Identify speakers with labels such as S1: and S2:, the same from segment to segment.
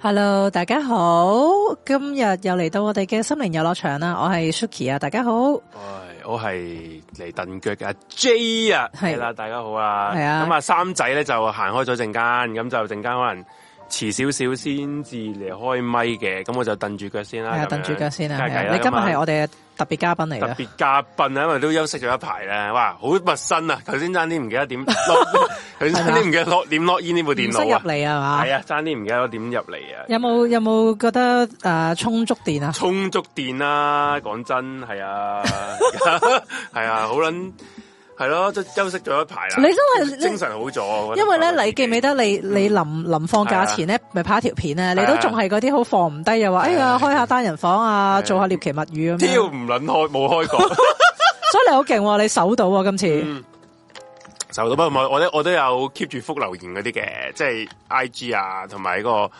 S1: Hello，大家好，今日又嚟到我哋嘅心靈遊樂場啦，我係 Suki 啊，大家好，
S2: 喂，我係嚟蹬腳嘅阿 J 啊，
S1: 係
S2: 係啦，大家好啊，
S1: 係啊
S2: 咁啊三仔咧就行開咗陣間，咁就陣間可能遲少少先至嚟開咪嘅，咁我就蹬住腳先啦，
S1: 係啊，
S2: 咁樣
S1: 蹬住腳先啊，
S2: 梗係
S1: 係啊
S2: 啦
S1: 你今日
S2: 咁啊
S1: 係我哋嘅特別嘉賓嚟
S2: 特
S1: 嘅，
S2: 別嘉賓啊，因為都休息咗一排咧，哇，好陌生啊！頭先爭啲唔記得 點落，頭先爭啲唔記得落點 log in 呢部電
S1: 唔識
S2: 腦
S1: 入
S2: 啊，
S1: 嚟啊嘛
S2: 係，啊，爭啲唔記得點入嚟啊，
S1: 有冇有冇覺得誒充足電啊？
S2: 充足電啦、講真係啊， 係啊，好撚係咯，即係休息咗一排啦，
S1: 你真係
S2: 精神好咗，啊我覺
S1: 因為
S2: 得覺得
S1: 咧，你記唔記得你
S2: 嗯
S1: 你臨臨放假前
S2: 啊
S1: 咧，咪拍一條片咧，你都仲係嗰啲好放唔低，又話哎呀開下單人房啊，做下獵奇物語咁樣，
S2: 屌唔撚開冇 開過，
S1: 所以你好勁喎，你守到啊喎今
S2: 嗯
S1: 次，
S2: 受到不過我咧我都有 keep 住覆留言嗰啲嘅，即係 I G 啊，同埋呢個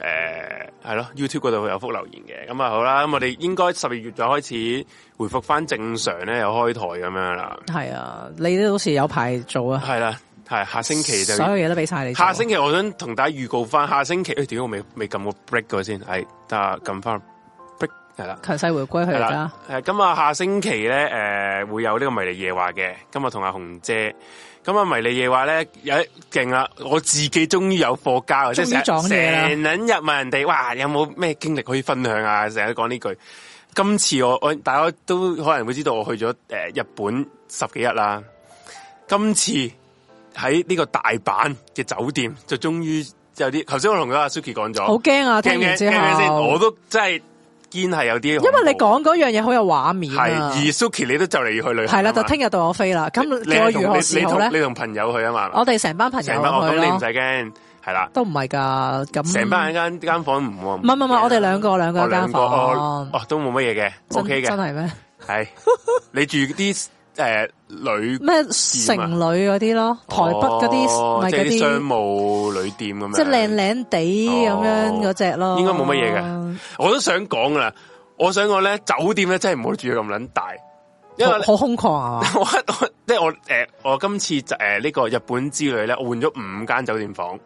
S2: 誒係咯 YouTube 嗰度有覆留言嘅，咁啊好啦，咁我哋應該十二月就開始回復翻正常咧，又開台咁樣啦，
S1: 係啊，你都好似有排做啊，
S2: 係啦，係下星期就
S1: 所有嘢都俾晒你做，啊
S2: 下星期我想哎同大家預告翻，下星期誒，屌、我未未撳過 break 嗰先，係得撳翻 break，係啦。
S1: 強勢回歸佢
S2: 係
S1: 而
S2: 啦
S1: 家，，
S2: 誒，咁啊，下星期咧，誒、會有呢個迷你夜話嘅，今日同阿紅姐，咁啊，迷你夜話咧有一勁啦，我自己終於有貨交啊，即係
S1: 終於撞
S2: 成
S1: 嘢啦
S2: 成撚日問人哋，哇，有冇咩經歷可以分享啊？成日都講呢句，今次啊我我大家都可能會知道我去咗誒、呃日本十幾日啦，今次喺呢個大阪嘅酒店就終於有啲，頭先我同阿 Suki 講咗，
S1: 好驚啊！
S2: 驚
S1: 聽
S2: 唔驚
S1: 完之
S2: 驚唔驚先？我
S1: 後，
S2: 都真係堅係有啲，因
S1: 因為你講嗰樣嘢好有畫面
S2: 系，
S1: 啊
S2: 而，Suki 你都就嚟要去旅行，
S1: 係啦，就
S2: 聽
S1: 聽日到我飛啦。咁
S2: 你
S1: 叫我
S2: 係同
S1: 如何
S2: 你
S1: 是
S2: 你
S1: 好
S2: 同你
S1: 咧？
S2: 同朋友去啊嘛，
S1: 我哋成班朋友去
S2: 成班哦咁你唔
S1: 咯，
S2: 使驚，係啦，
S1: 都唔係㗎。咁
S2: 成班人間間房唔喎，
S1: 唔係唔係唔係，我哋兩個兩
S2: 我
S1: 個間
S2: 兩個哦
S1: 房，
S2: 哦都冇乜嘢嘅
S1: 真
S2: ，OK
S1: 真
S2: 嘅，
S1: 係咩？
S2: 係你住啲誒旅
S1: 咩城旅嗰啲咯，台北嗰啲
S2: 哦
S1: 咪
S2: 啊即係
S1: 嗰
S2: 啲商
S1: 啲，
S2: 務旅店咁樣，
S1: 即係靚靚地咁樣
S2: 哦
S1: 嗰只咯。
S2: 應該冇乜嘢嘅我都想講噶啦，我想講咧酒店咧真係唔好住咁撚大，因為呢
S1: 好好空曠 啊！
S2: 我我即系我诶、我今次就诶呢、個日本之旅咧，我換咗五間酒店房，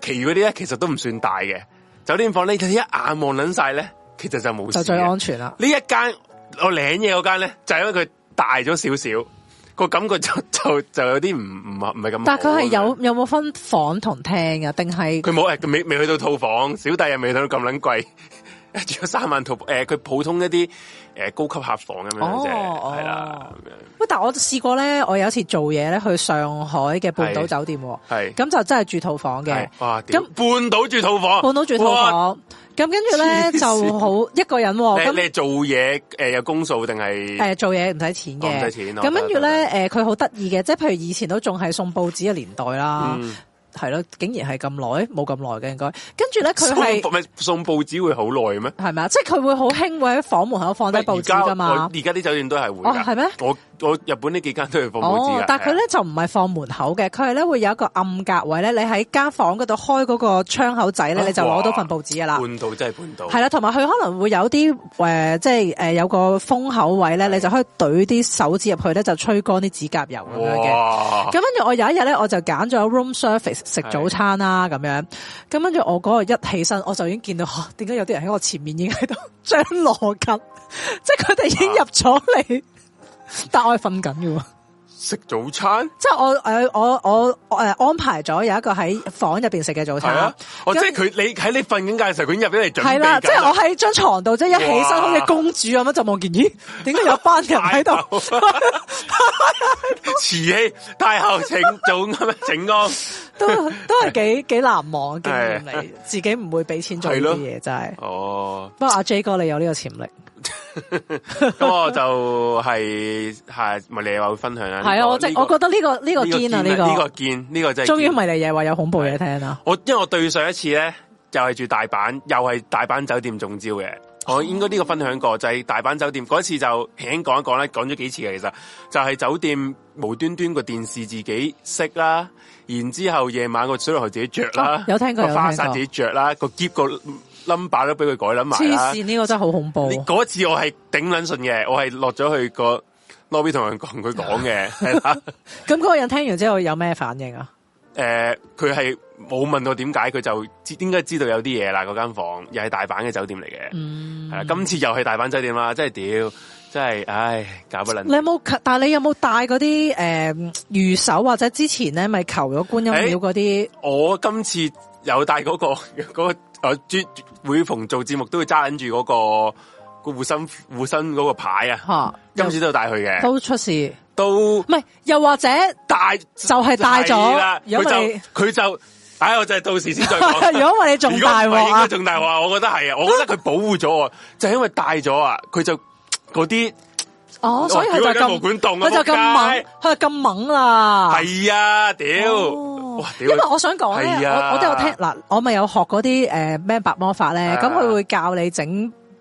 S2: 其餘嗰啲咧其實都唔算大嘅酒店房咧，你一眼望撚晒咧，其實就冇事
S1: 就最
S2: 嘅。
S1: 安全啦。
S2: 呢一間我領嘢嗰間咧，就係因為佢大咗少少，個感覺就 就就有啲唔唔唔係咁好。啊
S1: 但佢係有有冇分房同廳噶？定係
S2: 佢冇誒，未未去到套房，小弟又未去到咁撚貴， 住咗三萬套誒，佢、普通一啲誒、高級客房咁樣啫，
S1: 哦
S2: 係啦
S1: 哦，喂？但我試過咧，我有一次做嘢咧，去上海嘅半島
S2: 係
S1: 酒店喎，
S2: 咁樣係。
S1: 咁就真係住套房嘅
S2: 係。哇！
S1: 咁
S2: 咁半島住套房，
S1: 半島住套房，咁跟住咧
S2: 黐線
S1: 就好一個人喎。
S2: 哇。你
S1: 咁
S2: 你做嘢誒有公數定係
S1: 誒做嘢唔使錢
S2: 哦唔
S1: 嘅
S2: 使。錢？
S1: 咁跟住
S2: 我覺得，
S1: 咧誒，佢好得意嘅，即係譬如以前都仲係送報紙嘅年代啦，
S2: 嗯
S1: 係咯，竟然係咁耐，冇咁耐嘅應該。跟住咧佢
S2: 送
S1: 係
S2: 報咪送報紙會好耐咩？
S1: 係咪啊？即係佢會好興會喺房門口放低報
S2: 而家
S1: 紙
S2: 我
S1: 噶嘛
S2: 而？家啲酒店都係會
S1: 哦，
S2: 㗎。
S1: 係咩？
S2: 我我日本呢幾間都係啊放報紙
S1: 哦
S2: 㗎。，
S1: 但係佢咧就唔係放門口嘅，佢係咧會有一個暗格位咧，你喺間房嗰度開嗰個窗口仔咧，
S2: 啊
S1: 你就攞到份報紙噶
S2: 係啊
S1: 啦
S2: 半。島真係半島。
S1: 係啦，同埋佢可能會有啲誒、呃即係誒、呃有個封口位咧，
S2: 係
S1: 你就可以懟啲手指入去咧，就吹乾啲指甲油咁樣嘅。
S2: 哇
S1: 咁！跟住我有一日咧，我就揀咗 room service 食
S2: 係
S1: 早餐啦，咁樣。咁跟住我嗰日一起身，我就已經見到， 嚇點解有啲人喺我前面已經喺度 張羅緊，即係佢哋已
S2: 啊
S1: 經入咗嚟，但我係瞓緊嘅喎。
S2: 食早餐
S1: 即系我诶，我我我诶安排咗有一個喺房入边食嘅早
S2: 係
S1: 餐，
S2: 啊！哦，即
S1: 咁
S2: 係佢你喺你瞓緊覺嘅時候，佢已經入咗嚟準備
S1: 係啦，即係我喺張床度，即係一起身
S2: 哇
S1: 好似公主咁樣就望見，咦，點解有班人喺
S2: 大
S1: 度
S2: 頭？ 慈禧太后請早咁樣請安。
S1: 都都係幾幾難忘嘅經驗嚟
S2: 係，
S1: 自己唔會俾錢做呢
S2: 係咯
S1: 啲嘢，真係。
S2: 哦，
S1: 不過阿 J 哥你有呢個潛力，
S2: 咁我就係系咪你話會分享啦？
S1: 係啊，我即我覺
S2: 觉
S1: 得呢個呢個堅啊，
S2: 哦呢個
S1: 呢
S2: 堅呢個真
S1: 個
S2: 係堅。
S1: 終於迷你嘢話有恐怖嘢聽啊啦。
S2: 我因為我對上一次咧，又係住大阪，又係大阪酒店中招嘅。我應該呢個分享過，就係、大阪酒店嗰次就輕輕講一講啦，講咗幾次嘅其實就係、酒店無端端個電視自己熄啦，然之後夜晚個水龍頭自己着啦、
S1: 哦有聽過
S2: 個
S1: 有
S2: 花
S1: 聽過
S2: 灑自己着啦，個箧個 number 都俾佢改撚埋
S1: 黐
S2: 啊啦。
S1: 線，啊呢個真係好恐怖
S2: 你。嗰次我係頂撚順嘅，我係落咗去個 lobby 同人講佢講 嘅，係啦。
S1: 咁嗰個人聽完之後有咩反應啊？
S2: 誒，佢係冇問到點解，佢就知應該知道有啲嘢啦。嗰間房又係大阪嘅酒店嚟嘅，
S1: 嗯
S2: 係啦、今次又係大阪酒店啦，真係屌，真係唉，搞不撚
S1: 你。有冇及？但系你有冇帶嗰啲诶魚手或者之前咧咪求咗觀音廟嗰啲？
S2: 我今次有帶嗰、個 嗰、個誒專每逢做節目都會揸撚住嗰個個護身護身嗰個牌啊，
S1: 吓，
S2: 今次都有帶佢
S1: 又
S2: 嘅，
S1: 哦都出事，
S2: 都
S1: 唔係 又或者就
S2: 帶
S1: 係帶
S2: 係啦
S1: 咗，如
S2: 佢
S1: 果你
S2: 就佢就，唉，我就係到時 先再講。
S1: 如果唔係你仲大
S2: 如果唔
S1: 鑊
S2: 係應該
S1: 啊！
S2: 仲大鑊啊！我覺得係啊，我覺得佢保護咗我， 就係因為戴咗啊，佢就嗰啲
S1: 哦，所以
S2: 哇
S1: 佢
S2: 屌
S1: 就
S2: 間毛
S1: 咁，
S2: 管凍啊，
S1: 佢就咁猛，佢就咁猛啦。
S2: 係啊，屌，
S1: 哦
S2: 哇
S1: 因
S2: 屌
S1: 為，我想講咧，
S2: 係啊
S1: 我我都有聽嗱，我咪有學嗰啲誒咩白魔法咧，
S2: 啊
S1: 咁佢會教你整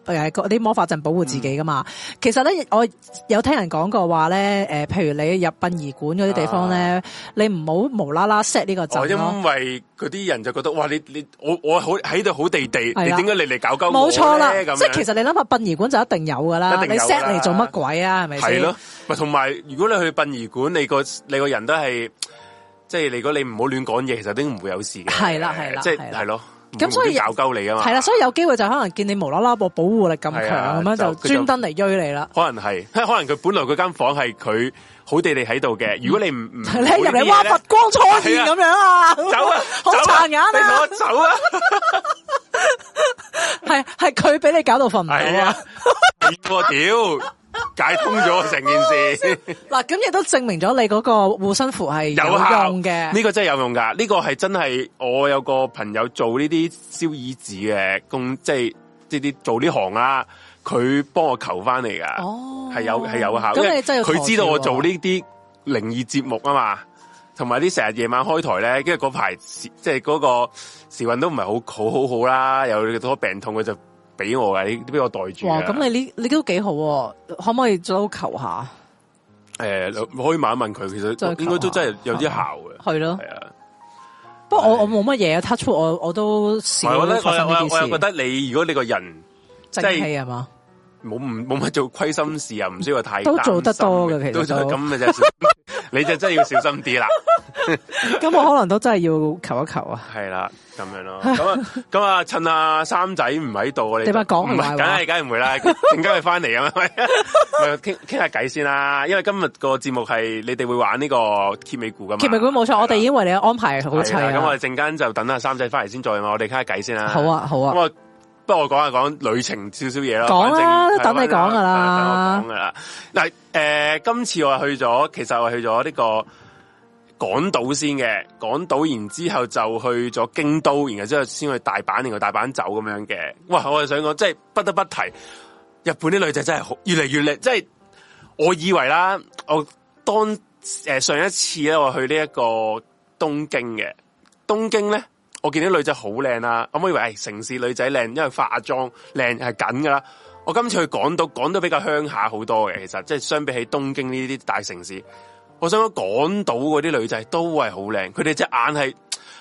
S1: 誒嗰啲魔法陣保護自己噶嘛。其實咧，我有聽人講過話咧，誒譬如你入殯儀館嗰啲地方
S2: 啊
S1: 咧，你唔好無啦啦 set 呢個
S2: 我
S1: 陣咯。
S2: 因為嗰啲人就覺得哇，你你我我好喺度好地地，你
S1: 係啦
S2: 點解你嚟搞鳩我
S1: 冇錯啦，
S2: 咧咁
S1: 即係
S2: 樣
S1: 其實你諗下，殯儀館就一定有噶啦，
S2: 一定
S1: 你
S2: 有㗎
S1: set
S2: 啦
S1: 嚟做乜鬼啊？係咪
S2: 係
S1: 先？
S2: 咯，咪同埋如果你去殯儀館，你個你個人都係。即係你如果你唔好亂講嘢，其實都唔會有事嘅。
S1: 係啦係啦
S2: 即係
S1: 係啦
S2: 係咯，
S1: 咁所以
S2: 搞鳩你啊嘛，
S1: 係啦，所以有機會就可能見你無啦啦個保護力咁
S2: 係
S1: 強，
S2: 啊
S1: 咁樣
S2: 就
S1: 就
S2: 佢就
S1: 專登嚟追你啦。
S2: 可能係， 可能佢本來佢間房係佢好地地喺度嘅，如果你唔唔
S1: 嗯 你入
S2: 做呢啲
S1: 嚟
S2: 嘢
S1: 哇
S2: 呢
S1: 佛光初現咁樣啊，
S2: 走啊，
S1: 好
S2: 走啊
S1: 殘眼
S2: 你同
S1: 啊
S2: 我，走啊，
S1: 係係佢俾你搞到瞓 唔
S2: 係
S1: 到
S2: 啊
S1: 啊。，
S2: 我屌，解通咗 成件事。
S1: 嗱，咁亦都證明咗你嗰個護身符係有
S2: 有效
S1: 用嘅。
S2: 呢個真係有用噶。呢、個係真係我有個朋友做呢啲燒衣紙嘅工，即係呢啲做呢行啦，佢幫我求翻嚟噶，
S1: 哦
S2: 係有係有效。
S1: 咁
S2: 因為
S1: 你真係要
S2: 佢知道
S1: 陀
S2: 我
S1: 住喎
S2: 做呢啲靈異節目啊嘛，同埋啲成日夜晚開台咧，跟住嗰排時即係嗰個時運都唔係好好好好啦，有好多病痛，佢就俾我噶，你俾我袋住㗎。
S1: 哇，咁你呢你都幾好喎，可唔可以都求下？
S2: 诶、可以問一問佢，其
S1: 再
S2: 實
S1: 求
S2: 應該都
S1: 下哦
S2: 真係有啲效嘅，
S1: 係咯，
S2: 係啊。
S1: 不過我我冇乜嘢，touch wood，我我都少
S2: 我覺得
S1: 發生
S2: 我
S1: 呢
S2: 又我
S1: 件
S2: 又覺
S1: 事，
S2: 得你如果你個人
S1: 正
S2: 即係
S1: 氣係嘛？
S2: 冇唔冇乜做虧心事啊，唔需要太
S1: 都做得多
S2: 嘅
S1: 嘅，
S2: 都
S1: 其實
S2: 做
S1: 都
S2: 咁咪就 小你就真係要小心啲啦，
S1: 咁我可能都真係要求一求啊！
S2: 係啦咁樣 咯，咁啊咁啊趁阿三仔唔喺度，我哋
S1: 你咪講佢
S2: 唔
S1: 壞話
S2: 係梗係梗係唔會啦， 陣間佢翻嚟啊嘛，咪 傾傾下偈先啦，因為今日個節目係你哋會玩呢個揭尾故噶嘛，
S1: 揭尾館冇錯，我哋已經為你安排好一切
S2: 係啦咁我
S1: 啊
S2: 哋！陣間就等阿三仔翻嚟先再嘛，我哋傾下偈先啦，
S1: 好。啊，好啊
S2: 咁，啊，不過我講下講旅程少少嘢啦。
S1: 講啦
S2: 反正
S1: 等你講㗎啦
S2: 等我講噶啦。嗱，诶，今次我係去咗，其實我係去咗呢個港島先嘅，港島然之後就去咗京都，然後之後先去大阪，然後大阪走咁樣嘅。哇！我係想講，即係不得不提，日本啲女仔真係好越嚟越叻，即係我以為啦，我當诶、呃上一次咧，我去呢一個東京嘅東京咧，我見啲女仔好靚啦，咁我以為係城市女仔靚，因為化妝靚係緊噶啦。我今次去港島，港島比較鄉下好多嘅，其實即係相比起東京呢啲大城市，我想講港島嗰啲女仔都係好靚，佢哋隻眼係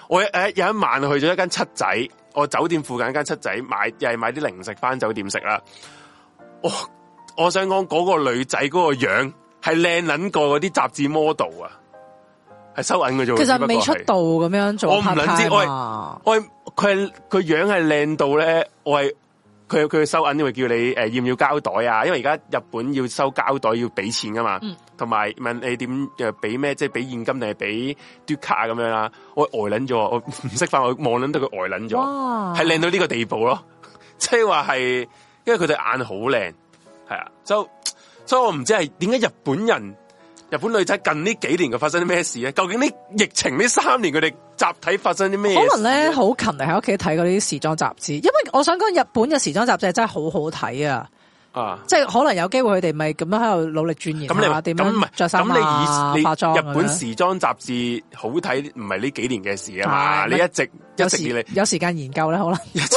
S2: 我诶有一晚去咗一間七仔，我酒店附近一間七仔買又係買啲零食翻酒店食啦。我我想講嗰個女仔嗰個樣係靚撚過嗰啲雜誌 model 啊，係收銀嘅啫喎。
S1: 其實
S2: 只不過
S1: 未出
S2: 係
S1: 道咁樣
S2: 我
S1: 做
S2: 唔撚
S1: part
S2: 知
S1: time
S2: 喂
S1: 啊
S2: 我係佢係佢樣係靚到咧，我係佢佢收銀，因為叫你誒、呃要唔要膠袋啊？因為而家日本要收膠袋要俾錢噶嘛
S1: 嗯，
S2: 同埋、問你點誒俾咩，即係俾現金定係俾嘟卡咁樣啦。我呆撚咗，我唔識翻，我望撚到佢呆撚咗，
S1: 哇，
S2: 係靚到呢個地步咯。 即係話係，因為佢對眼好靚，係啊，就所以我唔知係點解日本人。日本女仔近呢幾年佢發生啲咩事咧？究竟呢疫情呢三年佢哋集體發生啲咩事呢？
S1: 可能咧好勤力喺屋企睇嗰啲時裝雜誌，因為我想講日本嘅時裝雜誌真係好好睇啊！
S2: 啊！
S1: 即係可能有機會佢哋咪咁樣喺度努力鑽研
S2: 咁你
S1: 啊，
S2: 咪
S1: 點
S2: 咁唔
S1: 樣
S2: 係
S1: 着衫
S2: 咁
S1: 啊、
S2: 你以
S1: 化妝咁
S2: 你日本
S1: 樣
S2: 時裝雜誌好睇，唔係呢幾年嘅事啊嘛，
S1: 係
S2: 你一直一
S1: 有
S2: 直以
S1: 時
S2: 嚟
S1: 有時間研究咧，可能。
S2: 一直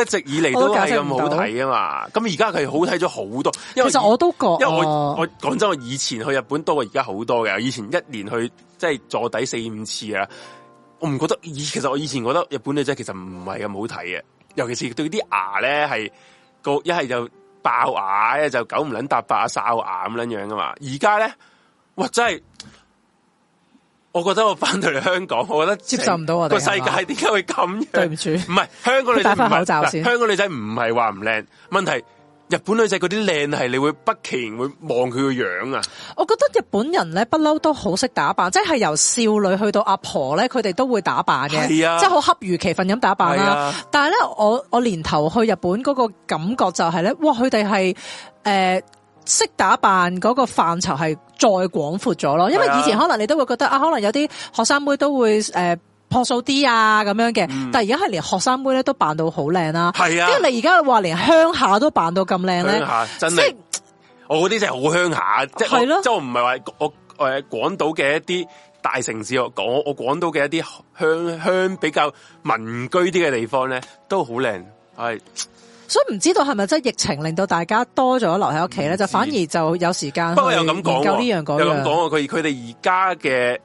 S2: 一直以嚟
S1: 我
S2: 都
S1: 都
S2: 係
S1: 解釋
S2: 咁
S1: 唔
S2: 好
S1: 到
S2: 睇啊嘛，咁而家佢好睇咗好多，因為
S1: 其實我都覺，哦
S2: 因為我
S1: 我
S2: 我講真，我以前去日本多過而家好多嘅，以前一年去即係坐底四五次啊，我唔覺得以其實我以前覺得日本女仔其實唔係咁好睇嘅，尤其是對啲牙咧係個一係就爆牙，一係就九唔撚搭八哨牙咁撚樣噶嘛，而家咧，哇真係！我覺得我翻到嚟香港，我覺得
S1: 接受唔到我哋
S2: 個世
S1: 係嘛
S2: 界點解會咁樣？
S1: 對唔住，
S2: 唔係香港女仔唔係
S1: 戴返口罩先
S2: 嗱香港女仔唔係話唔靚，問題日本女仔嗰啲靚係你會不期然會望佢個樣啊，
S1: 我覺得日本人咧不嬲都好識打扮，即係由少女去到阿婆咧，佢哋都會打扮嘅，
S2: 係啊
S1: 即係好恰如其分咁打扮
S2: 係
S1: 啦。
S2: 啊
S1: 但係咧，我我年頭去日本嗰個感覺就係、呢：咧，哇！佢哋係誒識打扮嗰個範疇係再廣闊咗咯，因為
S2: 係啊
S1: 以前可能你都會覺得啊，可能有啲學生妹都會誒。呃樸素啲啊咁樣嘅，但係而家係連學生妹咧都扮到好靚啦，
S2: 嗯係啊
S1: 跟住你而家話連鄉下都扮到咁靚
S2: 鄉
S1: 咧，
S2: 下真
S1: 即
S2: 係啊
S1: 係
S2: 我嗰啲真係好鄉下，即係
S1: 係
S2: 我
S1: 咯
S2: 即係我唔係話我誒廣島嘅一啲大城市，我講我廣島嘅一啲鄉鄉比較民居啲嘅地方咧，都好靚，係
S1: 所以唔知道係咪真係疫情令到大家多咗留喺屋企咧，就反而就有時間
S2: 不過又
S1: 去
S2: 咁講喎，
S1: 啊研究呢樣
S2: 又
S1: 嗰
S2: 咁
S1: 樣。
S2: 講喎，佢佢哋而家嘅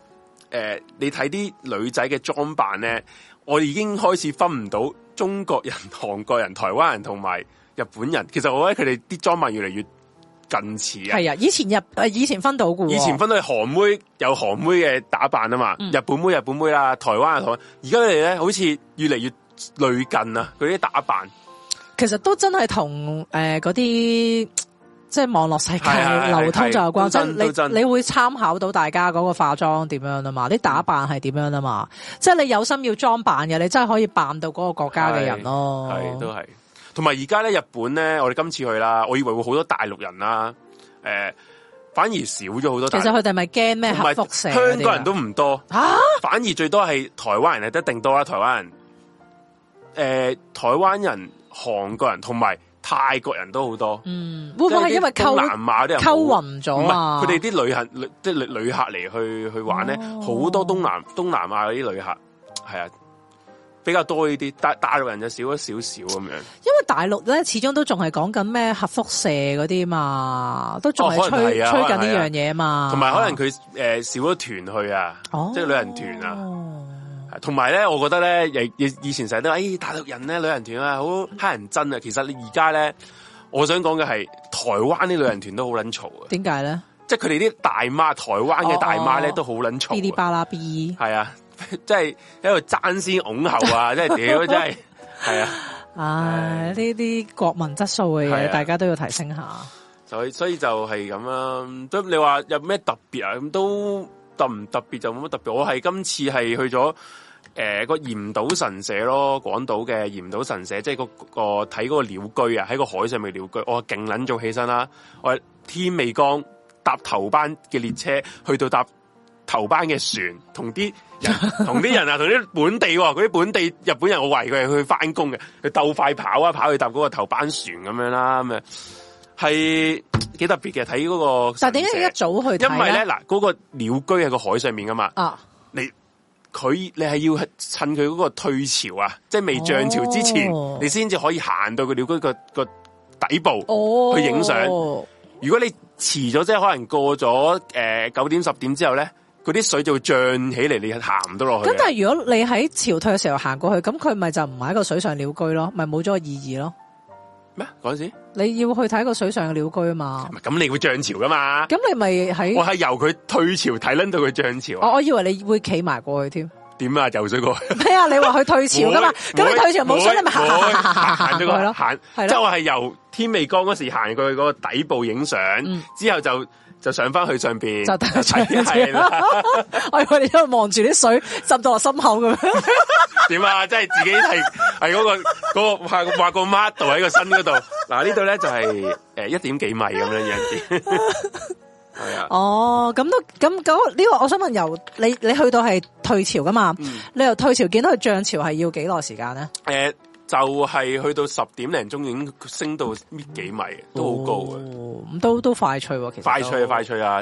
S2: 誒，你睇啲女仔嘅裝扮咧，我已經開始分唔到中國人、 韓國人、台灣人同埋日本人。其實我覺得佢哋啲裝扮越嚟越近似啊！
S1: 係啊，以前日誒以前分到嘅喎，
S2: 以前分到係韓妹有韓妹嘅打扮啊嘛，
S1: 嗯
S2: 日本妹日本妹啦，台灣啊台灣。而家佢哋咧好似越嚟越類近啊，佢啲打扮
S1: 其實都真係同誒嗰啲即係網絡世
S2: 係係
S1: 界
S2: 係
S1: 流通就有關，
S2: 都
S1: 即
S2: 真都
S1: 係
S2: 真嗯
S1: 你你會參考到大家嗰個化妝點樣啊嘛，啲打扮係點樣啊嘛，即係你有心要裝扮嘅，你真係可以扮到嗰個國家嘅人咯。
S2: 係都係。同埋而家咧，日本咧，我哋今次去啦，我以為會好多大陸人啦，誒、反而少咗好多
S1: 其
S2: 大陸
S1: 實
S2: 人。
S1: 佢哋咪驚咩
S2: 同埋
S1: 核輻射嗰啲啊？
S2: 香港人都唔多，
S1: 嚇
S2: 反而最多係台灣人係一定多啦，台灣人，诶、台灣人、韓國人同埋泰國人都好多，
S1: 嗯，會唔會係因為
S2: 即係啲東
S1: 溝
S2: 南亞啲人
S1: 溝
S2: 好
S1: 暈咗啊？
S2: 唔係佢哋啲旅行旅即係旅旅客嚟去去玩咧，
S1: 哦
S2: 好、多東南東南亞嗰啲旅客係啊，比較多呢啲，但大陸人就少咗少少咁樣。
S1: 因為大陸咧始終都仲係講緊咩核輻射嗰啲嘛，都仲係
S2: 哦可能
S1: 吹
S2: 係啊
S1: 吹緊
S2: 可能
S1: 呢
S2: 係啊
S1: 樣嘢嘛，
S2: 同埋可能佢诶、呃少咗團去啊，
S1: 哦
S2: 即係旅行團啊。同埋咧，我覺得咧，以以以前成日都話，哎，大陸人咧旅行團啊，好乞人憎啊。其實你而家咧，我想講嘅係台灣啲旅行團都好撚嘈啊，
S1: 點解咧？
S2: 即係佢哋啲大媽，台灣嘅大媽
S1: 哦
S2: 咧
S1: 哦
S2: 都好撚
S1: 哔哩
S2: 嘈啊，
S1: 吧啦 B
S2: 係啊，即係喺度爭先恐後 啊，即係屌，真係係啊，
S1: 唉，呢啲國民質素嘅嘢，
S2: 係啊
S1: 大家都要提升下。
S2: 所以所以就係咁啦。咁你話有咩特別啊？咁都特唔特別就冇乜特別。我係今次係去咗誒個嚴島神社咯，廣島嘅嚴島神社，即係個個睇嗰個鳥居啊，喺個海上面鳥居。我勁撚早起身啦，我係天未光搭頭班嘅列車去到搭。頭班嘅船，同啲人， 同啲人啊，同啲本地喎、嗰啲本地日本人，我懷疑佢係去翻工嘅，佢鬥快跑啊，跑去搭嗰個頭班船咁樣啦，咁啊，係幾特別嘅，睇嗰個
S1: 但係
S2: 神社。啊
S1: 點解一早去睇
S2: 因為咧嗱，嗰、個鳥居喺個海上面噶嘛，
S1: 啊，
S2: 你佢你係要趁佢嗰個退潮啊，即係未漲潮之前，
S1: 哦
S2: 你先至可以行到個鳥居個個底部。
S1: 哦，
S2: 去影相如果你遲咗，即係可能過咗誒九點十點之後咧，嗰啲水就會漲起嚟，你係行唔到落去啊
S1: 咁
S2: 嘅。
S1: 但係如果你喺潮退嘅時候行過去，咁佢咪就唔係一個水上鳥居咯，咪冇咗個意義咯。
S2: 咩嗰陣時？
S1: 你要去睇個水上嘅鳥居啊嘛，
S2: 咁你會漲潮噶嘛？
S1: 咁你哦咪喺
S2: 我係由佢退潮睇撚到佢漲潮啊，
S1: 我我以為你會企埋過去添，
S2: 點啊？游水過去。
S1: 咩啊？你話佢退潮噶嘛？咁你退潮冇水，你咪行行行行行
S2: 行
S1: 過去咯。
S2: 行，
S1: 係咯
S2: 即係我係由天未光嗰時行過去嗰個底部影相
S1: 嗯，
S2: 之後就就上翻去上邊，
S1: 就睇佢漲潮
S2: 係啦。
S1: 哎我以為你一路望住啲水浸到我心口咁樣。
S2: 點啊？即係自己係係嗰個嗰個畫畫個 mark 度喺個身嗰度。嗱呢度咧就係誒一點幾米咁樣樣啲，係 啊。
S1: 哦，咁都咁咁呢個，我想問由你你去到係退潮噶嘛？你由退潮見到佢漲潮係要幾耐時間咧？
S2: 誒就係去到十點零鐘已經升到搣幾米，都好高啊嘅。
S1: 哦咁都都快脆喎，其實
S2: 快脆啊，快
S1: 脆
S2: 脆啊，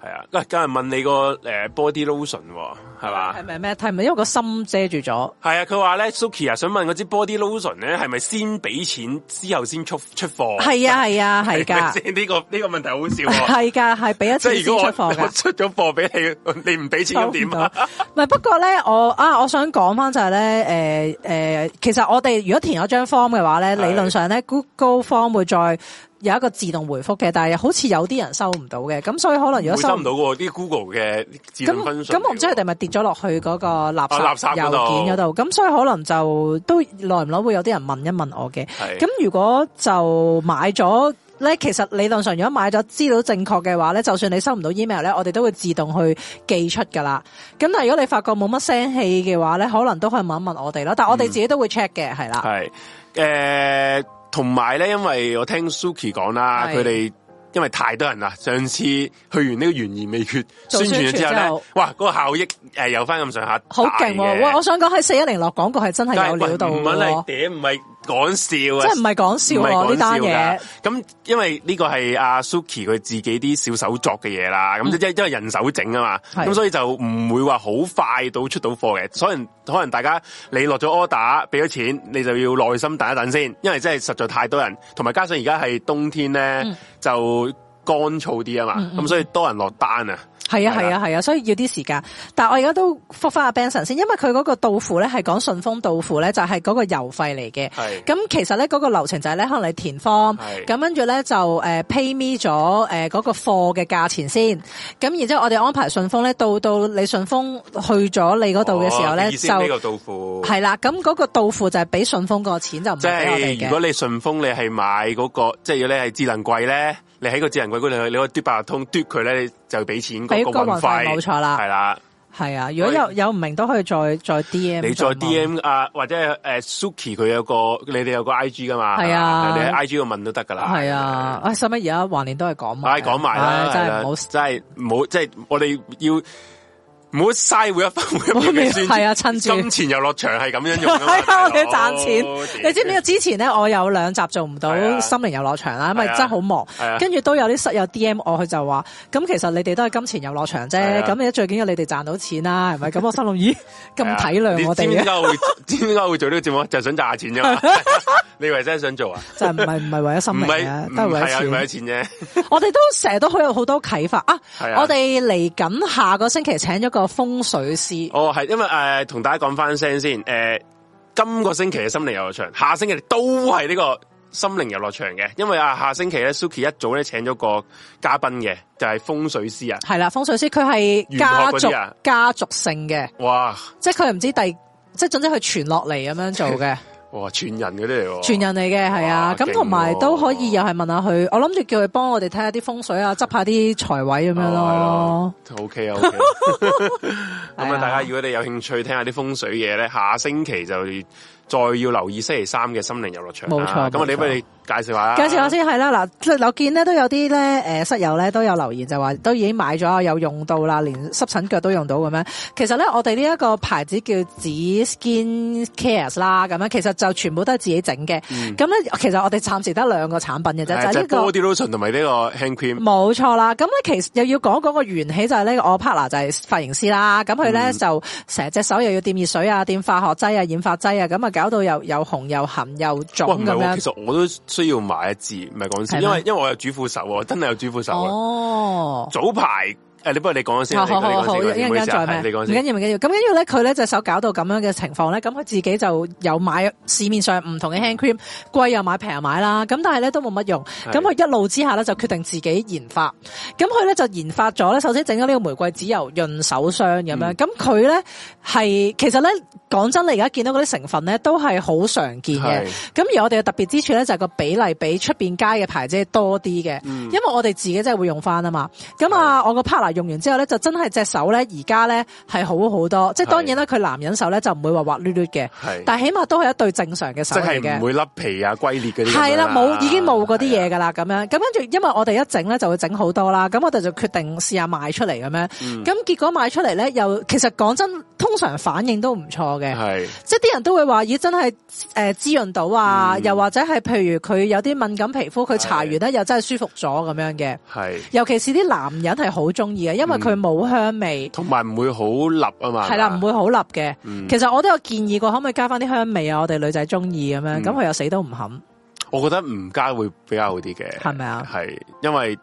S2: 系啊，喂，有人問你個诶 body lotion 喎係嘛？
S1: 係咪咩？係咪因為個心遮住 咗？
S2: 係啊，佢話咧，Suki 啊，想問嗰支 body lotion 咧，係咪先俾錢之後先出出貨？
S1: 係啊係啊係
S2: 咪
S1: 㗎
S2: 先呢個呢個問題好笑喎。
S1: 係㗎係俾一
S2: 即
S1: 次
S2: 係
S1: 先
S2: 如
S1: 出
S2: 果我
S1: 貨
S2: 我
S1: 㗎。
S2: 出咗貨俾你，你唔俾錢
S1: 收
S2: 咁
S1: 唔
S2: 點
S1: 到
S2: 啊？
S1: 唔係，不過咧，我啊，我想講翻就係咧，誒、誒，其實我哋如果填咗張 form 嘅話咧，理
S2: 係
S1: 論上咧，Google Form 會再有一個自動回覆嘅，但係好似有啲人收唔到嘅，咁所以可能如
S2: 會
S1: 果
S2: 收
S1: 收
S2: 唔到喎，啲 Google 嘅自動
S1: 咁
S2: 分數。
S1: 咁，我唔知佢哋係咪跌咗落去嗰個垃圾
S2: 啊垃圾嗰度
S1: 郵件嗰度，咁所以可能就都耐唔耐會有啲人問一問我嘅。
S2: 係
S1: 咁如果就買咗咧，其實理論上如果買咗資料正確嘅話咧，就算你收唔到 email 咧，我哋都會自動去寄出噶啦。咁但係如果你發覺冇乜聲氣嘅話咧，可能都可以問一問我哋咯。但係我哋自己都會 check 嘅，係啦。
S2: 係誒，呃同埋咧，因為我聽 Suki 講啦，
S1: 係
S2: 佢哋因為太多人啦，上次去完呢個懸而未決
S1: 做
S2: 宣傳咗之
S1: 宣傳
S2: 後
S1: 之
S2: 咧
S1: 後，
S2: 哇，嗰、個效益誒、呃有翻咁上下，
S1: 好勁喎！哇，我想講喺四一零落廣告係真係有料到
S2: 唔係
S1: 喎，
S2: 點，唔係講笑啊！
S1: 真係唔係講笑喎呢單嘢。
S2: 咁因為呢個係阿 Suki 佢自己啲小手作嘅嘢啦，咁因因為人手整啊嘛，
S1: 嗯係
S2: 咁所以就唔會話好快到出到貨嘅。所以可能大家你落咗 order 俾咗錢，你就要耐心等一等先，因為真係實在太多人，同埋加
S1: 嗯
S2: 上而家係冬天咧，就乾燥啲啊嘛，咁、所以多人落單啊。
S1: 係啊，
S2: 係
S1: 係
S2: 啦
S1: 啊，係啊，所以要啲時間。但我而家都覆翻阿 Benson 先，因為佢嗰個到付咧係講順豐到付咧，就係嗰個郵費嚟嘅。
S2: 係
S1: 咁其實咧嗰個流程就係咧，可能你填 form，
S2: 係
S1: 咁跟住咧就誒 pay me 咗誒嗰個貨嘅價錢先，咁然之後我哋安排順豐咧，到到你順豐去咗你嗰度嘅時候
S2: 哦
S1: 咧，
S2: 意思係呢
S1: 就
S2: 個到付
S1: 係啦，咁嗰個到付就係俾順豐個錢，就唔
S2: 即
S1: 啊係俾我
S2: 係
S1: 哋
S2: 如果
S1: 嘅。
S2: 你順豐你係買嗰、個，即係如果你係智能櫃咧，你喺個智能櫃嗰度，你可以嘟八達通嘟佢咧，你就俾錢
S1: 俾
S2: 嗰
S1: 個
S2: 個
S1: 運
S2: 運
S1: 費
S2: 費，
S1: 冇錯啦
S2: 係啦，
S1: 係啊，如果有有唔明都可以再再 D M。
S2: 你再 D M 啊，或者誒、呃 Suki 佢有個，你哋有個 I G 噶嘛，
S1: 係啊
S2: 係嘛你喺 I G 度問都得噶啦，
S1: 係啊，唉，使乜而家橫年都係講埋，啊
S2: 唉，講埋啦
S1: 唉，真係
S2: 係啦
S1: 唔好
S2: 真係唔好，即係我哋要唔好嘥每一分每一秒嘅宣
S1: 係啊趁住
S2: 金錢遊樂場係咁樣用㗎 嘛，
S1: 係啊，我哋要
S2: 大
S1: 賺
S2: 佬哦
S1: 錢。你知唔知道之前咧，我有兩集做唔到
S2: 係啊
S1: 心靈遊樂場啦，因為
S2: 係啊
S1: 真係好忙
S2: 係啊。
S1: 跟住都有啲室友 D M 我，佢就話：咁其實你哋都係金錢遊樂場
S2: 係
S1: 啫，
S2: 啊
S1: 咁你最緊要你哋賺到錢啦，係咪？咁我 心諗，咦，咁體
S2: 啊你
S1: 諒我
S2: 知唔知
S1: 哋
S2: 點
S1: 嘅，
S2: 解會 知唔知點解會做呢個節目？就係想賺下錢 啫嘛。你以為真係想做啊？
S1: 就係唔係唔係為咗心
S2: 唔
S1: 靈
S2: 係
S1: 嘅，都係
S2: 唔
S1: 為
S2: 係啊，
S1: 咗
S2: 為咗
S1: 錢。
S2: 錢啫。
S1: 我哋都成日都好有好多啟發啊！
S2: 係啊
S1: 我哋嚟緊下個星期請咗個風水師，
S2: 哦，係因為誒，同、大家講翻聲先。誒、呃今個星期嘅心靈遊樂場，下星期都係呢個心靈遊樂場嘅，因為啊，下星期咧，Suki 一早咧請咗個嘉賓嘅，就係、風水師啊。
S1: 係啦，風水師佢係
S2: 玄學
S1: 家
S2: 嗰
S1: 族
S2: 啲啊
S1: 家族性嘅，
S2: 哇
S1: 即係佢唔知第，即係總之佢傳落嚟咁樣做 嘅。
S2: 哇，傳人嗰啲嚟喎，
S1: 傳人嚟嘅係啊，
S2: 哦哇
S1: 咁同埋
S2: 勁喎
S1: 都可以又係問下佢，我諗住叫佢幫我哋睇下啲風水啊，執下啲財位咁樣咯
S2: 哦。係咯，OK 啊，OK 啊。咁
S1: 係
S2: 啊，
S1: 啊
S2: 大家如果你有興趣聽下啲風水嘢咧，下星期就再要留意星期三嘅心靈遊樂場啦。
S1: 冇錯
S2: 咁我
S1: 冇錯
S2: 哋不如你介紹下啦。
S1: 介紹下先係啦，嗱，即係我見咧都有啲咧誒室友咧都有留言就話都已經買咗，有用到啦，連濕疹腳都用到咁樣。其實咧，我哋呢一個牌子叫紫 Skin Cares 啦，咁樣其實就全部都係自己整嘅。咁咧、其實我哋暫時得兩個產品嘅啫，
S2: 嗯係，
S1: 就係
S2: 就
S1: 呢
S2: 係
S1: 個。
S2: body lotion 同埋呢個 hand cream。
S1: 冇錯啦，咁咧其實又要講講個緣起就係呢，我 partner 就係髮型師啦，咁佢
S2: 嗯
S1: 咧就成隻手又要掂熱水啊，掂化學劑啊，染髮劑啊，咁啊搞到又又紅又痕又腫
S2: 哇，唔
S1: 嗯咁
S2: 係喎，
S1: 樣
S2: 其。實我都需要買一支，唔係講
S1: 係咩
S2: 笑，因為因為我有主婦手喎，真係有主婦手喎。
S1: 哦，
S2: 早排誒，你不如你講先，啊
S1: 好
S2: 你
S1: 好
S2: 講
S1: 好好，
S2: 你
S1: 哦一
S2: 講先，
S1: 陣
S2: 唔好意
S1: 間
S2: 思
S1: 再
S2: 啊係
S1: 咩？
S2: 你
S1: 唔
S2: 講
S1: 緊
S2: 先。
S1: 要唔緊要，咁跟住咧，佢咧隻手搞到咁樣嘅情況咧，咁佢自己就有買市面上唔同嘅 hand cream，貴又買，平又買啦，咁但係咧都冇乜用，
S2: 啊係
S1: 咁佢一路之下咧就決定自己研發，咁佢咧就研發咗咧，首先整咗呢個玫瑰籽油潤手霜咁
S2: 嗯
S1: 樣，咁佢咧係其實咧講真，你而家見到嗰啲成分咧都係好常見嘅
S2: 係，
S1: 咁而我哋嘅特別之處咧就係個比例比出邊街嘅牌子多啲
S2: 嗯
S1: 嘅，因為我哋自己真係會用翻啊嘛，咁啊我個 partner 用完之後咧就真係隻手咧而家咧係好好多，即係當然啦，佢男人手咧就唔會話滑捋捋嘅，
S2: 係
S1: 但係起碼都係一對正常嘅手
S2: 即
S1: 嚟
S2: 係
S1: 嘅
S2: 唔。會甩皮啊、龜裂嗰啲咁樣。
S1: 係啦，冇已經冇嗰啲嘢
S2: 係啊。
S1: 噶啦，咁樣咁跟住，因為我哋一整咧就會整好多啦，咁我哋就決定試下賣出嚟咁樣，咁、
S2: 嗯
S1: 結果賣出嚟咧又其實講真，通常反應都唔錯嘅，
S2: 係
S1: 即係啲人都會話咦真係誒、呃滋潤到啊，又或者係譬如佢有啲敏感皮膚，佢搽完咧又真係舒服咗咁樣嘅，
S2: 係，
S1: 尤其是啲男人係好中意嘅，因為佢冇香味。
S2: 同埋唔會好立啊
S1: 嗯
S2: 嘛。嗯
S1: 係啦，嗯唔
S2: 嘛
S1: 會好立嘅。其實我都有建議過，可唔可以加翻啲香味啊？我哋女仔中意咁樣，咁佢又死都唔肯。
S2: 我覺得唔加會比較好啲嘅，
S1: 係咪啊
S2: 係因為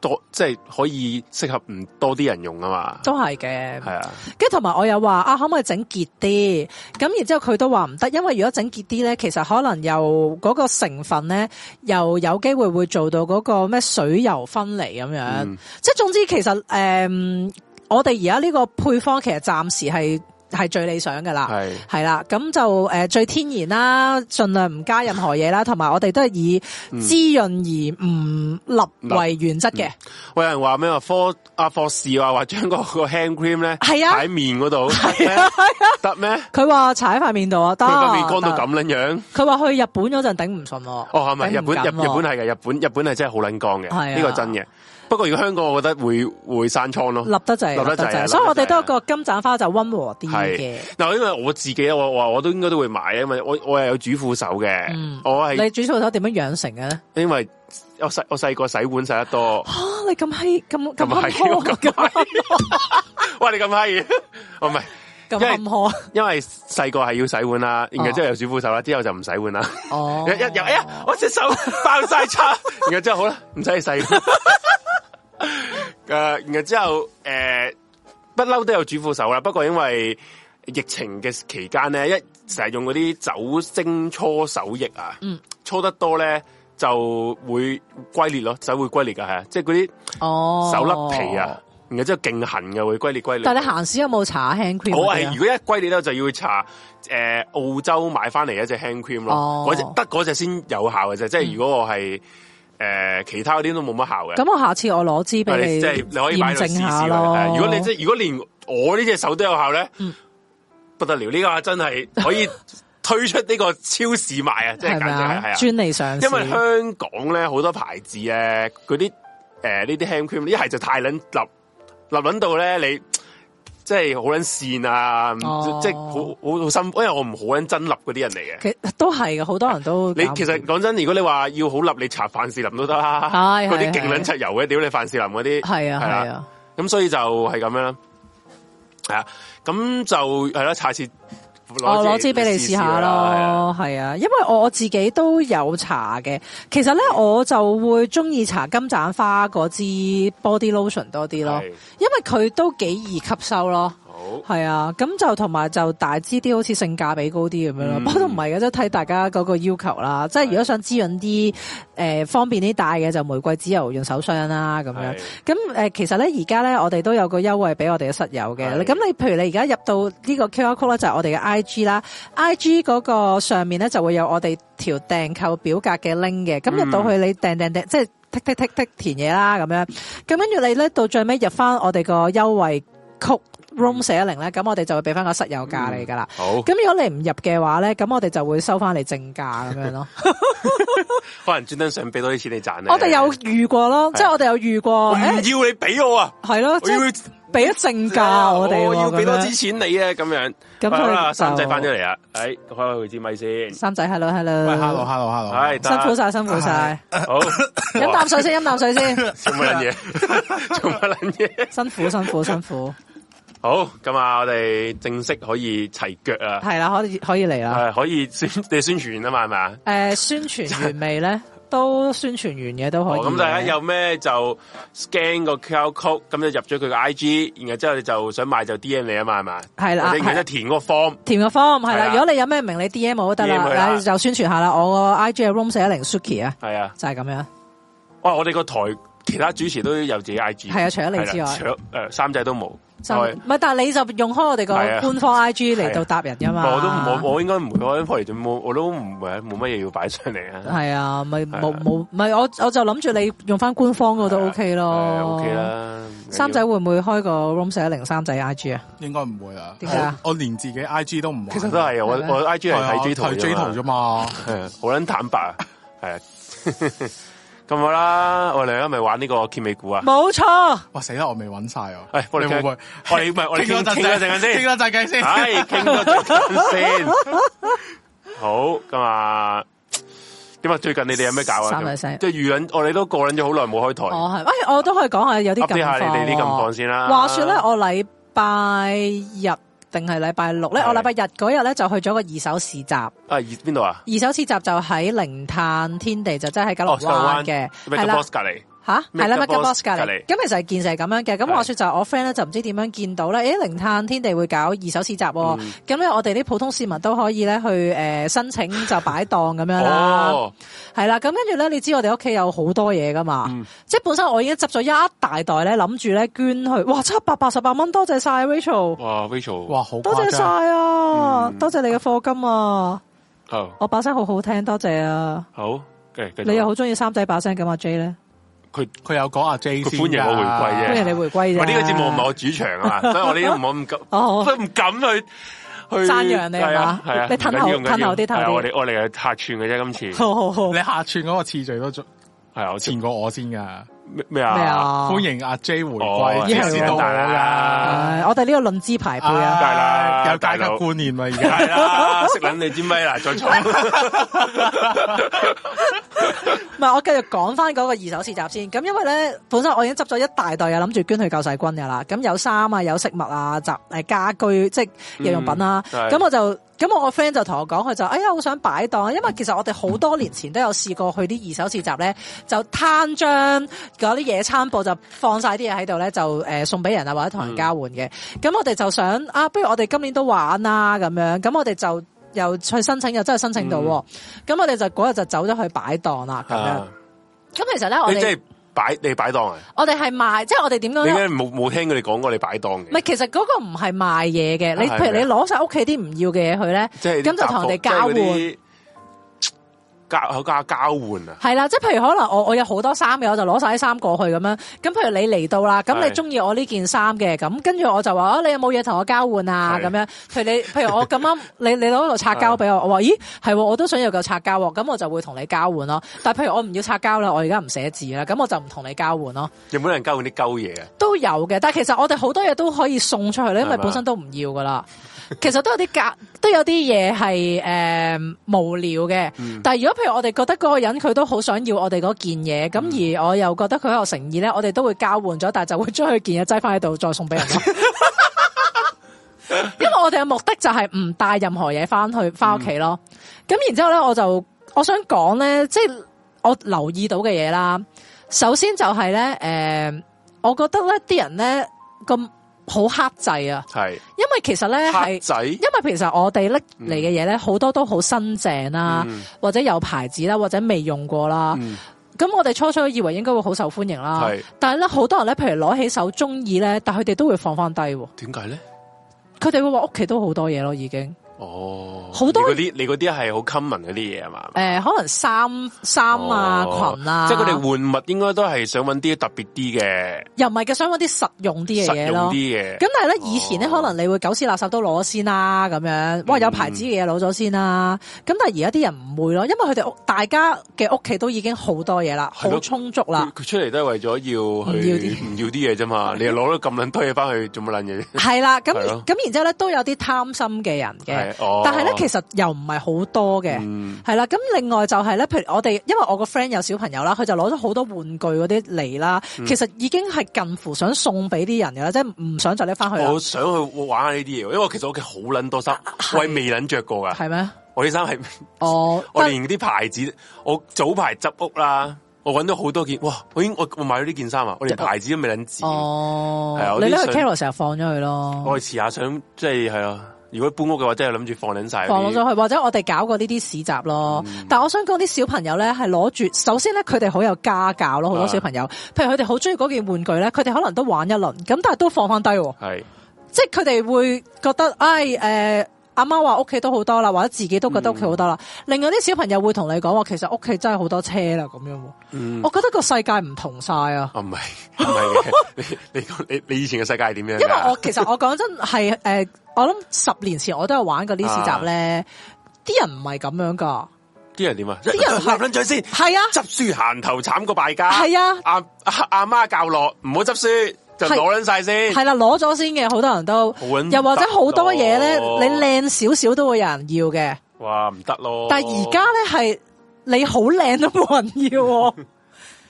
S2: 多即係可以適合唔多啲人用啊嘛，
S1: 都係嘅，
S2: 係啊，
S1: 跟住同埋我又話啊，可唔可以整結啲？咁然之後佢都話唔得，因為如果整結啲咧，其實可能又嗰個成分咧，又有機會會做到嗰個咩水油分離咁樣。
S2: 嗯
S1: 即係總之，其實誒、嗯我哋而家呢個配方其實暫時係係最理想噶啦。
S2: 係
S1: 係啦，咁就誒、呃最天然啦，盡量唔加任何嘢啦，同埋我哋都係以
S2: 嗯
S1: 滋潤而唔立為原則嘅。
S2: 喂，有人話咩話科阿博士話話將嗰 個 hand cream 咧
S1: 係啊
S2: 喺面嗰度得咩？
S1: 佢話搽喺塊面度啊，得
S2: 佢塊面乾到
S1: 得
S2: 咁撚樣，
S1: 佢話去日本嗰陣頂唔順喎。
S2: 哦係咪？日
S1: 頂唔
S2: 本日
S1: 緊
S2: 日
S1: 喎
S2: 本啊係嘅，日本日本係真係好撚乾
S1: 係啊
S2: 嘅，呢個真嘅。不過如果香港，我覺得會會生瘡咯，
S1: 立得滯，
S2: 立得滯啊
S1: 所以我哋都有
S2: 立
S1: 個
S2: 得
S1: 金盞花就温和啲嘅
S2: 係。，嗱，因為我自己啊我我我都應該都會買，啊因為我我係有主婦手嘅，
S1: 嗯
S2: 我係啊
S1: 你煮醋手點樣養成嘅咧？
S2: 因為我細我細個洗碗洗 得多，
S1: 啊，你咁閪咁咁
S2: 咁
S1: 坎
S2: 係
S1: 坷啊
S2: 咁
S1: 咁
S2: 係 哇！你咁閪，哦我唔係，
S1: 咁
S2: 啊因為
S1: 坎 坷啊
S2: 因為細個係要洗碗啦，然後之後有小副手啦，之後就唔洗碗啦。
S1: 哦
S2: 一一又 哎 呀，我隻手爆晒叉，然後之後好啦，唔使洗碗。诶、然後之後诶，不、嬲都有主婦手啦。不過因為疫情嘅期間咧，一成日用嗰啲酒精搓手液啊，
S1: 嗯，
S2: 搓得多咧就會龜裂咯，手會龜裂噶，係啊，即係嗰
S1: 哦，
S2: 啲手甩皮啊，。然後之後勁痕嘅會龜裂龜裂。
S1: 但系你行屎有冇搽 hand cream？
S2: 我
S1: 嗰
S2: 係
S1: 啲啊
S2: 如果一龜裂咧，就要搽诶、澳洲買翻嚟一隻 hand cream
S1: 哦
S2: 咯，嗰只得嗰隻先有效嘅啫。即係如果我係诶、誒其他嗰啲都冇乜效嘅。
S1: 咁我下次我攞支
S2: 喂
S1: 俾
S2: 你
S1: 你
S2: 即係你可以買
S1: 驗
S2: 到試
S1: 證
S2: 試
S1: 下
S2: 㗎
S1: 咯。
S2: 係如果你即係如果連我呢隻手都有效咧，
S1: 嗯
S2: 不得了！呢、個真係可以推出呢個超市賣啊！即係
S1: 係
S2: 簡直
S1: 咪
S2: 係係
S1: 啊？
S2: 啊！
S1: 專利上市，
S2: 因為香港咧好多牌子咧，嗰啲诶呢啲 hand cream 一係就太撚立立撚到咧，你即係好撚線啊，唔
S1: 哦
S2: 即係好好好辛苦，因為我唔好撚真立嗰啲人嚟嘅。
S1: 其都係嘅，好多人都
S2: 你
S1: 搞唔
S2: 其實
S1: 掂
S2: 講真，如果你話要好立，你搽凡士林都得啦，
S1: 係
S2: 嗰
S1: 係
S2: 啲勁撚出油嘅，屌你凡士林嗰啲
S1: 係啊
S2: 係啦
S1: 係啊，
S2: 咁所以就係咁樣啦，系啊，咁就係啦，下次
S1: 我
S2: 我
S1: 哦攞支俾你試下咯，係啊，因為我我自己都有搽嘅。其實咧，我就會中意搽金盞花嗰支 body lotion 多啲咯，
S2: 係
S1: 因為佢都幾易吸收咯。
S2: 好
S1: 係啊，咁就同埋就大支啲，好似性價比高啲咁樣咯。
S2: 嗯
S1: 不過都唔係嘅，即係睇大家嗰個要求啦。即係如果想滋潤啲，诶、方便啲戴嘅就玫瑰籽油潤手霜啦咁樣。
S2: 係
S1: 咁誒、呃其實咧而家咧，我哋都有個優惠俾我哋嘅室友嘅。
S2: 係
S1: 咁你譬如你而家入到呢個 QR code 咧，就係我哋嘅 I G 啦，I G 嗰個上面咧就會有我哋條訂購表格嘅 link 嘅。咁入到去你訂訂訂，即係剔剔剔剔填嘢啦咁樣。咁跟住你咧到最尾入翻我哋個優惠曲 room 四一零咧，咁我哋就會俾翻個室友價你噶啦。
S2: 嗯好，
S1: 咁如果你唔入嘅話咧，咁我哋就會收翻你正價咁樣咯。
S2: 可能專登想俾多啲錢你賺咧。
S1: 我哋有遇過咯，即係我哋有遇過，
S2: 我唔
S1: 誒
S2: 要你俾我啊！
S1: 係咯，
S2: 我
S1: 即
S2: 要
S1: 係俾咗正價我哋喎，
S2: 我哦要俾多
S1: 咁樣
S2: 啲錢你啊！咁樣
S1: 咁佢
S2: 好啦，
S1: 就
S2: 三仔翻咗嚟啊！诶，開開佢支咪先，
S1: 三仔，hello
S3: 喂
S1: hello，
S3: ，hello，hello，hello，
S2: 係
S1: 辛苦晒，
S2: 晒，
S1: 辛苦晒，
S2: 好，
S1: 飲
S2: 哇
S1: 啖水先，飲啖水先，
S2: 做乜撚嘢？ 做乜撚嘢？
S1: 辛苦辛苦辛 苦，
S2: 好，咁啊，我哋正式可以齊腳啊！
S1: 係啦，可以可以嚟啦。
S2: 系可以宣你宣傳啊嘛，係咪啊？
S1: 誒，宣傳完未 咧？都宣傳完嘅都可以
S2: 哦
S1: 嘅。
S2: 咁大家有咩就 scan 個 QR code，咁就入咗佢個 IG，然後之後你就想買就 DM 你啊嘛，係嘛？
S1: 係啦
S2: 或者然後就填嗰個 form，
S1: 填個 form 係
S2: 係
S1: 啦。
S2: 啦
S1: 如果你有咩名，你 D M 我都得
S2: DM 佢啦
S1: 啦，就宣傳下啦。我個 I G 係 room 四一零 Suki 啊，
S2: 係啊。
S1: 就係咁樣。
S2: 哇！我哋個台其他主持都有自己 IG，
S1: 係啊除咗你之外
S2: 係啦除誒三仔都冇，
S1: 就
S2: 我
S1: 唔係，但係你就用開我哋個
S2: 係啊
S1: 官方 I G 嚟到
S2: 係啊
S1: 答人噶嘛。
S2: 我都冇，我應該唔會開台就冇，我都唔係冇乜嘢要擺上嚟啊。
S1: 係啊，咪
S2: 係啊
S1: 冇冇，咪我我就諗住你用翻官方嗰
S2: 我
S1: 都 OK 咯
S2: 啊，OK。啦。唔緊要
S1: 三仔會唔會開個 room 四一零三仔 I G 啊？
S3: 應該唔會啊。
S1: 點解啊
S3: 我我連自己 I G 都唔玩，
S2: 其實都係啊我
S1: 係咩
S2: 我 IG 係睇 J 圖
S3: 係啊睇 J 圖啫嘛。
S2: 係啊好撚坦白啊，係啊。 咁好啦，我哋而家咪玩呢個揭尾股啊。
S1: 冇錯，
S3: 哇死啦！我未揾晒啊！
S2: 喂我哋
S3: 你會唔會
S2: 傾我哋唔係我哋 傾
S3: 多陣
S2: 傾多陣間先
S3: 傾多陣間先。
S2: 唉，倾多陣間 先。好，咁啊，點啊？最近你哋有咩搞啊？
S1: 三位聲
S2: 即係預緊，我哋都過撚咗好耐冇開台。
S1: 我係，哎，我都可以講下有啲
S2: update
S1: 近況喎。
S2: 下你哋啲近況先啦。
S1: 話說咧，我禮拜日定係禮拜六咧，
S2: 係
S1: 我禮拜日嗰日咧就去咗個二手市集。二
S2: 啊，熱邊度啊？
S1: 手市集就喺靈探天地，就真係喺九龍
S2: 哦，九
S1: 灣
S2: 灣
S1: 嘅，係
S2: 咩個
S1: 啦
S2: boss 隔離？
S1: 吓，係啦
S2: Mega
S1: ，Mega Boss
S2: Boss
S1: 隔
S2: 隔
S1: 離。
S2: 離
S1: 咁其實係件事係咁樣嘅。咁
S2: 係
S1: 話說就我 friend 咧就唔知點樣見到咧，誒靈探天地會搞二手市集喎。
S2: 嗯
S1: 咁咧我哋啲普通市民都可以咧去誒申請就擺檔咁樣啦。
S2: 哦，
S1: 係啦，咁跟住咧，你知我哋屋企有好多嘢噶嘛，
S2: 嗯
S1: 即系本身我已經執咗一大袋咧，諗住咧捐去，哇，七百八十八蚊，多謝晒 Rachel，
S2: 哇，Rachel，
S3: 哇，好
S1: 多謝
S3: 誇
S1: 晒
S3: 張！
S1: 啊，
S2: 嗯
S1: 多謝你嘅課金啊，
S2: 好，
S1: 我把聲好好聽，多謝啊，
S2: 哦好，繼繼續
S1: 你又好中意三仔把聲咁啊 J 咧，
S2: 佢
S3: 佢有講阿 J
S2: 佢
S3: 先
S2: 歡迎我回歸啫
S1: 歡迎你啊回歸啫，
S2: 我呢個節目唔係我主場啊嘛， 所以我哋都唔好咁急，
S1: 哦
S2: 都唔敢去去
S1: 讚揚你係嘛
S2: 係啊係啊，
S1: 你褪後
S2: 唔緊要唔緊要
S1: 褪後啲褪後啲
S2: 係啊我哋我哋係客串嘅 啫，今次
S1: 好好好
S3: 你，客串嗰個次序都
S2: 係啊，我
S3: 前過我先㗎。
S2: 咩
S1: 咩
S2: 咩啊？
S1: 啊？
S3: 歡迎阿 J 回
S2: 哦
S3: 歸，即
S1: 係
S3: 係
S1: 喎
S3: 到我㗎。
S1: 唉，我哋呢個論資排輩啊，
S2: 梗係啦
S3: 有
S2: 大
S3: 階級
S2: 佬
S3: 觀啊
S2: 啊
S3: 念啦，而家
S1: 嗯
S2: 係啦，識撚你支咪啦，再坐。
S1: 唔係，我繼續講翻嗰個二手市集先。咁因為咧，本身我已經執咗一大袋嘢，諗住捐去救世軍噶啦。咁有衫啊，有飾物啊，雜誒家居即係日用品啊啦。
S2: 嗯係
S1: 咁、我就咁我個 friend 就同我講，佢就哎呀好想擺檔，因為其實我哋好多年前都有試過去啲二手市集咧，就攤張嗰啲野餐布就放晒啲嘢喺度咧，就誒、呃送俾人啊，或者同
S2: 嗯
S1: 人交換嘅。咁、我哋就想啊，不如我哋今年都玩啦咁樣。咁我哋就又去申請，又真係申請到喎。咁、我哋就嗰日就走咗去擺檔啦，咁樣。
S2: 嗯啊
S1: 咁其實咧，我
S2: 你即
S1: 哋
S2: 系摆你摆档啊？
S1: 我哋係賣，即係我哋點講
S2: 你
S1: 咧
S2: 而？家冇冇听佢哋讲过你摆档
S1: 唔係，
S2: 嘅？
S1: 其實嗰個唔係賣嘢嘅，你
S2: 啊係
S1: 譬如
S2: 咩
S1: 你攞晒屋企啲唔要嘅嘢去咧，
S2: 即系
S1: 咁就同人哋交換
S2: 交口交交换啊？
S1: 係啦，即係譬如可能我我有好多衫嘅，我就攞晒啲衫過去咁樣。咁譬如你嚟到啦，咁
S2: 係
S1: 你中意我呢件衫嘅，咁跟住我就話啊，你有冇嘢同我交換啊？
S2: 係啊
S1: 咁樣，譬如你譬如我咁啱， 你你攞嚿擦膠俾我，我話咦係喎，我都想要嚿擦膠喎，咁我就會同你交換咯。但係譬如我唔要擦膠啦，我而家唔寫字啦，咁我就唔同你交換咯。
S2: 有冇人交换啲鸠嘢啊？
S1: 都有嘅，但係其實我哋好多嘢都可以送出去咧，因
S2: 係
S1: 為
S2: 嘛
S1: 本身都唔要噶啦。其實都有啲價， 都有啲嘢係誒無聊嘅。但係如果譬如我哋覺得嗰個人佢都好想要我哋嗰件嘢，咁、而我又覺得佢有誠意咧，我哋都會交換咗，但係就會將佢件嘢擠翻喺度再送俾人咯。 因為我哋嘅目的就係唔帶任何嘢翻去翻屋企咯。咁、然之後咧，我就我想講咧，即係我留意到嘅嘢啦。首先就係咧，誒、我覺得咧啲人咧咁好克制啊，
S2: 系
S1: 因為其實咧
S2: 黑
S1: 係。
S2: 仔
S1: 因為其實我哋拎嚟嘅嘢咧，好多都好新淨啦，
S2: 嗯
S1: 或者有牌子啦，或者未用過啦。
S2: 嗯
S1: 咁、我哋初初以為應該會好受歡迎啦，
S2: 係
S1: 但係咧好多人咧，譬如攞起手中意咧，但佢哋都會放翻低喎。
S2: 点解咧？
S1: 佢哋會話屋企都好多嘢咯，已經。
S2: 哦，
S1: 好多
S2: 你嗰啲你嗰啲系好 common 嗰啲嘢啊嘛？
S1: 诶、可能衫衫啊、
S2: 哦
S1: 裙啊，
S2: 即系佢哋换物应该都系想揾啲特别啲嘅、
S1: 又唔係嘅，想揾啲實用啲嘅
S2: 实
S1: 嘢
S2: 用
S1: 咯。
S2: 啲嘅。
S1: 咁但係咧，以前咧
S2: 哦嗯
S1: 可能你會狗屎垃圾都攞先啦，咁樣，哇有牌子嘅嘢攞咗先啦。咁但係而家啲人唔會咯，因為佢哋屋大家嘅屋企都已經好多嘢啦，
S2: 係咯
S1: 好充足啦
S2: 佢。佢出嚟都系为咗要去
S1: 唔要啲
S2: 唔要啲嘢 啫嘛，你又攞咗咁撚多嘢翻去做乜撚嘢啫？
S1: 係啦，咁
S2: 係咯
S1: 咁然之後咧都有啲貪心嘅人 嘅，
S2: 係哦
S1: 但係咧其實又唔係好多嘅。
S2: 嗯
S1: 係啦，咁另外就係咧，譬如我哋，因為我個 friend 有小朋友啦，佢就攞咗好多玩具嗰啲嚟啦，
S2: 嗯
S1: 其實已經係近乎想送俾啲人嘅啦，即係啊唔想就拎翻去啦
S2: 我，想去玩下呢啲嘢，因為其實我屋企好撚多衫，我係未撚着過噶。
S1: 係咩？
S2: 我啲衫係
S1: 哦，
S2: 我
S1: 但
S2: 連啲牌子，我早排執屋啦，我揾到好多件，哇！我已經我我買咗呢件衫啊，我連牌子都未撚剪，係啊
S1: 哦，
S2: 我啲
S1: 你拎去
S2: 想哦
S1: Carol 成日放咗佢咯，
S2: 我係遲下想即係係啊。如果搬屋嘅話，真係諗住放撚晒嗰啲。
S1: 放咗佢，或者我哋搞過呢啲市集咯。
S2: 嗯
S1: 但我想講啲小朋友咧係攞住，首先咧佢哋好有家教咯，好多
S2: 啊
S1: 小朋友，譬如佢哋好中意嗰件玩具咧，佢哋可能都玩一輪，咁但係都放翻低喎。
S2: 係
S1: 即係佢哋會覺得，唉、誒阿媽話屋企都好多啦，或者自己都覺得屋企好多啦。
S2: 嗯
S1: 另外啲小朋友會同你講話，其實屋企真係好多車啦，咁樣喎。
S2: 嗯
S1: 我覺得個世界唔同晒啊！
S2: 啊，唔係唔 係嘅，你你你你以前嘅世界係點啊樣㗎？
S1: 因為我其實我講真係誒、我諗十年前我都有玩過呢市
S2: 啊
S1: 集咧，啲、人唔係咁樣噶，
S2: 啲人點啊？
S1: 啲人係
S2: 立撚咗先，
S1: 係啊，
S2: 執書行頭慘過敗家。
S1: 係啊
S2: 阿阿阿媽教落，唔好執書就
S1: 係
S2: 攞撚晒先。
S1: 係啦，攞咗先嘅，好多人都
S2: 好撚，
S1: 又或者好多嘢咧，
S2: 得咯
S1: 你靚少少都會有人要嘅。
S2: 哇，唔得咯！
S1: 但係而家，咧係你好靚都冇人要 喎，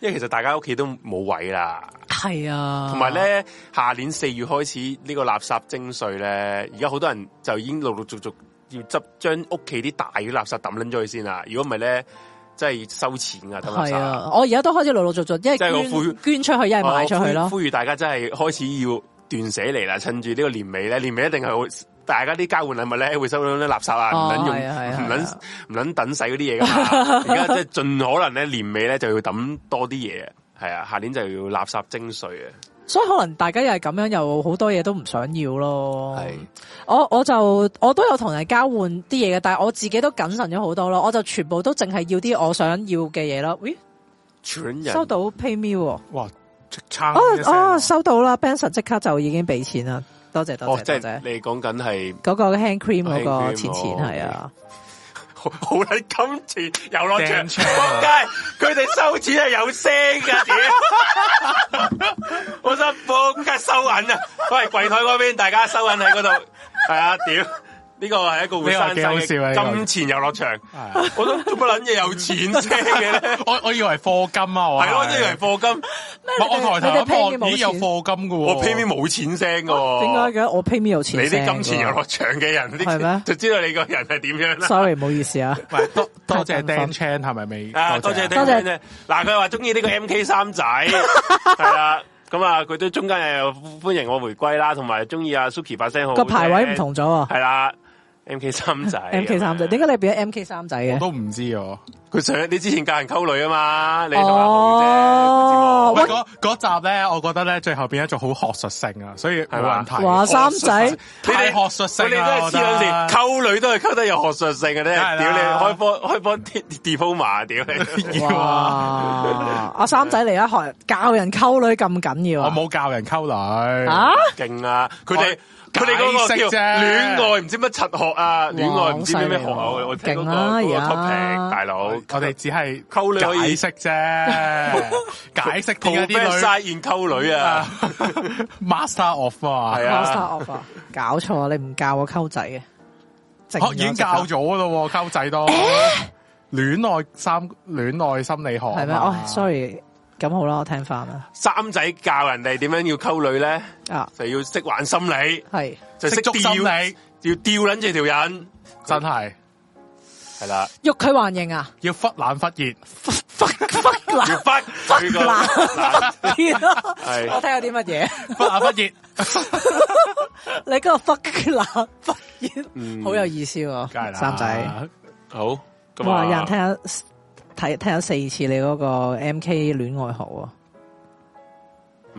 S2: 因為其實大家屋企都冇位啦，
S1: 係啊，
S2: 同埋咧，下年四月開始呢個垃圾徵税咧，而家好多人就已經陸陸續續要執將屋企啲大嘅垃圾抌撚咗佢先啦。如果唔係咧，真係收錢啊！抌垃
S1: 系
S2: 圾。
S1: 啊，我而家都開始陸陸續續，一
S2: 即係我呼
S1: 係捐捐出去，一
S2: 哦
S1: 係賣出去
S2: 我
S1: 咯。
S2: 呼呼籲大家真係開始要斷捨離啦，趁住呢個年尾咧，年尾一定係會大家啲交換禮物咧，會收到啲垃圾啊，唔
S1: 哦
S2: 撚用，
S1: 係啊係啊
S2: 唔
S1: 係
S2: 撚
S1: 啊
S2: 唔撚等使嗰啲嘢 噶嘛。而家即係盡可能咧，年尾咧就要抌多啲嘢，係啊，下年就要垃圾徵税啊，
S1: 所以可能大家又係咁樣，又好多嘢都唔想要咯。
S2: 係
S1: 我我就我都有同人交換啲嘢嘅，但係我自己都謹慎咗好多咯。我就全部都淨係要啲我想要嘅嘢咯。咦，
S2: 全人啊
S1: 收到 PayMe 喎，
S3: 哇，即差
S1: 哦
S3: 一聲
S1: 哦，收到啦，Benson 即刻就已經俾錢啦，多謝多
S2: 哦，
S1: 謝
S2: 即
S1: 多
S2: 係
S1: 謝。
S2: 你講緊係
S1: 嗰個 hand cream 嗰
S2: 哦
S1: 個
S2: ，hand cream，
S1: 錢錢
S2: 哦
S1: 係啊，
S2: 好好撚金錢遊樂場，
S3: 掟槍
S2: 仆街！佢哋收錢係有聲噶，屌！ 我心仆街收銀啊！喂，櫃台嗰邊大家收銀喺嗰度，係啊，屌！呢個係一個活生
S3: 呢個
S2: 生
S3: 幾好笑啊呢
S2: 嘅
S3: 個
S2: 金錢遊樂場。
S1: 哦
S3: 係啊
S2: 我都做乜撚嘢有錢啫嘅咧？
S3: 我我以為課金啊，我
S2: 係咯，即係
S3: 唔
S2: 課金，
S3: 係我
S1: 你哋
S3: 抬頭一
S1: pay me
S3: 望，
S1: 冇
S3: 咦有
S1: 錢
S3: 課金噶喎，
S2: 我 PayMe 冇錢聲嘅。
S1: 點解嘅？我 PayMe 有錢
S2: 哦你
S1: 聲㗎
S3: 啊
S2: 啲金錢遊樂場嘅人，
S1: 係咩
S2: 啲就知道你個人係點樣啦。
S1: ？sorry，唔好意思 啊。
S3: 唔係多多
S1: 太
S3: 謝
S1: 振奮
S3: Dan Chan 係咪未？
S2: 啊，多謝
S3: 謝
S2: 你
S1: 多謝
S2: 嗱，佢話中意呢個 M K 三 仔，係啦，咁啊，佢都中間又歡迎我回歸啦，同埋中意阿 Suki 把聲好
S1: 個排位唔，同咗啊
S2: 係啦，M K 三仔
S1: M K 三仔，點解你變咗 M K 三仔
S3: 我
S1: 嘅？
S3: 都唔知喎。
S2: 佢上你之前教人溝女啊嘛，你同阿豪
S1: 哦
S2: 啫
S3: 喂，
S2: 個節目，
S3: 嗰嗰集咧，我覺得咧最後變咗做好學術性啊，所以冇人睇。
S1: 哇，三
S2: 學術
S1: 仔
S2: 性你
S3: 太
S2: 哋
S3: 學術性
S2: 你哋
S3: 啦，
S2: 真係黐撚線，
S3: 我
S2: 溝女都係溝得有學術性嘅咧，
S3: 係啦
S2: 屌你開波 開波 diploma，屌你！
S3: 覺得
S1: 哇！阿三仔嚟一學教人溝女咁緊要
S3: 我
S1: 啊！
S3: 冇教人溝女，
S1: 啊！
S2: 勁啊！佢哋
S3: 我
S2: 佢哋嗰個
S3: 解
S2: 叫
S3: 釋啫
S2: 戀愛唔知乜柒學啊，戀愛唔知咩咩學啊，
S1: 好犀利喎
S2: 我我聽嗰
S1: 勁
S2: 個
S1: 啊
S2: 嗰個
S1: 而家
S2: topic，大佬
S3: 我我哋只係
S2: 溝女可以
S3: 解釋啫， 解釋點解啲
S2: profess
S3: 女
S2: 晒現溝 女啊，
S3: master of 啊
S2: 係，啊
S1: Master of 啊，搞錯啊！你唔教我溝仔嘅，啊靜咗
S3: 我已經教咗咯喎，溝 仔都戀愛三戀愛心理學
S1: 係咩？
S3: 啊
S1: 哦
S3: 嘛
S1: ，sorry，咁好啦，我聽翻啦。
S2: 三仔教人哋點樣要溝女咧，
S1: 啊，
S2: 就要識玩心理，
S1: 係
S2: 就
S3: 識
S2: 識
S3: 捉
S2: 吊
S3: 心理，
S2: 要吊撚住條人，
S3: 真係
S2: 係啦，
S1: 欲拒還迎啊！
S3: 要忽冷忽熱。
S1: 忽忽
S2: 要
S1: 冷
S2: 忽佢個 嗱
S1: 忽熱咯
S2: 係
S1: 我聽有啲乜嘢？
S3: 不冷不 熱，
S1: 你嗰個忽冷忽熱，好有意思
S3: 梗係
S1: 喎，
S3: 啦，
S1: 三仔。
S2: 好咁
S1: 哇！有人
S2: 啊
S1: 聽。咗睇聽咗四次你嗰個 M K 戀愛學喎。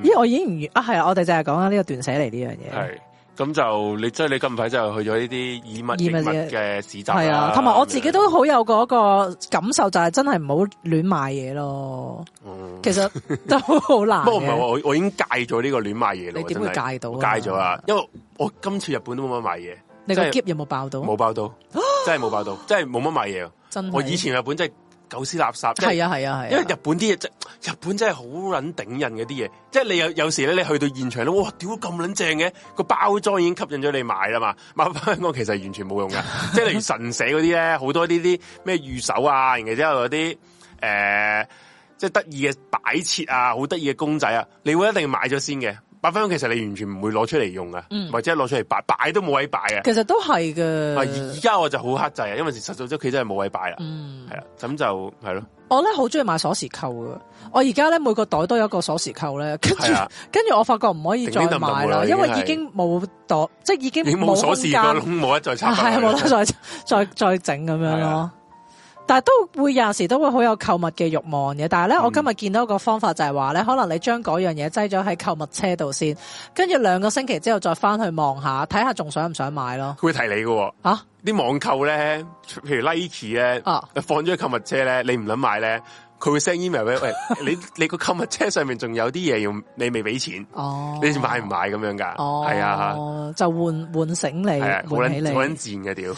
S1: 咦，我已經唔完啊，係啊，我哋就係講緊呢個斷捨離呢樣嘢，
S2: 系，咁就你即系你近排就去咗呢啲以物易
S1: 以物
S2: 物
S1: 易
S2: 嘅市集
S1: 係
S2: 啦
S1: 啊，同埋我自己都好有嗰個感受，就係真係唔好亂買嘢咯。
S2: 嗯
S1: 其實都好難
S2: 不過唔係喎，
S1: 嘅。
S2: 我我已經戒咗呢個亂買嘢咯。
S1: 啊你點會
S2: 真係
S1: 戒到啊
S2: 我戒咗啦，因為我今次日本都冇乜買嘢，
S1: 你個
S2: 真係
S1: gift 有冇爆到？啊
S2: 冇爆到，真係冇爆到，真係冇乜買嘢啊。
S1: 真係
S2: 我以前日本真係狗屎垃圾，真
S1: 嗯係啊係啊係啊，
S2: 因為日本啲嘢真，日本真係好撚頂人嗰啲嘢，即係你有有時咧，你去到現場咧，哇，屌咁撚正嘅，個包裝已經吸引咗你買啦嘛， 買翻香港其實完全冇 用噶，即係例如神社嗰啲咧，好多呢啲咩御守啊，然後之後嗰啲誒，即係得意嘅擺設啊，好得意嘅公仔啊，你會一定買咗先嘅，擺翻香港其實你完全唔會攞出嚟用噶，
S1: 嗯
S2: 或者攞出嚟擺，擺都冇位擺嘅。
S1: 其實都係
S2: 啊而
S1: 嘅。
S2: 家我就好克制啊，因為實在屋企真係冇位擺啦，
S1: 嗯，
S2: 係啦，啊咁就係咯。
S1: 我咧好中意買鎖匙扣嘅，我而家咧每個袋都有一個鎖匙扣咧，跟住
S2: 係啊
S1: 跟住我發覺唔可以再
S2: 頂啲氹氹
S1: 買
S2: 㗎啦
S1: 啦，
S2: 已
S1: 因
S2: 經
S1: 為
S2: 係
S1: 已經冇袋，即係已經
S2: 已經冇鎖匙個
S1: 空間
S2: 窿，冇得再插
S1: 啊，
S2: 返
S1: 係
S2: 落
S1: 冇
S2: 去。
S1: 得再 再再整咁樣
S2: 係
S1: 咯
S2: 啊。
S1: 但係都會有陣時都會好有購物嘅欲望嘅，但係咧，
S2: 嗯
S1: 我今日見到一個方法就係話咧，可能你將嗰樣嘢擠咗喺購物車度先，跟住兩個星期之後再翻去望下，睇下仲想唔想買咯。
S2: 佢會提你嘅喎。
S1: 啊，
S2: 啲網購咧，譬如 Nike 咧，
S1: 啊
S2: 放咗喺購物車咧，你唔諗買咧，佢會 send email 俾你 喂，你你個購物車上面仲有啲嘢要你未俾錢，
S1: 哦，
S2: 你買唔買咁樣㗎？
S1: 哦，
S2: 係啊，
S1: 就換換醒你，
S2: 係啊，好
S1: 換起
S2: 撚好撚
S1: 你，
S2: 賤嘅屌，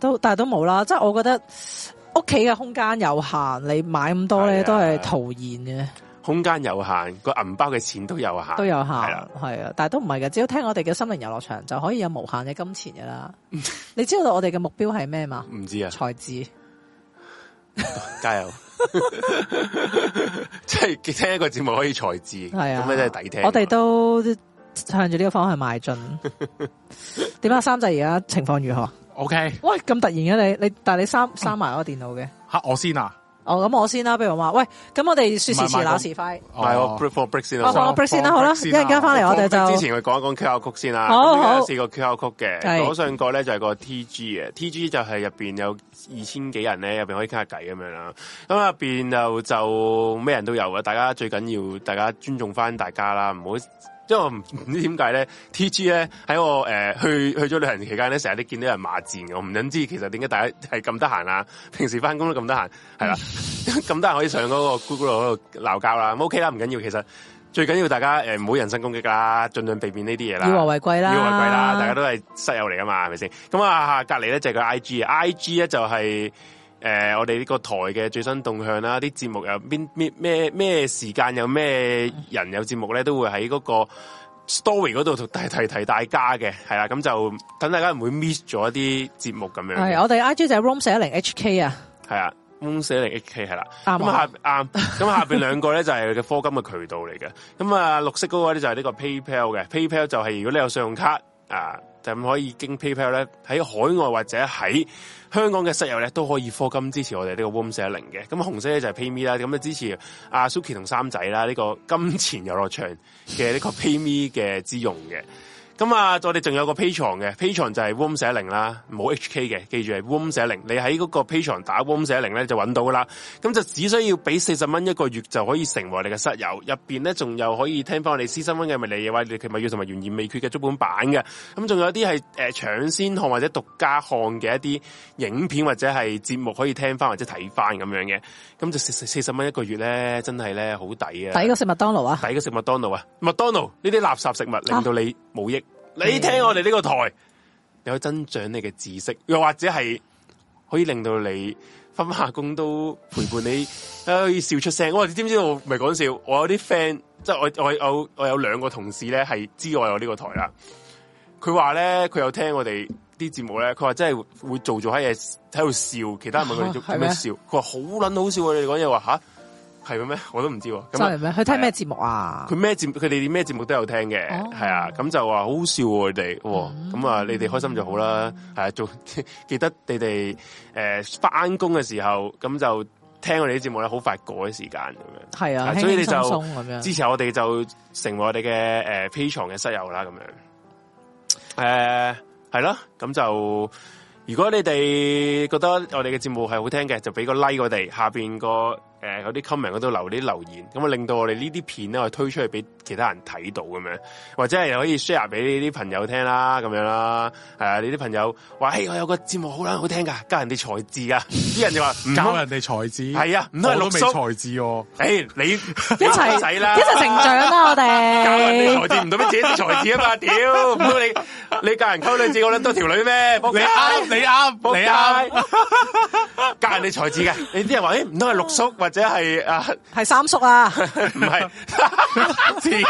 S1: 都但係都冇啦。即係我覺得屋企嘅空間有限，你買咁多
S2: 係
S1: 咧
S2: 啊
S1: 都係徒然嘅，
S2: 空間有限，個銀包嘅錢都有限，
S1: 都有限，
S2: 啊係啦
S1: 係啊。但係都唔係嘅，只要聽我哋嘅心靈遊樂場就可以有無限嘅金錢㗎 啦。你知道我哋嘅目標係咩嘛？
S2: 唔知啊，
S1: 財智
S2: 加油！即係聽一個節目可以財智，
S1: 係啊，
S2: 咁咧真係抵聽。
S1: 我哋都向住呢個方向邁 進。點啊，三仔而家情況如何？
S3: OK，
S1: 喂，咁突然嘅你，你但係你 閂閂埋嗰個電腦嘅。
S3: 吓我先啊，
S1: 哦，咁我先啦，譬如話，喂，咁我哋說
S3: 唔係
S1: 時遲
S3: 買
S1: 那
S3: 個
S1: 時快，
S2: 買個
S3: 哦
S2: break for break 先
S1: 我
S2: 啦。
S1: 放個 break 先啦，好啦，
S3: 放個 break
S1: 一
S3: 先啦
S1: 陣間翻嚟我哋
S2: 之
S1: 就
S2: 前我哋講一講 QR code 先啦，
S1: 好
S2: 咁而家有
S1: 好
S2: 四個 QR code 嘅，
S1: 係
S2: 左上角咧就係個 TG 嘅，TG 就係入邊有二千幾人咧，入邊可以傾下偈咁樣啦。咁入邊就就咩人都有嘅，大家最緊要大家尊重翻大家啦，唔好。因為我唔唔知點解咧，T.G 咧喺我誒、呃去去咗旅行期間咧，成日都見到有人罵戰嘅，我唔撚知其實點解大家係咁得閒啊？ 平時翻工都咁得閒，係啦， 咁得閒可以上嗰個 Google 嗰度鬧交啦，咁 OK 啦，唔緊要，其實最緊要大家呃誒唔好人身攻擊啦，盡量避免呢啲嘢啦，
S1: 以和為貴啦，
S2: 以和為貴啦，大家都係室友嚟噶嘛，係咪先？咁啊，隔離咧就係個 I G 啊，I G 咧就係、誒、我哋呢個台嘅最新動向啦，啲節目有邊邊咩咩時間有咩人有節目咧，都會喺嗰、個 story 嗰度同提提提大家嘅，係啦，咁就等大家唔會 miss 咗一啲節目咁樣
S1: 係
S2: 嘅，
S1: 我哋 I G 就係 room 四一零 H K 啊，
S2: 係啊。公寫零 HK 係啦，
S1: 啱啊
S2: 咁下啱，咁啊下邊兩個咧就係嘅科金嘅渠道嚟嘅，咁啊綠色嗰個咧就係呢個 PayPal 嘅，PayPal 就係如果你有信用卡啊，就咁可以經 PayPal 咧喺海外或者喺香港嘅室友咧都可以課金支持我哋呢個 Warm 四一零嘅，咁紅色咧就係 PayMe 啦，咁啊支持阿 Suki 同三仔啦，呢、個金錢遊樂場嘅呢個 PayMe 嘅之用嘅。咁啊，我哋仲有個 Patron 嘅，Patron 就係 Warm 四一零啦，冇 HK 嘅，記住係 Warm 四一零。你喺嗰個 Patron 打 Warm 四一零咧就揾到噶啦。咁就只需要俾四十蚊一個月就可以成為我哋嘅室友，入邊咧仲有可以聽翻我哋私生温嘅迷你嘢話，你其咪要同埋懸而未決嘅足本版嘅。咁仲有啲係誒搶先看或者獨家看嘅一啲影片或者係節目可以聽翻或者睇翻咁樣嘅。咁就四四十蚊一個月咧，真係咧好抵啊！
S1: 抵過食麥當勞啊！
S2: 抵嘅食麥當勞啊！麥當勞呢啲垃圾食物令到你冇益，你聽我哋呢個台，你可以增長你嘅知識，又或者係可以令到你翻返下工都陪伴你，可以笑出聲。我你知唔知道？唔係講笑，我有啲 friend，即係我我有我有兩個同事咧，係知我有呢個台啦。佢話咧，佢有聽我哋啲節目咧，佢話真係會做做下嘢喺度笑，其他人問佢做
S1: 哦係
S2: 做
S1: 咩
S2: 咩笑，佢話好撚好笑啊！你哋講嘢話吓係嘅咩？我都唔知喎。咁
S1: 真
S2: 啊
S1: 係咩？佢聽咩節目啊
S2: 佢？咩節目佢哋咩節目都有聽嘅，係、
S1: 哦
S2: 啊，咁就話好好笑喎、你哋，喎咁啊，你哋開心就好啦，係、啊、做 記得你哋誒翻工嘅時候，咁就聽我哋啲節目咧，好快過啲時間咁樣。
S1: 係啊，
S2: 係
S1: 輕
S2: 所以你
S1: 輕
S2: 就
S1: 鬆鬆咁樣。
S2: 支持我哋就成為我哋嘅誒 P 床嘅室友啦，咁樣誒係咯，咁就如果你哋覺得我哋嘅節目係好聽嘅，就俾個 like 我哋下邊個誒嗰啲 comment 嗰度留啲留言，咁啊令到我哋呢啲片咧，我哋推出去俾其他人睇到咁樣，或者係可以 share 俾你啲朋友聽啦，咁樣啦，係啊，你啲朋友話，誒我有個節目好撚好聽㗎，教人哋才智㗎，啲人就話唔
S3: 教
S2: 通
S3: 人哋才智，
S2: 係啊唔通係
S3: 我都
S2: 六
S3: 未
S2: 叔
S3: 才智喎，
S2: 誒你一
S1: 一齊
S2: 使啦，
S1: 一齊成長啦，我
S2: 教人
S1: 哋
S2: 哋才智唔到俾自己啲才智啊 嘛，屌！唔通你你教人溝女自己搵多條女咩？仆
S3: 你
S2: 街
S3: 啱，你啱，
S2: 仆
S3: 你啱，
S2: 街 教人哋才智嘅，你啲人話誒唔通係六叔或者係 啊
S1: 係三叔 啊，
S2: 唔係
S3: 黐孖筋，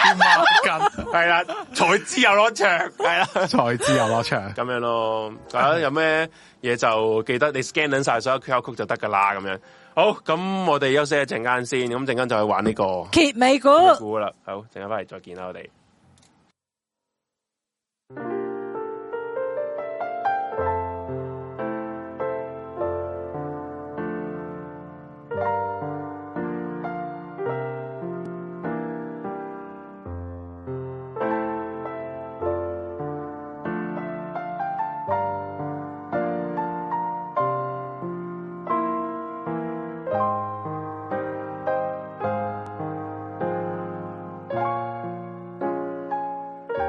S2: 係啦，才智又攞場係啦。
S3: 啊才智遊樂場，
S2: 咁樣咯，大家有咩嘢就記得你 scan 緊晒所有 QR code 就得噶啦，咁樣。好，咁我哋休息一陣間先，咁陣間就去玩呢個
S1: 揭尾股。
S2: 估啦。好，陣間翻嚟再見啦，我哋。
S4: Hãy subscribe cho kênh Ghiền Mì Gõ Để không bỏ lỡ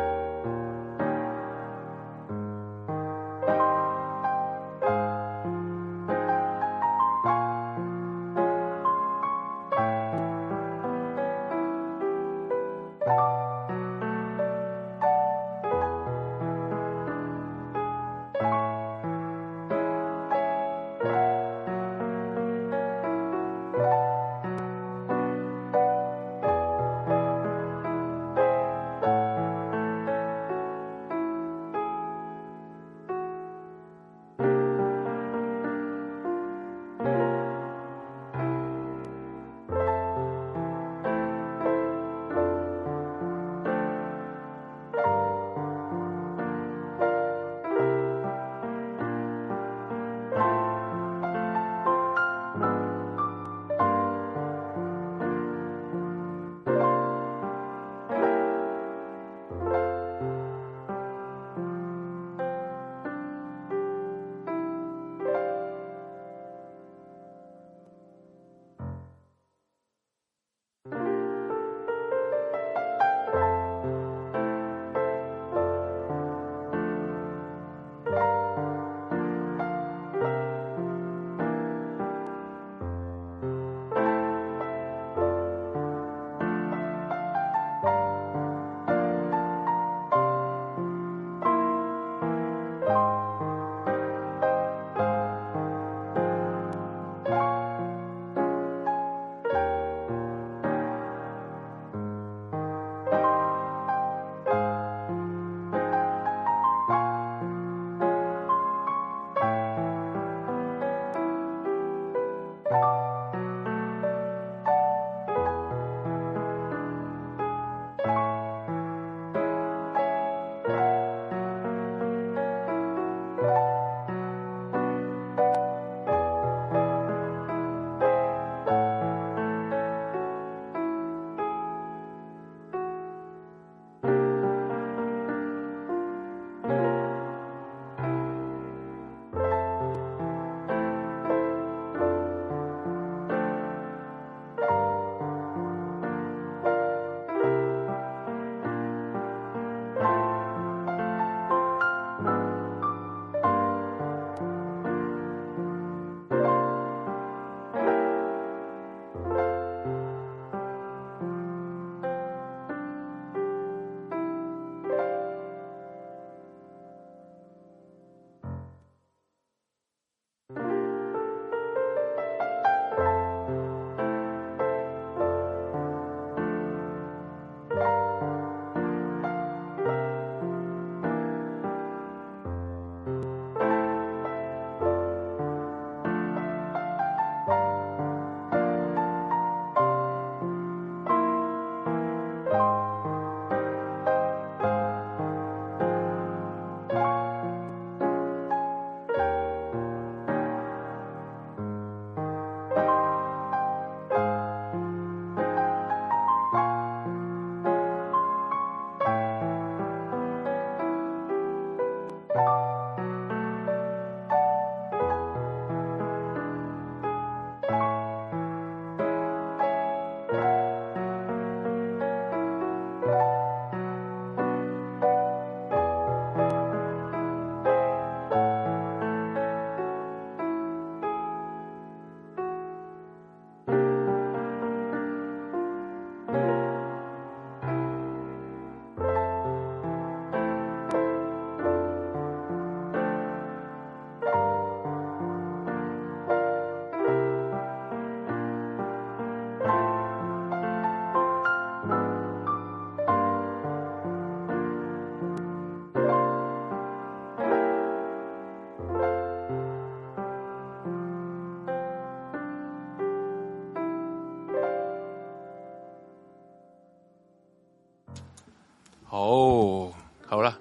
S2: 好，好啦，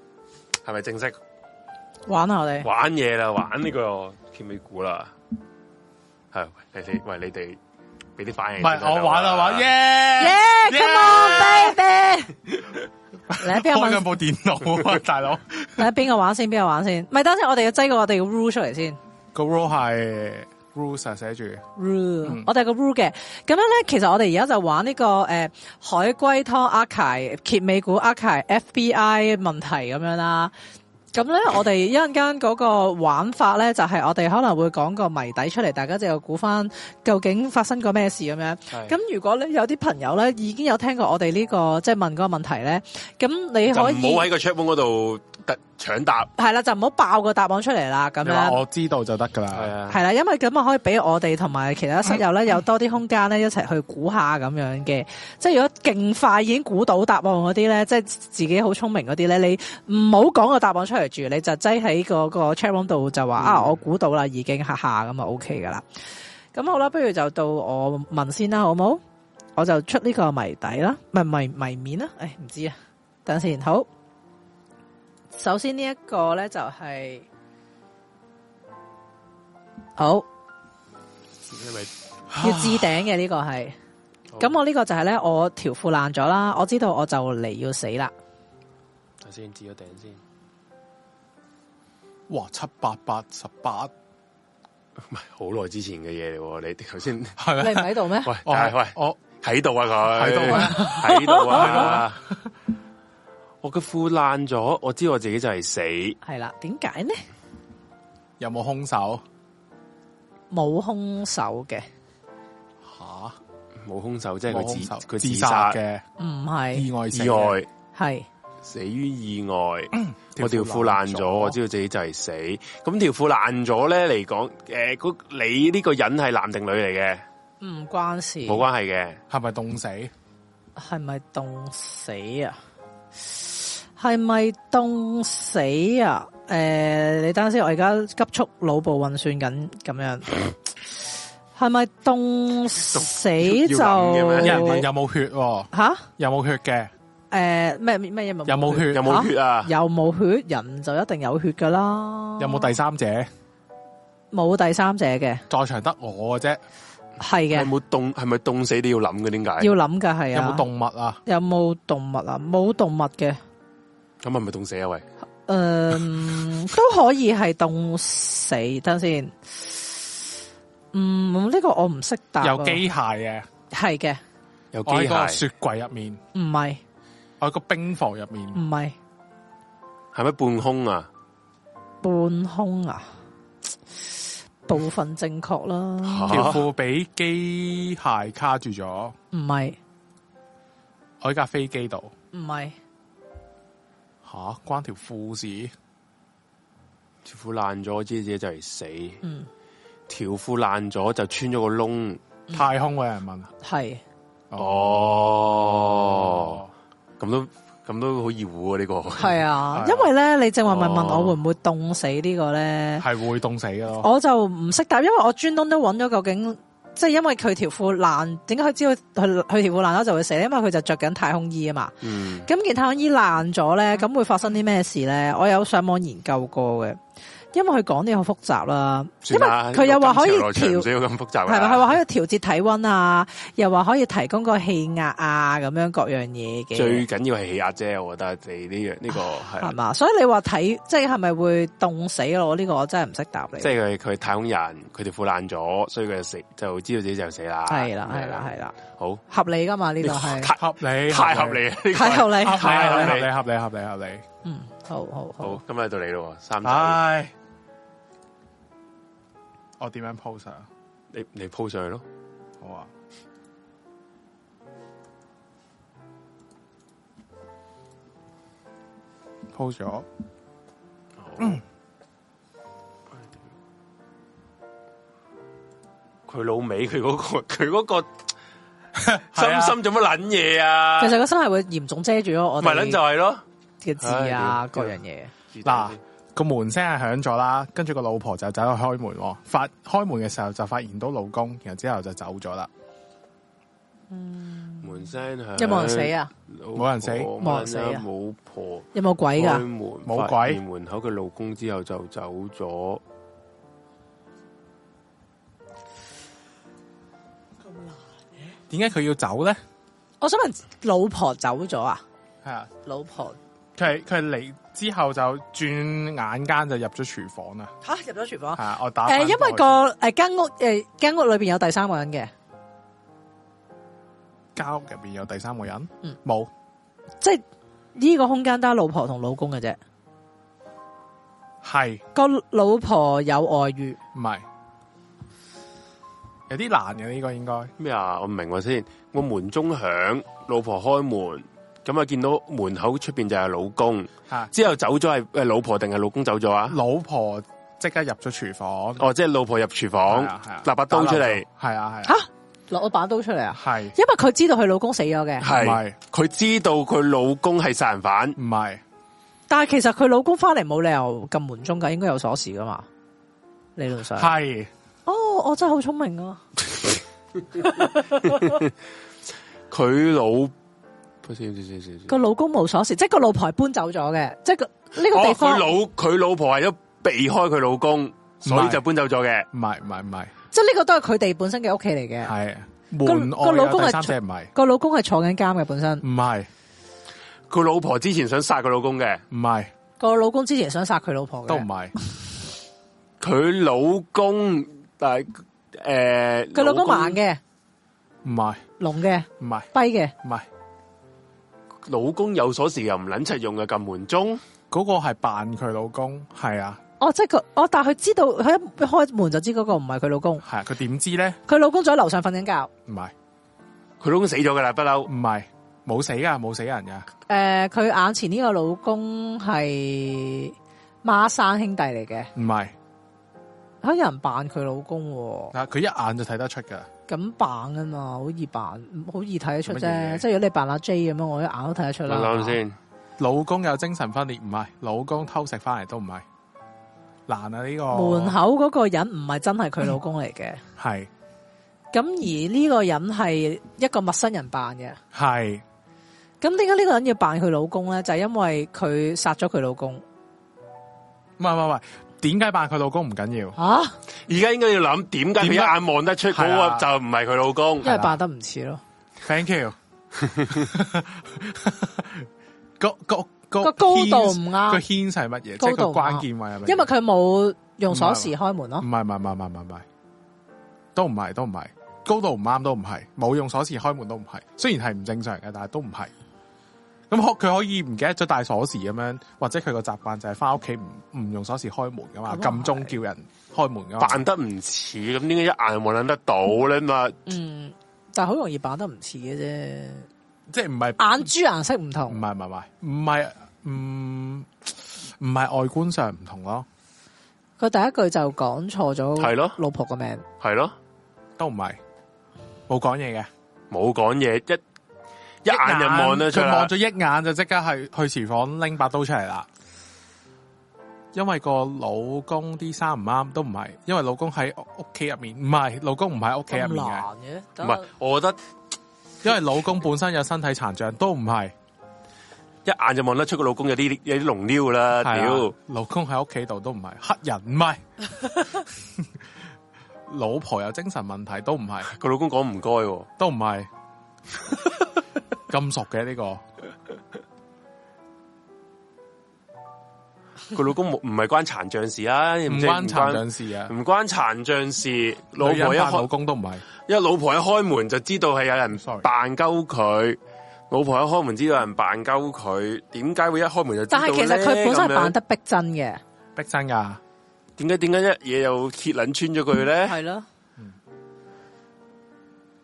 S2: 係咪正式
S1: 玩啊下我哋。
S2: 玩嘢啦？玩呢個揭尾股啦？係你哋，喂你哋俾啲反應
S3: 唔
S2: 先啦。
S3: 係啊我玩啦玩，
S1: 耶
S3: 耶！
S1: ，come on baby！你喺邊個
S3: 開緊
S1: 問？
S3: 部電腦啊，大佬
S1: 你喺邊個玩先？邊個玩先？咪等陣先，我哋要擠個我哋嘅 rule 出嚟先。
S3: 個 rule 係 rules 啊寫住。
S1: rule，、
S3: 嗯
S1: 我哋有個 rule 嘅。咁樣咧，其實我哋而家就玩呢、個誒、呃海龜湯 archive 揭尾股 archive FBI 問題咁樣啦。咁咧，我哋一陣間嗰個玩法咧，就係、我哋可能會講個謎底出嚟，大家就要估翻究竟發生過咩事咁樣。咁如果咧有啲朋友咧已經有聽過我哋呢、個即係問嗰個問題咧，咁你
S2: 就唔
S1: 可
S2: 好
S1: 以
S2: 喺個 chat room 嗰度突搶答。
S1: 係啦，就唔好爆個答案出嚟啦，咁
S3: 你話
S1: 樣。
S3: 我知道就得噶
S2: 係
S3: 啦。
S2: 啊，
S1: 係啦，因為咁啊，可以俾我哋同埋其他室友咧有多啲空間咧，一齊去估下咁樣嘅。即係如果勁快已經估到答案嗰啲咧，即係自己好聰明嗰啲咧，你唔好講個答案出嚟住，你就擠喺個個 chat room 度就話、啊，我估到啦，已經下下咁啊 OK 噶啦。咁好啦，不如就到我問先啦，好冇？我就出呢個謎底啦，唔係謎謎面啦，唉唔知啊，等陣先好。首先呢一個咧就係、好。
S2: 因為
S1: 要置頂嘅呢個係。咁我呢個就係咧，我條褲爛咗啦，我知道我就嚟要死啦。
S2: 等先置咗頂先，
S3: 哇，七八八十八
S2: 好耐之前嘅嘢嚟喎。你頭先
S3: 係
S1: 你唔
S3: 咪？
S1: 喺度咩？
S2: 喂，
S3: 我
S2: 但係喂。
S3: 我
S2: 喺度啊佢，
S3: 喺度啊
S2: 喺度啊！ 我嘅褲爛咗，我知我自己就係死，
S1: 係啦，點解呢？
S3: 有冇兇手
S1: 冇兇手嘅，
S3: 吓？
S2: 冇兇手，即係佢
S3: 冇
S2: 自
S3: 兇手
S2: 佢
S3: 自
S2: 自
S3: 殺
S2: 殺
S3: 嘅
S1: 唔
S3: 意
S1: 係，
S3: 外死嘅
S2: 意外，
S1: 係
S2: 死於意外。
S3: 嗯
S2: 我條褲爛咗，我知道自己就係死。咁條褲爛咗咧嚟講，誒，嗰你呢個人係男定女嚟嘅，
S1: 唔關事。
S2: 冇啊關係嘅。
S3: 係咪凍死？
S1: 係咪凍死啊？係咪凍死啊？誒、你等陣先，我而家急速腦部運算緊咁樣。係咪凍死就
S2: 要諗嘅
S3: 有
S2: 咩
S3: 人問有冇血喎？
S1: 吓？
S3: 有冇血嘅？
S1: 誒咩咩有冇
S3: 有冇血
S2: 有冇血啊？
S1: 有冇血，人就一定有血噶啦。
S3: 有冇第三者？
S1: 冇第三者嘅？
S3: 在場得我嘅啫。
S1: 係
S2: 有
S1: 嘅，
S2: 冇凍？係咪凍死？你要諗嘅點解？
S1: 要諗噶係
S3: 有
S1: 啊。
S3: 冇動物啊？
S1: 有冇動物啊？冇動物嘅，
S2: 咁係咪凍死啊？喂，
S1: 嗯，都可以係凍死。等陣先，嗯，呢、個我唔識答啊。
S3: 有機械嘅，
S1: 係嘅，
S2: 有機
S3: 我喺個
S2: 械
S3: 雪櫃入面，
S1: 唔係
S3: 我喺個冰房入面
S1: 唔，係
S2: 係咪半空啊？
S1: 半空啊，部分正確
S2: 啊
S1: 啦，
S3: 條褲俾機械卡住咗，
S1: 唔係
S3: 我喺架飛機度。
S1: 唔係
S3: 吓，關條褲事？
S2: 條褲爛咗，我知自己就係死。
S1: 嗯，
S2: 條褲爛咗就穿咗個窿。
S1: 嗯
S3: 太空有人問。啊
S1: 係
S2: 哦，咁都咁都好易糊啊！呢個
S1: 係啊
S3: 係啊，
S1: 因為咧，你正話咪問
S2: 哦
S1: 我會唔會凍死呢個咧？
S3: 係會凍死嘅咯。
S1: 我就唔識答，因為我專登都揾咗究竟，即係因為佢條褲爛，點解佢知道佢佢條褲爛咗就會死呢因為佢就着緊太空衣啊嘛。
S2: 嗯，
S1: 咁件太空衣爛咗咧，咁會發生啲咩事咧？我有上網研究過嘅，因為佢講啲好複雜啦。因為
S2: 算啦，
S1: 佢又話可以
S2: 今次遊
S1: 調
S2: 樂場唔需，要咁啊複雜㗎，
S1: 係咪？佢話可以調節體温啊，又話可以提供個氣壓啊，咁樣各樣嘢嘅。啊
S2: 最緊要係氣壓啫，我覺得你呢樣呢個
S1: 係
S2: 係，
S1: 嘛？所以你話睇，即係係咪會凍死咯？我呢個我真係唔識答你。
S2: 即係佢佢太空人，佢條褲爛咗，所以佢就死就知道自己就死啦。
S1: 係啦，係啦，係啦，
S2: 好，
S1: 合理噶嘛？呢個
S2: 呢個
S1: 係。
S2: 太
S3: 合理，
S2: 太合理啦，呢個
S1: 太合理，
S3: 合
S2: 太
S3: 理，
S2: 合
S3: 合
S2: 理
S3: 理，合理，合理，合理。
S1: 嗯，好好好，啊
S2: 好，今啊日到你咯，三仔，
S3: 唉，我點樣 pose 啊？
S2: 你你 po 上去咯，
S3: 好啊。pose 咗，
S1: 嗯
S2: 佢老尾佢嗰個 佢嗰個
S3: 係啊
S2: 心心做乜撚嘢啊？
S1: 其實個身係會嚴重遮住咯，我
S2: 咪撚就
S1: 哋
S2: 係咯。
S1: 嘅字啊
S2: 唉，
S1: 各
S2: 屌
S1: 樣嘢，
S3: 嗱個門聲係響咗啦，跟住個老婆就走去開門喎，發開門嘅時候就發現到老公，然後之後就走咗啦。
S2: 門門聲響，
S1: 有冇人死啊？
S2: 老
S3: 冇人死
S2: 婆
S1: 冇人死啊
S2: 問啊冇婆
S1: 有冇鬼
S2: 開
S1: 噶？
S2: 門，
S3: 哎冇鬼
S2: 發現門口嘅老公之後就走咗。
S3: 点解佢要走咧？
S1: 我想問老婆走咗啊？
S3: 系啊，
S1: 老婆
S3: 佢系佢系嚟之後就轉眼間就入咗廚房啦。
S1: 吓入咗廚房
S3: 係。啊，我打
S1: 诶、
S3: 返
S1: 因為
S3: 過去
S1: 個诶间屋诶间屋裏边有第三個人嘅，
S3: 間屋入边有第三個人
S1: 嗯，
S3: 冇
S1: 即係呢個空間得老婆同老公嘅啫。
S3: 係
S1: 個老婆有外遇，
S3: 唔係有啲難嘅呢個應該
S2: 咩啊？我唔明喎先。我門鐘響，老婆開門，咁啊見到門口出邊就係老公，
S3: 吓
S2: 之後走咗係誒老婆定係老公走咗啊？
S3: 老婆即刻入咗廚房，
S2: 哦，即係老婆入廚
S3: 係
S2: 房
S3: 啊係啊，
S2: 拿把刀出嚟，
S3: 係啊係
S1: 嚇
S3: 啊
S1: 攞把刀出嚟啊！
S3: 係
S1: 因為佢知道佢老公死咗嘅，
S3: 唔
S2: 係
S3: 係
S2: 佢知道佢老公係殺人犯，
S3: 唔係
S1: 但係其實佢老公翻嚟冇理由撳門鐘噶，應該有鎖匙噶嘛？理論上，
S3: 係
S1: 哦，我真係好聰明啊！
S2: 佢老。先先先先先
S1: 個老公冇鎖匙，即係個老婆係搬走咗嘅，即係個呢個地
S2: 哦、
S1: 方，
S2: 佢老佢老婆為咗避開佢老公，所以
S3: 唔係
S2: 就搬走咗嘅。
S3: 唔係唔係唔係
S1: 即係呢個都係佢哋本身嘅屋企嚟嘅。
S3: 係
S1: 個
S3: 門
S1: 個老
S3: 外
S1: 公係
S3: 有第三者唔係
S1: 個老公係坐緊監嘅本身，
S3: 唔係
S2: 佢老婆之前想殺佢老公嘅，
S3: 唔係
S1: 個老公之前想殺佢老婆嘅，
S3: 都唔係
S2: 佢老公但係诶，
S1: 佢老公盲，嘅、
S3: 唔係
S1: 聾嘅、
S3: 唔係
S1: 跛嘅，
S3: 唔係
S2: 老公有鎖匙又唔捻柒用嘅，撳門鐘，
S3: 嗰個係扮佢老公係啊
S1: 哦，即係佢，哦，但係佢知道佢一開門就知嗰個唔係佢老公，
S3: 係啊佢點知咧
S1: 佢老公仲喺樓上瞓緊覺。
S3: 唔係。
S2: 佢老公死咗噶啦，不嬲。
S3: 唔係冇死噶，冇死人噶，
S1: 诶、佢眼前呢個老公係孖生兄弟嚟嘅，
S3: 唔係啊
S1: 嚇有人扮佢老公、喎，
S3: 嗱，佢一眼就睇得出噶，
S1: 咁扮啊嘛，好易扮，好易睇得出
S3: 乜嘢
S1: 啫。即係如果你扮阿 J 咁樣，我一眼都睇得出
S2: 諗
S1: 啦。
S2: 諗先，
S3: 老公有精神分裂，唔係老公偷食翻嚟都唔係難啊呢、個
S2: 哦
S1: 門口嗰個人唔係真係佢老公嚟 嘅，
S3: 係
S1: 咁、而呢個人係一個陌生人扮嘅。
S3: 係
S1: 咁點解呢個人要扮佢老公咧？就係因為佢殺咗佢老公
S3: 唔係唔係唔係，點解扮佢老公唔緊要，
S1: 啊，
S2: 而家應該要諗點解佢一
S3: 點解
S2: 眼望得出嗰
S3: 係
S2: 個
S3: 啊
S2: 就唔係佢老公
S1: 因。為扮得唔似咯。
S3: Thank you 個。個個
S1: 個高度
S3: hints-
S1: 唔啱
S3: 個 hint 係乜嘢？即
S1: 高度
S3: 係個
S1: 唔啱
S3: 關鍵位係乜嘢？
S1: 因為佢冇用鎖
S3: 唔
S1: 匙開門咯
S3: 唔。係唔係唔係唔係唔係唔係，都唔係都唔係，高度唔啱都唔係，冇用鎖匙開門都唔係。雖然係唔正常嘅，但係都唔係。咁可佢可以唔記得咗帶鎖匙咁樣，或者佢個習慣就係翻屋企唔唔用鎖匙開門噶嘛，
S1: 咁啊係
S3: 撳鐘叫人開門噶嘛。
S2: 扮得唔似，咁點解一眼望撚得到咧？嘛，
S1: 嗯，但係好容易扮得唔似嘅啫。
S2: 嗯
S3: 即係唔係
S1: 眼珠顏色唔
S3: 唔
S1: 同，
S3: 係唔係唔係唔係唔唔係外觀上唔同咯，
S1: 佢第一句就講錯咗，
S2: 係咯
S1: 老婆個名，
S2: 係咯，
S3: 都唔係冇講嘢嘅。
S2: 冇講嘢，一一眼就望得出
S3: 佢望
S2: 啦。
S3: 咗一眼就即刻係去廚房拎把刀出嚟啦。因為個老公啲衫唔啱，都唔係，因為老公喺屋企入面，唔係老公唔喺屋企
S1: 咁
S3: 入面嘅，
S1: 難嘅，
S2: 唔
S1: 等
S2: 係，我覺得
S3: 因為老公本身有身體殘障，都唔係。
S2: 一眼就望得出個老公有啲有啲龍溜啦，
S3: 係啊
S2: 屌！
S3: 老公喺屋企度都唔係黑人，唔係 老婆有精神問題，都唔係，
S2: 佢老公講唔該喎，
S3: 都唔 係咁熟嘅呢、個。
S2: 佢老公冇唔係關殘障事啊，唔
S3: 唔
S2: 知
S3: 關殘障事啊
S2: 唔。關殘障事。老
S3: 老
S2: 婆
S3: 婆
S2: 一
S3: 一老
S2: 開
S3: 公都唔係，
S2: 一老婆一開門就知道係有人
S3: Sorry
S2: 扮鳩佢，老婆一開門知道有人扮鳩佢，點解會一開門就知道
S1: 但
S2: 呢
S1: 係其實佢本身係扮
S2: 咁樣
S1: 得逼真嘅，
S3: 逼真
S2: 啊
S3: 噶。
S2: 點解點解一嘢又揭撚穿咗佢咧？
S1: 係咯。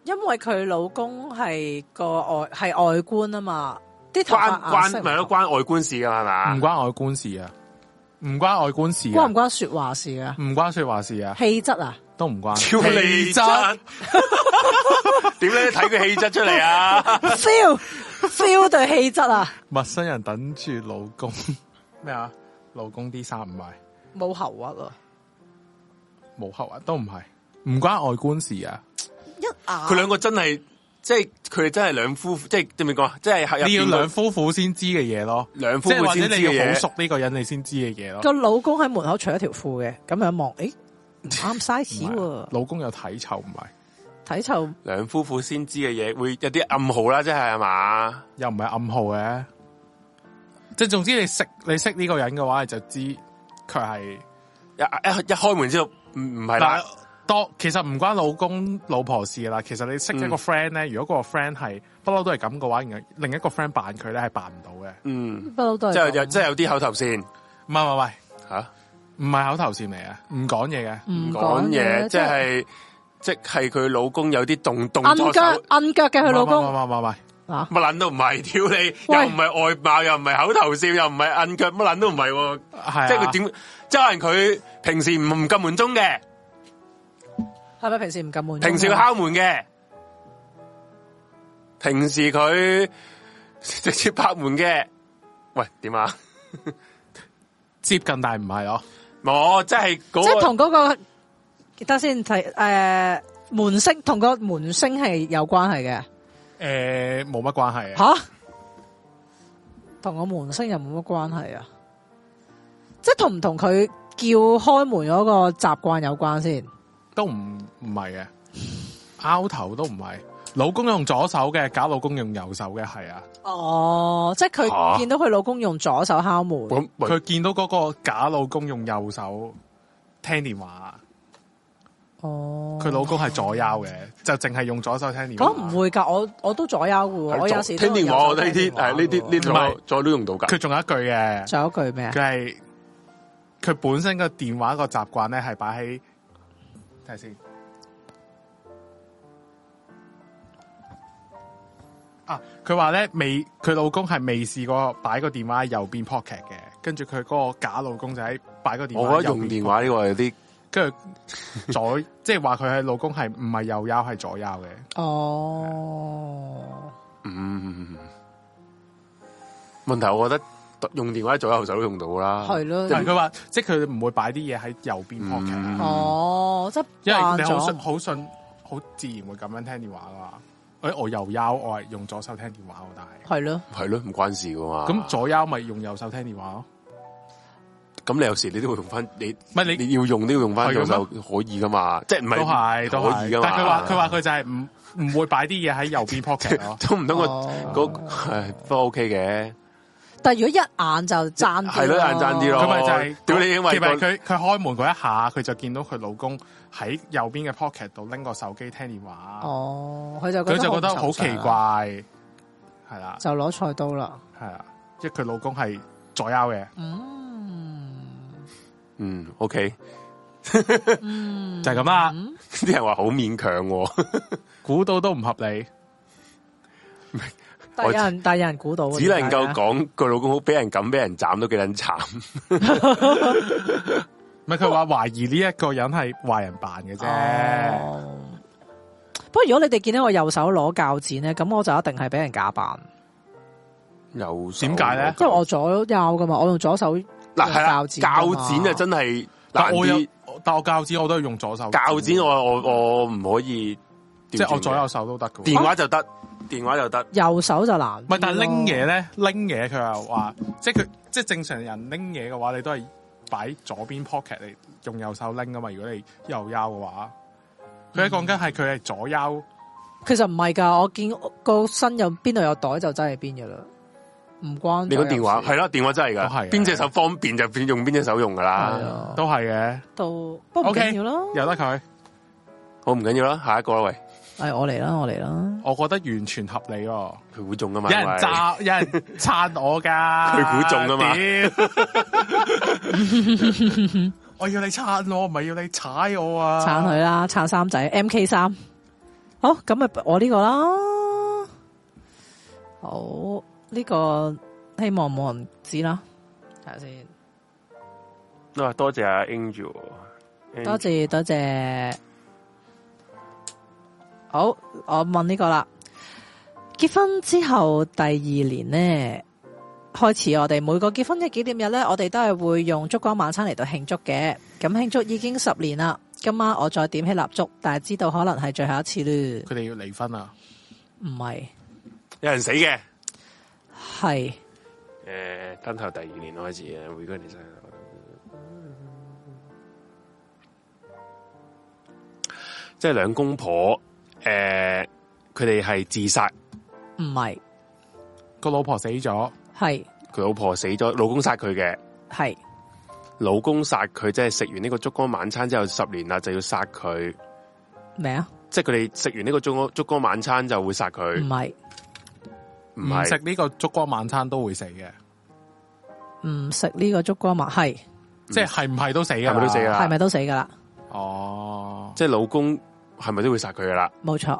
S1: 因為佢老公係個外係外觀啊嘛，啲頭
S2: 關
S1: 髮顏色
S2: 關啊
S1: 唔
S2: 咪咯
S1: 同
S2: 關外觀事噶係嘛？
S3: 唔關外觀事啊，唔關外觀事啊，
S1: 關唔關说話事啊？
S3: 唔關说話事啊，
S1: 氣質啊？
S3: 都唔關。
S2: 超氣質，點咧睇佢氣質出嚟啊？
S1: feel feel 對氣質啊，
S3: 陌生人等住老公咩啊？老公啲衫唔係
S1: 冇喉核啊，
S3: 冇合啊，都唔係，唔關外觀事啊。
S1: 一眼
S2: 佢兩個真係即係佢哋真係兩夫婦，即係點講啊？即係
S3: 你要兩
S2: 兩
S3: 夫婦先知嘅嘢咯，
S2: 兩夫
S3: 即係
S2: 婦
S3: 或
S2: 先
S3: 者
S2: 知
S3: 你
S2: 嘅
S3: 要好
S2: 嘢。
S3: 熟呢個人你先知嘅嘢咯。
S1: 個老公喺門口除咗條褲嘅，咁樣望，诶，唔啊啱 size 喎，
S3: 老公有體臭唔係，
S1: 睇臭
S2: 兩夫婦先知嘅嘢，會有啲暗號啦，即係係嘛？
S3: 又唔係暗號嘅，即係總之你識你識呢個人嘅話，你就知佢係
S2: 一一一開門之後，唔唔係
S3: 嗱
S2: 啦，，
S3: 多其實唔關老公老婆事啦。其實你識一個 friend 咧，如果嗰個 friend 係不嬲都係咁嘅話，然後另一個 friend 扮佢咧係扮唔到嘅。
S2: 嗯，
S1: 不嬲都係
S2: 即係有
S1: 咁
S2: 即係有啲口頭先
S3: 唔係唔係
S2: 吓，
S3: 唔係，唔係口頭禪嚟嘅，唔講嘢嘅。
S1: 唔
S2: 講嘢即
S1: 係
S2: 係即係佢老公有啲動動
S1: 摁
S2: 作
S1: 腳
S2: 手。
S1: 摁腳嘅佢老
S3: 唔
S1: 公
S3: 係唔係唔係唔係
S1: 啊，
S2: 乜捻都唔係，屌你！
S1: 喂
S2: 又唔係外貌，又唔係口頭笑，又唔係摁腳，乜捻都唔係喎。
S3: 係啊
S2: 即係佢點？即係可能佢平時唔唔撳門鐘嘅，
S1: 係咪平時唔撳門？啊
S2: 平時佢敲門嘅，平時佢直接拍門嘅。喂，點啊？
S3: 接近，但係唔係咯。
S2: 我即係嗰
S1: 即係
S2: 個
S1: 同嗰個，等下先睇诶門聲同個門聲係有關係嘅
S3: 诶，冇乜關係嘅。
S1: 吓，同個門聲又冇乜關係啊？即係同唔同佢叫開門嗰個習慣有關先？
S3: 都唔唔系嘅，拗頭都唔係。老公用左手嘅，搞老公用右手嘅，係啊。
S1: 哦，即係
S2: 嚇
S1: 佢見到佢老公用左手敲門，
S2: 咁喂
S3: 佢見到嗰個假老公用右手聽電話，
S1: 哦，
S3: 佢老公係左右嘅，就淨係用左手聽電話。
S1: 咁唔會㗎，我我都左右嘅喎，我有時
S2: 啊聽
S1: 電
S2: 電話，我覺得呢啲係呢啲呢
S3: 唔係
S2: 啲再都用到㗎。
S3: 佢仲有一句嘅，
S1: 仲有一句咩啊？
S3: 佢係佢本身個電話個習慣咧係擺喺睇下先。啊！佢話咧未，佢老公係未試過擺個電話喺右邊 pocket 嘅，跟住佢嗰個假老公就喺擺個電話。
S2: 我覺得用電，話呢個有啲
S3: 跟住 左，即係話佢係老公係唔係右腰係左腰嘅。
S1: 哦，
S2: 嗯，問題我覺得用電話左右手都用到啦。
S1: 係咯
S3: 唔係佢話，即係佢唔會擺啲嘢喺右邊 pocket，、啊
S2: 嗯
S1: 哦，即係
S3: 因為
S1: 慣
S3: 你好信
S1: 咗。
S3: 好信好自然會咁樣聽電話噶嘛。誒、我右腰我係用左手聽電話喎，
S2: 啊
S3: 但
S1: 係咯，
S2: 係咯，唔關事噶嘛。
S3: 係咁左腰咪用右手聽電話咯。
S2: 咁你有時你都會用翻你
S3: 唔係你
S2: 你要用都要用翻
S3: 係
S2: 左
S3: 咁
S2: 手可以噶嘛，即係唔
S3: 都係
S2: 係
S3: 都
S2: 可以
S3: 係
S2: 噶，嘛？
S3: 但係佢話佢話佢就係唔唔會擺啲嘢喺右邊 pocket 咯。
S2: 都唔通
S1: 哦
S2: 個嗰唉不過 OK 嘅，
S1: 但係如果一眼就爭啲，
S2: 係咯一眼爭啲咯
S3: 佢咪就係
S2: 哦屌你因為
S3: 其實
S2: 個
S3: 佢佢開門嗰一下，佢就見到佢老公喺右邊嘅 pocket 度拎個手機聽電話，
S1: 哦，佢就
S3: 佢、就
S1: 覺
S3: 覺得
S1: 得
S3: 好
S1: 唔尋常
S3: 奇
S1: 啦，
S3: 怪，係啦
S1: 就攞菜刀啦。
S3: 係啦，即係佢老公係左腰嘅，
S1: 嗯，
S2: 嗯 OK，
S1: 嗯
S3: 就係咁啦。
S2: 啲人話好勉強喎，
S3: 估到都唔合理。
S1: 但係有人但係有人估到嘅，
S2: 只
S1: 點
S2: 能夠
S1: 解啊
S2: 講個老公好俾人咁俾人斬都幾撚 慘，
S3: 唔係佢話懷疑呢一個人係壞人扮嘅啫，
S1: 咧哦不過如果你哋見到我右手攞鉸剪咧，咁我就一定係俾人假扮，
S2: 又
S3: 點解咧
S1: 因為我左右噶嘛，我用左手
S2: 嗱係啦，
S1: 用鉸剪㗎嘛
S2: 鉸剪啊真係難
S3: 但我有
S2: 啲，，
S3: 但我教剪我都係用左手，
S2: 鉸剪我我我唔可以，
S3: 即係我左右，手都得嘅。
S2: 電話就得，電話就得，
S1: 右手就難啲咯。
S3: 唔係，但係拎嘢咧，拎嘢佢又話，即係佢即係正常人拎嘢嘅話，你都係擺左邊 pocket 嚟用右手拎噶嘛。如果你右腰嘅話，佢喺講緊係佢係左腰，
S1: 其實唔係㗎，我見個身有邊度有袋就真係邊嘅啦，唔關
S2: 你個電話
S1: 係
S2: 係啦，電話真係
S3: 都哦係啊
S2: 㗎，
S3: 嘅
S2: 邊隻手方便就變用邊隻手用㗎啦。
S1: 啊，
S3: 都係嘅，
S1: 都不過唔
S3: OK
S1: 緊要咯。
S3: 由得佢。
S2: 好唔緊要啦，下一個啦，喂，
S1: 係哎我嚟啦，我嚟啦。
S3: 我覺得完全合理喎。
S2: 佢估中噶嘛？
S3: 有人
S2: 因為
S3: 炸，有人撐我噶，
S2: 佢估中㗎嘛
S3: 嘛。
S2: 啊
S3: 我要你撐我，唔係要你踩我啊！
S1: 撐佢啦，撐三仔 M K 三。好，咁咪我呢個啦。好，呢、個希望冇人知啦。睇下先，
S2: 啊，多謝阿 Angel，嗯
S1: 多謝多謝。好，我問呢個啦。結婚之後第二年呢，開始我哋每個結婚嘅紀念日呢，我哋都係會用燭光晚餐嚟到慶祝嘅。咁慶祝已經十年啊啦，今晚我再點起蠟燭，但係知道可能係最後一次啦。
S3: 佢哋要離婚啊！
S1: 唔係
S2: 有人死嘅。
S1: 係
S2: 诶、呃，燈頭第二年開始嘅，每個人生。即係兩公婆，诶、佢哋係自殺，
S1: 唔係
S3: 个老婆死咗，
S1: 係
S2: 佢老婆死咗，老公殺佢嘅，
S1: 係
S2: 老公殺佢，即係食完呢個燭光晚餐之後十年啦，就要殺佢，
S1: 咩啊？
S2: 即係佢哋食完呢個燭光燭光晚餐就會殺
S1: 唔
S2: 佢，
S1: 係
S2: 唔
S3: 唔嗯食
S2: 係嗯
S3: 呢个烛光晚餐都会死嘅，
S1: 唔食呢個燭光物，係
S3: 即系系唔系都死噶？
S2: 係咪都死啊㗎
S1: 係咪都死噶啦？
S3: 哦，
S2: 即係老公係咪都會殺佢噶啦？
S1: 冇錯。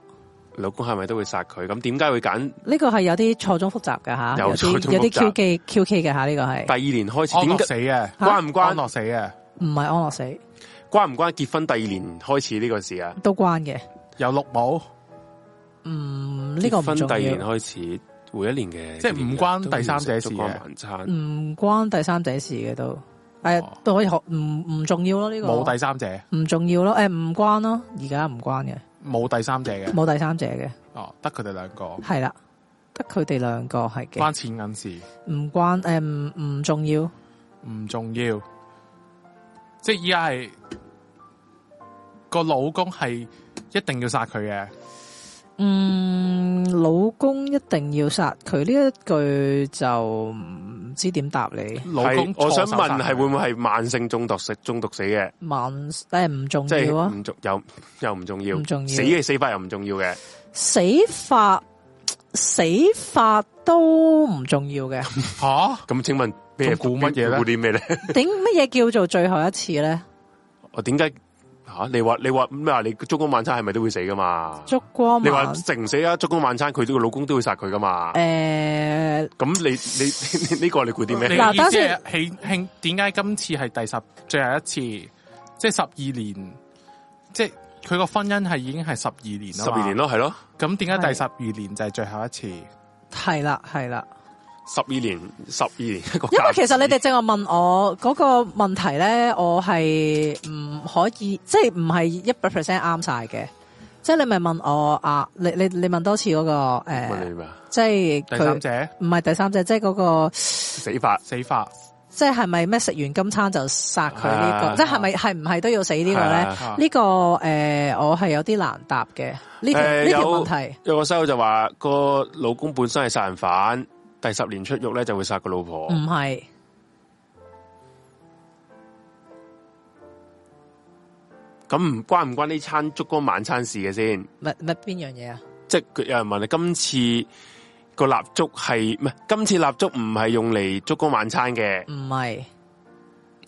S2: 老公係咪都會殺佢？咁點解會揀
S1: 呢個係有啲錯綜複雜嘅吓，
S2: 有
S1: 有啲
S2: 錯綜
S1: 有啲
S2: 複雜
S1: Q K Q K 嘅吓，呢個係
S2: 第二年開始？
S3: 安
S2: 點
S3: 乐
S2: 解
S3: 哦死嘅，
S2: 關唔
S3: 安
S2: 關？
S3: 乐死嘅，
S1: 唔係安樂死
S2: 關唔關結婚第二年開始呢個事啊？
S1: 都關嘅？
S3: 有綠帽，
S1: 嗯，呢個
S2: 結
S1: 唔
S2: 婚
S1: 重
S2: 第二年
S1: 要，
S2: 開始，每一年嘅
S3: 即係唔關第三者事
S2: 都要食
S3: 嘅
S2: 燭光晚餐
S1: 唔關第三者事嘅都，诶
S3: 哦
S1: 都可以學，唔唔重要咯呢個，
S3: 冇第三者，
S1: 唔重要咯，诶唔關咯，而家唔關嘅，
S3: 冇第三者嘅，
S1: 冇第三者嘅，
S3: 哦，得佢哋兩個，
S1: 係啦，得佢哋兩個係嘅，
S3: 關錢銀事
S1: 唔關诶唔唔重要，
S3: 唔重要，即系依家係個老公係一定要殺佢嘅，
S1: 嗯，老公一定要殺佢呢一句就唔知點答你，
S3: 老
S2: 係
S3: 公
S2: 我想
S3: 錯手殺
S2: 問
S3: 佢
S2: 係會唔會係慢性中毒食中毒死嘅？
S1: 萬诶唔重
S2: 即係
S1: 要啊。
S2: 唔重又又唔重要，
S1: 唔重要
S2: 死嘅死法又唔重要嘅，
S1: 死法死法都唔重要 嘅。
S3: 吓？
S2: 咁請問咩
S3: 仲估乜嘢呢
S2: 估啲咩咧？
S1: 點乜嘢叫做最後一次咧？
S2: 我點解吓？你話你話咩啊？你燭光晚餐係咪都會死噶嘛？
S1: 燭光
S2: 你話
S1: 晚
S2: 食唔死啊？燭光晚餐佢呢個老公都會殺佢噶嘛？
S1: 诶，
S2: 咁你 你呢個你估啲
S3: 你
S2: 咩？
S1: 嗱
S3: 嘅意
S1: 等
S3: 思
S1: 先
S3: 係慶慶點解今次係第十最後一次，即系十二年，即系佢個婚姻係已經係十二年啦，
S2: 十二年
S3: 咯。
S2: 咯，係咯，
S3: 咁點解
S1: 係
S3: 第十二年就係最後一次？
S1: 係啦係啦，
S2: 十二年，十二年 一個
S1: 因為
S2: 假
S1: 其實
S2: 期
S1: 你哋正話問我嗰個問題咧，我係唔可以，即係唔係一百 percent 啱晒嘅。即係你咪問我啊，你你你問多次嗰、個个诶、
S2: 問你咩啊？
S1: 即係
S3: 第三
S1: 佢
S3: 者
S1: 唔係第三者，即係嗰、個。
S2: 死法
S3: 死法
S1: 即係咪咩食完今餐就殺佢呢
S2: 啊
S1: 個？即係咪係唔係都要死呢個
S2: 係
S1: 咧
S2: 啊？
S3: 啊
S1: 呢個诶，呃我係有啲難答嘅呢條
S2: 誒
S1: 呢條
S2: 呃有
S1: 問題。
S2: 有個細路就話個老公本身係殺人犯，第十年出獄咧就會殺個老婆。
S1: 唔係
S2: 咁唔、關唔關呢餐燭光晚餐事嘅先？
S1: 咪咪邊樣嘢啊？
S2: 即係佢有人問你今次個蠟燭係唔係？今次蠟燭唔係用嚟燭光晚餐嘅，
S1: 唔係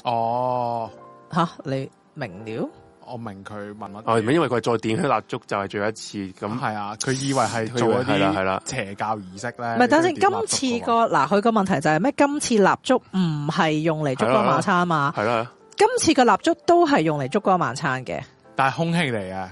S3: 哦，
S1: 吓，你明了？
S3: 我明佢問乜嘢？
S2: 哦，唔係因為佢係再點起蠟燭就係最後一次咁。
S3: 咁係啊，佢以為係
S2: 佢以
S3: 做
S2: 為
S3: 一
S2: 係啦係啦
S3: 啲邪教儀式咧。
S2: 呃
S1: 唔係等陣，
S3: 你都要點蠟燭啊
S1: 今次
S3: 㗎喎
S2: 啊
S1: 個嗱，佢個問題就係咩？今次蠟燭唔係用 嚟燭光晚餐嘛？
S2: 係啦，
S1: 今次個蠟燭都係用嚟燭光晚餐嘅。
S3: 但係空氣嚟嘅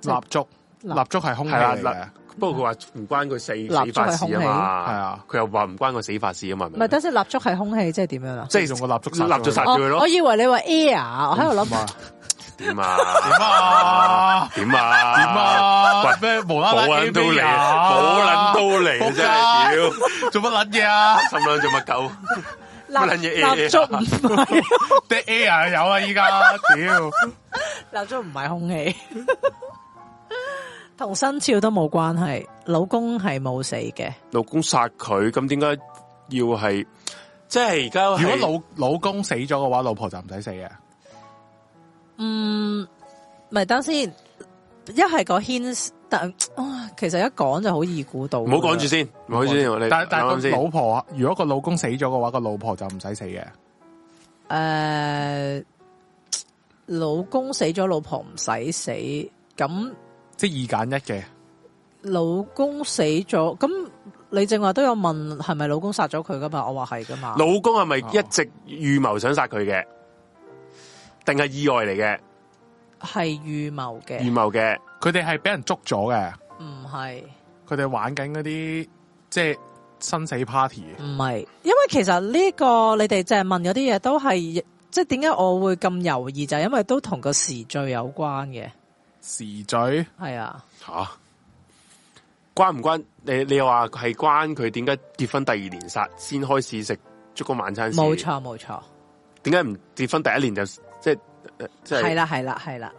S1: 即係
S3: 蠟燭，
S1: 蠟
S3: 蠟燭嗯係空氣
S2: 係啊
S3: 嚟
S2: 啦
S3: 嘅，
S2: 不過佢話唔關佢死
S1: 蠟燭
S2: 死法事啊
S1: 係空氣
S2: 嘛，
S3: 係啊
S2: 佢又話唔關個死法事啊嘛，係
S1: 唔
S2: 咪
S1: 係等陣，蠟燭係空氣，即係點樣啊？
S2: 即係
S3: 用個蠟燭殺
S2: 蠟燭
S3: 咗
S2: 殺
S1: 哦
S2: 咗佢，
S1: 我
S2: 咯，
S1: 以為你話 air，我喺啊度
S3: 唔係
S1: 諗
S2: 點啊？
S3: 點啊？
S2: 點啊？
S3: 点啊？咩無啦啦
S2: 冇捻到
S3: AV
S2: 嚟，
S3: 啊
S2: 冇捻到嚟，真係屌！
S3: 做乜撚嘢啊？
S2: 心谂做乜狗？乜撚嘢啊
S1: 蠟蠟燭唔係
S3: 啲 air 有啊，依家 屌，
S1: 蠟燭唔係空氣， 同生肖都冇關係。老公係冇死嘅，
S2: 老公殺佢，咁點解要係？即係而家係
S3: 如果老老公死咗嘅話，老婆就唔使死嘅。
S1: 嗯，咪等先。一係個牽，但啊其實一講就好易估到。
S2: 唔好講住，先，唔好講住先，我哋
S3: 啊但但
S2: 諗諗
S3: 個
S2: 先。
S3: 老婆，如果個老公死咗嘅話，個老婆就唔使死嘅。
S1: 诶、老公死咗，老婆唔使死。咁
S3: 即系二揀一嘅，
S1: 老公死咗，咁你正話都有問係咪老公殺咗佢噶嘛？我話係噶嘛。
S2: 老公係咪
S3: 啊
S2: 一直預謀想殺佢嘅？定係意外嚟嘅？
S1: 係預謀
S2: 預
S1: 嘅，
S2: 謀嘅，
S3: 佢哋係俾人捉咗嘅，
S1: 唔係。
S3: 佢哋玩緊嗰啲即係生死 party，
S1: 唔係，因為其實呢、個你哋淨係問嗰啲嘢都係，即係點解我會咁猶豫，就係因為都同個時序有關嘅，
S3: 時序
S1: 係啊，
S2: 吓關唔關？你你又話係關佢點解結婚第二年殺先開始食燭光晚餐？
S1: 冇，錯冇錯，
S2: 點解唔結婚第一年就即係呃即
S1: 係
S2: 係
S1: 啦係啦係啦，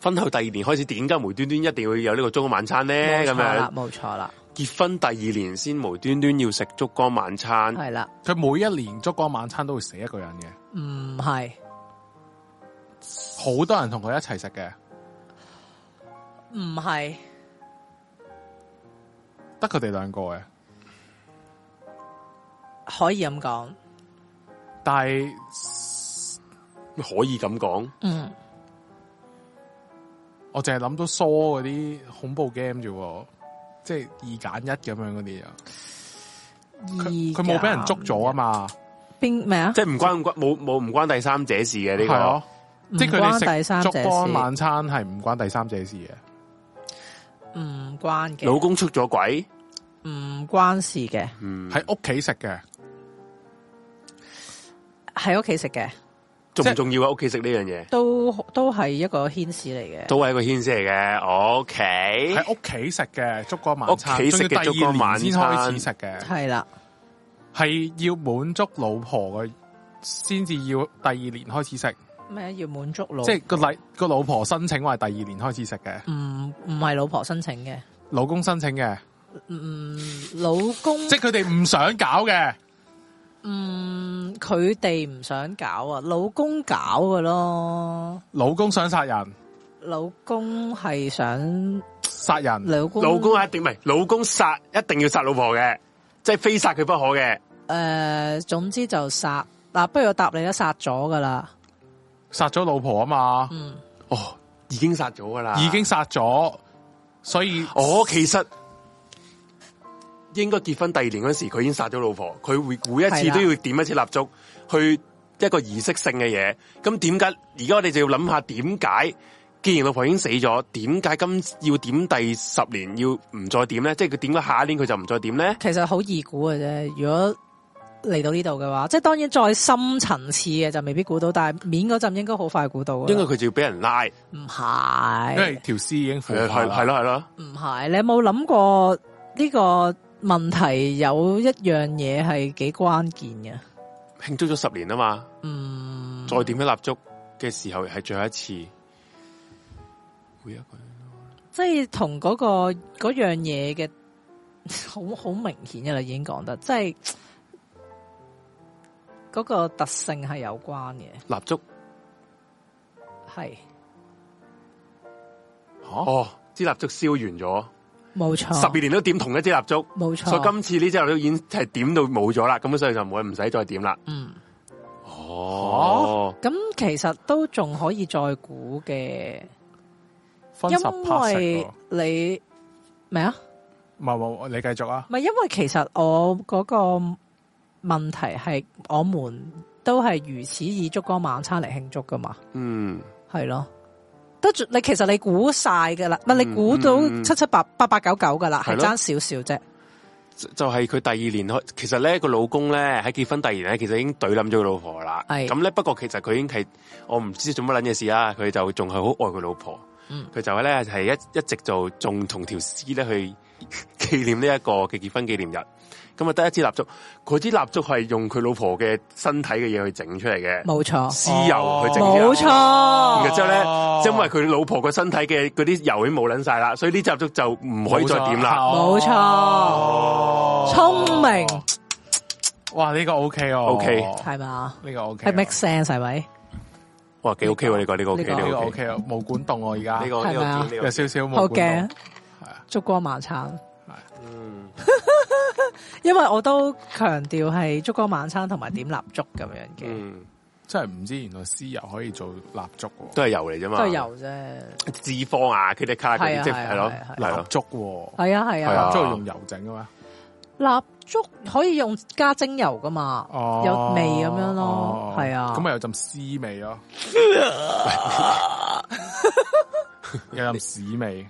S2: 婚後第二年開始？點解無端端一定要有呢個燭光晚餐咧？
S1: 冇
S2: 咁
S1: 錯
S2: 樣
S1: 啦冇錯啦，
S2: 結婚第二年先無端端要食燭光晚餐，
S1: 係啦，
S3: 佢每一年燭光晚餐都會死一個人嘅，
S1: 嗯唔係
S3: 好多人同佢一齊食嘅，
S1: 嗯唔係
S3: 得佢哋兩個嘅。
S1: 可以咁講，
S3: 但係
S2: 可以咁講。
S1: 嗯，
S3: 我淨係諗到 Saw 嗰啲恐怖 game 啫喎，即係二揀一咁樣嗰啲啊。佢佢冇俾人捉咗啊嘛，
S1: 邊咩啊？
S2: 即係唔關唔關冇冇唔關第三者事嘅呢、
S3: 係咯
S2: 個，
S3: 即係
S1: 唔
S3: 佢
S1: 關
S3: 哋
S1: 第
S3: 食
S1: 三者
S3: 燭光
S1: 事，
S3: 晚餐係唔關第三者事嘅。
S1: 唔關
S2: 老
S1: 嘅，
S2: 公出咗軌，
S1: 唔關事嘅，
S2: 嗯，
S3: 喺屋企食嘅，
S1: 喺屋企食嘅，
S2: 重唔
S3: 即係
S2: 重要啊？屋企食呢樣嘢
S1: 都都係一個牽使嚟嘅，
S2: 都係一個牽涉嚟嘅。O K，
S3: 喺屋企食嘅燭光晚餐，
S2: 屋企食嘅
S3: 仲要第二年先開始食嘅，
S1: 係啦，
S3: 係要滿足老婆嘅，先至要第二年開始食，
S1: 咩要滿足老
S3: 即係個禮個老婆申請話係第二年開始食嘅，
S1: 唔唔係老婆申請嘅，
S3: 老公申請嘅，
S1: 嗯，老公
S3: 即係佢哋唔想搞嘅，
S1: 嗯佢哋唔想搞啊，老公搞嘅咯，
S3: 老公想殺人，
S1: 老公係想
S3: 殺人
S1: 老公
S2: 老公啊一定唔係老公殺，一定要殺老婆嘅，即係非殺佢不可嘅。
S1: 诶、總呃之就殺嗱、不如我答你啦，殺咗噶啦，
S3: 殺咗老婆啊嘛，
S1: 嗯，
S2: 哦，已經殺咗噶啦，
S1: 啊
S3: 已經殺咗，所以
S2: 哦，其實應該結婚第二年嗰時，佢已經殺咗老婆，佢會每一
S1: 係
S2: 次
S1: 啦
S2: 都要點一次蠟燭，去一個儀式性嘅嘢。咁點解而家我哋就要諗下點解？既然老婆已經死咗，點解今要點第十年要唔再點咧？即係佢點解下一年佢就唔再點咧？
S1: 其實好易估嘅啫，如果嚟到呢度嘅話，即系当然再深層次嘅就未必估到，但係面嗰陣應該好快估到㗎啦
S2: 應該佢就要俾人拉，係
S1: 唔
S3: 因
S1: 係
S3: 為條屍已經腐
S2: 係
S3: 化
S2: 係
S3: 啦，
S2: 咯係咯，
S1: 唔係，你有冇諗過呢個問題有一樣嘢係幾關鍵嘅？
S2: 慶祝咗十年啊嘛，
S1: 嗯，
S2: 再點一蠟燭嘅時候係最後一次，每一
S1: 嗯
S2: 個人
S1: 即係同嗰個嗰樣嘢嘅好好明顯嘅啦，已經講得，即係嗰個特性係有關嘅，
S2: 蠟燭。
S1: 係
S3: 吓
S2: 哦，支蠟燭燒完咗，
S1: 冇錯，
S2: 十二年都點同一支蠟燭，
S1: 冇錯，
S2: 所以今次呢支蠟燭已經係點到冇咗啦，咁所以就唔會唔使再點啦。
S1: 嗯，
S2: 哦，
S1: 咁其實都仲可以再估嘅，
S3: 分
S1: 因
S3: 十 part 食
S1: 為
S3: 喎。
S1: 你咩啊？
S3: 唔係唔係，你繼續啊！
S1: 唔係因為其實我嗰個問題係，我們都係如此以燭光晚餐嚟慶祝噶嘛，
S2: 嗯，
S1: 係咯。都仲你其實你估晒噶啦，唔係你估到
S2: 嗯嗯嗯
S1: 七七八八八九九噶啦，
S2: 係
S1: 係
S2: 咯
S1: 爭少少啫。
S2: 就就係佢第二年開，其實咧個老公咧喺結婚第二年咧，其實已經懟冧咗佢老婆啦。
S1: 係
S2: 咁咧，不過其實佢已經係我唔知做乜撚嘢事啦，佢就仲係好愛佢老婆。
S1: 嗯
S2: 佢就係咧係一一直就仲同條屍咧去 紀念呢一個嘅結婚紀念日。咁啊，得一支蠟燭，嗰支蠟燭係用佢老婆嘅身體嘅嘢去整出嚟嘅，
S1: 冇錯，
S2: 屍油去整出嚟。
S1: 哦冇錯
S2: 然後之後
S3: 哦
S2: 咧，因為佢老婆個身體嘅嗰啲油已經冇撚晒啦，所以呢集足就唔可以再點啦。
S1: 冇錯
S3: 哦
S1: 聰明
S3: 哇！呢個 OK 哦
S2: OK
S1: 係嘛？
S3: 呢個
S2: 啊
S3: OK，
S1: 係 make sense 係咪？
S2: 哇，幾 OK 喎！呢個呢個 OK，
S1: 呢個
S2: 呢
S3: 呢
S2: 個 OK，
S3: 個 OK 哦，毛管動我而家
S2: 呢個呢
S1: 係咪啊
S2: 個見呢個
S3: 有少少毛
S1: 好
S3: 管
S1: 嘅
S3: 動，啊，
S1: 燭光晚餐。
S2: 嗯
S1: 因為我都強調係燭光晚餐同埋點蠟燭咁樣嘅，
S2: 嗯，
S3: 真係唔知原來屍油可以做蠟燭喎，
S2: 都係油嚟啫
S1: 都
S2: 嘛，
S1: 係油啫。
S2: 脂肪啊，佢哋卡嗰
S1: 係
S2: 啲
S1: 啊
S2: 即
S1: 係
S2: 係
S1: 啊
S2: 係
S1: 係
S2: 咯
S1: 啊，係
S2: 係
S3: 蠟
S2: 咯，
S3: 燭喎，
S1: 係啊係
S2: 係
S1: 啊
S2: 啊。
S3: 蠟燭係用油整嘅咩？
S1: 蠟燭可以用加精油噶嘛，
S3: 哦，
S1: 有味咁樣咯
S3: 哦，
S1: 係啊
S3: 咁咪有陣屍 味咯，有陣屎味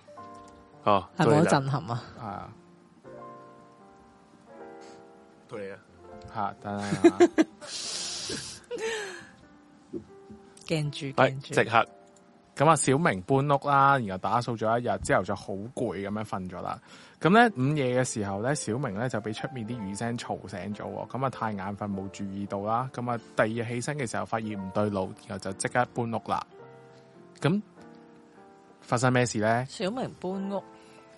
S2: 哦，
S1: 係
S2: 到
S1: 咪好
S2: 你啦？
S1: 震撼啊？
S3: 啊，
S2: 到你啦，
S3: 吓，等等啊。
S1: 驚住
S2: 係
S1: 驚住，
S2: 即刻
S3: 咁啊，小明搬屋啦，然後打掃咗一日之後就好攰咁樣瞓咗啦。咁咧午夜嘅時候咧，小明咧就俾出面啲雨聲嘈醒咗喎，咁啊太眼瞓冇注意到啦。咁啊第二日起身嘅時候發現唔對路，然後就即刻搬屋啦。咁發生咩事咧？
S4: 小明搬屋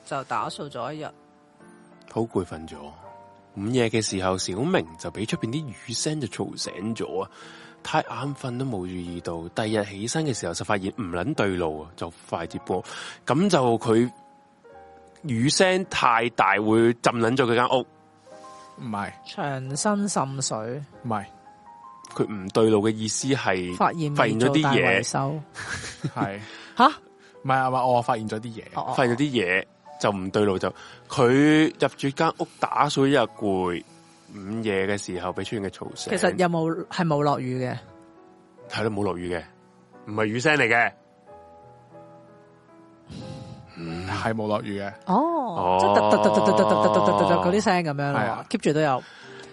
S4: 就打掃咗一日，
S2: 好攰瞓咗。午夜嘅時候，小明就俾出邊啲雨聲就嘈醒咗啊！太眼瞓都冇注意到，第二日起身嘅時候就發現唔撚對路啊，就快接波。咁就佢雨聲太大，會浸撚咗佢間屋。
S3: 唔係
S1: 長身滲水，
S2: 嗯
S3: 唔係，
S2: 佢唔對路嘅意思係
S1: 發現
S2: 發現咗啲嘢，
S1: 收
S3: 係
S1: 吓，
S3: 唔係啊？唔係我發現咗啲嘢。
S1: 哦
S2: 發現咗啲嘢就唔對路，就佢入住間屋打掃一日攰，午夜嘅時候俾出現嘅嘈
S1: 其
S2: 聲。
S1: 實有冇係冇落雨嘅？
S2: 係咯，冇落雨嘅，唔係雨聲嚟嘅。
S3: 係冇落雨嘅，
S1: 哦，即係突突突突突突突突突突
S2: 哦
S1: 嗰啲聲咁樣
S3: 係
S1: 咯
S3: 啊
S1: ，keep 住都有。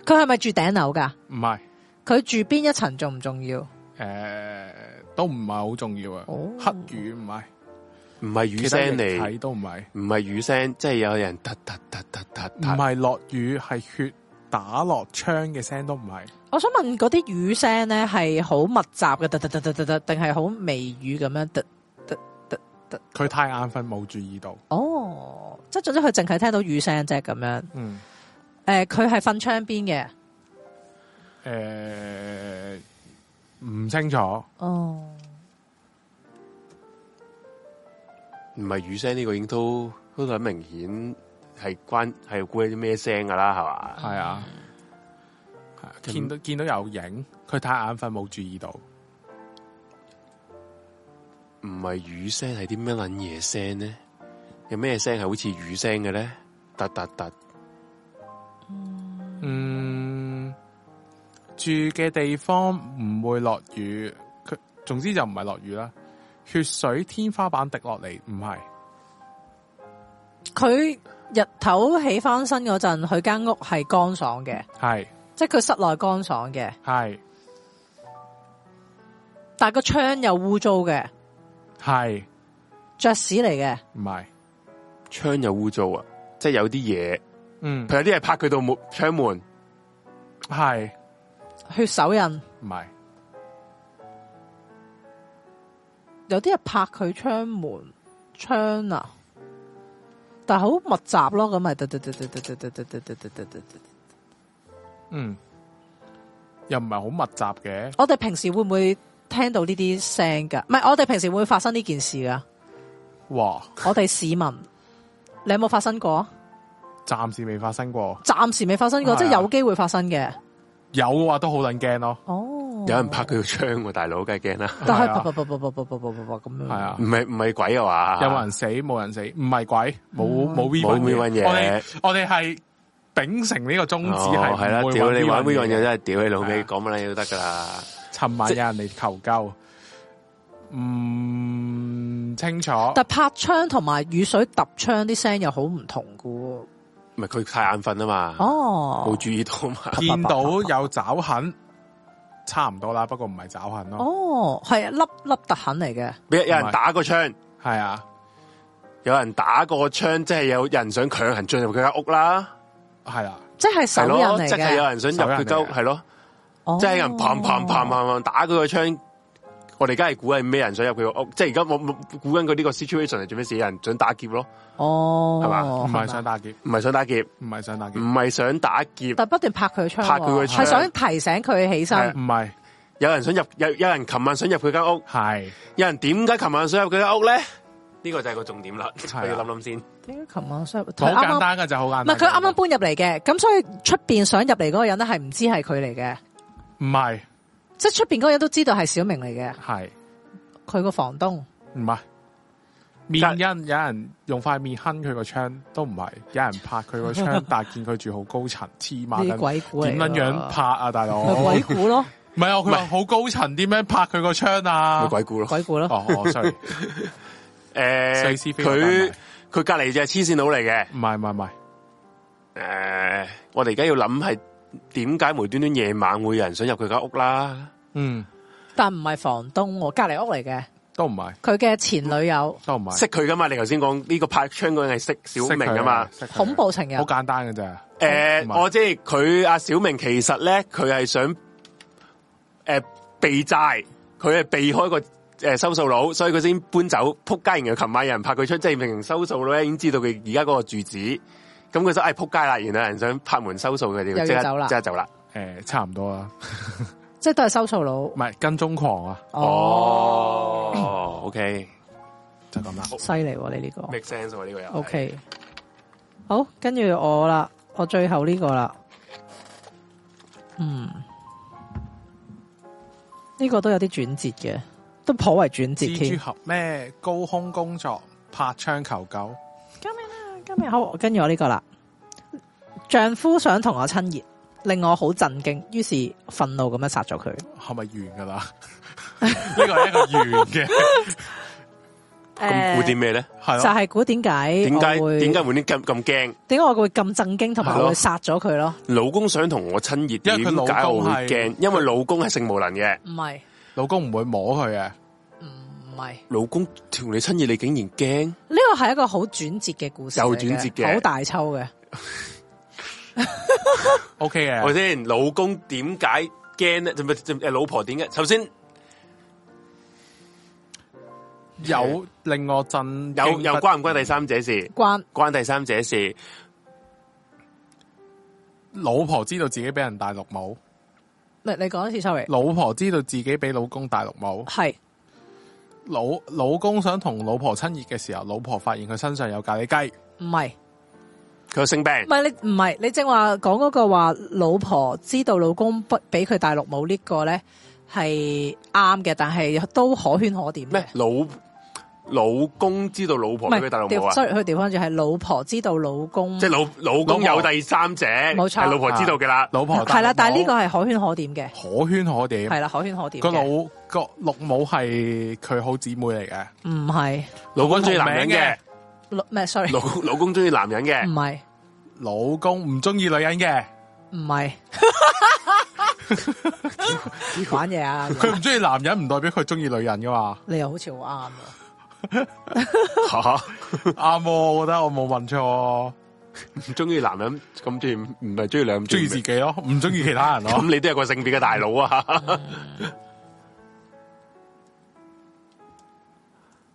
S1: 佢係咪住頂樓㗎？
S3: 唔係
S1: 佢住邊一層重唔重要？
S3: 誒，都唔係好重要啊。
S1: 哦
S3: 黑雨唔係，
S2: 唔係雨聲嚟
S3: 睇，都唔係，
S2: 唔係雨聲，即係有人突突突突突
S3: 唔
S2: 突，
S3: 係落雨，係血打落窗嘅聲都唔係，
S1: 我想問嗰啲雨聲咧係好密集嘅，突突突突突突，定係好微雨咁樣？突突突突。
S3: 佢太眼瞓冇注意到。
S1: 哦，即係總之佢淨係聽到雨聲啫咁樣。
S3: 嗯，
S1: 誒，佢係瞓窗邊嘅。
S3: 誒，唔清楚，
S1: 哦，
S2: 唔係雨聲呢個已經都都好明顯係關係關啲咩聲噶啦，係嘛？
S3: 係啊，係啊見到見到有影，佢太眼瞓冇注意到，
S2: 唔係雨聲係啲咩撚嘢聲呢？有咩聲係好似雨聲嘅咧？突突突，
S3: 嗯，住嘅地方唔會落雨，佢總之就唔係落雨啦。血水天花板滴落嚟，唔係，
S1: 佢日頭起翻身嗰陣，佢間屋係乾爽嘅，
S3: 係
S1: 即係佢室內乾爽嘅，
S3: 係
S1: 但係個窗又污糟嘅，
S3: 係
S1: 雀屎嚟嘅。
S3: 唔係，
S2: 窗又污糟啊！即係有啲嘢，
S3: 嗯
S2: 佢有啲係拍佢到門窗
S3: 哦
S2: 門，
S3: 係
S1: 血手印，
S3: 唔係，
S1: 有啲人拍佢窗門窗啊，但係好密集咯，咁咪嘟嘟嘟嘟嘟嘟嘟嘟嘟嘟嘟嘟嘟嘟
S3: 嗯，又唔係好密集嘅，
S1: 我哋平時會唔會聽到呢啲聲噶？唔係，我哋平時會唔會發生呢件事噶？
S3: 哇，
S1: 我哋市民，你有冇發生過？
S3: 暫時未發生過，
S1: 暫時未發生過，
S3: 係啊
S1: 即係有機會發生嘅。
S3: 有嘅話都好撚驚咯，
S1: 哦，
S2: 有人拍佢個窗喎，大佬梗係驚啦！
S1: 但
S3: 係
S1: 係
S3: 啊
S1: 啪啪啪啪啪啪啪啪啪啪咁樣。
S3: 係啊
S2: 唔。係唔係鬼啊嘛？
S3: 有冇人死？冇人死，唔係鬼，冇冇
S2: 嗯
S3: V
S2: 冇 V1
S3: one 嘢。
S2: 嘢
S3: 我哋我哋係秉承呢個宗旨係
S2: 哦，係啦
S3: 唔，會
S2: 屌你
S3: 玩
S2: 玩
S3: V
S2: V
S3: 1
S2: one 嘢真係屌你老
S3: 係
S2: 味，
S3: 啊
S2: 講乜嘢都得噶啦。
S3: 尋晚有人嚟求救，唔、嗯、清楚。
S1: 但拍窗同埋雨水揼窗啲聲又好唔同噶喎。
S2: 唔係佢太眼瞓啊嘛，
S1: 哦，
S2: 冇注意到 嘛。
S3: 見到有爪痕，差唔多啦，不過唔係爪痕咯。
S1: 哦，係啊，粒粒特痕嚟嘅。
S2: 有有人打個窗，
S3: 係、啊，
S2: 有人打個窗，即係有人想強行進入佢間屋啦，
S3: 係啦、啊，
S1: 即係手
S2: 係
S1: 印
S2: 咯，
S1: 嚟
S2: 即係有
S1: 嘅，
S2: 人想入佢間屋，
S3: 手印嚟嘅
S2: 係咯，
S1: 哦
S2: 即係有人砰砰砰砰砰打佢個窗。我哋而家係估係咩人想入佢個屋，即係而家我我估緊佢呢個 situation 係做咩事？有人想打劫咯，
S1: 哦，
S2: 係嘛
S3: 唔
S1: 係
S3: 係
S1: 嘛
S3: 想，打劫，
S2: 唔係想打劫，
S3: 唔係想打劫，
S2: 唔
S3: 唔
S2: 係想打劫，
S1: 但不斷拍佢嘅窗喎，
S2: 拍佢嘅窗
S1: 係想提醒佢起身
S2: 係。
S3: 係，
S2: 有人想入，有有人琴晚想入佢間屋，
S3: 係
S2: 有人點解琴晚想入佢間屋咧？呢個就係個重點啦，
S3: 係啊
S2: 我要諗諗先。
S1: 點解琴晚想？佢
S3: 好
S1: 啱
S3: 簡
S1: 啱
S3: 單㗎就好簡單。
S1: 唔係佢啱啱搬入嚟嘅，咁所以出邊想入嚟嗰個人咧係唔知係佢嚟嘅，
S3: 唔係，
S1: 即係出邊嗰個人都知道係小明嚟嘅，
S3: 係
S1: 佢個房東。
S3: 唔係面因有人用塊面哼佢個窗都唔係，有人拍佢個 窗，但係見佢住好高層，黐孖
S1: 呢啲
S3: 筋，
S1: 鬼故嚟
S3: 點
S1: 㗎
S3: 撚樣拍啊，大佬？
S1: 咪鬼
S3: 唔
S1: 故咯，
S3: 係啊，佢話好高層，點樣拍佢個窗啊？
S2: 咪鬼故咯。
S1: 鬼故咯，
S3: 哦哦，sorry，
S2: 誒，
S3: 瑞士飛行
S2: 佢佢隔離就係黐線佬嚟嘅。
S3: 唔係唔係唔係，
S2: 誒、呃我哋而家要諗係點解無端端夜晚會有人想入佢間屋啦？
S3: 嗯，
S1: 但唔係房東喎，隔離屋嚟嘅，
S3: 都唔係，
S1: 佢嘅前女友
S3: 都唔係。
S2: 識佢噶嘛？你頭先講呢個拍窗嗰人係識小明噶嘛？
S3: 識佢嘅啊
S1: 恐怖啊情人
S3: 好，簡單嘅咋。
S2: 诶、
S3: 唔係
S2: 我即係佢阿小明，其實咧佢係想诶、避債，佢係避開個诶、收數佬，所以佢先搬走。扑街，然後琴晚有人拍佢出，即係明明收數佬咧已經知道佢而家嗰個住址，咁佢就唉扑街啦，然後有人想拍門收數佢哋，
S1: 又要
S2: 即刻
S1: 走啦
S2: 即刻走啦。
S3: 诶、差唔多啦，
S1: 即係都係收數佬哦
S3: 唔。係跟蹤狂啊，
S2: 哦，OK，
S3: 就咁啦。
S1: 犀利喎！你呢個
S2: make sense 喎呢個又係
S1: O K，好，跟住我啦，我最後呢個啦，嗯，呢、個都有啲轉折嘅，都頗為轉折
S3: 蜘蛛
S1: 添。
S3: 俠咩高空工作拍窗求救，
S1: 今日啦，今日好，跟住我呢個啦，丈夫想同我親熱，令我好震驚，於是憤怒咁樣殺咗佢。
S3: 係咪完噶啦？ 呢個係一個完嘅，
S2: 咁估啲咩咧？
S3: 係
S1: 就
S3: 咯。
S1: 係估點解
S2: 點解
S1: 我會
S2: 點解會啲咁咁驚？
S1: 點解我會咁震驚，同埋
S2: 係咯
S1: 我會殺咗佢咯？
S2: 老公想同我親熱，點
S3: 因為佢老公
S2: 解我會
S3: 係
S2: 驚？因為老公係性無能嘅，
S1: 唔係，
S3: 老公唔會摸佢嘅，
S1: 唔係。
S2: 老公同你親熱，你竟然驚？
S1: 呢個係一個好轉折嘅故事嚟，
S2: 有轉折嘅
S1: 好大抽嘅。
S3: O K
S2: 我
S3: 嘅，
S2: 先，老公點解驚咧？就咪就誒老婆點解？首先
S3: 有令我震驚
S2: 有有關唔關第三者事？
S1: 關
S2: 關第三者事，
S3: 老婆知道自己俾人戴綠帽，
S1: 你你講一次，sorry，
S3: 老婆知道自己俾老公戴綠帽，
S1: 係
S3: 老老公想同老婆親熱嘅時候，老婆發現佢身上有咖喱雞，
S1: 唔係？
S2: 佢有性病
S1: 唔。係你唔係你正話講嗰個話，老婆知道老公不俾佢戴綠帽呢個咧係啱嘅，但係都可圈可點嘅
S2: 咩。？老老公知道老
S1: 唔
S2: 婆俾佢
S1: 係
S2: 大老母啊？
S1: sorry，佢調翻轉係老婆知道老公
S2: 即係老老公
S3: 老
S2: 有
S3: 婆啊
S2: 第三者，
S1: 冇錯
S2: 係老婆知道嘅啦。
S3: 老婆戴
S1: 係啦，
S3: 綠
S1: 但係呢
S3: 帽
S1: 個係可圈可點嘅，
S3: 可圈可點。
S1: 係啦，可圈可點
S3: 個老
S1: 嘅，
S3: 個綠帽係佢好姊妹嚟嘅，
S1: 唔係
S2: 老公中意男人嘅，
S1: 老咩？sorry，
S2: 老老公中意男
S1: 唔
S2: 人 嘅，
S3: 嗯
S1: 係
S3: 老公唔中意女人嘅，
S1: 唔係 玩嘢啊！，
S3: 佢唔中意男人唔代表佢中意女人噶嘛
S1: 你又好似好啱啊喎。
S2: 嚇
S3: 啱喎，我覺得我冇問錯，
S2: 唔中意男人咁中意，唔係中意兩
S3: 中意自己咯，唔中意其他人 咯，
S2: 咁你都係個性別嘅大佬啊！
S3: 嗯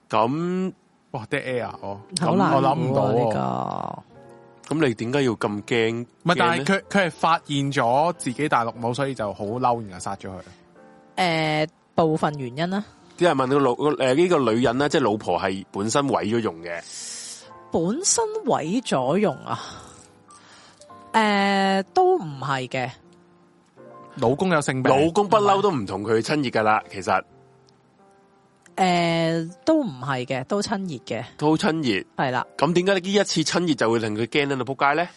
S2: 咁
S3: 哇 dead air 哦，咁
S1: 好難
S3: 我諗唔到
S1: 喎
S3: 喎，
S1: 呢
S2: 咁你點解要咁驚？
S3: 唔係，但係佢佢係發現咗自己戴綠帽，所以就好嬲，然後殺咗佢。
S1: 個誒部分原因啊啦，
S2: 啲人問到老誒呢個女人咧，即係老婆係本身毀咗容嘅，
S1: 本身毀咗容啊，誒都唔係嘅，
S3: 老公有性病，
S2: 老公不嬲都唔同佢親熱噶啦，其實
S1: 誒都唔係嘅，都親熱嘅，
S2: 都好親熱。
S1: 係啦，
S2: 咁點解呢一次親熱就會令佢驚到撲街咧？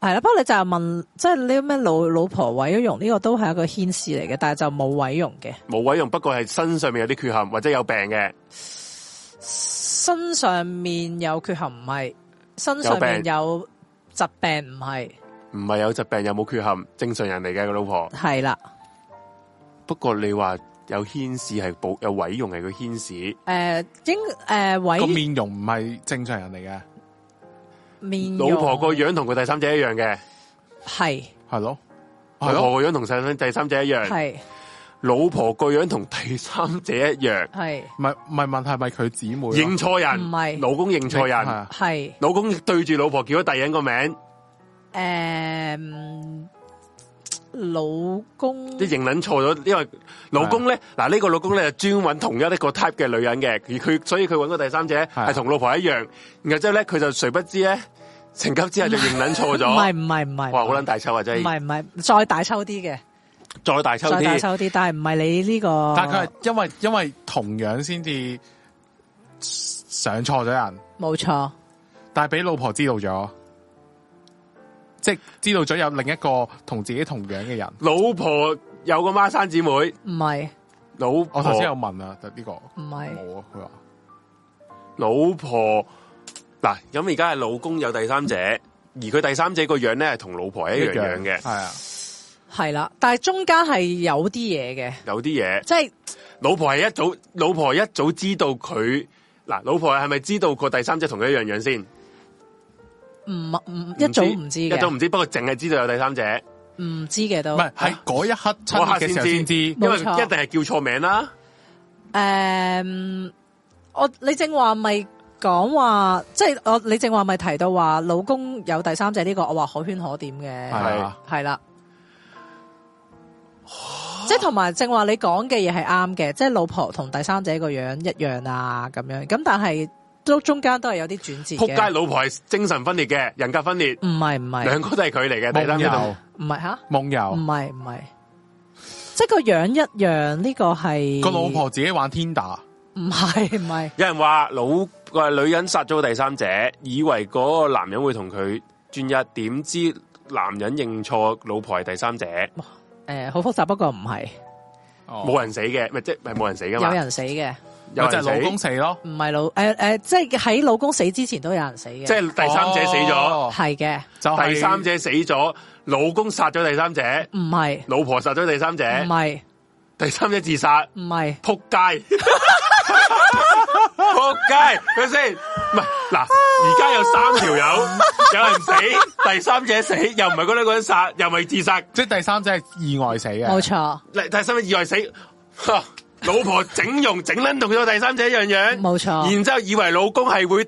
S1: 係啦。不過你就係問，即係呢咩老老婆毀咗容呢個都係一個牽涉嚟嘅，但係就冇毀容嘅，
S2: 冇毀容，不過係身上面有啲缺陷或者有病嘅，
S1: 身上面有缺陷唔係，身上面有疾病唔係，
S2: 唔係有疾病又冇缺陷，正常人嚟嘅個老婆。
S1: 係啦，
S2: 不過你話有牽使係保有毀容係佢牽使，
S1: 誒應誒毀
S3: 個面容唔係正常人嚟嘅，
S1: 面
S2: 老婆個
S1: 容
S2: 樣同佢第三者一樣嘅，
S1: 係
S3: 係咯，係
S2: 老
S3: 咯，
S2: 婆個樣同細第三者一樣，
S1: 係
S2: 老婆個樣同第三者一樣，
S1: 係。
S3: 唔係唔係問係咪佢姊妹咯
S2: 認錯人，
S1: 唔係嗯
S2: 老公認錯
S3: 係
S2: 人，
S3: 啊
S1: 系
S2: 老公對住老婆叫咗第二人個名，
S1: 诶、嗯老公
S2: 即係認撚錯咗，因為老公咧，嗱呢個老公咧專揾同一一個 type 嘅女人嘅，而佢所以佢揾個第三者
S3: 啊
S2: 係同老婆一樣，然後之後咧佢就誰不知咧情急之下就認撚錯
S1: 唔系
S2: 咗，
S1: 唔系唔系，
S2: 哇好撚大抽啊
S1: 唔
S2: 真係，
S1: 系唔系，再大抽啲嘅，
S2: 再大抽
S1: 再大
S2: 啲。
S1: 抽啲，但系唔系你呢、個，
S3: 但佢係因為因為同樣先至上錯咗人，
S1: 冇錯，
S3: 但係俾老婆知道咗，即係知道咗有另一個同自己同樣嘅人。
S2: 老婆有個孖生姊妹，
S1: 唔係
S2: 老
S3: 我哦頭先
S2: 婆
S3: 有問啊，但呢個
S1: 唔
S2: 嗯
S1: 係
S3: 冇啊，佢話
S2: 老婆嗱，咁而家係老公有第三者，而佢第三者個樣咧係同老婆一樣樣嘅，
S3: 係啊，
S1: 係啦，但係中間係有啲嘢嘅，
S2: 有啲嘢
S1: 即係
S2: 老婆係一早，老婆一早知道佢嗱，老婆係咪知道個第三者同佢一樣樣先？
S1: 唔唔一早唔知
S2: 一早
S1: 嘅，
S2: 唔知，不過淨係知道有第三者，
S1: 唔知嘅都
S3: 唔係喺嗰一刻親
S2: 嗰
S3: 熱
S2: 刻
S3: 嘅時候先知，
S2: 因為一
S1: 冇錯
S2: 定係叫錯名啦。
S1: 诶、我你正話咪講話，即係我你正話咪提到話老公有第三者呢、個，我話可圈可點嘅。
S3: 係啊，
S1: 系啦。即系同埋正話你講嘅嘢係啱嘅，即係老婆同第三者個樣一樣啊，咁樣咁但係都中間都係有啲轉折
S2: 扑街，
S1: 嘅。
S2: 老婆係精神分裂嘅，人格分裂，
S1: 唔係唔係
S2: 兩個都係佢嚟嘅。第
S3: 夢
S2: 三者同
S3: 遊
S1: 唔係吓，
S3: 夢
S1: 唔
S3: 遊，
S1: 係唔係，即係個樣一樣呢、個係
S3: 個老婆自己玩 Tinder，
S1: 唔係唔係
S2: 有人話老個女人殺咗個第三者，以為嗰個男人會同佢轉日，點知男人認錯老婆係第三者，
S1: 诶，誒好、複雜，不過唔係
S3: 冇
S2: 冇人死嘅，咪即係冇人死噶
S1: 有
S2: 嘛？
S1: 人死嘅，
S2: 有
S3: 哦就
S2: 人
S3: 係老
S2: 死
S3: 公，死咯，
S1: 唔係老诶诶、誒即係喺老公死之前都有人死
S3: 啊
S1: 嘅，
S2: 即係第三者死咗，
S3: 哦，
S1: 係嘅，
S3: 就係
S2: 第三者死咗，老公殺咗第三者，
S1: 唔係
S2: 老婆殺咗第三者，
S1: 唔
S3: 嗯
S1: 係
S2: 第三者自殺。
S1: 唔係
S2: 扑街， 扑街，佢先？唔系嗱，而家有三条友，有人 死，第三者死，又唔系嗰兩個人殺，又唔係自殺，
S3: 即係第三者係意外死啊嘅，
S1: 冇錯
S2: 第第三者意外死，哈老婆整容整撚同咗第三者一樣樣，
S1: 冇錯
S2: 然之后以為老公係會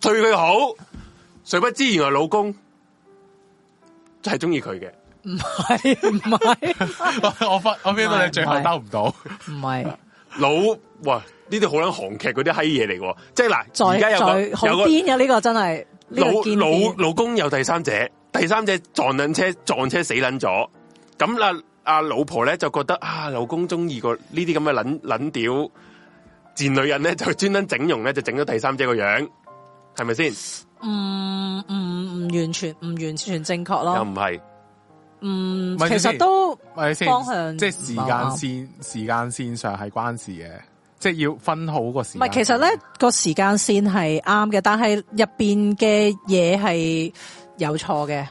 S2: 對佢好，誰不知原來老公係中意佢嘅，
S1: 唔係 唔係。
S3: 我我發我 feel 到你最
S1: 唔
S3: 後
S1: 係
S3: 兜唔到，
S1: 唔係，
S2: 老哇呢啲好撚韓劇嗰啲閪嘢嚟喎，即
S1: 再
S2: 係嗱，而家有
S1: 再
S2: 個
S1: 好
S2: 有個。
S1: 癲嘅呢個真係呢
S2: 老
S1: 個堅
S2: 老
S1: 啲
S2: 老公有第三者，第三者撞撚車撞車死撚咗，咁啦阿老婆咧就覺得啊老公中意個呢啲咁嘅撚撚屌賤女人咧，就專登整容咧就整咗第三者個樣，係咪先？
S1: 唔唔唔完全唔完全正確
S2: 又
S1: 咯，
S2: 唔係
S1: 嗯，
S3: 咪
S1: 其
S3: 先
S1: 實都
S3: 咪先
S1: 方向啊
S3: 即係時間線時間線上係關事嘅，即係要分好個時
S1: 唔
S3: 間。
S1: 係，其實咧個時間線係啱嘅，但係入邊嘅嘢係有錯嘅，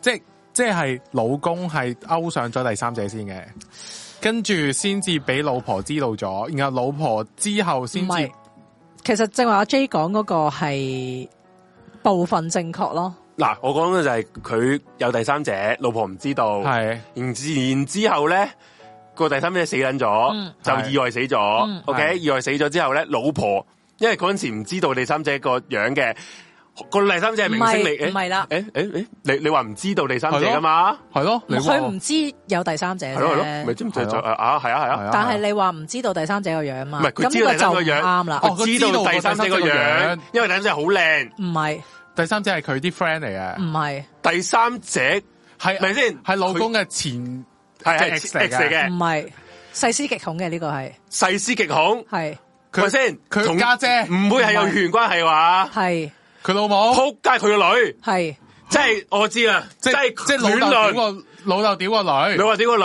S3: 即係即係老公係勾上咗第三者先嘅，跟住先至俾老婆知道咗，然後老婆之後
S1: 唔
S3: 先至
S1: 係。其實正話阿 J 講嗰個係部分正確咯，
S2: 嗱，我講嘅就係佢有第三者，老婆唔知道，
S3: 係
S2: 然之然之後咧。個第三者死撚咗，
S1: 嗯
S2: 就意外死咗。
S1: 嗯
S2: OK，
S3: 係
S2: 意外死咗之後咧，老婆因為嗰陣時唔知道第三者個樣嘅，個第三者係
S1: 唔
S2: 明星嚟
S1: 係
S2: 嘅
S1: 唔。係啦，
S2: 诶诶诶，你你话唔知道第三者噶嘛？
S3: 係咯，你話
S1: 佢唔知有第三者
S2: 系咯系咯，咪
S1: 啫，
S2: 知唔知就
S3: 係咯
S2: 啊？系啊系
S3: 係
S2: 啊，
S3: 啊
S1: 但係
S3: 係啊
S1: 你話唔知道第三者個樣嘛，
S2: 唔係佢
S1: 咁
S2: 知道
S1: 呢
S2: 第三
S1: 個就唔
S2: 個樣
S1: 啱啦，
S3: 哦
S2: 知道第三者
S3: 佢知道
S2: 个
S3: 個
S2: 样
S3: 樣，
S2: 因為第三者好靚。
S1: 唔係
S3: 第三者係佢啲 friend 嚟
S1: 唔
S3: 嘅，
S1: 係。
S2: 第三者
S3: 係
S2: 咪先
S3: 係老公嘅前
S2: 係係
S3: 嘅
S2: X X
S3: X
S2: 嚟
S3: 嚟
S1: 唔
S2: 嘅，
S1: 係細思極恐嘅呢個係
S2: 細思極恐，
S1: 係
S2: 係咪先？
S3: 佢
S2: 同
S3: 家姐哦
S2: 唔會係有血緣關係話？
S1: 係
S3: 佢老母，
S2: 扑街佢個女，
S1: 係
S2: 即係我知啊，
S3: 即
S2: 係
S3: 即係老豆
S2: 亂倫
S3: 屌個老豆屌個
S2: 你
S3: 女，
S2: 話屌個女，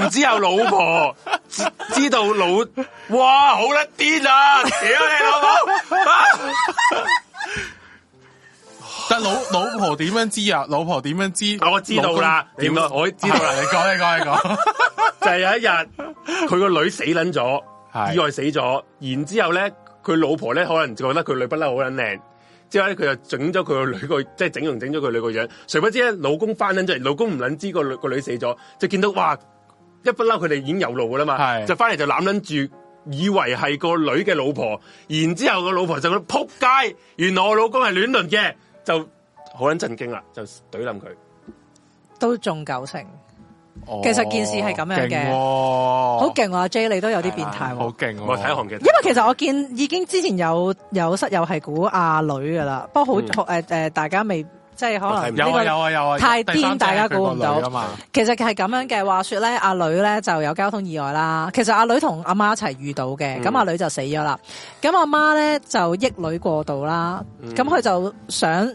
S2: 然 然之后老婆知知道老，哇好甩癲啊！屌你老母！啊
S3: 但老老婆點樣知啊？老婆點樣知？
S2: 我知道啦，
S3: 老
S2: 點
S3: 公
S2: 啊？我知道啦
S3: 係，你講你講你講，
S2: 就係有一日佢個女死撚咗，
S3: 係
S2: 意外死咗，然之後咧佢老婆咧可能覺得佢女不嬲好撚靚，之後咧佢就整咗佢個女個即係整容整咗佢女個樣，誰不知咧老公翻撚咗嚟，老公唔撚知個女個女死咗，就見到哇一不嬲佢哋已經有路噶啦嘛，
S3: 係
S2: 就翻嚟就攬撚住。以為係個女嘅老婆，然之後個老婆就覺得撲街，原來我老公係亂倫嘅，就好撚震驚啦，就懟冧佢。
S1: 都中九成， 其實件事係咁樣嘅
S2: 哦
S1: 好
S3: 好
S1: 勁啊喎！阿 J 你都有啲變
S2: 啊
S1: 態
S3: 哦好
S1: 喎。
S3: 勁喎，
S2: 我睇韓劇，
S1: 因為其實我見已經之前有有室友係估阿女噶啦，不過
S2: 嗯
S1: 好好誒誒，大家未即係可
S2: 我睇
S1: 能
S2: 唔
S1: 呢
S2: 到
S3: 有啊
S1: 個
S3: 有啊有啊，
S1: 太癲
S3: 第三者
S1: 大家
S3: 係佢個
S1: 估唔到
S3: 女啊嘛，
S1: 其實係咁樣嘅，話說咧，阿女咧就有交通意外啦。其實阿女同阿媽一齊遇到嘅，咁
S2: 嗯
S1: 阿女就死咗啦。咁阿媽咧就益
S2: 嗯
S1: 呃女過度啦，咁佢就想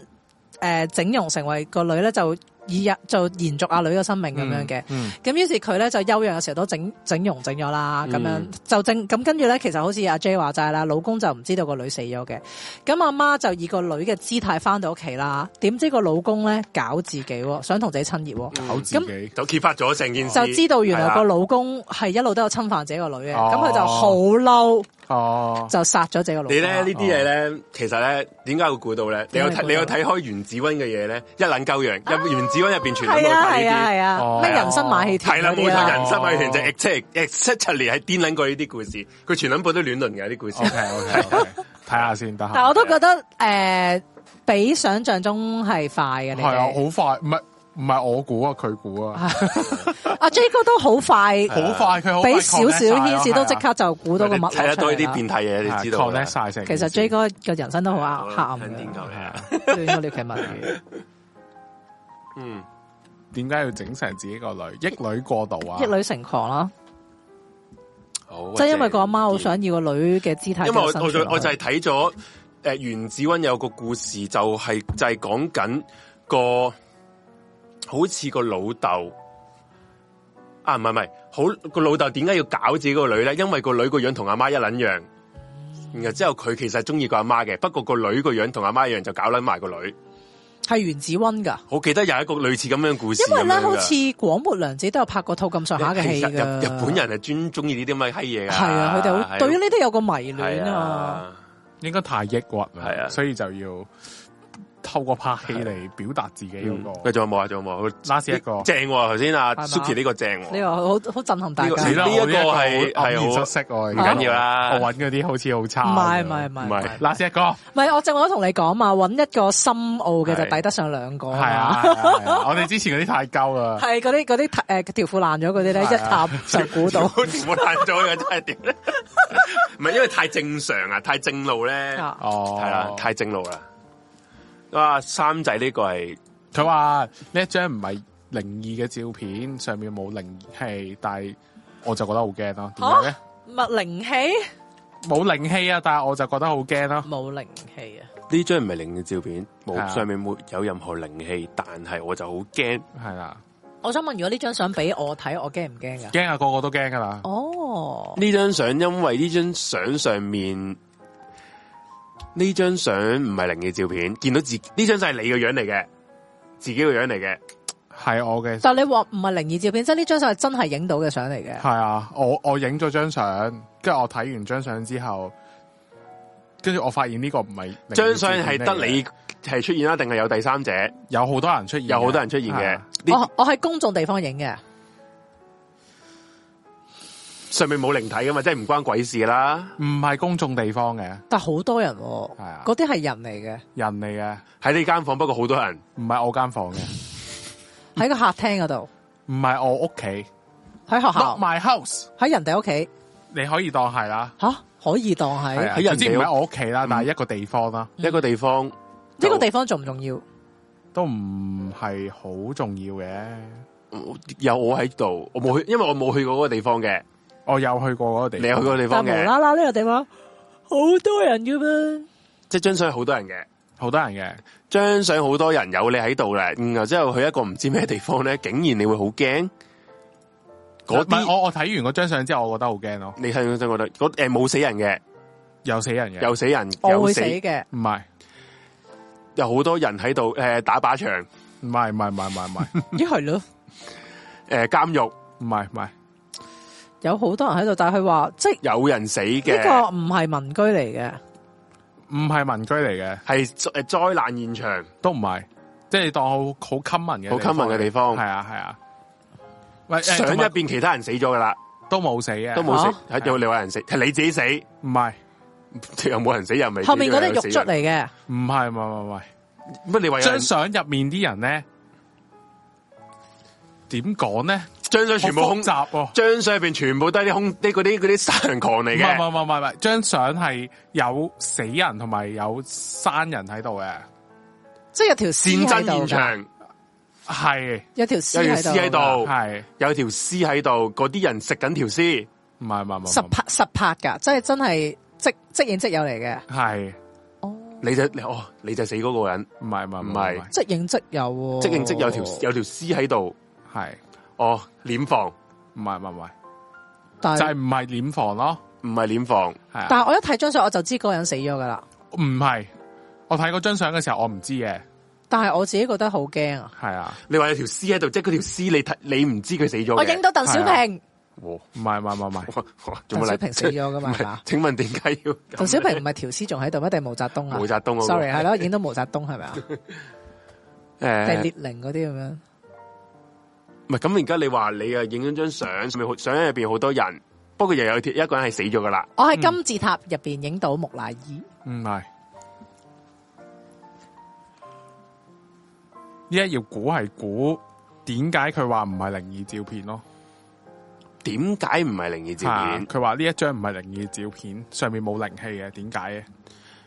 S1: 诶整容成為個女咧就以日就延續阿女嘅生命咁樣嘅。
S3: 嗯，
S1: 咁於是佢咧就休養嘅時候都整整容整咗啦，咁樣、
S2: 嗯
S1: 就整咁跟住咧，其實好似阿 J 話齋啦，老公就唔知道個女死咗嘅，咁阿媽就以個女嘅姿態翻到屋企啦，點知個老公咧搞自己喎，想同自己親熱喎。
S3: 搞自己，
S2: 就揭發咗成件事，
S1: 就知道原來個
S2: 係啦啊
S1: 老公係一路都有侵犯自己個女嘅，
S3: 哦
S1: 咁佢、就好嬲，
S3: 哦，
S1: 就殺咗自己個老公啦。
S2: 你咧呢啲嘢咧，其實咧點解會估到咧？你有
S1: 哦點解
S2: 睇
S1: 會
S2: 你有
S1: 估到啊
S2: 睇開原子温嘅嘢咧，一撚鳩樣，入原子温入邊全部都
S1: 係啊係
S2: 係
S1: 啊
S2: 呢
S1: 係啊
S3: 哦，
S1: 咩人生馬戲
S2: 啲，係
S1: 團
S2: 啦
S1: 嗰
S2: 冇
S1: 啲
S2: 錯，
S1: 啦，
S2: 人生啊咪團就
S3: 哦
S2: exactly exactly 係癲撚過呢啲故事，佢全撚部都亂倫嘅啲故事
S3: OK，OK
S1: 哦
S3: OK，睇下先得閒。
S1: 但我都覺得誒、呃比想象中係快嘅。你
S3: 系
S1: 哋
S3: 啊，好快，唔系唔系我估啊，佢估啊，
S1: 阿 J 哥都好快，
S3: 好快佢好快
S1: 俾少少
S3: connect 晒
S1: 牽
S3: 咯
S1: 示都
S3: 係啊
S1: 即刻就估到個脈
S2: 睇
S1: 絡
S2: 得
S1: 出
S2: 多呢
S1: 嚟
S2: 啲
S1: 啦。
S2: 變態嘢，你知道啊㗎
S3: connect 晒成件
S1: 其
S3: 事。
S1: 實 J 哥嘅人生都好
S2: 好
S1: 黑黑暗
S2: 聽天
S1: 嘅，
S2: 球嚟啊，
S1: 都應該了其物 語。
S2: 嗯，
S3: 點解要整成自己個女？益女過度啊！
S1: 一女成狂啦，
S2: 好，
S1: 即係因為個阿媽好想要個女嘅姿態。
S2: 因為我我
S1: 就
S2: 就我就係睇咗誒袁子温有個故事，就係、就係講緊個好似個老豆啊，唔係唔係，好個老豆點解要搞自己個女咧？因為個女個樣同阿媽一撚樣，然後之後佢其實中意個阿媽嘅，不過個女個樣同阿媽一樣，就搞撚埋個女。
S1: 係袁子温㗎，
S2: 我記得有一個類似咁樣嘅故事咁
S1: 因
S2: 樣
S1: 為
S2: 㗎，
S1: 咧好似廣末涼子都有拍過套咁上下嘅
S2: 其
S1: 戲
S2: 實
S1: 㗎。
S2: 日日本人係專中意呢啲咁嘅閪嘢㗎，
S1: 係啊，佢哋好對於呢啲有個迷戀
S2: 係
S1: 啊。
S2: 啊。
S3: 應該太抑鬱啦，
S2: 係啊
S3: 所以就要透過拍戲嚟表達自己嗰
S2: 佢
S3: 個。
S2: 仲有冇啊？仲有冇佢
S3: last 一個
S2: 正喎，頭先阿
S1: 係嘛
S2: Suki 呢個正喎，
S1: 呢個好好震撼大家。
S2: 啊呢個
S1: 唔
S3: 死啦！
S2: 呢一個
S3: 我呢
S2: 係
S3: 個
S2: 係
S3: 好
S2: 好
S3: 黯然失色喎，唔
S2: 緊要啦
S3: 我揾嗰啲好似好差。
S1: 係唔係唔係
S2: 啊唔
S1: 唔
S2: 係
S1: 係，
S3: last 一個係
S1: 唔係我正話都同你講嘛，揾一個深奧嘅就
S2: 哦係啊
S1: 抵得上兩個嘛。
S3: 啊！係啊係啊我哋之前嗰啲太鳩啊啦，
S1: 係嗰啲嗰啲呃誒條褲爛咗嗰啲咧，
S3: 係
S1: 一
S3: 啊
S1: 塌就估到。
S2: 好全部爛咗嘅真 係點咧？唔係因為太正常啊，太正路咧，係
S1: 啊
S3: 哦，
S2: 啦，太正路啦。哇，三仔呢個係
S3: 佢話呢一張唔係靈異嘅照片，上面冇靈氣，但係我就覺得好驚咯。點解咧？
S1: 物靈氣
S3: 冇靈氣啊，但係我就覺得好驚咯。
S1: 冇靈氣啊！
S2: 呢張唔係靈嘅照片，
S3: 係啊
S2: 冇上面沒有任何靈氣，但係我就好驚。
S3: 係啦，
S1: 我想問，如果呢張相俾我睇，我驚唔驚噶？
S3: 驚啊，個個都驚噶啦。
S1: 哦，
S2: 呢張相因為呢張相上面呢張相唔係靈嘅照片，見到自呢張就係你嘅樣嚟嘅，自己嘅樣嚟嘅。
S3: 係我嘅，
S1: 但你話唔係靈異照片，即係呢張相係真係影到嘅相嚟嘅。
S3: 係啊，我我影咗張相，跟住我睇完張相之後，跟住我發現呢個唔係靈異
S2: 張相係
S3: 照片嚟
S2: 得
S3: 嘅
S2: 你係出現啦，定係有第三者？
S3: 有好多人出現嘅，
S2: 有好多人出現
S3: 係
S2: 嘅
S3: 啊。
S2: 呢
S1: 我我喺公眾地方影嘅，
S2: 上面冇靈體噶嘛，即係唔關鬼事啦。
S3: 唔係公眾地方嘅
S1: 但好多人喎
S3: 係啊，
S1: 嗰啲係人嚟嘅，
S3: 人嚟嘅，
S2: 喺呢間房，不過好多人，
S3: 唔係我間房嘅，
S1: 喺個客廳嗰度，
S3: 唔係我屋企
S1: 喺學
S2: 嗯哦
S3: ，not
S1: 校，
S3: my house，
S1: 喺人哋屋企，
S3: 你可以當係啦。
S1: 吓可以當
S3: 係
S1: 係
S3: 啊
S2: 喺人哋嗯
S3: 總之唔係我屋企啦，但係一個地方啦，
S2: 一個地方，
S1: 呢嗯個地方重唔重要？
S3: 都唔係好重要嘅。
S2: 有我喺度，我冇去，因為我冇去過嗰個地方嘅，
S3: 我有去過嗰個地
S2: 你
S3: 方，
S2: 有去過嗰個地
S1: 但
S2: 方
S1: 無
S2: 嘅，
S1: 啦啦呢個地方好多人嘅噃。
S2: 即係張相好多人嘅，
S3: 好多人嘅，
S2: 張相好多人有你喺度啦，然後之後去一個唔知咩地方咧，竟然你會好驚，嗰
S3: 唔係
S2: 啲
S3: 我我睇完嗰張相之後，我覺得好驚咯，
S2: 你睇張相覺得嗰誒冇死人嘅，
S3: 有死人嘅，
S2: 有死人，
S1: 我
S2: 有
S1: 會
S2: 死
S1: 死， 嘅，
S3: 唔係
S2: 有好多人喺度誒打靶場，
S3: 唔係唔係唔係唔係唔係
S1: 咦係咯，
S2: 誒監獄
S3: 唔係唔係
S1: 有好多人喺度，但係佢話即係
S2: 有人死
S1: 呢
S2: 嘅，
S1: 個唔係民居嚟嘅，
S3: 唔係民居嚟嘅，
S2: 係誒災難現場，
S3: 都唔係，即係當好好 common 嘅
S2: 好 common 嘅地方
S3: 係啊係啊。喂，誒
S2: 相
S3: 同
S2: 入
S3: 埋
S2: 邊其他人死咗噶啦，
S3: 都冇死嘅，
S2: 都冇死，
S3: 嚇
S2: 係有你有人死，係你自己死。
S3: 唔係
S2: 又冇人死人未？
S1: 後面嗰啲係獄卒嚟嘅，
S3: 唔係唔係唔係，
S2: 乜你話有人
S3: 張相入面啲人咧點講咧？
S2: 張相全部
S3: 好
S2: 空
S3: 複雜喎。
S2: 張相入邊全部都係啲空啲嗰啲嗰啲殺人狂嚟
S3: 唔係唔係
S2: 嘅，
S3: 唔係唔係唔係，張相係有死人同埋有生人喺度嘅，
S1: 即係有條屍喺
S2: 戰爭
S1: 度㗎，
S2: 現場
S3: 係
S1: 有條
S2: 有條
S1: 屍
S2: 屍喺
S1: 喺度㗎，
S2: 度，
S3: 係
S2: 有條屍喺度，嗰啲人食緊條屍，
S3: 唔係唔係唔係唔
S1: 實
S3: 係，
S1: 拍實拍㗎，即係真係即即影即有嚟嘅。
S3: 係
S1: 哦，
S2: 你就你哦，你就死嗰個人，
S3: 唔係唔係
S2: 唔係
S1: 即影即有
S3: 哦
S1: 喎，
S2: 即認即有條有條屍喺度，
S3: 係
S2: 哦，殮房
S3: 唔係唔係唔係，
S1: 但
S3: 就係
S1: 係
S3: 唔係殮房咯，
S2: 唔係殮房，
S3: 係啊，
S1: 但係我一睇張相我就知嗰個人死咗噶啦，
S3: 唔係我睇嗰張相嘅時候我唔知嘅，
S1: 但係我自己覺得好驚啊！
S3: 係啊，
S2: 你話有條屍喺度，即係嗰條屍你睇你唔知佢死咗嘅啊
S1: 我影到鄧小平，
S2: 哇
S3: 唔係唔係唔係唔係，
S2: 哇哇做
S1: 鄧
S2: 乜
S1: 小
S2: 嚟
S1: 平死咗噶嘛
S2: 唔係
S1: 係嘛？
S2: 請問點解要咁
S1: 鄧小 平唔係條屍仲喺度，一定係毛澤東啊
S2: 毛澤東嗰個
S1: ？sorry 係咯，影到毛澤東 係咪啊？定係
S2: 誒
S1: 列寧嗰 啲咁
S2: 嗯
S1: 樣？
S2: 唔係咁，而家你話你啊影咗張相，上面好相入邊好多人，不過又有條一個人係死咗噶啦。
S1: 我喺金字塔入邊影到木乃伊，
S3: 唔係。依家要估係估點解佢話唔係靈異照片咯？
S2: 點解唔係靈異照
S3: 係啊
S2: 片？
S3: 佢話呢一張唔係靈異照片，上面冇靈氣嘅，點解嘅？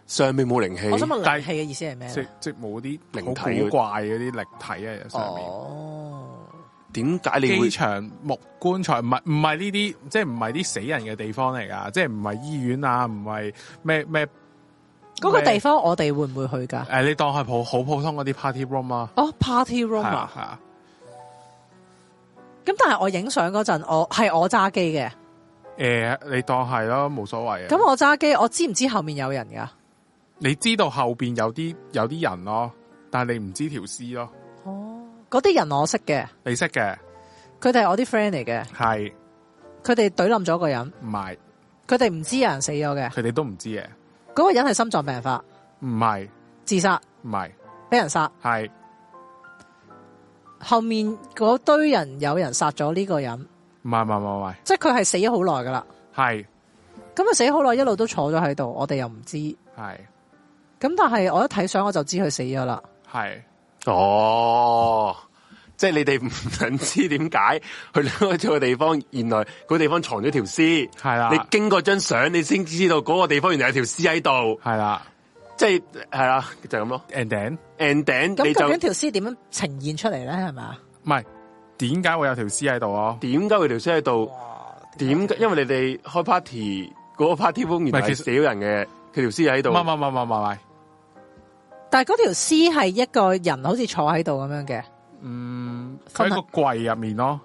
S2: 上面冇靈氣，
S1: 我想問
S3: 但
S1: 靈
S3: 係
S1: 氣嘅意思係咩
S3: 即
S1: 咧？
S3: 即冇啲
S2: 靈
S3: 好
S2: 體嗰
S3: 古怪嗰啲靈體啊上面。
S1: 哦，
S2: 點解你會
S3: 機場木棺材唔係唔係呢啲，即係唔係啲死人嘅地方嚟噶，即係唔係醫院啊，唔係咩咩
S1: 嗰個
S3: 咩
S1: 地方我哋會唔會去噶？
S3: 誒，你當係普好普通嗰啲 party room 啊，
S1: 哦，party
S3: 係
S1: room 啊
S3: 啊！係啊，
S1: 咁但係我影相嗰陣，我係我揸機嘅，
S3: 誒，你當係咯，冇所
S2: 嗯
S3: 謂啊。
S1: 咁我揸機，我知唔知後面有人噶？
S3: 你知道後邊有啲有啲人咯，但係你唔知條屍咯，
S1: 哦，嗰啲人我識嘅，
S3: 你識嘅
S1: 佢哋係我啲 friend 嚟嘅，
S3: 係
S1: 佢哋懟冧咗個人，
S3: 唔係？
S1: 佢哋唔知有人死咗嘅，嗰、
S3: 佢哋都唔知嘅，
S1: 個人係心臟病發
S3: 唔係
S1: 自殺，
S3: 唔係
S1: 俾人殺，
S3: 係
S1: 後面嗰堆人有人殺咗呢個人，
S3: 唔係唔係唔係
S1: 即係佢係死咗好耐噶啦，
S3: 係
S1: 咁啊佢死咗好耐一路都坐咗喺度，我哋又唔知，咁
S3: 係
S1: 但係我一睇相我就知佢死咗啦，
S3: 係
S2: 哦，即係你哋唔 想知點解去咗個地方，原來嗰地方藏咗條屍。
S3: 係啦，
S2: 你經過張相，你先知道嗰個地方原來有條屍喺度，
S3: 係啦
S2: 即係係啦，就係咁咯。
S3: ，and then。
S2: and then
S1: 咁
S2: 你
S1: 究
S2: 就
S1: 竟條屍點樣呈現出嚟咧？係咪啊？
S3: 唔係點解會有條屍喺度啊？
S2: 點解佢條屍喺度？
S1: 哇！
S2: 點
S1: 啊
S2: 解？因為你哋開 party 嗰個 party room 原來
S3: 唔係
S2: 係
S3: 其實
S2: 死咗人嘅，佢條屍喺
S3: 唔
S2: 度。
S3: 係唔係唔係唔係，
S1: 但係嗰條屍係一個人好似坐喺度咁樣嘅，
S3: 嗯，
S1: 瞓
S3: 佢喺個櫃入面咯，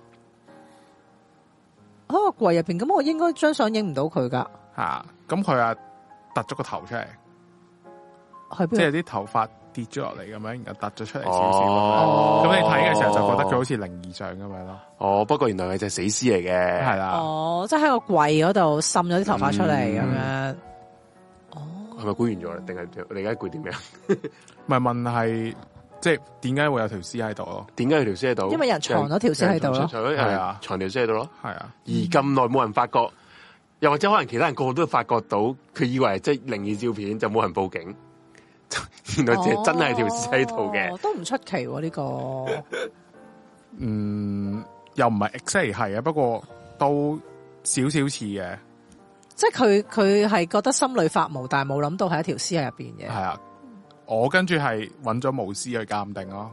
S1: 喺哦個櫃入邊，咁我應該張相影唔到佢噶，
S3: 吓咁佢啊突咗個頭出嚟，
S1: 係
S3: 即
S1: 邊
S3: 係
S1: 度？
S3: 啲頭髮跌咗落嚟咁樣，然後突咗出嚟少少
S2: 哦
S3: 咁樣。咁你睇嘅時候就覺得佢好似靈異像咁樣咯，
S2: 哦，不過原來係隻死屍嚟嘅。
S3: 係啦，
S1: 哦，即係喺個櫃嗰度滲咗啲頭髮出嚟咁樣
S3: 嗯。
S1: 哦，
S2: 係咪估完咗啦？定係你而家估啲咩啊？
S3: 咪問係即係點解會有條屍喺度咯？
S2: 點解佢條屍喺度？
S1: 因為人藏咗條屍喺度咯
S2: 有人藏咗
S3: 係啊
S2: 藏條屍喺度咯。
S3: 係啊，
S2: 而咁耐冇人發覺，又或者可能其他人個個都發覺到，佢以為係即係靈異照片，就冇人報警。 原來只係真係條屍喺度嘅
S1: 哦，，都唔出奇喎 呢個。 哦
S3: 嗯，又唔係 exactly 係啊，不過都少少似嘅，
S1: 即係佢佢係覺得心裏發毛，但係冇諗到係一條屍喺入邊
S3: 係
S1: 嘅。
S3: 啊。我跟住係揾咗巫師去鑑 定咯，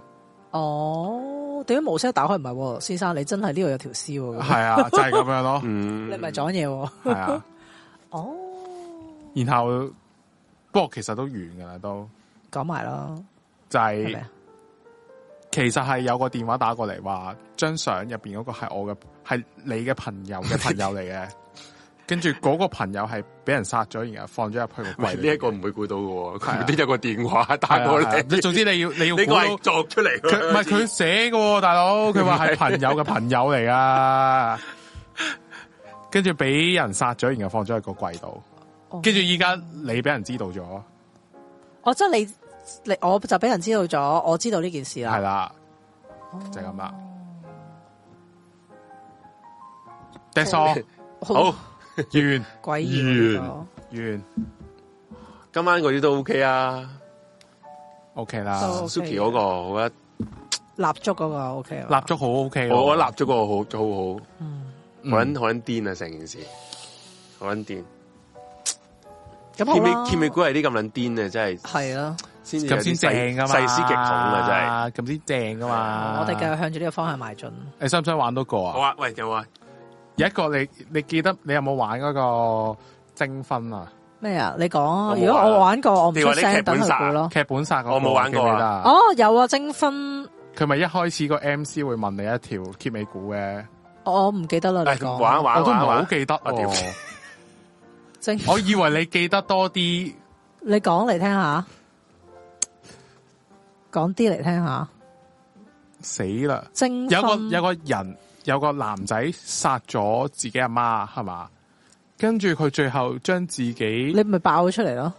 S1: 哦，點解無聲打開唔係喎？先生，你真係呢度有條屍喎。咁
S3: 係啊，就係咁樣咯，
S2: 嗯，
S1: 你咪撞嘢喎。
S3: 係啊。
S1: 哦，
S3: 然後不過其實都完噶啦，都
S1: 講埋啦，
S3: 就係、
S1: 係咪啊？
S3: 其實係有個電話打過嚟話，張相入邊嗰個係我嘅，係你嘅朋友 嘅朋友嚟嘅。跟住嗰個朋友係俾人殺咗，然後放咗入去個
S2: 喂
S3: 櫃
S2: 呢一個
S3: 唔
S2: 唔會估到嘅喎，
S3: 係啊
S2: 佢都有個電話打過嚟，
S3: 你啊總之你要你要
S2: 呢個係
S3: 估到
S2: 作出嚟㗎
S3: 佢 唔係佢寫嘅喎，大佬佢話係朋友嘅朋友嚟噶。跟住俾人殺咗，然後放咗喺個櫃度。
S1: 哦
S3: 跟住依家你俾人知道咗，
S1: 哦，即係你你我就俾人知道咗，我知道呢件事啦
S3: 係。啦，
S1: 哦
S3: 就係咁啦。That's all，
S2: 好，
S3: 完
S1: 詭異喎呢
S3: 完
S2: 今晚嗰啲都 OK 啊
S3: ，OK
S1: 都
S3: 啦。
S2: ，Suki 嗰個好啊，
S1: 個蠟燭嗰個 OK 啊嘛
S3: 蠟燭好 OK，喎
S2: 我我立咗個好好好。
S3: 嗯
S2: 好撚好撚癲啊！成件事好撚癲，
S1: 咁好
S2: 揭
S1: 啦
S2: 尾揭尾股係啲咁撚癲啊！真係
S1: 係啦，
S2: 先至有
S3: 咁
S2: 啲
S3: 先正噶嘛，
S2: 細思極恐啊！真係。
S3: 真係，咁先正噶
S2: 啊
S3: 嘛。
S1: 哦我哋繼續向住呢個方向邁進。
S3: 你想唔想玩多個
S2: 好
S3: 啊？
S2: 啊，喂，有啊，
S3: 有一個你你記得你有冇玩嗰個精分啊？
S1: 咩啊？你講啊
S2: 我冇
S1: 如果我玩過，我唔
S2: 你話
S1: 出
S2: 啲劇
S1: 聲等
S2: 本
S1: 佢
S2: 殺啊
S1: 估咯。
S3: 劇本殺嗰個
S2: 我冇玩過啊
S3: 記唔記得啊
S1: 哦，有啊，徵婚，
S3: 佢咪一開始個 MC 會問你一條揭尾股嘅，
S1: 我唔記得啦。
S2: 哎
S1: 你講
S2: 玩一玩
S3: 我都唔
S2: 玩一
S3: 係好
S2: 玩
S3: 記得
S2: 我屌
S3: 喎。
S1: 徵，
S3: 我以為你記得多啲，
S1: 你講嚟聽下，講啲嚟聽下。
S3: 死啦！
S1: 徵
S3: 有個
S1: 婚
S3: 有個人有個男仔殺咗自己阿媽係嘛，跟住佢最後將自己
S1: 你咪爆咗出嚟咯。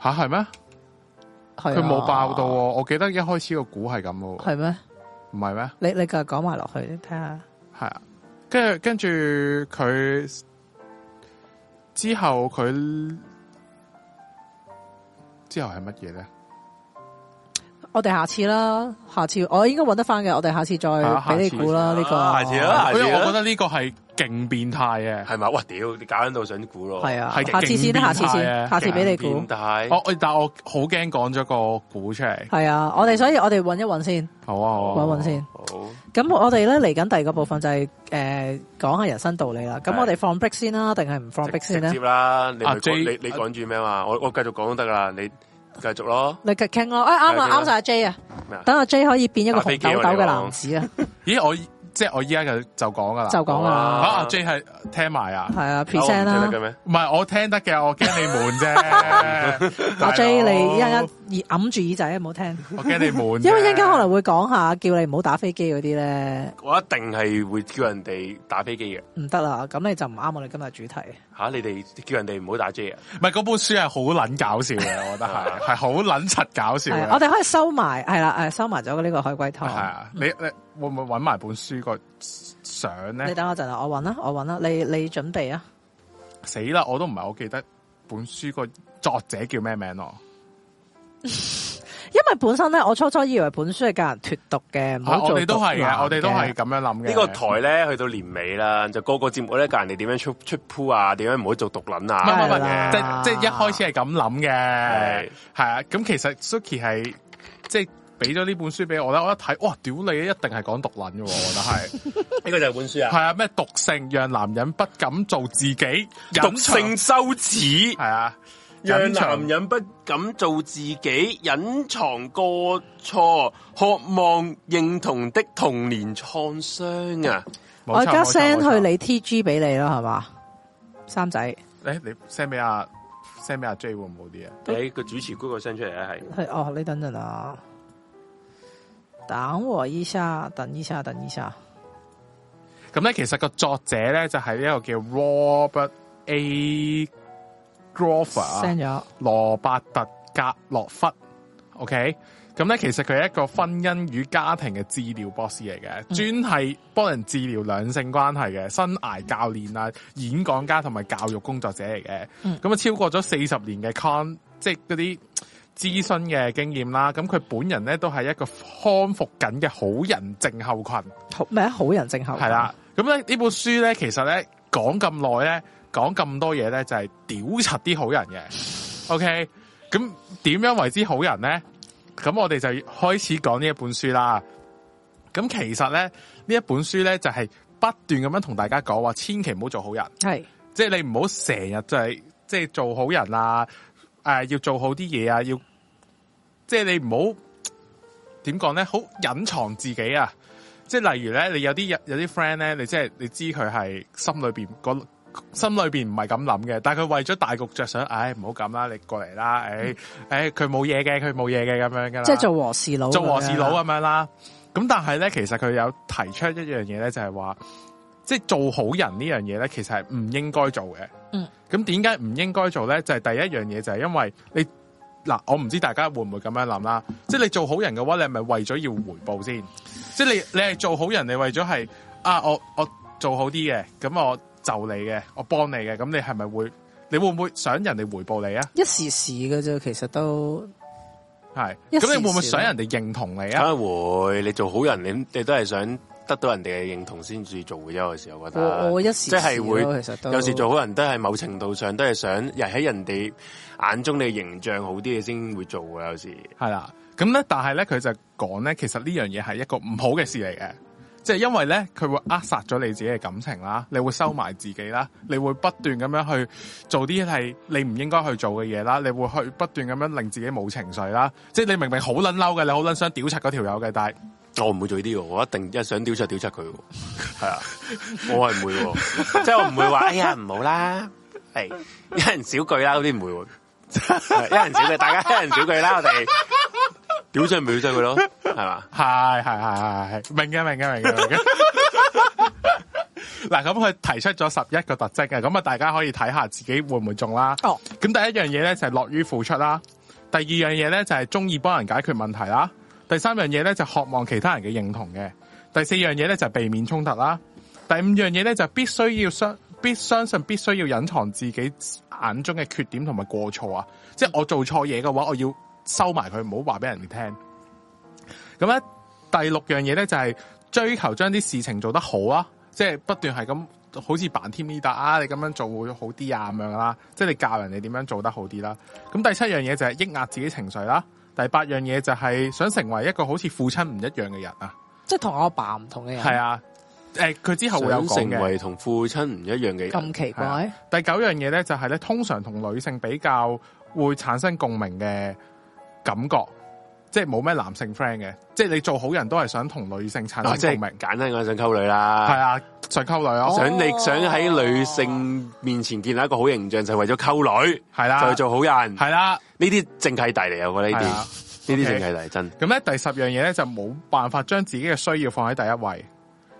S3: 吓係咩？
S1: 佢啊
S3: 佢冇爆到喎，，我記得一開始個股係咁喎，
S1: 係咩？
S3: 唔係咩？
S1: 你你繼續講埋落去，你睇下。
S3: 係啊，跟住跟住佢之後佢之後係乜嘢咧？
S1: 我哋下次啦，下次我應該揾得翻嘅，我哋下次
S3: 啊
S1: 再俾你
S3: 下次
S1: 估啦。呢個
S2: 啊下次 啦
S3: 因為我覺得呢個係勁變態嘅。
S2: 係咪？哇！屌，你搞緊到想估咯，
S1: 係啊，
S3: 係
S1: 下次先啦，下
S3: 勁
S1: 次
S3: 變態
S1: 先，
S3: 啊
S1: 下次俾你估
S2: 變。態
S3: 我我但我好驚講咗個股出嚟，
S1: 係啊，我哋所以我哋揾一揾先，
S3: 好啊好啊，
S1: 揾一揾先。
S2: 好。
S1: 咁我哋咧嚟緊第二個部分就係誒講下人生道理啦。咁
S2: 係
S1: 我哋放 break 先啦，定係唔放 break
S2: 直
S1: 先咧
S2: 直接？啦，你咪
S3: 啊
S2: 講
S3: J-
S2: 你你講住咩嘛？我我繼續講都得噶啦，你繼續咯。
S1: 你繼續傾咯，誒啱
S2: 繼續
S1: 啊，
S2: 啦
S1: 啱晒阿 J 啊
S2: 咩啊，
S1: 等阿 J 可以變一個
S2: 打飛
S1: 紅
S2: 機
S1: 豆
S2: 啊
S1: 豆嘅
S2: 你講
S1: 男子啊，
S3: 咦我即係我依家就就講噶啦，
S1: 就講
S3: 啊
S1: 啦，
S3: 阿 J 係聽埋啊，
S1: 係啊 present
S2: 啊
S1: 啦。
S2: 我唔聽，得嘅咩？
S3: 唔係我聽得嘅，我驚你悶 啫
S1: 阿 J
S3: 大佬
S1: 你一陣間揞住耳仔啊，唔好聽，
S3: 我驚你悶啫，
S1: 因為一陣間可能會講下叫你唔好打飛機嗰啲咧，
S2: 我一定係會叫人哋打飛機嘅
S1: 唔得啦，咁你就唔啱我哋今日主題。
S2: 吓，你哋叫人哋唔好打 J 啊！
S3: 唔係嗰本書係好撚搞笑 嘅，我覺得係係好撚柒搞笑
S1: 係啊我
S3: 嘅。
S1: 哋可以收埋，係啦，誒收埋咗呢個海龜
S3: 係
S1: 湯。
S3: 啊，你你會唔會揾埋本書個相
S1: 你
S3: 咧？
S1: 等我陣啊，我揾啦，我揾啦，你你準備啊。
S3: 死啦！我都唔係好記得本書個作者叫咩名咯。
S1: 因為本身咧，我初初以為本書係教人脱毒嘅，唔
S3: 啊
S1: 好
S3: 我
S1: 做
S3: 哋都係
S1: 毒男
S3: 嘅，我哋都係。咁樣諗嘅。
S2: 呢個台咧去到年尾啦，就個個節目咧教人哋點樣出出鋪啊，點樣唔好做毒撚
S3: 唔係唔係
S1: 係係
S2: 啊。咁樣
S3: 唔
S1: 啦
S2: 嘅
S3: 係，即即係一開始係咁諗嘅
S2: 係，
S3: 係啊。咁其實 Suki 係即係俾咗呢本書俾我咧，我一睇，哇！屌你，啊一定係講毒撚嘅喎，我覺得 係
S2: 呢個就係本書啊，
S3: 係啊，咩毒性讓男人不敢做自己，
S2: 毒
S3: 隱藏
S2: 性羞恥，
S3: 係啊，
S2: 讓
S3: 隱
S2: 男
S3: 藏
S2: 人不敢做自己，隱藏過錯，渴望認同的童年創傷
S3: 嗯
S2: 啊！
S1: 我而家 send 去
S3: 你
S1: 你 T G 俾你啦，係嘛？三仔，
S3: 誒，你 send 俾阿 send 俾阿 J 會唔會好啲啊？
S2: 俾個主持嗰個聲出嚟咧，係
S1: 係哦，你等陣啊，等我一下，等一下，等一下。
S3: 咁咧，其實個作者咧就係呢個叫 Robert A. Grover 啊
S1: send 咗，
S3: 羅伯特格洛弗，OK，咁咧其實佢係一個婚姻與家庭嘅治療博士嚟嘅，專係幫人治療兩性關係嘅生涯教練啊、演講家同埋教育工作者嚟嘅。咁啊、
S1: 嗯
S3: 超過咗四十年嘅 con，即係嗰啲諮詢嘅經驗啦。咁佢本人咧都係一個康復緊嘅好人症候群。
S1: 好咩？好人症候群
S3: 系啦，，咁咧呢本書咧，其實咧講咁耐咧，講咁多嘢咧，就係屌柒啲好人嘅。OK，咁點樣為之好人咧？咁我哋就開始講呢一本書啦。咁其實咧呢一本書咧就係、不斷咁樣同大家講話，千祈唔好做好人，
S1: 係
S3: 即係你唔好成日就係即係做好人啊，誒、要做好啲嘢啊，要即係你唔好點講咧，好隱藏自己啊！即係例如咧，你有啲有啲 friend 咧，你即係你知佢係心裏邊個心裏邊唔係咁諗嘅，但係佢為咗大局着想，唉，唔好咁啦，你過嚟啦，唉，唉，佢冇嘢嘅，佢冇嘢嘅咁樣噶啦，
S1: 即係做和事佬咁樣
S3: 做
S1: 啦，
S3: 和事佬啊咁樣啦。咁但係咧，其實佢有提出一樣嘢咧，就係話，即係做好人呢樣嘢咧，其實係唔應該做嘅。
S1: 嗯。
S3: 咁點解唔應該做咧？就係、第一樣嘢就係因為你嗱，我唔知大家會唔會咁樣諗啦。即係你做好人嘅話，你係咪為咗要回報先？即係你你係做好人，你為咗係啊，我我做好啲嘅，咁我就你嘅，我幫你嘅，咁你係咪會？你會唔會想人哋回報你啊？
S1: 一時時嘅啫，其實都
S3: 係，
S1: 一時
S3: 咁你會唔會
S1: 時
S3: 想
S1: 咯
S3: 人哋認同你
S2: 梗
S3: 啊？
S2: 係會，你做好人，你你都係想得到人哋嘅認同先至做嘅啫。有時我覺得，
S3: 啊
S1: 我我一時
S2: 即係會
S1: 咯其實都
S2: 有時做好人都係某程度上都係想人喺人哋眼中你嘅形象好啲嘢先會做嘅。有時
S3: 係啦，咁咧，但係咧，佢就講咧，其實呢樣嘢係一個唔好嘅事嚟嘅。即係因為咧，佢會扼殺咗你自己嘅感情啦，你會收埋自己啦，你會不斷咁樣去做啲係你唔應該去做嘅嘢啦，你會去不斷咁樣令自己冇情緒啦，即係你明明好撚嬲嘅，你好撚想屌柒嗰條友嘅，但係
S2: 我哦唔會做呢啲喎，我一定一想屌出屌出佢喎， 係啊，我係唔 會喎，即係我唔會話，哎呀唔好啦，係一人少句啦，嗰啲唔會 喎，係一人少句，大家一人少句啦，我 哋屌真咪屌真佢咯，係嘛？
S3: 係係係係係，明嘅明嘅明嘅明嘅。嗱，咁佢提出咗十一個特徵嘅，咁啊，大家可以睇下自己會唔會中啦。
S1: 哦，
S3: 咁第一樣嘢咧就係樂於付出啦，第二樣嘢咧就係中意幫人解決問題啦，第三樣嘢咧就渴望其他人嘅認同嘅，第四樣嘢咧就係避免衝突啦，第五樣嘢咧就必須要相必相信必須要隱藏自己眼中嘅缺點同埋過錯啊，即係我做錯嘢嘅話，我要收埋佢，唔好話俾人哋聽。咁咧第六樣嘢咧就係、追求將啲事情做得好啊，即係不斷係咁，好似扮 team leader 啊，你咁樣做會好啲啊咁樣啦，即係你教人哋點樣做得好啲啦。咁第七樣嘢就係抑壓自己情緒啦，第八樣嘢就係想成為一個好似父親唔一樣嘅人啊，
S1: 即系同我阿爸唔同嘅人，
S3: 係啊，誒、佢之後會有
S2: 想
S3: 講
S2: 成
S3: 嘅。
S2: 為同父親唔一樣嘅啊人，
S1: 咁奇
S3: 係啊
S1: 怪，
S3: 第九樣嘢咧就係咧，通常同女性比較會產生共鳴嘅感覺，即係冇咩男性 friend 嘅，即係你做好人都係想同女性產
S2: 啊即
S3: 生
S2: 係
S3: 共鳴，
S2: 簡單講想溝女
S3: 係
S2: 啦，
S3: 啊，想溝女啊，
S2: 想你
S1: 哦
S2: 想喺女性面前建立一個好形象，就係為咗溝女，
S3: 係
S2: 就
S3: 啦，
S1: 啊
S2: 係做好人，
S3: 係啦，
S2: 呢啲正契弟嚟啊！我覺得
S3: 係
S2: 呢
S3: 啊。
S2: 啲呢啲
S3: OK
S2: 正契弟真。
S3: 咁咧第十樣嘢咧就冇辦法將自己嘅需要放喺第一位，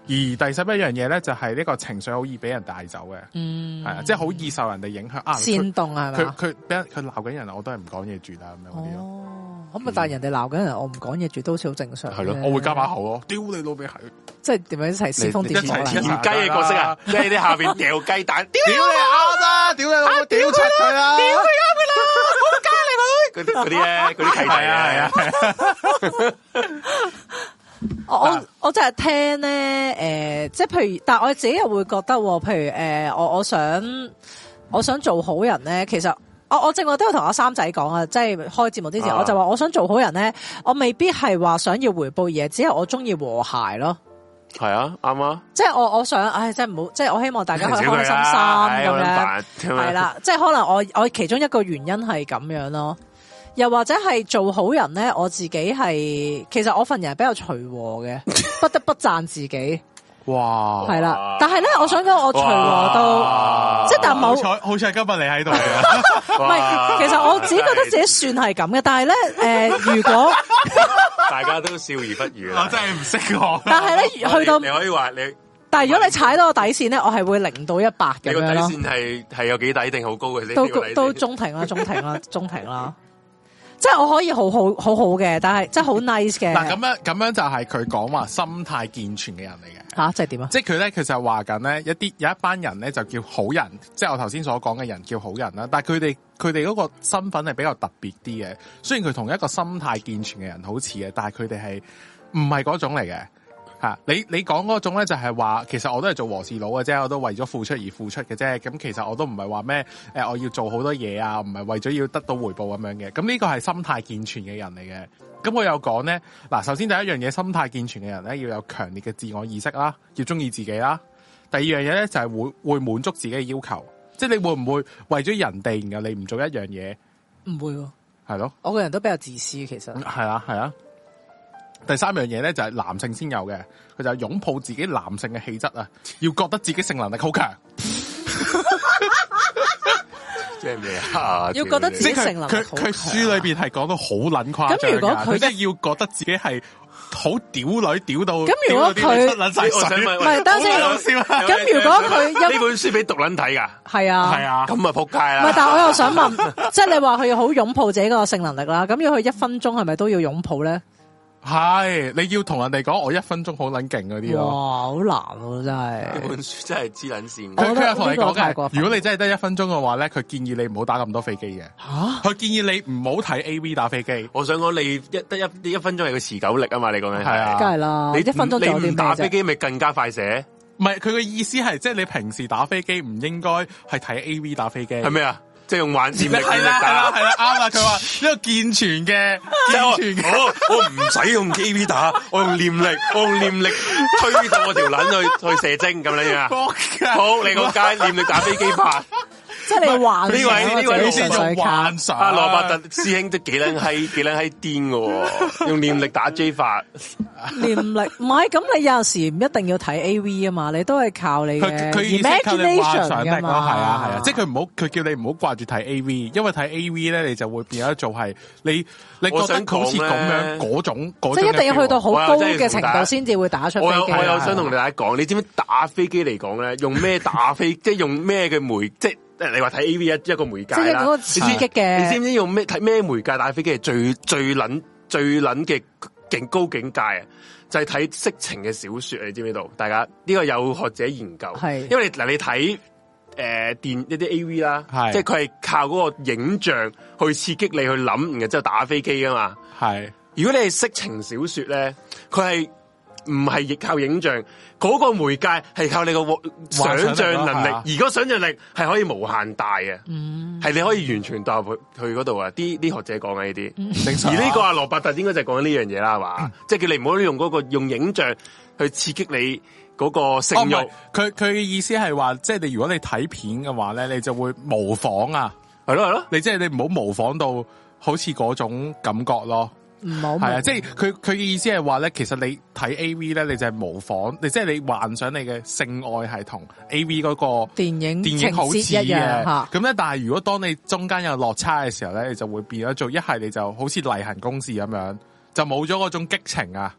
S3: 而第十一樣嘢咧就係、呢個情緒好易俾人帶走嘅，係、
S1: 嗯，
S3: 啊，即係好易受人哋影響啊。佢
S1: 煽動系咪
S3: 佢
S1: 啊？
S3: 佢俾人佢鬧緊人，我都係唔講嘢住啦咁樣嗰啲咯，
S1: 哦，咁啊，但系人哋鬧緊人，我唔講嘢住都好似好正常。
S2: 係咯
S3: 我會加把，口嗯咯，屌你老味係，
S1: 即係點樣一齊煽風
S3: 你
S1: 點火
S3: 一齊
S2: 田
S1: 啦
S3: 一齊
S2: 雞嘅角色啊，即係啲下邊掉雞蛋，屌
S3: 屌你啱啦，屌你老啊母，屌柒佢啦，屌
S2: 嗰啲嗰啲咧，嗰啲契弟
S3: 係啊係
S2: 啊
S3: 啊，
S1: 我
S3: 啊
S1: 我我就係聽咧，诶、即係譬如，但系我自己又會覺得喎，譬如诶、誒我我想我想做好人咧，其實我我正話都有同阿三仔講啊，即係開節目之前，
S2: 啊
S1: 我就話我想做好人咧，我未必係話想要回報嘢，只係我中意和諧咯。
S2: 係啊，啱啊，
S1: 即係我我想，唉，即係唔好，即係我希望大家
S2: 少
S1: 開開
S2: 佢啊
S1: 心心
S2: 啦唉
S1: 咁樣。
S2: 我諗煩
S1: 系啦，即系可能我我其中一個原因係咁樣咯，又或者係做好人咧，我自己係其實我份人係比較隨和 嘅，不得不讚自己
S3: 哇！
S1: 係啦。但係咧，我想講我隨和
S2: 哇
S1: 到，即系但
S3: 好
S1: 冇
S3: 彩好彩今日你喺度 啊！
S1: 唔係，其實我自己覺得自己算係咁嘅，但 係咧诶，誒如果
S2: 大家都笑而不語
S3: 我
S2: 啦
S3: 真。係唔識講。
S1: 但係咧去到
S2: 你，可以話你
S1: 但係如果你踩到我底線咧，我係會零到一百
S2: 你
S1: 咁
S2: 個底
S1: 樣咯。
S2: 線係係有幾底定好高嘅先？
S1: 都
S2: 呢個底線
S1: 都中庭啦，中庭啦，中庭啦。即係我可以好好好好嘅，但係即係好 nice 嘅。
S3: 嗱咁樣咁樣就係佢講話心態健全嘅人嚟嘅。
S1: 吓，即係點啊？
S3: 即係佢咧，其實話緊咧一啲有一班人咧就叫好人，即係我頭先所講嘅人叫好人啦。但係佢哋佢哋嗰個身份係比較特別啲嘅。雖然佢同一個心態健全嘅人好似嘅，但係佢哋係唔係嗰種嚟嘅。吓，你你講嗰種咧就係話，其實我都係做和事佬嘅啫，我都為咗付出而付出嘅啫。咁其實我都唔係話咩誒，我要做好多嘢啊，唔係為咗要得到回報咁樣嘅。咁呢個係心態健全嘅人嚟嘅。咁我有講咧，嗱，首先第一樣嘢，心態健全嘅人咧，要有強烈嘅自我意識啦，要中意自己啦。第二樣嘢咧就係會會滿足自己嘅要求，即係你會唔會為咗人哋然後你唔做一樣嘢，
S1: 唔會喎，
S3: 係咯？嗯
S1: 我個人都比較自私，其實。
S3: 系啦，系啦。啊第三樣嘢咧就係男性先有嘅，佢就係擁抱自己男性嘅氣質啊，要覺得自己性能力好強，
S2: 即係咩啊？
S1: 要覺得自
S3: 即
S1: 己
S3: 係
S1: 性能
S3: 佢
S1: 力
S3: 佢
S1: 好
S3: 佢
S1: 強啊
S3: 書裏邊係講到好撚誇張
S1: 咁如果
S3: 㗎
S1: 佢
S3: 佢即係要覺得自己係好屌女屌到，
S1: 咁如果佢
S3: 撚晒
S2: 我想
S3: 水，
S2: 問
S1: 唔係等陣先
S2: 好搞笑啊
S1: 咁如果佢
S2: 呢
S1: 一
S2: 本書俾獨撚睇㗎，
S1: 係啊，
S3: 係。啊，
S2: 咁啊仆
S1: 唔
S2: 街
S1: 係，
S2: 啦！
S1: 但係我又想 問， 即係你話佢要好擁抱自己個性能力啦，咁要佢一分鐘係咪都要擁抱咧？
S3: 係你要同人哋講我一分鐘好撚勁嗰啲
S1: 哇，
S3: 咯。
S1: 好難喎，真
S2: 呢
S1: 係。
S2: 本書真係黐撚線
S1: 我覺得
S3: 佢佢又同你講
S1: 呢個太過
S3: 嘅，
S1: 分
S3: 如果你真係得一分鐘嘅話咧，佢建議你唔好打咁多飛機嘅，
S1: 吓，
S3: 佢建議你唔好睇 A V 打飛機。
S2: 我想講你一得一一分鐘係個持久力啊嘛，你講緊
S3: 係啊
S1: 梗係啦，
S2: 你
S1: 哦一分鐘仲有啲
S2: 你
S1: 咩
S2: 唔打飛
S1: 啫？
S2: 機咪更加快寫
S3: 唔係佢嘅意思係，即係你平時打飛機唔應該係睇 A V 打飛機，
S2: 係咪啊？即係用幻
S3: 系
S2: 線
S3: 啦
S2: 力
S3: 系
S2: 力
S3: 啦
S2: 打
S3: 系。啦，啱啊啦！佢話呢個健全 嘅，
S2: 即係我
S3: 健全嘅，
S2: 我我唔使用 KV 打，我用念力，我用念力推到我條撚去去射精咁樣啊！
S3: 仆街
S2: 好，你個街念力打飛機拍。
S1: 即系你幻
S2: 呢
S1: 想
S2: 位
S1: 啊
S2: 呢位
S1: 自
S3: 你
S1: 己純
S3: 先
S1: 粹
S3: 用
S1: 靠
S3: 幻想啊
S2: 阿啊羅伯特師兄都幾撚閪，幾撚閪癲嘅 喎，用念力打 J 法。
S1: 念力，唔係咁你有陣時唔一定要睇 A V 啊嘛，你都係靠你
S3: 佢
S1: 嘅
S3: 佢意思係靠你幻
S1: imagination
S3: 想力
S1: 噶
S3: 咯，
S1: 嘛，
S3: 係啊係啊，即係佢唔好佢叫你唔好掛住睇 A V，因為睇 A V 咧你就會變咗做係你你覺
S2: 我
S3: 得
S2: 想講
S3: 好似咁樣
S2: 咧
S3: 嗰種嗰種啊
S1: 即係一定要去到好
S2: 我
S1: 高
S2: 又真係
S1: 嘅
S2: 同
S1: 程
S2: 大
S1: 度
S2: 家
S1: 先至會打出飛
S2: 我有
S1: 機啊。
S2: 我有想同大家講，你知唔知打飛機嚟講咧，用咩打飛， 即係用咩嘅媒，即係你話睇 A V 一一個媒介
S1: 即係
S2: 啦
S1: 嗰個。
S2: 你
S1: 刺
S2: 知
S1: 激嘅，
S2: 你知唔知用咩睇咩媒介打飛機係最最撚最撚嘅勁高境界啊？就係睇色情嘅小说啊，你知唔知道？大家呢、個有學者研究，
S1: 係
S2: 因為嗱你睇诶、呃、电一啲 A V 啦，
S3: 係
S2: 即係佢係靠嗰個影像去刺激你去諗，然後之後打飛機噶嘛。
S3: 係
S2: 如果你係色情小说咧，佢係唔係亦靠影像，嗰、個媒介係靠你個
S3: 想
S2: 想
S3: 力咯
S2: 像能力，
S3: 係啊
S2: 而嗰想像力係可以無限大嘅。
S1: 嗯，
S2: 系你可以完全代入去佢嗰度啊！啲啲学者講嘅呢啲，
S1: 嗯
S3: 正常
S2: 而
S3: 啊。
S2: 呢個阿羅伯特應該就係講呢樣嘢啦，係嘛？即係叫你唔好用嗰、個用影像去刺激你嗰個性
S3: 哦唔
S2: 欲，
S3: 係佢佢嘅意思係話，即係你如果你睇片嘅話咧，你就會模仿啊，
S2: 係咯係咯。
S3: 你即係你唔好模仿到好似嗰種感覺咯。
S1: 唔好
S3: 系啊，即系佢佢嘅意思系話咧，其實你睇 A V 咧，你就係模仿，你即係你幻想你嘅性愛係同 A V 嗰個
S1: 電影
S3: 電
S1: 情
S3: 影好似
S1: 節一樣
S3: 嘅。
S1: 嚇
S3: 咁咧，但係如果當你中間有落差嘅時候咧，你就會變咗做一係你就好似例行公事咁樣，就冇咗嗰種激情啊。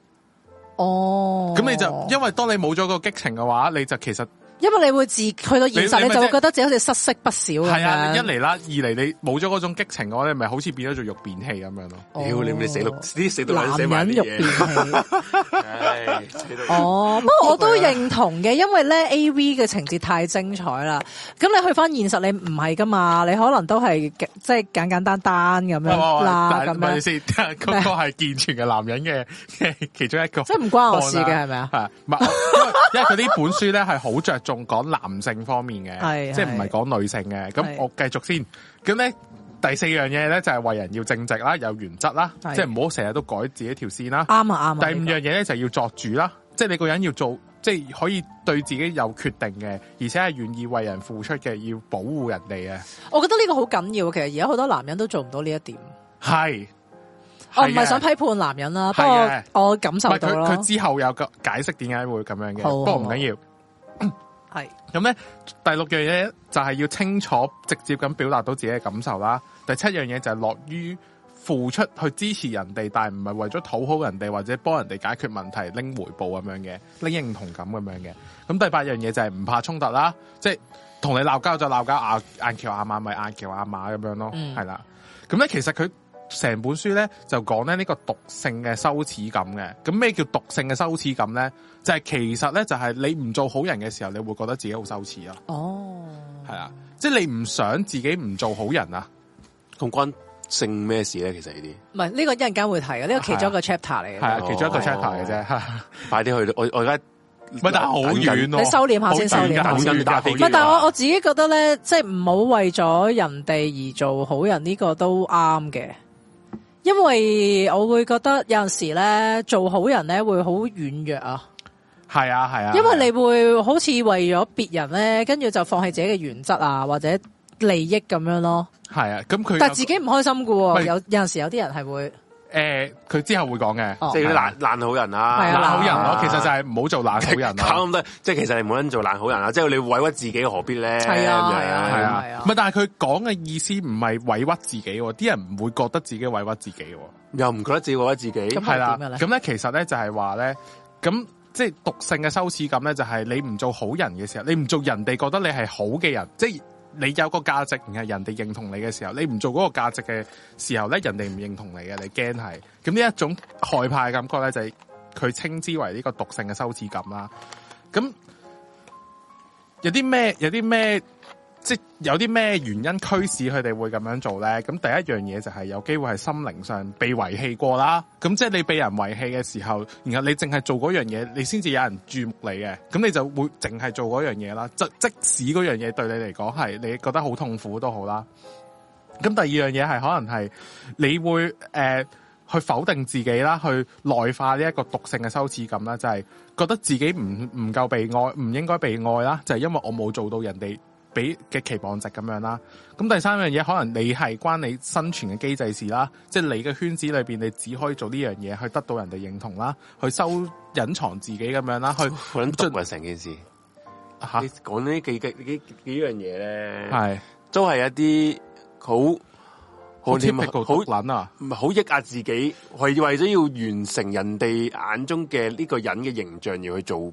S1: 哦，
S3: 咁、你就因為當你冇咗個激情嘅話，你就其實
S1: 因為你會自去到現實，你
S3: 你你咪
S1: 就會
S3: 即係
S1: 覺得自己好似失色不少咁
S3: 係啊，
S1: 樣
S3: 一嚟啦，二嚟你冇咗嗰種激情嘅話，你咪好似變咗做肉便器咁樣咯。
S1: 哦
S2: 屌你你死到啲死到撚死
S1: 男
S2: 埋
S1: 人
S2: 啲
S1: 肉
S2: 嘢
S1: 便，器。
S2: 唉死到
S1: 哦，不過我都認同嘅，因為咧 A V 嘅情節太精彩啦。咁你去翻現實，你唔係噶嘛，你可能都係即係簡簡單單咁
S3: 喂喂
S1: 樣
S3: 喂
S1: 啦，
S3: 哦但
S1: 咁
S3: 係咪
S1: 樣
S3: 先？ 嗰個係健全嘅男人嘅嘅其中一個。
S1: 即係唔關我
S3: 哦
S1: 事嘅係咪啊？
S3: 系，唔 係因為因為佢呢本書咧係好着重講男性方面
S1: 係
S3: 嘅，即係唔係講女性嘅。咁
S1: 係
S3: 我繼續先，咁咧第四樣嘢咧就係為人要正直啦，有原則啦，
S1: 係
S3: 即係唔好成日都改自己條線啦。
S1: 啱啊啱
S3: 第
S1: 啊。
S3: 五
S1: 呢個
S3: 樣嘢咧就係要作主啦，即係你個人要做，即係可以對自己有決定嘅，而且係願意為人付出嘅，要保護人哋啊嘅，
S1: 我覺得呢個好緊要，其實而家好多男人都做唔到呢一點。
S3: 係。
S1: 我
S3: 係
S1: 哦唔係
S3: 嘅
S1: 想批判男人啦，不
S3: 係嘅
S1: 過我感
S3: 啊唔
S1: 受
S3: 係
S1: 到
S3: 佢
S1: 咯
S3: 佢，之後有個解釋點解會咁樣嘅，
S1: 好
S3: 不過唔
S1: 好
S3: 緊要。
S1: 係
S3: 咁咧，第六樣嘢就係要清楚直接咁表達到自己嘅感受啦。第七樣嘢就係樂於付出去支持人哋，但係唔係為咗討好人哋或者幫人哋解決問題拎回報咁樣嘅，拎認同感咁樣嘅。咁第八樣嘢就係唔怕衝突啦，即係同你鬧交就鬧交，硬硬橋硬馬咪硬橋硬馬咁樣咯，
S1: 嗯
S3: 係啦、咁咧其實佢成本書咧就講咧呢個毒性嘅羞恥感嘅。咁咩叫毒性嘅羞恥感咧？就係、其實咧就係、你唔做好人嘅時候，你會覺得自己好羞恥咯，
S1: 哦，
S3: 係啊啦，即係你唔想自己唔做好人啊。
S2: 同關性咩事咧？其實呢
S1: 唔係呢個一陣間會提嘅，呢個其中一個 chapter 嚟
S3: 啊係啊
S1: 嘅。，
S3: 其中一個
S2: 哦
S3: chapter 嘅啫，
S2: 啲快啲去，我我而家
S3: 唔係但係好遠咯，
S1: 你收斂下先收斂下
S3: 好遠㗎
S2: 先
S3: 好遠㗎
S2: 打飛
S1: 唔
S2: 機
S1: 係，但係
S2: 啊
S1: 我我自己覺得咧，即係唔好為咗人哋而做好人呢個都啱嘅，因為我會覺得有陣時咧做好人咧會好軟弱啊，
S3: 係啊係啊，
S1: 因為你會好似為咗別人咧，跟住就放棄自己嘅原則啊，或者利益咁樣咯。
S3: 係啊，咁佢
S1: 但係自己唔開心嘅喎，
S3: 喂
S1: 有有陣時有啲人係會
S3: 誒，佢之後會講嘅，
S1: 哦
S2: 即係嗰啲爛爛好人啊，
S1: 係啊
S3: 懶好人咯
S1: 啊，
S3: 其 實就係唔好做懶好人啊咯。
S2: 搞咁多，即係其實你冇人做爛好人啊！即係你委屈自己何必咧？
S1: 係啊
S2: 咁樣
S1: 係啊
S3: 系
S1: 係
S3: 啊
S1: 啊，
S3: 唔系，但系佢講嘅意思唔係委屈自己喎，啲人唔會覺得自己委屈自己喎，
S2: 又唔覺得自己委屈自己
S1: 咁，
S3: 係啦
S1: 係點嘅呢。
S3: 咁咧其實咧就係話咧，咁即係毒性嘅羞恥感咧，就係你唔做好人嘅時候，你唔做人哋覺得你係好嘅人，即係你有個價值，然後人哋認同你嘅時候，你唔做嗰個價值嘅時候咧，人哋唔認同你嘅，你驚係。咁呢一種害怕嘅感覺咧，就係佢稱之為呢個毒性嘅羞恥感啦。咁有啲咩有啲咩即係有啲咩原因驅使佢哋會咁樣做咧？咁第一樣嘢就係有機會係心靈上被遺棄過啦。咁即係你被人遺棄嘅時候，然後你淨係做嗰樣嘢，你先至有人注目你嘅。咁你就會淨係做嗰樣嘢啦。即即使嗰樣嘢對你嚟講係你覺得好痛苦都好啦。咁第二樣嘢係可能係你會誒、呃去否定自己啦，去內化呢一個毒性嘅羞恥感啦，就係、覺得自己唔唔夠被愛，唔應該被愛啦，就係、因為我冇做到人哋俾嘅期望值咁樣啦。咁第三樣嘢可能你係關你生存嘅機制事啦，即係你嘅圈子裏邊，你只可以做呢樣嘢去得到人哋認同啦，去收隱藏自己咁樣啦，去
S2: 好捻毒啊！成件事，你
S3: 吓
S2: 講呢幾幾幾幾樣嘢咧，
S3: 啊係
S2: 都係一啲好
S3: 好
S2: 好
S3: 似
S2: 點啊好
S3: 好撚啊！
S2: 唔係好抑壓自己，係為咗要完成人哋眼中嘅呢個人嘅形象而去做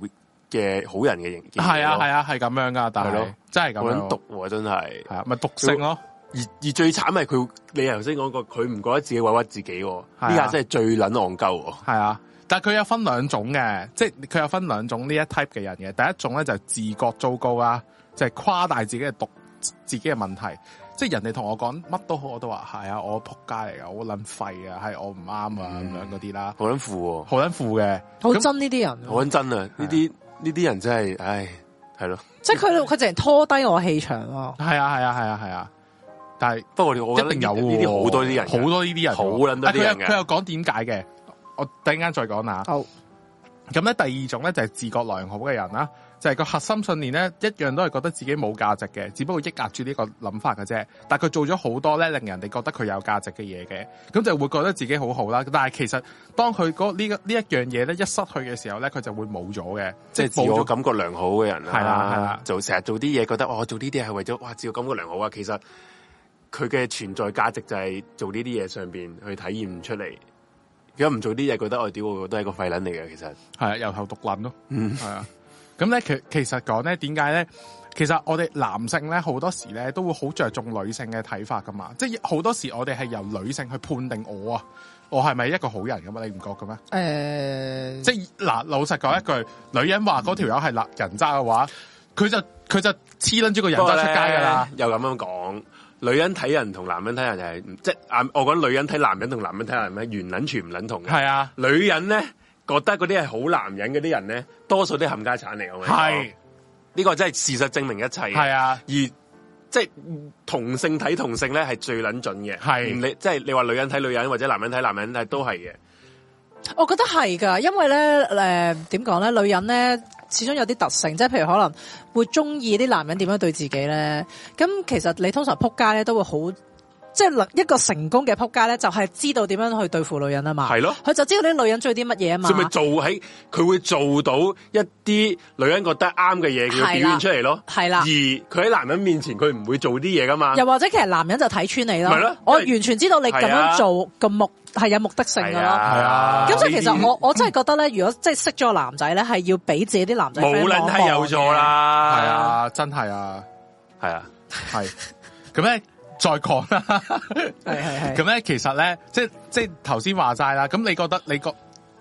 S2: 嘅好人嘅形象。
S3: 係啊係啊係咁樣噶，但
S2: 係
S3: 係
S2: 咯
S3: 真係
S2: 好
S3: 咁樣
S2: 撚毒喎，真係。
S3: 係啊，咪毒性咯。
S2: 而而最慘係佢，你頭先講過，佢唔覺得自己委屈自己喎，
S3: 啊
S2: 呢下真係最撚戇鳩喎。
S3: 系啊，但系佢有分兩種嘅，即係佢有分兩種呢一 type 嘅人嘅。第一種咧就係自覺糟糕啦，就係誇大自己嘅毒，自己嘅問題。即係人哋同我講乜都好，我都話係啊，我仆街嚟噶，我撚廢啊，係我唔啱啊咁樣嗰啲啦，
S2: 好撚負
S3: 好撚負嘅。
S1: 好
S3: 咁
S1: 憎呢啲人
S2: 喎，，好撚真啊！呢啲呢啲人真係，唉，係咯。
S1: 即係佢佢直情拖低我氣場喎。
S3: 係啊，係啊，係啊，係啊。但係
S2: 不過我哋我覺
S3: 一
S2: 得
S3: 定有
S2: 呢啲
S3: 喎
S2: 好多呢啲人
S3: 好
S2: 㗎，
S3: 多呢啲人㗎，
S2: 好撚多呢啲人
S3: 啊佢有
S2: 㗎
S3: 佢又講點解嘅，我等陣間再講啦。
S1: 好，
S3: 咁咧第二種咧就係自覺良好嘅人啦，就係、個核心信念咧一樣都係覺得自己冇價值嘅，只不過抑壓住呢個諗法嘅啫。但係佢做咗好多咧令人哋覺得佢有價值嘅嘢嘅，咁就會覺得自己好好啦。但係其實當佢嗰呢個呢一樣嘢咧一失去嘅時候咧，佢就會冇咗嘅，
S2: 即係自我
S3: 冇咗
S2: 感覺良好嘅人啊
S3: 係啦係啦
S2: 就成日做啲嘢覺得哦，做呢啲係為咗哇自我感覺良好啊，其實佢嘅存在價值就係做呢啲嘢上邊去體驗出嚟。如果唔做啲嘢，覺得我屌我都係個廢撚嚟嘅，其實
S3: 係啊，由頭獨撚咯，
S2: 嗯
S3: 係啊。咁咧，其其實講咧，點解咧？其實我哋男性咧，好多時咧都會好着重女性嘅睇法噶嘛，即係好多時我哋係由女性去判定我啊，我係咪一個好人啊噶嘛？你唔覺嘅咩？
S1: 诶，
S2: 嗯
S3: 即係嗱，老實講一句，女人話嗰條友係人渣嘅話，佢就佢就黐撚住個人渣出街噶啦。
S2: 不過咧。又咁樣講，女人睇人同男人睇人就係、即係啊我講女人睇男人同男人睇男人原撚全唔撚同嘅。
S3: 係啊，
S2: 女人咧覺得嗰啲係好男人嗰啲人咧，多數都係冚家產嚟嘅。我同你講
S3: 係
S2: 呢個真係事實證明一切。
S3: 係啊，
S2: 而即系同性睇同性咧，係最捻準嘅。
S3: 係
S2: 唔理即係你話女人睇女人或者男人睇男人，但係都係嘅。
S1: 我覺得係㗎，因為咧诶點講咧，女人咧始終有啲特性，即係譬如可能會中意啲男人點樣對自己咧。咁其實你通常扑街咧都會好，即係一個成功嘅扑街咧，就係知道點樣去對付女人啊嘛。
S2: 係咯
S1: 佢就知道啲女人中意啲乜嘢啊嘛
S2: 所以。咪做喺佢會做到一啲女人覺得啱嘅嘢，佢要表現出嚟咯。
S1: 係啦
S2: 而佢喺男人面前，佢唔會做啲嘢噶嘛。
S1: 又或者其實男人就睇穿你
S2: 咪
S1: 咯
S2: 咯，
S1: 我
S2: 因為
S1: 完全知道你咁
S2: 係啊
S1: 樣做嘅目係有目的性㗎咯。
S3: 係啊
S1: 咁所以其
S2: 呢
S1: 實
S2: 啲
S1: 我我真係覺得咧，如果即係識咗個男仔咧，係要俾自己啲男仔
S2: 冇捻係
S1: 係
S2: 有錯，啦。
S3: 係，啊，真係啊，
S2: 係啊，
S3: 係。咁咧，再講啦。
S1: 係係
S3: 咁
S1: 係。
S3: 咧，其實咧，即即頭先話齋啦。咁你覺得你覺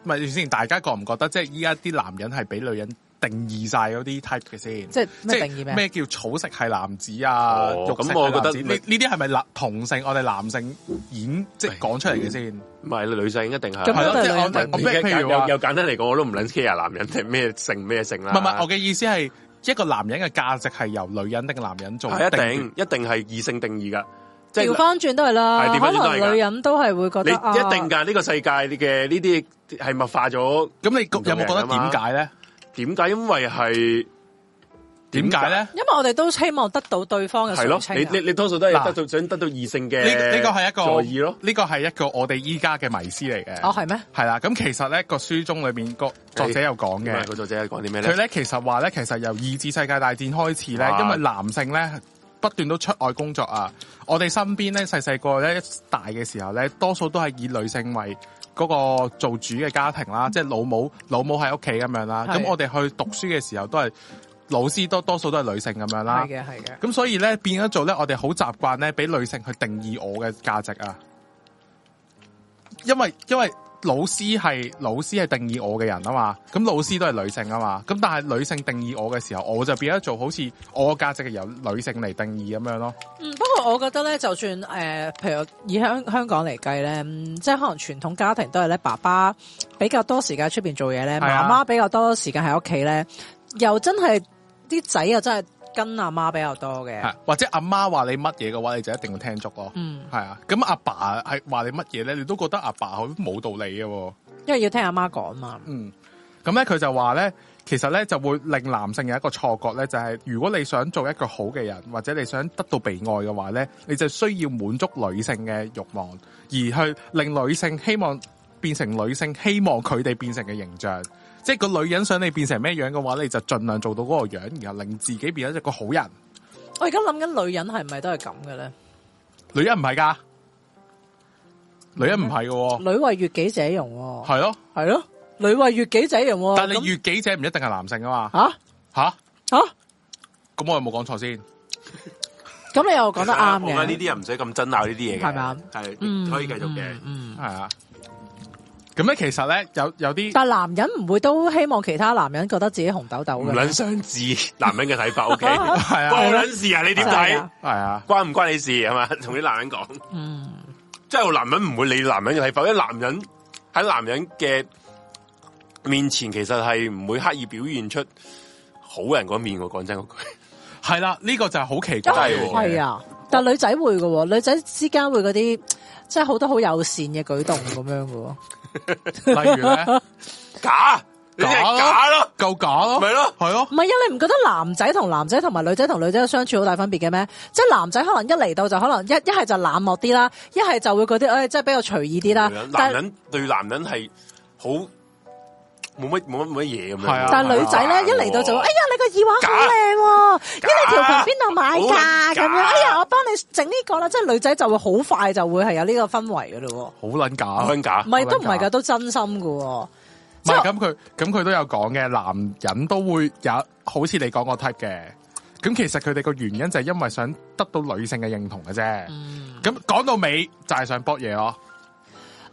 S3: 咪先？大家覺唔覺得即係依家啲男人係俾女人定義晒嗰啲 type 嘅先？
S1: 即係咩定義
S3: 係
S1: 咩
S3: 咩叫草食係男子啊？
S2: 哦
S3: 肉食
S2: 咁我
S3: 係男
S2: 覺得
S3: 子
S2: 咪
S3: 呢呢啲係咪男同性？我哋男性演即係講出嚟嘅先。
S2: 唔係女性一定係。啊
S1: 咁啊
S3: 係
S1: 都係
S3: 咯，即係
S1: 女
S3: 我
S1: 人定義
S3: 我譬譬如
S2: 又，
S3: 話
S2: 又簡單嚟講，我都唔捻 care 男人係咩性咩性啦。
S3: 唔係唔係，我嘅意思係一個男人嘅價值係由女人定男人做
S2: 係啊
S3: 奪
S2: 一定一定係異性定義噶，即
S1: 調
S2: 係
S1: 翻轉都係啦
S2: 係，
S1: 可
S2: 調返轉都係㗎
S1: 能女人都係會覺得
S2: 你
S1: 啊
S2: 一定噶。呢個世界嘅呢啲係物化咗，
S3: 咁你覺
S2: 唔同
S3: 有冇覺得
S2: 人啊㗎嘛
S3: 點解咧？
S2: 點解？因為係
S3: 點解咧？
S1: 因為我哋都希望得到對方嘅
S2: 係
S1: 垂
S2: 咯，
S1: 青啊
S2: 你你你多數都係
S3: 嗱
S2: 得到想得到異性嘅
S3: 呢呢個係一個
S2: 在意咯，
S3: 呢個係一個我哋依家嘅迷思嚟嘅。
S1: 哦係咩？
S3: 系啦，咁其實咧個書中裏面個作者有講
S2: 嘅
S3: 嘅，
S2: 啊個作者講啲咩
S3: 佢
S2: 咧？
S3: 咧其實話咧，其實由二次世界大戰開始咧，
S1: 啊
S2: 哇
S3: 因為男性咧不斷都出外工作啊，我哋身邊咧細細個咧大嘅時候咧，多數都係以女性為嗰個做主嘅家庭啦，即係老母老母喺屋企咁樣啦，
S1: 嗯係
S3: 咁我哋去讀書嘅時候都係老師多多數都係女性咁樣啦
S2: 啊
S1: 係，嘅係嘅。
S3: 咁所以咧變咗做咧，我哋好習慣咧俾女性去定義我嘅價值啊，因為因為老師係老師係定義我嘅人啊嘛，咁老師都係女性啊嘛，咁但係女性定義我嘅時候，我就變咗做好似我嘅價值係由女性嚟定義咁樣咯。
S1: 嗯，不過我覺得咧，就算誒、呃譬如以香香港嚟計咧，嗯即係可能傳統家庭都係咧，爸爸比較多時間喺出邊做嘢咧，
S3: 係
S1: 媽
S3: 啊
S1: 媽比較多時間喺屋企咧，又真係啲仔又真係跟阿媽比較多嘅。
S3: 係或者阿媽話你乜嘢嘅話，你就一定要聽足咯。
S1: 嗯，
S3: 係啊，咁阿爸係話你乜嘢咧，你都覺得阿爸好冇道理嘅喎。
S1: 因為要聽阿媽講嘛。
S3: 嗯，咁咧佢就話咧，其實咧就會令男性有一個錯覺咧，就係、如果你想做一個好嘅人，或者你想得到被愛嘅話咧，你就需要滿足女性嘅慾望，而去令女性希望變成女性希望佢哋變成嘅形象。即係個女人想你變成咩樣嘅話，你就盡量做到嗰個樣，然後令自己變咗一個好人。
S1: 我而家諗緊女人係咪都係咁嘅咧？
S3: 女人唔係㗎，女人唔係嘅
S2: 哦
S3: 喎，
S1: 女為悦己者容、喎，
S3: 係咯。
S1: 係咯，女為悦己者容、喎。
S3: 但係
S1: 哦咁
S3: 你越己者唔一定係男性啊嘛，
S1: 吓
S3: 吓、
S1: 吓，
S3: 咁我有冇講錯先？
S1: 咁你又講得啱
S2: 啊我覺得呢
S1: 嘅。
S2: 啲人唔使咁爭拗呢啲嘢嘅，
S1: 係咪啊
S2: 係可以繼續嘅
S1: 嗯。嗯
S3: 系啊。咁咧，其實咧有有啲
S1: 但男人唔會都希望其他男人覺得自己紅豆豆
S2: 唔
S1: 嘅
S2: 捻相似 男人嘅睇法，O K，關
S3: 係
S2: 我
S3: 啊
S2: 捻事啊？你點
S1: 真係
S2: 睇
S1: 啊？
S3: 係啊，
S2: 關唔關你事係嘛？同啲男人講，
S1: 嗯，
S2: 即係男人唔會理男人嘅睇法，因為男人喺男人嘅面前，其實係唔會刻意表現出好人嗰面喎。講真嗰 句，
S3: 係啦，呢個就係好奇怪
S2: 係喎
S3: 嘅嘢
S1: 係啊。但女仔會嘅喎，女仔之間會嗰啲即係好多好友善嘅舉動咁樣嘅喎。
S3: 例 如咧，
S2: 假，你真係假咯，
S3: 夠假咯，
S2: 咪咯
S3: 係咯
S1: 唔，係啊，你唔覺得男仔同男仔同埋女仔同女仔嘅相處好大分別嘅咩？即係男仔可能一嚟到就可能一一係就冷漠啲啦，一係就會嗰啲誒即係比較隨意啲啦
S3: 啊
S2: 女人。男
S1: 但
S2: 人對男人係好冇乜冇乜冇乜嘢咁樣。哦
S3: 係啊
S1: 但女仔咧一嚟到就話哎呀你個耳環好靚喎，
S2: 假
S1: 咦你條裙邊度買㗎
S2: 假
S1: 咁樣？哎呀我幫你整呢個啦，即係女仔就會好快就會係有呢個氛圍嘅咯
S3: 好撚假。
S2: 好撚啊假
S1: 喎。唔，係
S3: 啊好撚
S1: 都唔係
S3: 假
S1: 㗎，都真心㗎喎。
S3: 唔係咁佢咁佢都有講嘅，男人都會有好似你講個 type 嘅。咁其實佢哋個原因就係因為想得到女性嘅認同嘅啫。
S1: 嗯
S3: 咁講到尾就係想搏嘢咯。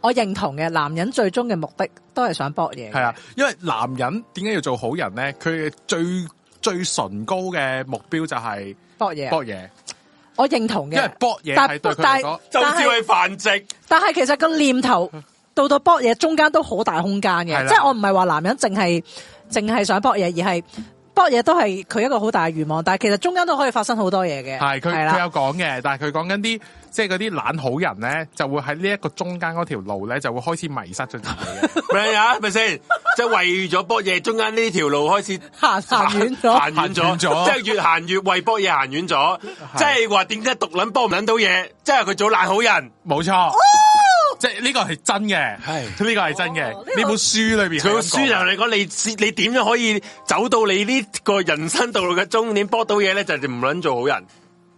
S1: 我認同嘅，男人最終嘅目的都係想搏嘢。
S3: 系啊，因為男人點解要做好人咧？佢最最崇高嘅目標就係
S1: 搏嘢。啊
S3: 搏嘢，
S1: 我認同
S3: 因為
S1: 嘅，
S3: 搏嘢
S1: 但
S3: 係對佢
S1: 但
S3: 嚟講，
S2: 周
S1: 但
S2: 志
S1: 係
S2: 偉 繁殖。
S1: 但係其實個念頭到到搏嘢中間都好大空間
S3: 係
S1: 嘅，
S3: 啦
S1: 即係我唔係話男人淨係淨係想搏嘢，而係搏嘢都係佢一個好大嘅願望，但係其實中間都可以發生好多嘢嘅。
S3: 係佢
S1: 係
S3: 佢
S1: 啦，
S3: 有講嘅，但係佢講緊啲即係嗰啲懶好人咧，就會喺呢一個中間嗰條路咧，就會開始迷失咗自 己嘅。
S2: 咩啊？係咪先？即係為咗搏嘢，中間呢條路開始
S1: 行 行遠咗
S2: 行，遠咗，
S3: 行遠咗
S2: 即係越行越為搏嘢行遠咗。即係話點解獨撚幫唔撚到嘢？即係佢做爛好人，
S3: 冇
S1: 哦
S3: 錯，即係呢個係真嘅，
S2: 係
S3: 呢個係真嘅。
S1: 哦
S3: 呢
S1: 呢個
S3: 本書裏边
S2: 佢本書就你講你知你點樣可以走到你呢個人生道路嘅終點，搏到嘢咧就係唔撚做好人。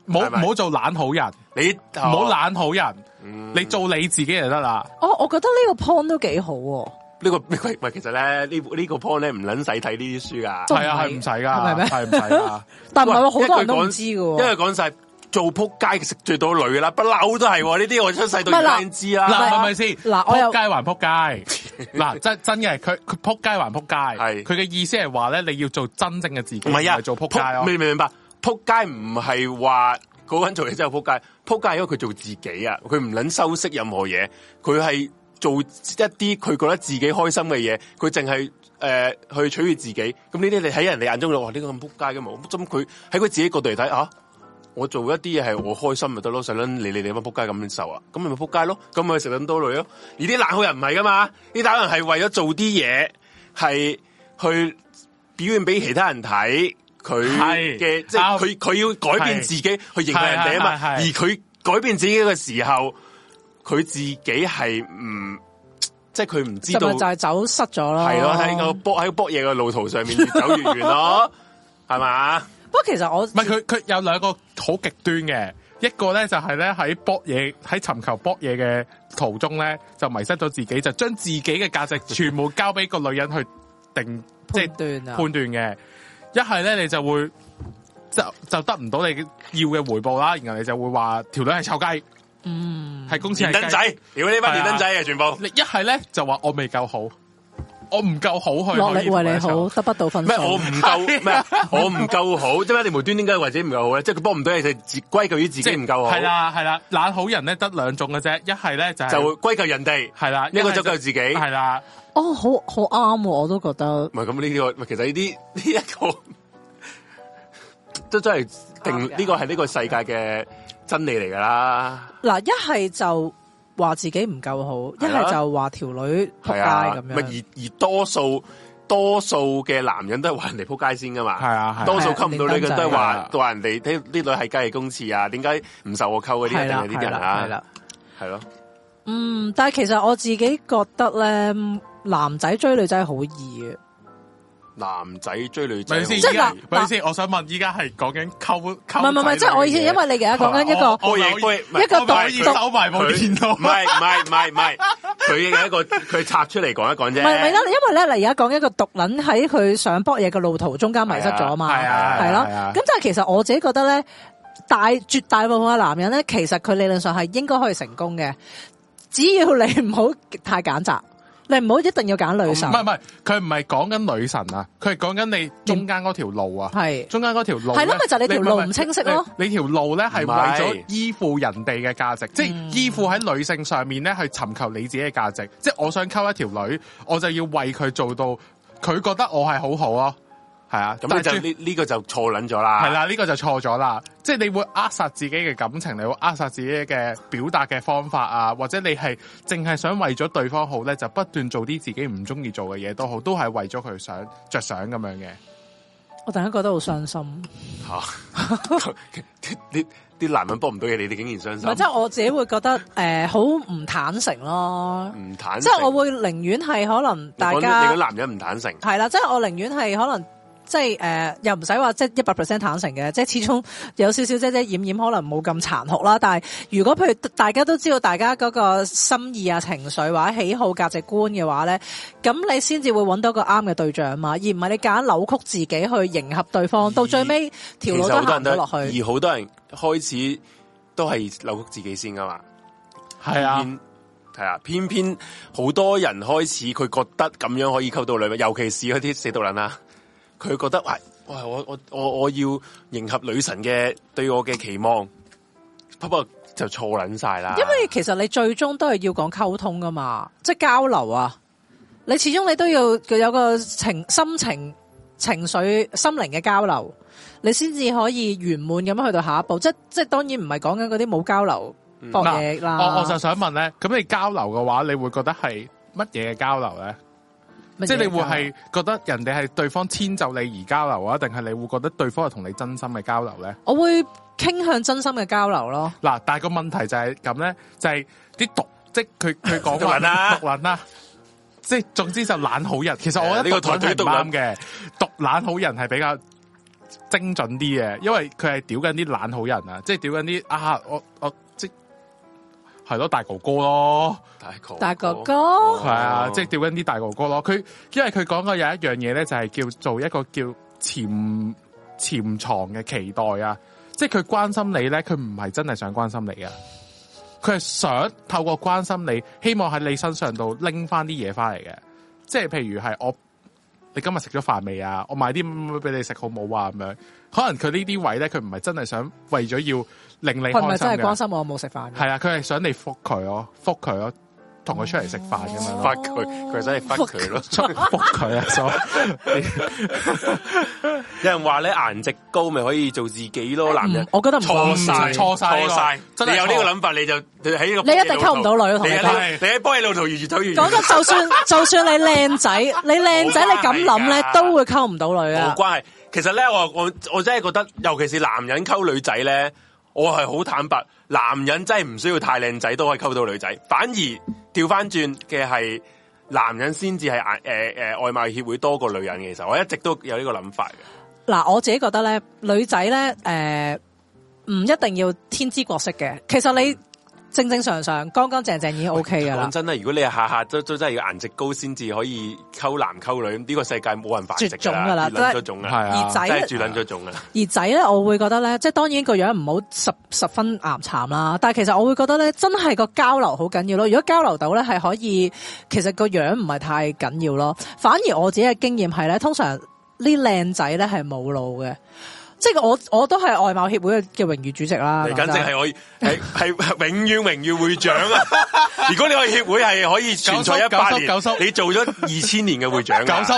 S3: 冇
S2: 係咪哦
S3: 唔好做懶好人，
S2: 你
S3: 唔好
S2: 懶
S3: 懶好
S2: 嗯
S3: 人，你做你自己就得啦。
S1: 哦，我覺得呢個 point 都幾好喎，
S2: 呢個呢個喂，其實咧呢呢個 point 咧唔撚使睇呢啲書噶。
S1: 都唔
S3: 係啊，
S1: 係
S3: 係唔使
S1: 係咪
S3: 噶，
S1: 咩
S3: 係唔使噶。
S1: 但唔係
S2: 喂
S1: 喎好多人都
S2: 因為
S1: 唔
S2: 講
S1: 知嘅喎
S2: 因。為講晒做仆街食最多女㗎啦，不嬲都係喎呢啲我出世
S1: 唔係
S2: 到而家
S1: 啦
S2: 已經知啦。
S3: 嗱，
S1: 係
S3: 係
S1: 啊
S3: 咪先？
S1: 嗱我又
S3: 仆街還仆 街，嗱真真嘅，佢佢仆街還仆街，
S2: 係
S3: 佢嘅意思係話咧，你要做真正嘅自己，
S2: 唔係啊，
S3: 係做仆街咯。
S2: 明唔明白？仆街唔係話嗰個人做嘢真係仆街，仆街係因為佢做自己啊，佢唔撚修飾任何嘢，佢係做一啲佢覺得自己開心嘅嘢，佢淨係诶去取悦自己。咁呢啲你喺人哋眼中就話呢個咁仆街嘅嘛，咁佢喺佢自己角度嚟睇啊。我做一啲嘢係我開心咪得咯，使撚你你哋乜仆街咁受啊？咁咪仆街咯，咁咪食撚多女咯。而啲懶好人唔係噶嘛，啲懶好人係為咗做啲嘢係去表現俾其他人睇佢
S3: 係
S2: 嘅，即係
S3: 啱
S2: 佢佢要改變自己去迎合人哋啊嘛。
S3: 係係係係
S2: 而佢改變自己嘅時候，佢自己係唔即係佢唔知
S1: 就
S2: 道
S1: 咪就係走失咗咯，
S2: 係咯，喺個搏喺個搏嘢嘅路途上面越走越遠咯，係嘛？
S1: 不過其實我
S3: 唔係佢佢有兩個好極端嘅，一個咧就係咧喺搏嘢喺尋求搏嘢嘅途中咧就迷失咗自己，就將自己嘅價值全部交俾個女人去定即係
S1: 判斷啊，
S3: 判斷嘅。一係咧你就會就就得唔到你要嘅回報啦，然後你就會話條女係臭雞，
S1: 嗯，
S3: 系公司
S2: 連
S3: 係
S2: 登
S3: 計
S2: 仔，屌呢班連登仔啊，全部
S3: 你一系咧就话我未够好，我唔够好去
S1: 落力為
S3: 为
S1: 你好，，得不到分
S2: 咩？我
S1: 數
S2: 唔。 夠咩？我唔夠好，即係你無端點解或者唔夠好咧？即係佢幫唔到你，就自歸咎於自己唔夠好，
S3: 系，啦系啦，懶好人咧得兩種嘅啫，一係咧就係
S2: 就歸咎人哋，
S3: 係啦，
S2: 一個就
S3: 係
S2: 咎自己。
S3: 就係啦，
S1: 哦，好好啱喎，我都覺得
S2: 唔係咁呢個，唔係其實呢啲 呢一個都真係定
S4: 啱嘅
S2: 呢個係呢個世界嘅真理嚟㗎啦。
S1: 嗱，一係就話自己唔夠好，一
S2: 係啊
S1: 係就話條女仆
S2: 係
S1: 街
S2: 啊，
S1: 咁
S2: 唔係
S1: 樣。
S2: 而而多數多數嘅男人都係話人哋仆街先㗎嘛。
S3: 係啊係啊
S2: 多數溝唔到女嘅都係
S3: 係
S2: 話
S3: 啊
S2: 話人哋呢呢女係雞翼公廁啊，點解唔受我溝嗰啲
S1: 係啦，
S2: 一定係呢啲
S1: 係
S2: 人
S1: 啦，係
S2: 啊
S1: 啦。，
S2: 係咯。
S1: 嗯，但係其實我自己覺得咧，男仔追女仔好易啊嘅。
S2: 男仔追女仔啊
S3: 咪
S2: 好，
S3: 先，
S1: 即係
S3: 依家
S1: 嗱
S3: 咪先，我想問依家係講緊溝
S1: 唔係唔係
S3: 溝
S1: 唔係，即係我意思，因為你而家講緊一個
S2: 我亦都
S1: 一個
S3: 我可以
S1: 獨獨
S3: 收埋部
S2: 佢
S3: 電腦
S2: 唔係唔係唔係唔係，佢係一個佢插出嚟講一講啫。
S1: 唔係咪啦？因為咧，你而家講一個獨撚喺佢上博嘢嘅路途中間迷失咗嘛，
S3: 係啊
S1: 係咯
S3: 係啊。
S1: 咁但係其實我自己覺得咧，大絕大部分嘅男人咧，其實佢理論上係應該可以成功嘅，只要你唔好太揀擇，你唔好一定要揀女
S3: 唔
S1: 神，
S3: 係唔係，佢唔係講緊女神啊，佢係講緊你中間嗰條路啊。
S1: 係
S3: 中間嗰條路
S1: 嗯係咯
S3: 呢
S1: 咪就係你條路
S3: 唔係
S1: 唔清晰咯。
S3: 你你條路咧係為
S2: 唔係
S3: 咗依附人哋嘅價值，即係
S1: 嗯
S3: 依附喺女性上面咧去尋求你自己嘅價值。即係我想溝一條女，我就要為佢做到，佢覺得我係好好咯。係啊，
S2: 咁
S3: 但
S2: 你就
S3: 係
S2: 呢呢個就錯撚咗啦。
S3: 系，啦，呢、個就錯咗啦。即係你會扼殺自己嘅感情，你會扼殺自己嘅表達嘅方法啊，或者你係淨係想為咗對方好咧，就不斷做啲自己唔中意做嘅嘢都好，都係為咗佢想着想咁樣嘅。
S1: 我突然間覺得好傷心。
S2: 啲啲男人幫唔到嘢，你哋竟然傷
S1: 唔係，即
S2: 心，
S1: 係我自己會覺得誒好唔坦誠咯，
S2: 唔坦誠。
S1: 即係我會寧願係可能
S2: 你
S1: 大
S2: 講
S1: 家
S2: 你。個男人唔坦誠，
S1: 係啦，即係我寧願係可能。即係誒、呃又唔使話即係一百 percent 坦誠嘅，即係始終有少少遮遮掩掩，可能冇咁殘酷啦。但係如果譬如大家都知道大家嗰個心意啊、情緒或者喜好、價值觀嘅話咧，咁你先至會揾到個啱嘅對象嘛，而唔係你揀扭曲自己去迎合對方，到最尾條路
S2: 其實
S1: 都
S2: 好多
S1: 行唔
S2: 人
S1: 到
S2: 都
S1: 落去。
S2: 而好多人開始都係扭曲自己先噶嘛。
S3: 係啊，
S2: 系啊，偏偏好多人開始佢覺得咁樣可以溝到女，尤其是嗰啲死毒撚啦，佢覺得喂喂，我我我我要迎合女神嘅對我嘅期望，不過就錯撚晒啦。
S1: 因為其實你最終都係要講溝通噶嘛，即係交流啊。你始終你都要有個情心情、情緒、心靈嘅交流，你先至可以圓滿咁樣去到下一步。即即當然唔係講緊嗰啲冇交流博嘢啦。
S3: 嗯我我就想問咧，咁你交流嘅話，你會覺得係乜嘢嘅交流咧？
S1: 乜嘢
S3: 即係你會
S1: 交流
S3: 係覺得人哋係對方遷就你而交流啊，定係你會覺得對方係同你真心嘅交流咧？
S1: 我會傾向真心嘅交流咯。
S3: 嗱，但係個問題就係咁咧，就係啲毒，即係佢 佢講
S2: 毒
S3: 話
S2: 撚啦
S3: 毒撚啦，啊即係總之就懶好人。其實我
S2: 誒
S3: 覺得
S2: 呢個
S3: 毒撚
S2: 台隊
S3: 係唔
S2: 毒撚
S3: 啱嘅，毒懶好人係比較精準啲嘅，因為佢係屌緊啲懶好人啊，即係屌緊啲啊，我我即係係咯大哥哥咯。
S2: 大哥
S1: 大哥哥
S3: 系啊，即系吊緊啲大哥哥咯。佢因為佢講過有一樣嘢咧，就係叫做一個叫潛潛藏嘅期待啊，即係佢關心你咧，佢唔係真係想關心你啊，佢係想透過關心你，希望喺你身上度拎翻啲嘢翻嚟嘅，即係譬如係我。你今日食咗飯未啊？我買啲乜乜俾你食好冇啊？咁樣，可能佢呢啲位咧，佢唔係真係想為咗要令你
S1: 佢唔係
S3: 開心
S1: 真係
S3: 嘅
S1: 關，心我有冇食飯嘅。
S3: 係啊，佢係想你覆佢咯，覆佢咯，同佢出嚟食飯咁樣咯。
S2: 發佢，
S1: 哦
S2: 佢真係發 佢咯。
S3: 覆佢啊！所
S2: 有人話咧顏值高咪可以做自己咯，男人
S1: 嗯。我覺得唔關
S2: 錯
S1: 事
S2: 晒，
S3: 錯晒呢個
S2: 錯晒。
S3: 真係
S2: 你有呢個
S3: 錯
S2: 諗法，你就你喺呢個
S1: 你一定溝唔到女我同
S2: 你
S1: 你
S2: 喺
S1: 講
S2: 呢個你喺波嘢路途越走越遠
S1: 講真，就算就算你靚仔，你靚仔你咁諗 咧
S2: 冇關係，
S3: 哎
S2: 㗎
S1: 都會溝唔到女
S2: 冇
S1: 啊。
S2: 關係。其實咧，我我我真係覺得，尤其是男人溝女仔咧，我係好坦白，男人真係唔需要太靚仔都可以溝到女仔，反而調翻轉嘅係男人先至係眼诶诶外貌協會多過女人嘅。其實我一直都有呢個諗法嘅，
S1: 嗱，我自己覺得呃咧，女仔咧，诶、唔一定要天姿國色嘅。其實你正正常常、乾乾淨淨已經 O K 噶啦
S2: 講，真啦，如果你係下下都都真係要顏值高先至可以溝男溝女，咁呢個世界冇人繁殖
S1: 絕種㗎啦
S2: 絕撚咗種
S3: 系
S2: 啦，
S3: 啊
S1: 而，仔
S2: 真係絕撚咗種啦。啊
S1: 而仔咧，我會覺得咧，即係當然個樣唔好十十分岩慘啦，但係其實我會覺得咧，真係個交流好緊要咯。如果交流到咧，係可以，其實個樣唔係太緊要咯。反而我自己嘅經驗係咧，通常呢靚仔咧係冇腦嘅，即係我我都係外貌協會嘅榮譽主席啦。
S2: 你
S1: 講真
S2: 簡直係我係係永遠榮譽會 長啊！如果你個協會係可以存在一百年，
S3: 九叔九叔九叔
S2: 你做咗二千年嘅會長
S3: 九
S2: 㗎，
S3: 叔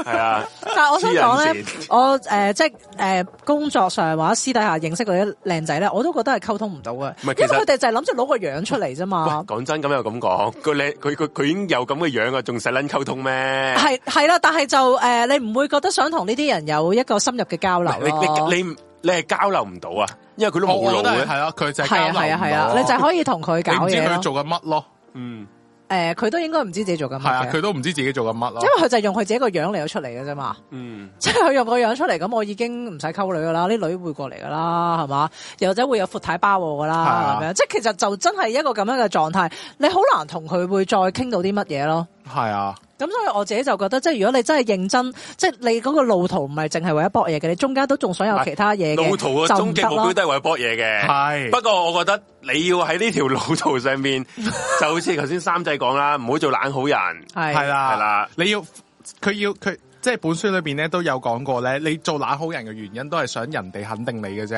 S2: 係 啊，
S1: 但係我想講咧
S2: 黐撚，
S1: 我誒、呃即係誒、呃工作上或者私底下認識嗰啲靚仔咧，我都覺得係溝通唔到嘅，
S2: 唔係其
S1: 因為
S2: 實
S1: 佢哋就係諗住攞個樣出嚟啫
S2: 喂，
S1: 嘛。
S2: 講真咁又咁講，佢靚佢佢佢已經有咁嘅樣啊，仲使撚溝通咩？
S1: 係係啦，但係就誒、呃你唔會覺得想同呢啲人有一個深入嘅交流
S2: 你
S1: 咯
S2: 你你唔你係交流唔到啊，因為佢都
S3: 我
S2: 冇
S3: 我覺
S2: 腦
S3: 得係
S2: 嘅。
S3: 係咯，佢就係
S1: 係
S3: 交
S1: 啊
S3: 流
S1: 係啊
S3: 唔
S1: 係啊，
S3: 到
S1: 你就係可以同佢
S3: 你
S1: 搞
S3: 唔知
S1: 嘢
S3: 佢
S1: 咯。
S3: 做緊乜咯，
S2: 嗯，
S1: 誒，佢都應該唔知自己做緊
S3: 係啊，
S1: 乜嘅，
S3: 佢都唔知自己做緊乜咯
S1: 因。為佢就係用佢自己個樣嚟咗出嚟嘅啫嘛。
S2: 嗯，
S1: 即係佢用個樣出嚟，咁我已經唔使溝女噶啦，啲女會過嚟噶啦，係嘛？又或者會有闊太包我噶
S3: 係
S1: 啦，
S3: 啊
S1: 咁樣。即係其實就真係一個咁樣嘅狀態，你好難同佢會再傾到啲乜嘢咯。
S3: 係啊，
S1: 咁所以我自己就覺得，即係如果你真係認真，即係你嗰個路途唔係淨係為咗搏嘢嘅，你中間都仲想有其他嘢嘅，
S2: 路途嘅
S1: 就
S2: 啊終
S1: 唔
S2: 極
S1: 得
S2: 目標
S1: 咯。
S2: 都係為搏嘢嘅。
S3: 係
S2: 不過我覺得你要喺呢條路途 上面，就好似頭先三仔講啦，唔好做懶好人。
S1: 係
S3: 係啦，
S2: 係啦，
S3: 你要佢要佢即系本書裏边咧都有講過咧，你做乸好人嘅原因都係想人哋肯定你嘅啫。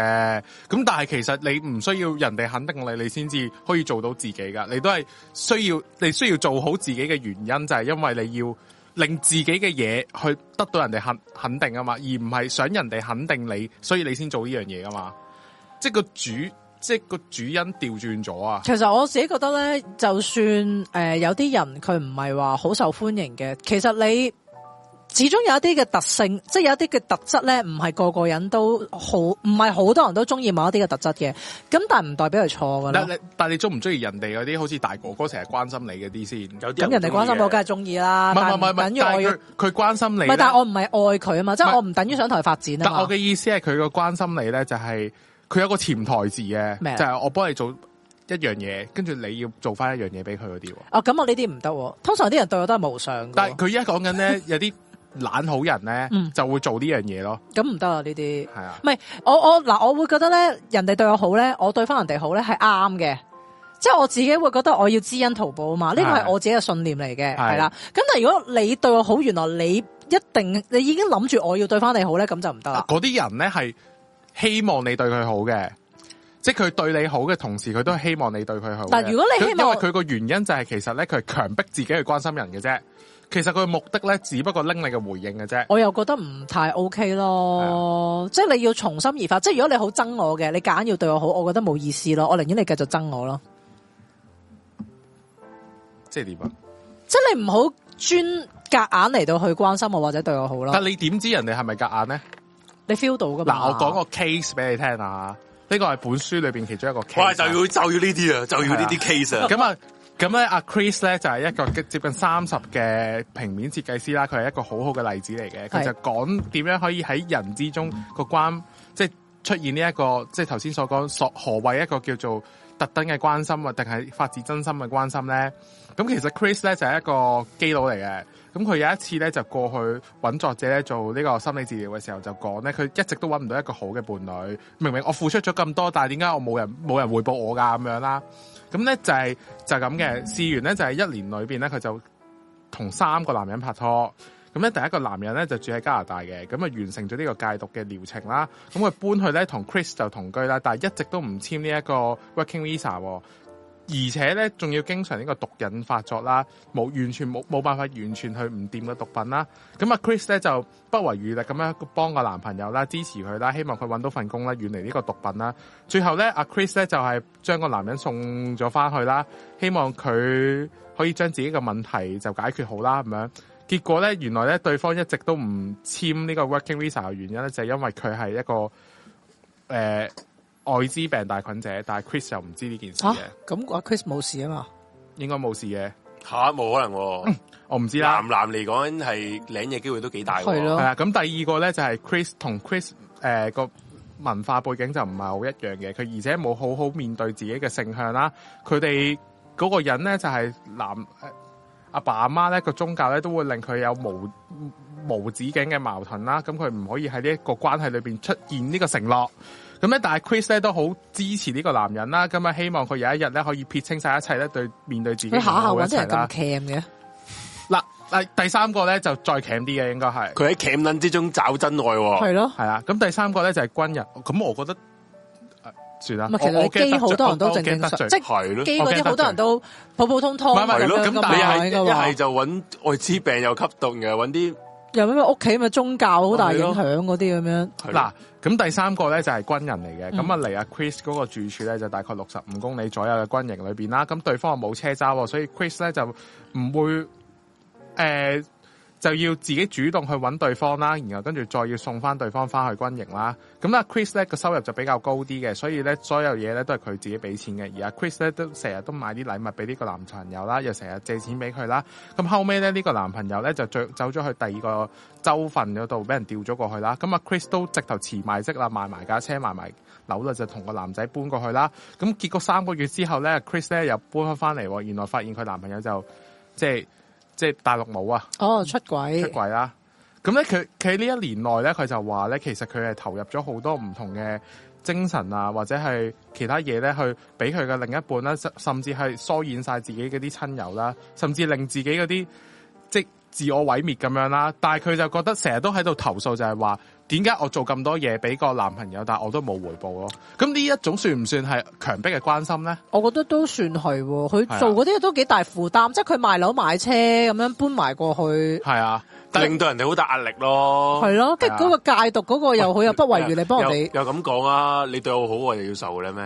S3: 咁但係其實你唔需要人哋肯定你，你先至可以做到自己噶。你都係需要你需要做好自己嘅原因，就係因為你要令自己嘅嘢去得到人哋肯肯定啊嘛，而唔係想人哋肯定你，所以你先做呢樣嘢噶嘛。即系个主，即系个主因調轉咗啊！
S1: 其實我自己覺得咧，就算誒、呃有啲人佢唔係話好受歡迎嘅，其實你始終有一啲嘅特性，即係有一啲嘅特質咧，唔係個個人都好，唔係好多人都中意某一啲嘅特質嘅。咁但係唔代表係錯㗎
S3: 但
S1: 啦。
S3: 你但你中唔中意人哋嗰啲好似大哥哥成日關心你嗰啲先？
S2: 有啲
S1: 咁人哋關心我，梗係中意啦。
S3: 唔係唔係
S1: 啊但
S3: 唔
S1: 係唔
S3: 係
S1: 等，於
S3: 但
S1: 我
S3: 係
S1: 要，
S3: 佢佢關心你
S1: 唔係
S3: 呢。
S1: 但係我唔係愛佢啊嘛，即
S3: 唔
S1: 係
S3: 係
S1: 我唔等於想同佢發展啊
S3: 但我
S1: 嘛
S3: 嘅。意思係佢個關心你咧，就係佢有個潛台詞
S1: 咩啊
S3: 嘅，就係我幫你做一樣嘢，跟住你要做翻一樣嘢俾佢嗰啲喎。
S1: 哦，咁我呢啲唔得喎。通常啲人對我都係無償
S3: 但
S1: 嘅
S3: 係佢依家講緊咧，有啲懶好人咧，
S1: 嗯
S3: 就會做呢樣嘢咯。
S1: 喎，咁唔得啊呢啲。
S3: 係啊，
S1: 唔係我我嗱，我會覺得咧，人哋對我好咧，我對翻人哋好咧係啱嘅。即係我自己會覺得我要知恩圖報啊嘛，呢個係
S3: 係
S1: 我自己嘅信念嚟嘅，
S3: 係
S1: 係啦。咁但係如果你對我好，原來你一定你已經諗住我要對翻你好咧，咁就唔得啦。
S3: 嗰啲人咧係希望你對佢好嘅。即係佢對你好嘅同時，佢都希望你對佢好嘅。
S1: 但如果你
S3: 佢
S1: 希望
S3: 因為佢個原因就係其實咧，佢係強迫自己去關心人嘅啫。其實佢嘅目的咧，只不過拎你嘅回應嘅啫。
S1: 我又覺得唔太 OK
S3: 啊
S1: 咯，即係你要從心而發。即係如果你好憎我嘅，你夾硬要對我好，我覺得冇意思咯。我寧願你繼續憎我咯，
S3: 即係點啊？
S1: 即係你唔好專夾硬嚟到去關心我或者對我好咯
S3: 但。你點知人哋係咪夾硬咧？
S1: 你 feel 到噶嘛？
S3: 嗱，我講個 case 俾你聽啊，呢個係本書裏边其中一個 case 啊。
S2: 喂，就要就要呢啲啊，就要呢啲 case 啊。
S3: 咁啊，咁咧，阿 Chris 咧就係一個接近三十嘅平面設計師啦，佢係一個好好嘅例子嚟
S1: 係
S3: 嘅。佢就講點樣可以喺人之中個關，即係出現呢、一個，即係頭先所講所何謂一個叫做特登嘅關心啊，定係發自真心嘅關心咧？咁其實 Chris 咧就係一個基佬嚟嘅。咁佢有一次咧就過去揾作者咧做呢個心理治療嘅時候就講咧，佢一直都揾唔到一個好嘅伴侶。明明我付出咗咁多，但係點解我冇人冇人回報我㗎咁樣啦？咁咧就係、就係咁嘅。試完咧就係、一年裏邊咧，佢就同三個男人拍拖。咁咧第一個男人咧就住喺加拿大嘅，咁啊完成咗呢個戒毒嘅療程啦。咁佢搬去咧同 Chris 就同居啦，但係一直都唔簽呢一個 working visa 喎。而且咧，仲要經常呢個毒癮發作啦，冇完全冇冇辦法完全去唔掂嘅毒品啦。咁啊，Chris 咧就不遺餘力咁樣幫個男朋友啦，支持佢啦，希望佢揾到份工啦，遠離呢個毒品啦。最後咧，阿 Chris 咧就係、將個男人送咗翻去啦，希望佢可以將自己嘅問題就解決好啦咁樣。結果咧，原來咧對方一直都唔簽呢個 working visa 嘅原因咧，就係、因為佢係一個誒、呃、艾滋病帶菌者，但係 Chris 又唔知呢件事
S1: 吓
S3: 嘅，
S1: 咁阿 Chris 冇事啊嘛。
S3: 應該冇事嘅，
S2: 吓，冇可能喎。
S3: 我唔知啦
S2: 男。男嚟講係領嘢機會都幾大喎。
S1: 係咯
S3: 啊係啦，咁第二個咧就係、Chris 同 Chris 誒、個呃文化背景就唔係好一樣嘅，佢而且冇好好面對自己嘅性向啦。佢哋嗰個人咧就係、男呃阿爸阿媽咧個宗教咧都會令佢有無無止境嘅矛盾啦。咁佢唔可以喺呢一個關係裏邊出現呢個承諾。咁咧，但係 Chris 咧都好支持呢個男人啦。咁啊，希望佢有一日咧可以撇清晒一切咧，對面對自己
S4: 佢下下
S3: 嘅
S4: 搵啲
S3: 一切
S4: 人
S3: 啦
S4: 咁 cam 嘅，
S3: 嗱嗱，第三個咧就再鉗啲嘅應該係。
S2: 佢喺钳捻之中找真愛喎，
S4: 係咯，
S3: 系啦，咁第三個咧就係軍人，咁我覺得、呃算啦
S1: 唔。係其實你基好多人都正正常
S3: 常
S1: 即係
S2: 係咯。
S1: 基嗰啲好多人都普普通通
S3: 唔係唔係
S1: 咁
S3: 咯
S1: 樣
S3: 咁
S1: 噶
S3: 但
S1: 嘛，應
S2: 你系
S1: 該
S2: 一
S1: 話
S2: 系就揾艾滋病又吸毒嘅，揾啲
S1: 有咩屋企咪宗教好大影響嗰啲咁樣，
S2: 係咯
S3: 嗱，咁第三個咧就係軍人嚟嘅，
S1: 嗯
S3: 咁啊嚟阿 Chris 嗰個住處咧就大概六十五公里左右嘅軍營裏邊啦，咁對方又冇車揸喎，所以 Chris 咧就唔會诶、呃就要自己主動去揾對方啦，然後跟住再要送翻對方翻去軍營啦。咁啦，Chris 咧個收入就比較高啲嘅，所以咧所有嘢咧都係佢自己俾錢嘅。而阿 Chris 咧都成日都買啲禮物俾呢個男朋友啦，又成日借錢俾佢啦。咁後尾咧呢、個男朋友咧就最走咗去第二個州份嗰度，俾人調咗過去啦。咁啊，Chris 都直頭辭埋職啦，賣埋架車，賣埋樓啦，就同個男仔搬過去啦。咁結果三個月之後咧，Chris 咧又搬翻翻嚟喎，原來發現佢男朋友就即係即係大陸冇啊。
S1: 哦出
S3: 出啊
S1: 軌，
S3: 櫃啦。咁咧，佢佢呢一年內咧，佢就話咧，其實佢係投入咗好多唔同嘅精神啊，或者係其他嘢咧，去俾佢嘅另一半啦，甚甚至係疏遠晒自己嗰啲親友啦，甚至令自己嗰啲即自我毀滅咁樣啦。但係佢就覺得成日都喺度投訴，就係話點解我做咁多嘢俾個男朋友，但係我都冇回報咯。咁呢一種算唔算係強迫嘅關心咧？
S1: 我覺得都算係喎，佢
S3: 啊
S1: 做嗰啲嘢都幾大負擔，即係佢賣樓買車咁樣搬埋過去，
S3: 係啊，但係
S2: 令到人哋好大壓力咯。
S1: 係咯，跟住嗰個戒毒嗰個又好啊又不遺餘力幫人哋，
S2: 啊又又咁講啊！你對我好，我又要受咧咩？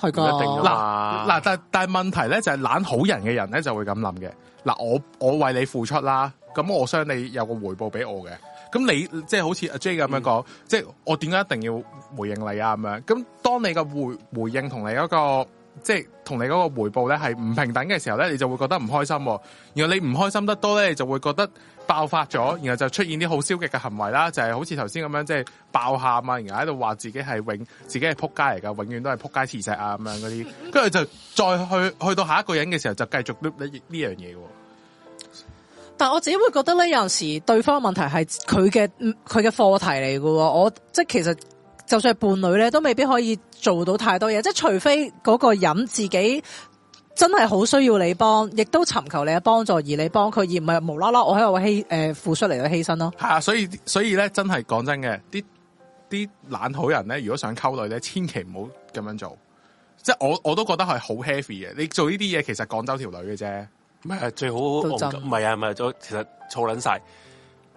S1: 係㗎
S2: 唔一定㗎嘛
S3: 嗱，但但問題咧就係、懶好人嘅人咧就會咁諗嘅。嗱，我我為你付出啦，咁我想你有個回報俾我嘅。咁你即係好似阿 J 咁樣講，即係我點解一定要回應你啊？咁樣咁當你嘅回回應同你嗰、個即係同你嗰個回報咧係唔平等嘅時候咧，你就會覺得唔開心、喎。然後你唔開心得多咧，你就會覺得爆發咗，然後就出現啲好消極嘅行為啦，就係、好似頭先咁樣，即係爆喊啊，然後喺度話自己係永自己係撲街嚟㗎，永遠都係撲街磁石啊咁樣嗰啲，跟住就再去去到下一個人嘅時候，就繼續 loop 呢呢樣嘢喎。
S1: 但我自己會覺得咧，有陣時對方嘅問題係佢嘅嗯佢嘅課題嚟嘅喎，我即係其實就算係伴侶咧，都未必可以做到太多嘢，即係除非嗰個人自己。真係好需要你幫，亦都尋求你嘅幫助，而你幫佢，而唔係無啦啦我喺度犧誒付出嚟到犧牲咯。
S3: 係啊，所以所以咧，真係講真嘅，啲啲懶好人咧，如果想溝女咧，千祈唔好咁樣做。即係我我都覺得係好 heavy 嘅，你做呢啲嘢其實廣州條女嘅啫。
S2: 唔係最好
S1: 都
S2: 戇
S1: 真
S2: 鳩唔係啊，唔係咗，其實錯撚晒。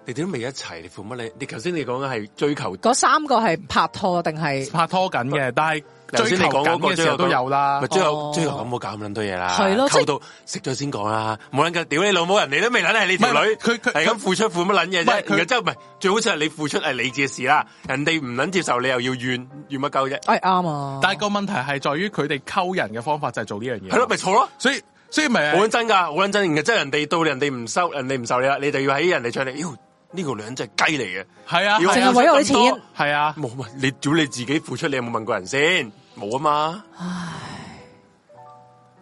S2: 你哋都未一齊，你付乜你？你頭先你講嘅係追求，
S1: 嗰三個係拍拖定係
S3: 拍拖緊嘅，但係
S2: 頭
S3: 追
S2: 先你
S3: 求
S2: 講
S3: 緊
S2: 嗰個
S3: 嘅時候都有啦
S2: 咪。追
S1: 哦
S2: 求追求咁，我搞咁撚多嘢啦，
S1: 係咯即係
S2: 溝到食咗先講啦，冇撚嘅，屌你老母人，你都未撚係你條
S3: 唔
S2: 女，
S3: 係佢佢
S2: 係咁付出付乜撚嘢
S3: 唔係
S2: 啫？
S3: 佢
S2: 然後之後唔係最好就係你付出係你自己嘅事啦，人哋唔撚接受你又要怨怨乜鳩啫？
S1: 誒啱啊？
S3: 但係個問題係在於佢哋溝人嘅方法就係做呢樣嘢。
S2: 係咯，咪錯咯。
S3: 所以所以咪
S2: 好撚真噶，好撚真嘅，即係人哋到人哋唔收，人哋唔受你啦，你就要喺人哋唱你，妖呢個女人真係雞嚟嘅，
S3: 係啊，
S2: 要
S1: 淨
S3: 係
S1: 係為咗
S3: 啊
S1: 你
S2: 咁多
S1: 錢，
S3: 係啊，
S2: 冇咪你屌你自己付出，你有冇問過人先？冇啊嘛，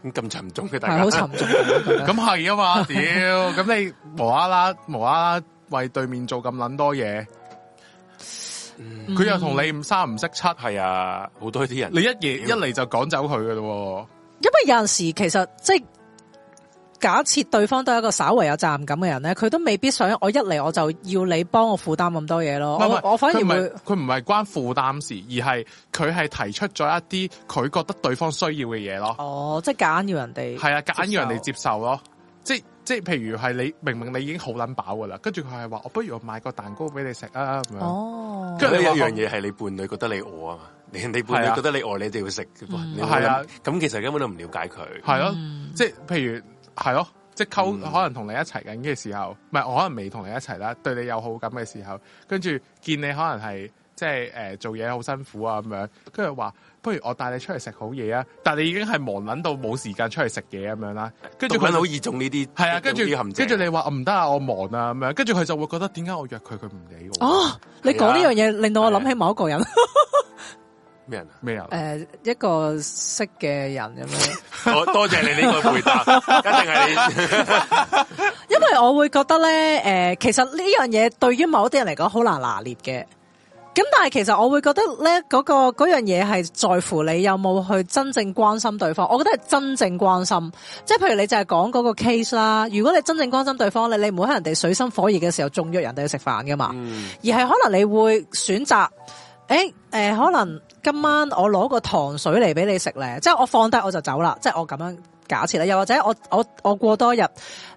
S2: 咁咁沉重嘅大
S1: 係
S2: 家
S1: 好，沉重嘅。我覺得
S3: 咁係啊嘛，屌， 咁你無啦啦無啦啦為對面做咁撚多嘢，
S1: 嗯
S3: 佢又同你唔三唔識七，
S2: 係啊，好多呢啲人
S3: 你一夜一嚟就趕走佢嘅咯
S1: 因為有陣時其實即係假設對方都係一個稍為有責任感嘅人咧，佢都未必想我一嚟我就要你幫我負擔咁多嘢咯。
S3: 喎。唔係唔係
S1: 我我反而
S3: 佢唔
S1: 會
S3: 係佢唔係關負擔事，而係佢係提出咗一啲佢覺得對方需要嘅嘢咯。
S1: 哦，即係揀要人哋
S3: 係啊，夾硬要人哋
S1: 接
S3: 接受咯。即即譬如係你明明你已經好撚飽噶啦，跟住佢係話我不如我買個蛋糕俾你食啊咁
S1: 受
S3: 樣。
S1: 哦。
S3: 跟
S2: 跟
S3: 住
S2: 住
S3: 你
S2: 一
S3: 話
S2: 樣嘢係你伴侶覺得你餓啊嘛，你你伴
S3: 係啊
S2: 侶覺得你餓，你一定要食，哇你冇
S3: 係啊
S2: 諗咁其實根本都唔了解佢，
S3: 係咯，
S1: 嗯
S3: 即譬如係咯，即溝、可能同你一齊緊嘅時候，唔係我可能未同你一齊啦，對你有好感嘅時候，跟住見你可能係即係誒、呃做嘢好辛苦啊咁樣，跟住話不如我帶你出去食好嘢啊，但你已經係忙撚到冇時間出去食嘢咁樣啦，跟住
S2: 跟住
S3: 佢
S2: 佢
S3: 就
S2: 好易中呢啲
S3: 係啊，跟住
S2: 呢啲陷阱
S3: 跟住你話唔得啊，我忙啊咁樣，跟住
S1: 哦
S3: 佢就會覺得點解我約佢佢唔理我？
S1: 哦，你講呢樣嘢令到我諗
S2: 係
S1: 起某一個人，
S2: 咩人啊？
S3: 咩人？
S1: 诶、一個識嘅人咁樣，
S2: 我哦多謝你呢個回 答，一定係
S1: 因為我會覺得咧，诶、其實呢樣嘢對於某啲人嚟講好難拿捏嘅。咁但係其實我會覺得咧，嗰、個嗰樣嘢係在乎你有冇去真正關心對方。我覺得係真正關心，即係譬如你就係講嗰個 case 啦。如果你真正關心對方咧，你唔會喺人哋水深火熱嘅時候縱約人哋去食飯噶嘛。
S2: 嗯
S1: 而係可能你會選擇，诶、诶、可能今晚我攞個糖水嚟俾你食咧，即係我放低我就走啦，即係我咁樣假設啦，又或者我我我過多日，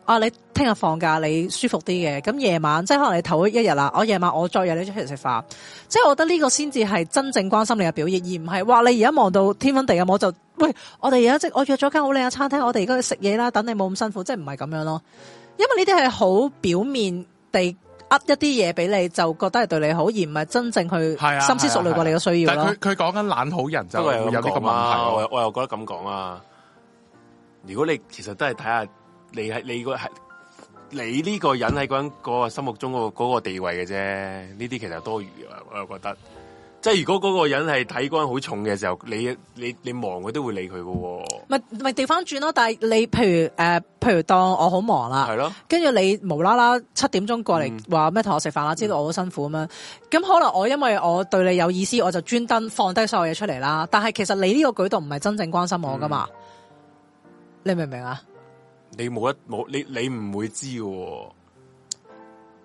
S1: 啊你聽日放假你舒服啲嘅，咁夜晚即係可能你頭一日啦，我夜晚我再約你出嚟食飯，即係我覺得呢個先至係真正關心你嘅表現，而唔係話你而家忙到天昏地暗，我就喂我哋而家即我約咗間好靚嘅餐廳，我哋而家去食嘢啦，等你冇咁辛苦，即係唔係咁樣咯。因為呢啲係好表面地呃一啲嘢俾你，就覺得係對你好，而唔係真正去
S3: 係啊
S1: 深思熟慮過你嘅需要
S3: 但
S1: 咯
S3: 係佢。佢講緊懶好人就
S2: 不過
S3: 會
S2: 又有
S3: 有呢個
S2: 啲
S3: 問
S2: 咁啊！
S3: 題
S2: 我。我又覺得咁講啊。如果你其實都係睇下你喺你個係你呢個人喺嗰人嗰個心目中嗰個嗰個地位嘅啫，呢啲其實多餘啊！我又覺得，即係如果嗰個人係睇嗰人好重嘅時候，你你你忙佢都會理佢嘅喎，
S1: 咪咪調翻轉咯，但係你譬如誒、呃譬如當我好忙啦
S2: 係，咯。
S1: 跟住你無啦啦七點鐘過
S2: 嗯
S1: 嚟話咩同我食飯啦，啊知道我好辛苦咁樣，咁可能我因為我對你有意思，我就專登放低所有嘢出嚟啦。但係其實你呢個舉動唔係真正關心我噶
S2: 嗯
S1: 嘛，你明唔明啊？
S2: 你冇得冇你你唔會知嘅喎。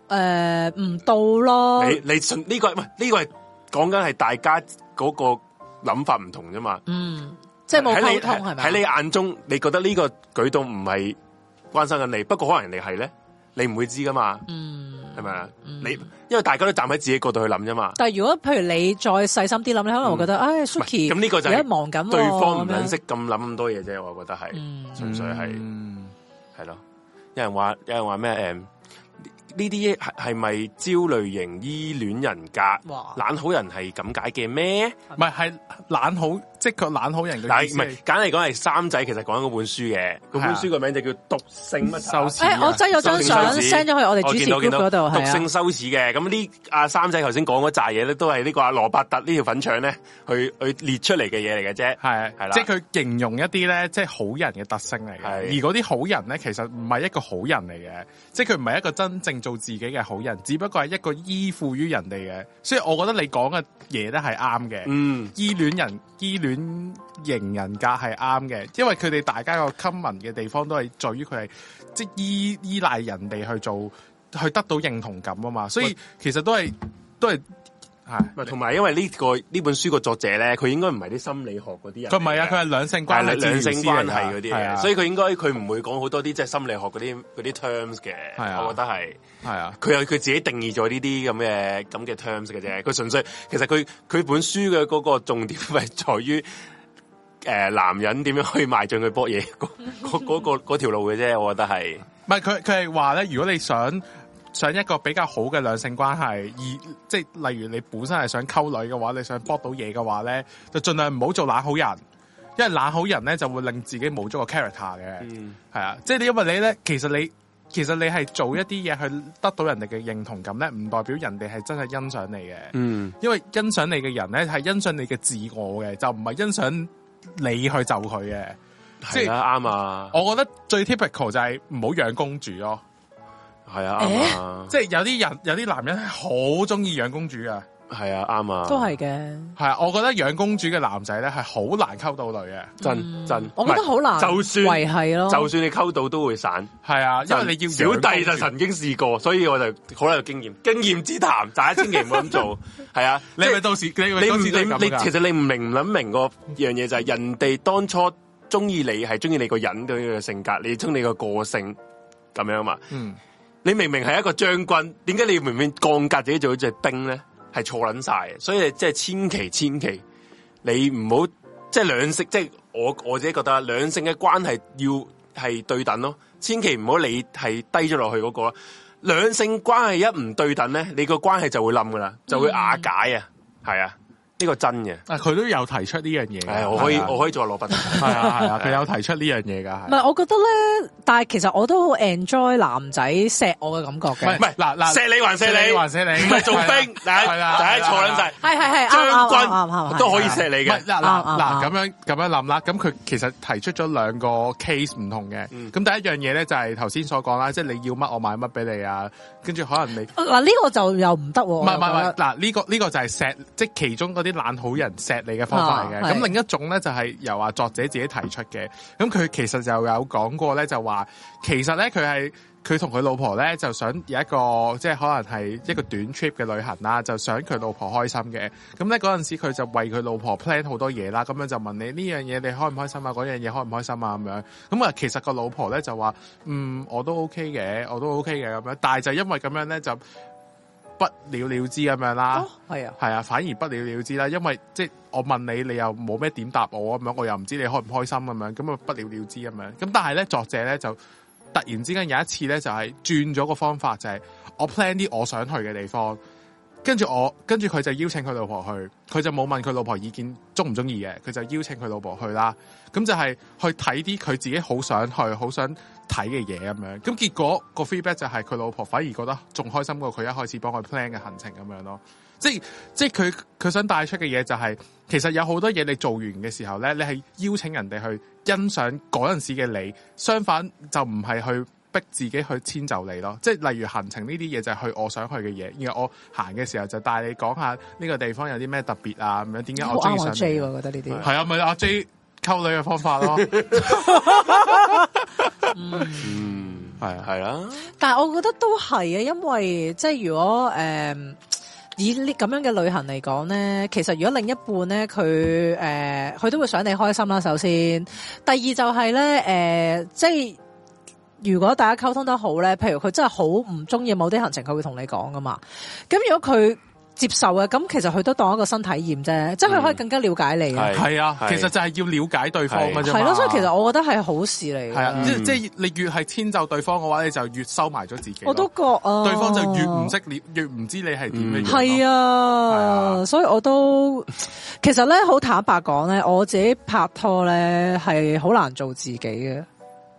S1: 誒、唔到咯，
S2: 你你信呢、個係喂呢個係講緊係大家嗰個諗法唔同啫嘛。
S1: 嗯，即係冇
S2: 喺
S1: 溝
S2: 你
S1: 通係咪啊？
S2: 喺你眼中，你覺得呢個舉動唔係關心緊你，不過可能人哋係咧，你唔會知噶嘛，
S1: 嗯。
S2: 係咪啊？你因為大家都站喺自己角度去諗啫嘛。
S1: 但係如果譬如你再細心啲諗，你可能會覺得，唉
S2: 嗯唔係
S1: ，Suki
S2: 咁呢個就係
S1: 而家忙緊喎，
S2: 對方唔
S1: 咁樣
S2: 撚識咁諗咁多嘢啫，我覺得係
S1: 嗯
S2: 純粹係。
S3: 嗯
S2: 係咯，有人話有人話咩诶？誒呢呢啲係係咪焦慮型依戀人格？
S1: 哇
S2: 懶好人係咁解嘅咩？
S3: 唔係係懶好，即係佢懶好人嘅
S2: 但
S3: 意
S2: 系
S3: 思
S2: 唔係
S3: 係。
S2: 簡嚟講係三仔，其實講緊嗰本書嘅，嗰本書個名就叫《讀性乜
S3: 羞恥
S1: 誒、
S3: 啊
S1: 我擠咗
S2: 嗯
S1: 張相 send 咗去我哋
S2: 哦
S1: 主持 group 嗰度，
S2: 毒
S1: 係
S2: 性
S1: 啊，
S2: 羞恥嘅。咁呢阿三仔頭先講嗰扎嘢咧，都係呢個阿羅伯特呢條粉腸咧，去去列出嚟嘅嘢嚟嘅啫。
S3: 係
S2: 係啦
S3: 即係佢形容一啲咧，即係好人嘅特性嚟嘅。
S2: 係
S3: 而嗰啲好人咧，其實唔係一個好人嚟嘅，即係佢唔係一個真正做自己嘅好人，只不過係一個依附於人哋嘅。所以我覺得你講嘅嘢咧係啱嘅。
S2: 嗯，
S3: 依戀人、依戀型人格係啱嘅，因為佢哋大家個 common 嘅地方都係在於佢係即係依依賴人哋去做，去得到認同感啊嘛。所以其實都係都係係，
S2: 同埋因為呢、個呢本書個作者咧，佢應該唔係啲心理學嗰啲人嚟嘅。
S3: 佢唔係啊，佢係兩性關係
S2: 係
S3: 治療
S2: 兩
S3: 師
S2: 性
S3: 嚟㗎、
S2: 關係嗰啲
S3: 係啊
S2: 嘢，所以佢應該佢唔會講好多啲即係心理學嗰啲嗰啲 terms 嘅。
S3: 係啊
S2: 我覺得係。
S3: 係啊，
S2: 佢有佢自己定義咗呢啲咁嘅咁嘅 terms 嘅啫。佢純粹其實佢佢本書嘅嗰個重點係在於 誒、呃男人點樣去邁進佢搏嘢嗰嗰嗰個嗰條路嘅啫。我覺得係
S3: 唔係佢佢係話咧，如果你想想一個比較好嘅兩性關係，而即係例如你本身係想溝女嘅話，你想搏到嘢嘅話咧，就盡量唔好做懶好人，因為懶好人咧就會令自己冇咗個 character 嘅。
S2: 嗯
S3: 係啊，即係你因為你咧，其實你其實你係做一啲嘢去得到人哋嘅認同感咧，唔代表人哋係真係欣賞你嘅，
S2: 嗯
S3: 因為欣賞你嘅人咧係欣賞你嘅自我嘅，就唔係欣賞你去就佢嘅。即係
S2: 係啊啱啊，
S3: 我覺得最 typical 就係唔好養公主咯，
S2: 係啊啱啊，
S3: 即係有啲人有啲男人係好中意養公主嘅，
S2: 係啊啱啊，
S1: 都係嘅。
S3: 係啊，我覺得養公主嘅男仔咧係好難溝到女嘅，
S2: 真真，
S1: 嗯我覺得好難
S2: 唔係就算
S1: 維係咯。
S2: 就算你溝到都會散，
S3: 係啊，因為你要
S2: 小弟就
S3: 神。
S2: 曾經試過，所以我就好有經驗，經驗之談，大家千祈唔好咁 做，係啊，
S3: 你
S2: 即係
S3: 咪到時你咪
S2: 你
S3: 到
S2: 唔
S3: 時
S2: 你
S3: 都係咁
S2: 你
S3: 㗎
S2: 其實你唔明唔諗明個樣嘢就係人哋當初中意你係中意你個人對佢嘅性格，你中意你個個性咁樣嘛？
S3: 嗯
S2: 你明明係一個將軍，點解你明明降格自己做咗隻兵咧？係錯撚晒嘅，所以即係千祈千祈，你唔好即係兩性，即係我我自己覺得啊兩性嘅關係要係對等咯，千祈唔好你係低咗落去嗰、個啦。兩性關係一唔對等咧，你個關係就會冧噶啦，就會瓦解啊，係啊，呢個真嘅。
S3: 啊，佢都有提出呢樣嘢㗎。
S2: 唉，我可以
S3: 係啊
S2: 我可以再攞筆。
S3: 係 啊 係啊，佢有提出呢樣嘢㗎。
S1: 唔
S3: 係
S1: 係，我覺得咧，但係其實我都好 enjoy 男仔錫我嘅感覺
S3: 唔
S1: 嘅
S3: 係唔。係嗱嗱，
S2: 錫你還錫你，
S3: 還錫你
S2: 唔係做兵，大
S3: 係啦
S2: 家大
S3: 係
S2: 家
S3: 啊啦
S2: 錯撚晒，
S1: 係係係，啱
S2: 將
S1: 啱啱啱
S2: 軍
S1: 啱
S2: 都可以
S1: 係
S2: 錫你
S3: 唔係
S2: 嘅。
S3: 嗱
S1: 啱
S3: 嗱
S1: 啱
S3: 嗱
S1: 啱
S3: 咁樣咁樣諗啦，咁佢其實提出咗兩個 case 唔同嘅。咁、
S2: 嗯
S3: 第一樣嘢咧就係頭先所講啦，即係你要乜我買乜俾你啊，跟住可能你。
S1: 嗱呢個就又唔得喎。
S3: 唔係唔係唔係，嗱呢個呢、個就係錫，即係其中嗰啲懶好人錫你嘅方法嚟嘅。
S1: 啊
S3: 咁、
S1: 係
S3: 另一種咧就係、由啊作者自己提出嘅。咁佢其實就有講過咧，就話其實咧佢係佢同佢老婆咧就想有一個即係可能係一個短 trip 嘅旅行啦，就想佢老婆開心嘅。咁咧嗰陣時佢就為佢老婆 plan 好多嘢啦，咁樣就問你呢樣嘢你開唔開心啊？嗰樣嘢開唔開心啊？咁樣咁啊，其實個老婆咧就話嗯我都 OK 嘅，我都 OK 嘅咁樣，但係就因為咁樣咧就不了了之咁樣啦。
S4: 哦，係啊，
S3: 係啊，反而不了了之啦，因為即係我問你，你又冇咩點答我咁樣，我又唔知你開唔開心咁樣，咁啊不了了之咁樣。咁但係咧，作者咧就突然之間有一次咧，就係轉咗個方法，就係、我 plan 啲我想去嘅地方，跟住我跟住佢就邀請佢老婆去，佢就冇問佢老婆意見中唔中意嘅，佢就邀請佢老婆去啦。咁就係去睇啲佢自己好想去、好想睇嘅嘢咁樣。咁結果個 feedback 就係佢老婆反而覺得仲開心過佢一開始幫佢 plan 嘅行程咁樣咯。即係即係佢佢想帶出嘅嘢就係、其實有好多嘢你做完嘅時候咧，你係邀請人哋去欣賞嗰陣時嘅你，相反就唔係去逼自己去遷就你咯。即係例如行程呢啲嘢就係去我想去嘅嘢，然後我行嘅時候就帶你講下呢個地方有啲咩特別啊，咁樣點解
S1: 好
S3: 我中意
S1: 啱我
S3: 上
S1: J
S3: 嚟啊
S1: 喎，覺得呢
S3: 係啊，咪阿 J 溝女嘅方法 咯，係
S2: 嗯，
S3: 啊，
S2: 係啦，
S1: 啲。但係我覺得都係嘅，因為即係如果誒。以呢咁樣嘅旅行嚟講咧，其實如果另一半咧，佢誒佢都會想你開心啦。首先，第二就係咧誒，即係如果大家溝通得好咧，譬如佢真係好唔中意某啲行程，佢會同你講噶嘛。咁如果佢接受嘅，咁其實佢都當一個新體驗啫，即係佢可以更加了解你啊。
S2: 係
S3: 係啊，
S2: 係
S3: 其實就係要了解對方嘅啫嘛
S1: 係咯，所以其實我覺得係好事嚟㗎。
S3: 係啊，
S2: 嗯
S3: 即即係你越係遷就對方嘅話，你就越收埋咗自己咯。
S1: 我都覺啊，
S3: 對方就越唔識了，越唔知你係點嘅樣咯。
S1: 係啊
S3: 係啊
S1: 啊，所以我都其實咧，好坦白講咧，我自己拍拖咧係好難做自己嘅，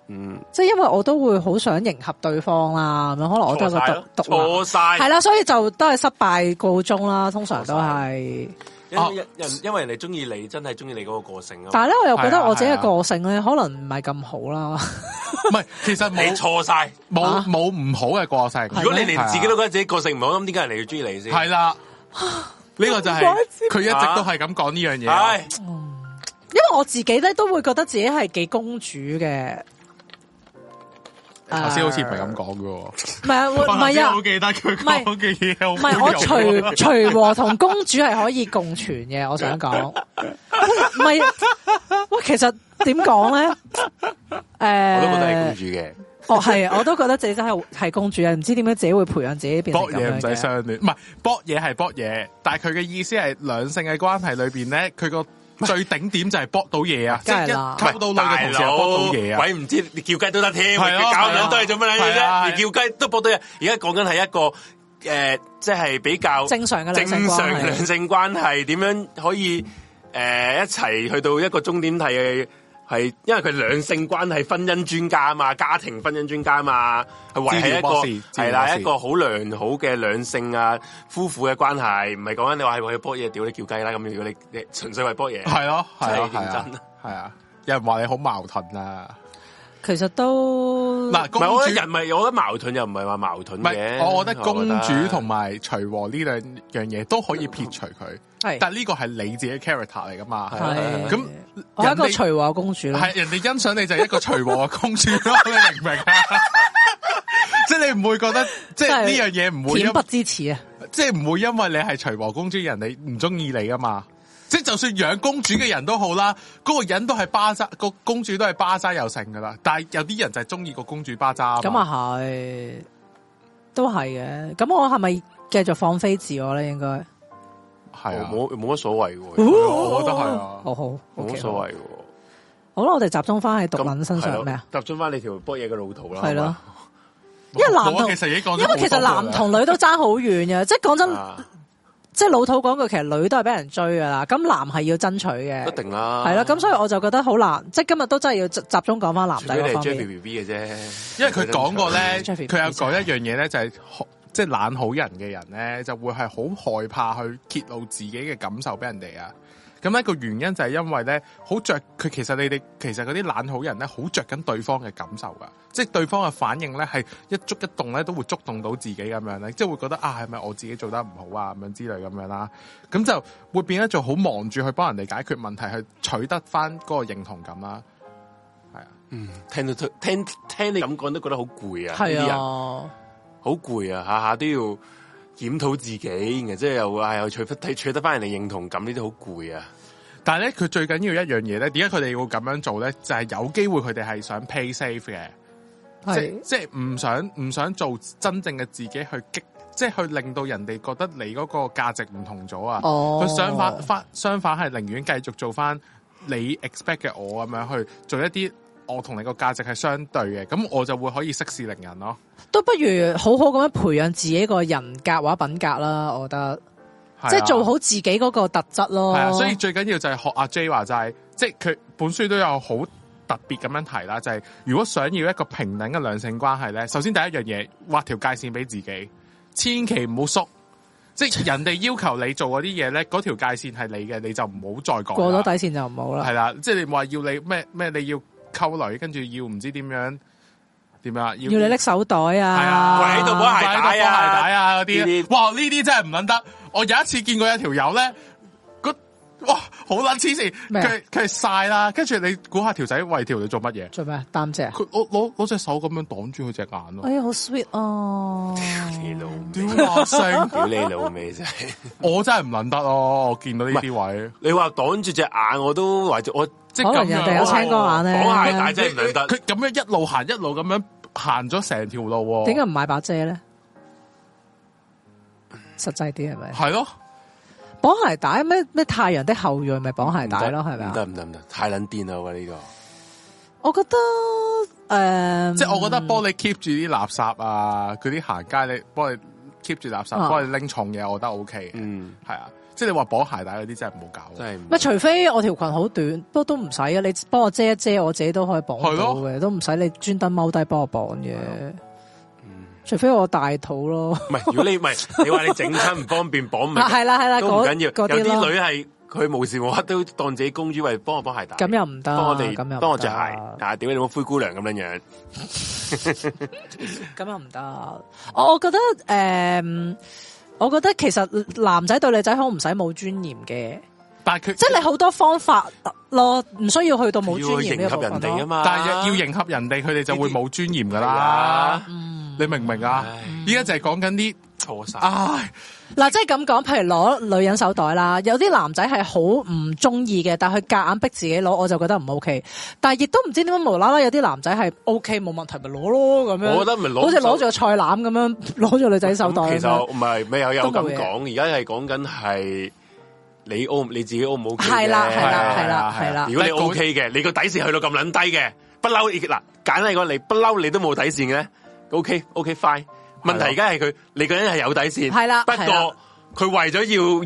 S2: 嗯，
S1: 即係因為我都會好想迎合對方啦，咁樣可能我都
S2: 錯
S1: 有個
S2: 晒
S1: 獨獨
S2: 咯，錯晒
S1: 立係啦，所以就都係失敗告終啦，通常都係。
S2: 因
S3: 哦
S2: 因因因為人哋中意你，真係中意你嗰個個性啊
S1: 但係咧，我又覺
S3: 係啊
S1: 得我自己
S3: 係啊
S1: 嘅個性咧，可能唔係咁好啦。
S3: 唔啊係，其實
S2: 嘛，你
S3: 冇
S2: 錯晒。
S3: 冇
S1: 啊
S3: 冇唔好嘅個性。
S2: 如果你連自己都
S3: 係
S2: 覺得自己個性唔好，咁點解人哋要中意你先？
S3: 啊係啦，呢個就係佢一直都係咁講呢樣嘢。
S2: 唉，
S1: 因為我自己咧都會覺得自己係幾公主嘅。
S3: 頭先好似唔
S1: 誒
S3: 係咁講嘅喎，
S1: 唔係啊，會唔係啊
S3: 我頭先好？記得佢講嘅嘢，
S1: 唔
S3: 唔
S1: 係我 隨隨和同公主係可以共存嘅，我想講，唔係喂，其實點講咧？
S3: 啊
S2: 我都覺得
S1: 誒
S2: 係公，主嘅。
S1: 哦係，我都覺得自己真係係公主啊！唔知點解自己會培養自己變成
S3: 搏
S1: 咁
S3: 嘢唔
S1: 樣
S3: 使
S1: 嘅。
S3: 相戀，唔係搏嘢係搏嘢，但係佢嘅意思係兩性嘅關係裏邊咧，佢個最頂點就係搏到嘢啊，即
S1: 梗
S3: 係
S1: 係
S3: 一
S1: 啦
S3: 溝到女嘅同時係搏到嘢啊，
S2: 鬼唔知你叫雞都得添，
S3: 係咯
S2: 搞兩堆做乜嘢
S3: 係啊
S2: 啫？你叫雞都搏到嘢。而家講緊係一個誒，即係比較
S1: 正常嘅兩
S2: 正
S1: 性
S2: 常
S1: 關
S2: 嘅兩
S1: 係，
S2: 性關係，點樣可以誒一齊去到一個終點係係，因為佢兩性關係婚姻專家啊嘛，家庭婚姻專家啊嘛，係維
S3: 治
S2: 係
S3: 療博士
S2: 一個係啦
S3: 治療博士
S2: 一個好良好嘅兩性啊夫婦嘅關係，唔係講緊你話係為搏嘢屌你叫雞啦咁，如果你你純粹為搏嘢，
S3: 係咯係咯
S2: 真係
S3: 係啊
S2: 認真
S3: 係啊，有人話你好矛盾啊，
S1: 其實都
S3: 嗱
S2: 唔
S3: 公
S2: 係我覺
S3: 主
S2: 得人唔係，我覺得矛盾又唔係話矛
S3: 唔
S2: 盾嘅，
S3: 係，我覺得公主同
S2: 埋
S3: 埋隨和呢兩樣嘢都可以撇除佢，
S1: 係
S3: 但呢個係你自己嘅 character 嚟噶嘛，
S2: 係
S1: 係
S3: 咁
S1: 我係一個
S3: 人哋
S1: 隨和公主咯。
S3: 係人哋欣賞你就係一個隨和嘅公主咯，你明唔明 啊？即係你唔會覺得，即係呢樣嘢唔會因
S1: 恬不知恥啊！
S3: 即係唔會因為你係隨和公主，人哋唔中意你噶嘛？即係就算養公主嘅人都好啦，嗰、個人都係巴渣，個公主都係巴渣又成噶啦。但係有啲人就係中意個公主巴渣嘛
S1: 咁，啊係，都係嘅。咁我係咪繼續放飛自我咧？應該
S3: 係啊，
S2: 冇冇乜所謂
S3: 係
S2: 嘅，
S3: 啊我覺得係啊，
S1: 哦好，
S2: 冇乜
S1: OK，
S2: 所謂嘅。
S1: 好啦，我哋集中翻喺毒
S2: 咁
S1: 撚身
S2: 係咯
S1: 上咩啊？
S2: 集中翻你條波嘢嘅路途啦，
S1: 係
S2: 好
S1: 咯
S2: 嘛，
S1: 因為男
S3: 我
S1: 同
S3: 其實已經講咗
S1: 因為其實
S3: 好多㗎啦
S1: 男同女都爭好遠嘅，即係講真，
S2: 啊
S1: 即係老土講句，其實女都係俾人追噶啦，咁男係要爭取嘅
S2: 一，定
S3: 啊
S2: 啦，
S1: 係啦，咁所以我就覺得好難，即係今日都真係要集集中講翻男
S2: 除
S1: 仔
S2: 非你
S1: 嗰
S2: 係
S1: 方
S2: Jeffy
S1: 面。
S2: B B 嘅啫，
S3: 因為佢講過咧，
S2: 嗯
S1: Jeffrey
S3: 佢有講一樣嘢咧，就係好即係懶好人嘅人咧，就會係好害怕去揭露自己嘅感受俾人哋啊。咁呢個原因就係因為咧，好着佢其實你哋其實嗰啲懶好人咧，好着緊對方嘅感受噶，即係對方嘅反應咧係一觸一動咧都會觸動到自己咁樣咧，即係會覺得啊係咪我自己做得唔好啊咁樣之類咁樣啦，咁就會變咗做好忙住去幫人哋解決問題，去取得翻嗰個認同感啦。係啊，
S2: 嗯，聽到聽聽你咁講都覺得好攰啊，呢
S1: 係
S2: 啲人
S1: 啊，
S2: 好攰啊，下下都要檢討自己，然後即係又話又取得取得翻人哋認同感，呢啲好攰啊。
S3: 但係咧，佢最緊要一樣嘢咧，點解佢哋要咁樣做咧？就係、有機會佢哋係想 pay safe 嘅，即
S1: 係
S3: 即係唔想唔想做真正嘅自己去激，即係去令到人哋覺得你嗰個價值唔同咗啊！
S1: 哦
S3: 佢、相反反相反係寧願繼續做翻你 expect 嘅我咁樣去做一啲我同你個價值係相對嘅，咁我就會可以息事寧人咯。
S1: 都不如好好咁樣培養自己個人格或者品格啦，我覺得，
S3: 係啊
S1: 即係做好自己嗰個特質咯。
S3: 係啊，所以最緊要就係學阿 J 話就係，即係佢本書都有好特別咁樣提啦，就係、如果想要一個平等嘅兩性關係咧，首先第一樣嘢畫條界線俾自己，千祈唔好縮。即 係人哋要求你做嗰啲嘢咧，嗰條界線係你嘅，你就唔好再講啦。
S1: 過咗底線就唔好啦
S3: 係。啦，即係你話要你咩咩，你要溝女，跟住要唔知點樣點樣啊，要
S1: 要你拎手袋啊，
S3: 係啊
S2: 跪喺度摸鞋帶啊
S3: 跪喺度摸鞋帶啊嗰
S2: 呢
S3: 啲
S2: 啲，
S3: 哇呢啲真係唔捻得。我有一次見過有條友咧，嗰哇好捻黐線，
S1: 咩啊
S3: 佢佢係晒啦，跟住你估下條仔為條女做乜嘢？
S1: 做咩擔遮啊？
S3: 佢攞攞攞隻手咁樣擋住佢隻眼咯
S1: 哎。呀，好 sweet 哦！
S2: 你老味，
S3: 屌啊聲！
S2: 屌你老味真係。
S3: 我真係唔捻得咯，我見到呢啲位，
S2: 你話擋住隻眼，我都或者我
S3: 即
S1: 可
S3: 係
S1: 能
S3: 咁
S1: 人哋有
S3: 樣。
S1: 青光眼咧，
S2: 講鞋帶真係唔
S3: 佢
S2: 得。
S3: 佢咁樣一路行一路咁樣行咗成條路喎，
S1: 點解唔買把遮咧？實際啲係咪？
S3: 係咯？
S1: 綁鞋帶咩咩太陽的後裔咪綁鞋帶咯，係咪
S2: 唔
S1: 啊？
S2: 得唔得唔得，太撚癲啦！喂呢個
S1: 我覺得誒，
S3: 即係我覺得幫你 keep 住啲垃圾啊，佢啲行街你幫你 keep 住垃圾，
S1: 啊
S3: 幫你拎重嘢，我覺得 O K 嘅。
S2: 嗯
S3: 係啊，即係你話綁鞋帶嗰啲真係唔好搞。
S2: 真
S1: 咪
S2: 係
S1: 除非我條裙好短，不過都唔使啊！你幫我遮一遮，我自己都可以綁
S3: 係
S1: 到
S3: 咯
S1: 嘅，都唔使你專登踎低幫我綁嘅。
S2: 嗯
S1: 除非我大肚咯，
S2: 唔係。如果你唔係你話你整親唔方便綁 唔
S1: 啊係啦係啦，
S2: 都唔
S1: 嗰
S2: 緊要。
S1: 嗰
S2: 有
S1: 啲
S2: 啲
S1: 咯，
S2: 女係佢無時無刻都當自己公主，為幫我幫鞋帶，
S1: 咁又唔得，啊
S2: 幫我
S1: 咁又唔
S2: 哋
S1: 得
S2: 幫我着鞋啊！屌你老母灰姑娘咁樣樣，
S1: 咁又唔得。我我覺得誒、嗯我覺得其實男仔對女仔好唔使冇尊嚴嘅，
S3: 但係佢
S1: 即係你好多方法咯，唔需要去到冇尊
S2: 要去
S1: 嚴
S2: 迎
S1: 呢個
S2: 合
S1: 部
S2: 人
S1: 分
S2: 哋啊
S1: 咯。
S2: 嘛。
S3: 但係要迎合人哋，佢哋就會冇尊嚴噶
S2: 係啊
S3: 啦。
S1: 嗯
S3: 你明唔明啊？依家就係講緊啲，
S2: 錯晒。
S3: 唉，
S1: 嗱，即係咁講，譬如攞女人手袋啦，有啲男仔係好唔中意嘅，但係佢夾硬逼自己攞，我就覺得唔 OK。但係亦都唔知點解無啦啦有啲男仔係 OK 冇問題，咪攞咯咁樣。
S2: 我覺得咪攞
S1: 好似攞住個菜籃咁樣攞咗女仔手袋
S2: 咁
S1: 咁
S2: 其實
S1: 樣。
S2: 我唔係咪有有
S1: 都冇
S2: 咁
S1: 嘢
S2: 講，而家係講緊係你 O 你自己 O 唔 O K
S1: 係啦，係啦，
S3: 係
S1: 係啦
S3: 啊，
S1: 係
S3: 係
S1: 啦
S3: 啊。
S2: 如果你
S3: 但係嗰
S2: O K 嘅，你個底線去到咁撚低嘅，不嬲嗱，簡單嚟講，你不嬲你都冇底線嘅咧，O K O K fine。問題而家係佢，你個人係有底線，
S1: 係啦
S2: 不
S1: 係啦
S2: 過佢為咗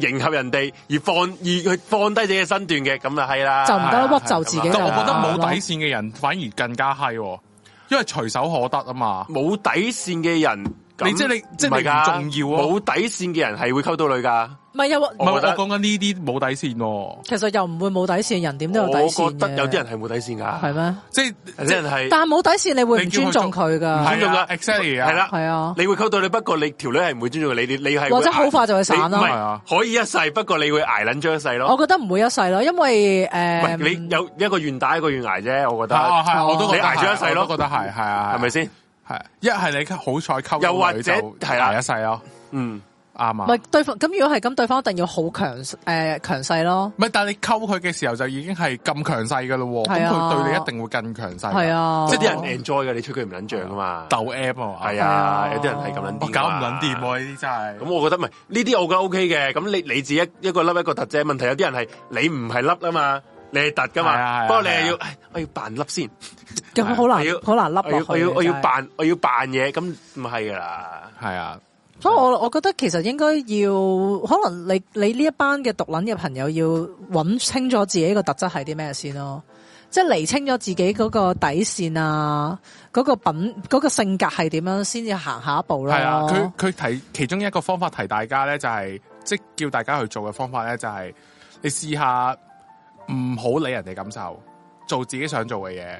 S2: 要迎合人哋而放而佢放低自己嘅身段嘅，咁就係啦，
S1: 就唔得
S3: 係
S1: 咯
S3: 啊
S1: 屈就自己
S2: 係
S1: 就
S2: 啊
S1: 係
S3: 但我
S1: 啦。
S3: 覺得冇底線嘅人反而更加閪喎，因為隨手可得啊嘛。
S2: 冇底線嘅人。咁
S3: 你即係你即係你唔
S2: 係㗎
S3: 重要啊
S2: 冇底線嘅人係會溝到女噶。
S1: 唔係又
S3: 唔係我
S2: 覺得
S3: 講緊呢啲冇底線喎，
S1: 其實又唔會冇底線，人點都有底
S2: 我
S1: 線
S2: 覺得有啲人
S1: 嘅
S2: 係冇底線噶，
S1: 係咩？
S3: 即係
S2: 有啲人係
S1: 但係冇底線，你會唔
S3: 你叫佢
S1: 尊重佢
S3: 唔
S1: 㗎？
S2: 尊重
S3: 係
S2: 噶
S3: 啊，exactly 啊
S2: 係啦，
S1: 係啊，
S2: 你會溝到你，不過你條女係唔會尊重你，你你係會
S1: 或者好快就會
S2: 你
S1: 散
S2: 唔
S1: 咯
S3: 係。啊
S2: 係可以一世，不過你會捱撚咗一世
S1: 我
S2: 咯。
S1: 覺得唔會一世咯，因為
S2: 唔
S1: 誒，
S2: 係你有一個願打一個願捱啫，我覺
S3: 啊
S2: 得
S3: 係啊我都覺得
S2: 你捱咗一世咯
S3: 我都覺得係係啊，
S2: 係咪先？
S3: 係一係你好彩溝
S2: 又
S3: 到
S2: 或
S3: 女
S2: 者
S3: 就
S2: 係啦
S3: 捱一世咯，
S2: 嗯，
S3: 啱啊
S1: 唔。係對方咁，如果係咁，對方一定要好強誒強勢咯，
S3: 唔係，但係你溝佢嘅時候就已經係咁強勢噶咯，咁
S1: 係啊
S3: 佢對你一定會更強勢。
S1: 係，啊，
S2: 即係啲人 enjoy 嘅，你吹佢唔撚脹噶嘛？
S3: 鬥 M 啊嘛，
S2: 係
S1: 啊
S2: 啊，有啲人係咁撚癲㗎嘛啊
S3: 我搞唔撚掂喎，呢啲真係。
S2: 咁我覺得唔係呢啲，我覺得 O K 嘅。咁你你自己一一個粒一個突啫。問題有啲人係你唔係粒啊嘛，你係突噶
S3: 係啊係
S2: 嘛。
S3: 啊
S2: 不過你係要，
S3: 係
S2: 唉我要扮粒先，
S1: 咁好難
S2: 我要
S1: 好難笠
S2: 啊我
S1: 落
S2: 要
S1: 去
S2: 我要我要
S1: 真係
S2: 扮我要扮嘢，咁唔係噶啦。
S3: 係啊，
S1: 所以我我覺得其實應該要，可能你你呢一班嘅獨撚嘅朋友要揾清楚自己個特質係啲咩先咯，即係釐清咗自己嗰個底線啊，嗰、個品嗰、個性格係點樣先至行下一步咯。
S3: 系啊，佢佢提其中一個方法提大家咧，就係即叫大家去做嘅方法咧，就係你試下唔好理人哋感受，做自己想做嘅嘢。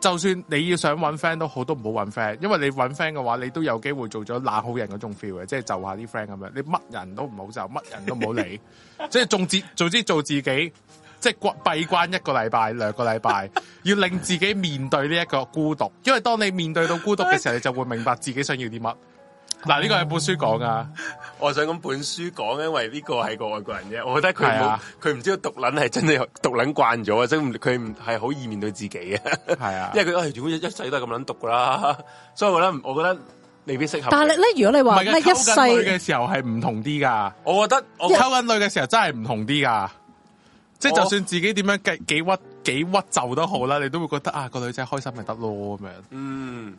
S3: 就算你要想揾 friend 都好，都唔好揾 friend，因為你揾 friend 嘅話，你都有機會做咗鬧好人嗰種 feel 嘅，即係就下啲 friend 咁樣，你乜人都唔好就，乜人都唔好理，即係仲自總之做自己，即係關閉關一個禮拜、兩個禮拜，要令自己面對呢一個孤獨，因為當你面對到孤獨嘅時候，你就會明白自己想要啲乜。嗱，呢個係本書講噶，
S2: 我想咁本書講，因為呢個係個外國人啫，我覺得佢
S3: 係
S2: 冇
S3: 啊
S2: 佢唔知道獨撚係真係獨撚慣咗啊，即係唔佢唔係好易面對自己嘅，
S3: 係 啊，
S2: 因為佢唉，如果一一世都係咁撚獨噶啦，所以我覺得唔我覺得未必適合。
S1: 但係你咧，如果你
S3: 唔
S1: 話
S3: 係
S1: 咩
S3: 嘅，
S1: 一
S3: 溝緊女
S1: 世
S3: 嘅時候係唔同啲噶，
S2: 我覺得我
S3: 溝緊女嘅時候真係唔同啲噶，即係
S2: 我
S3: 就算自己點樣計幾屈幾屈就都好啦，你都會覺得啊個女仔開心咪得咯咁樣，
S2: 嗯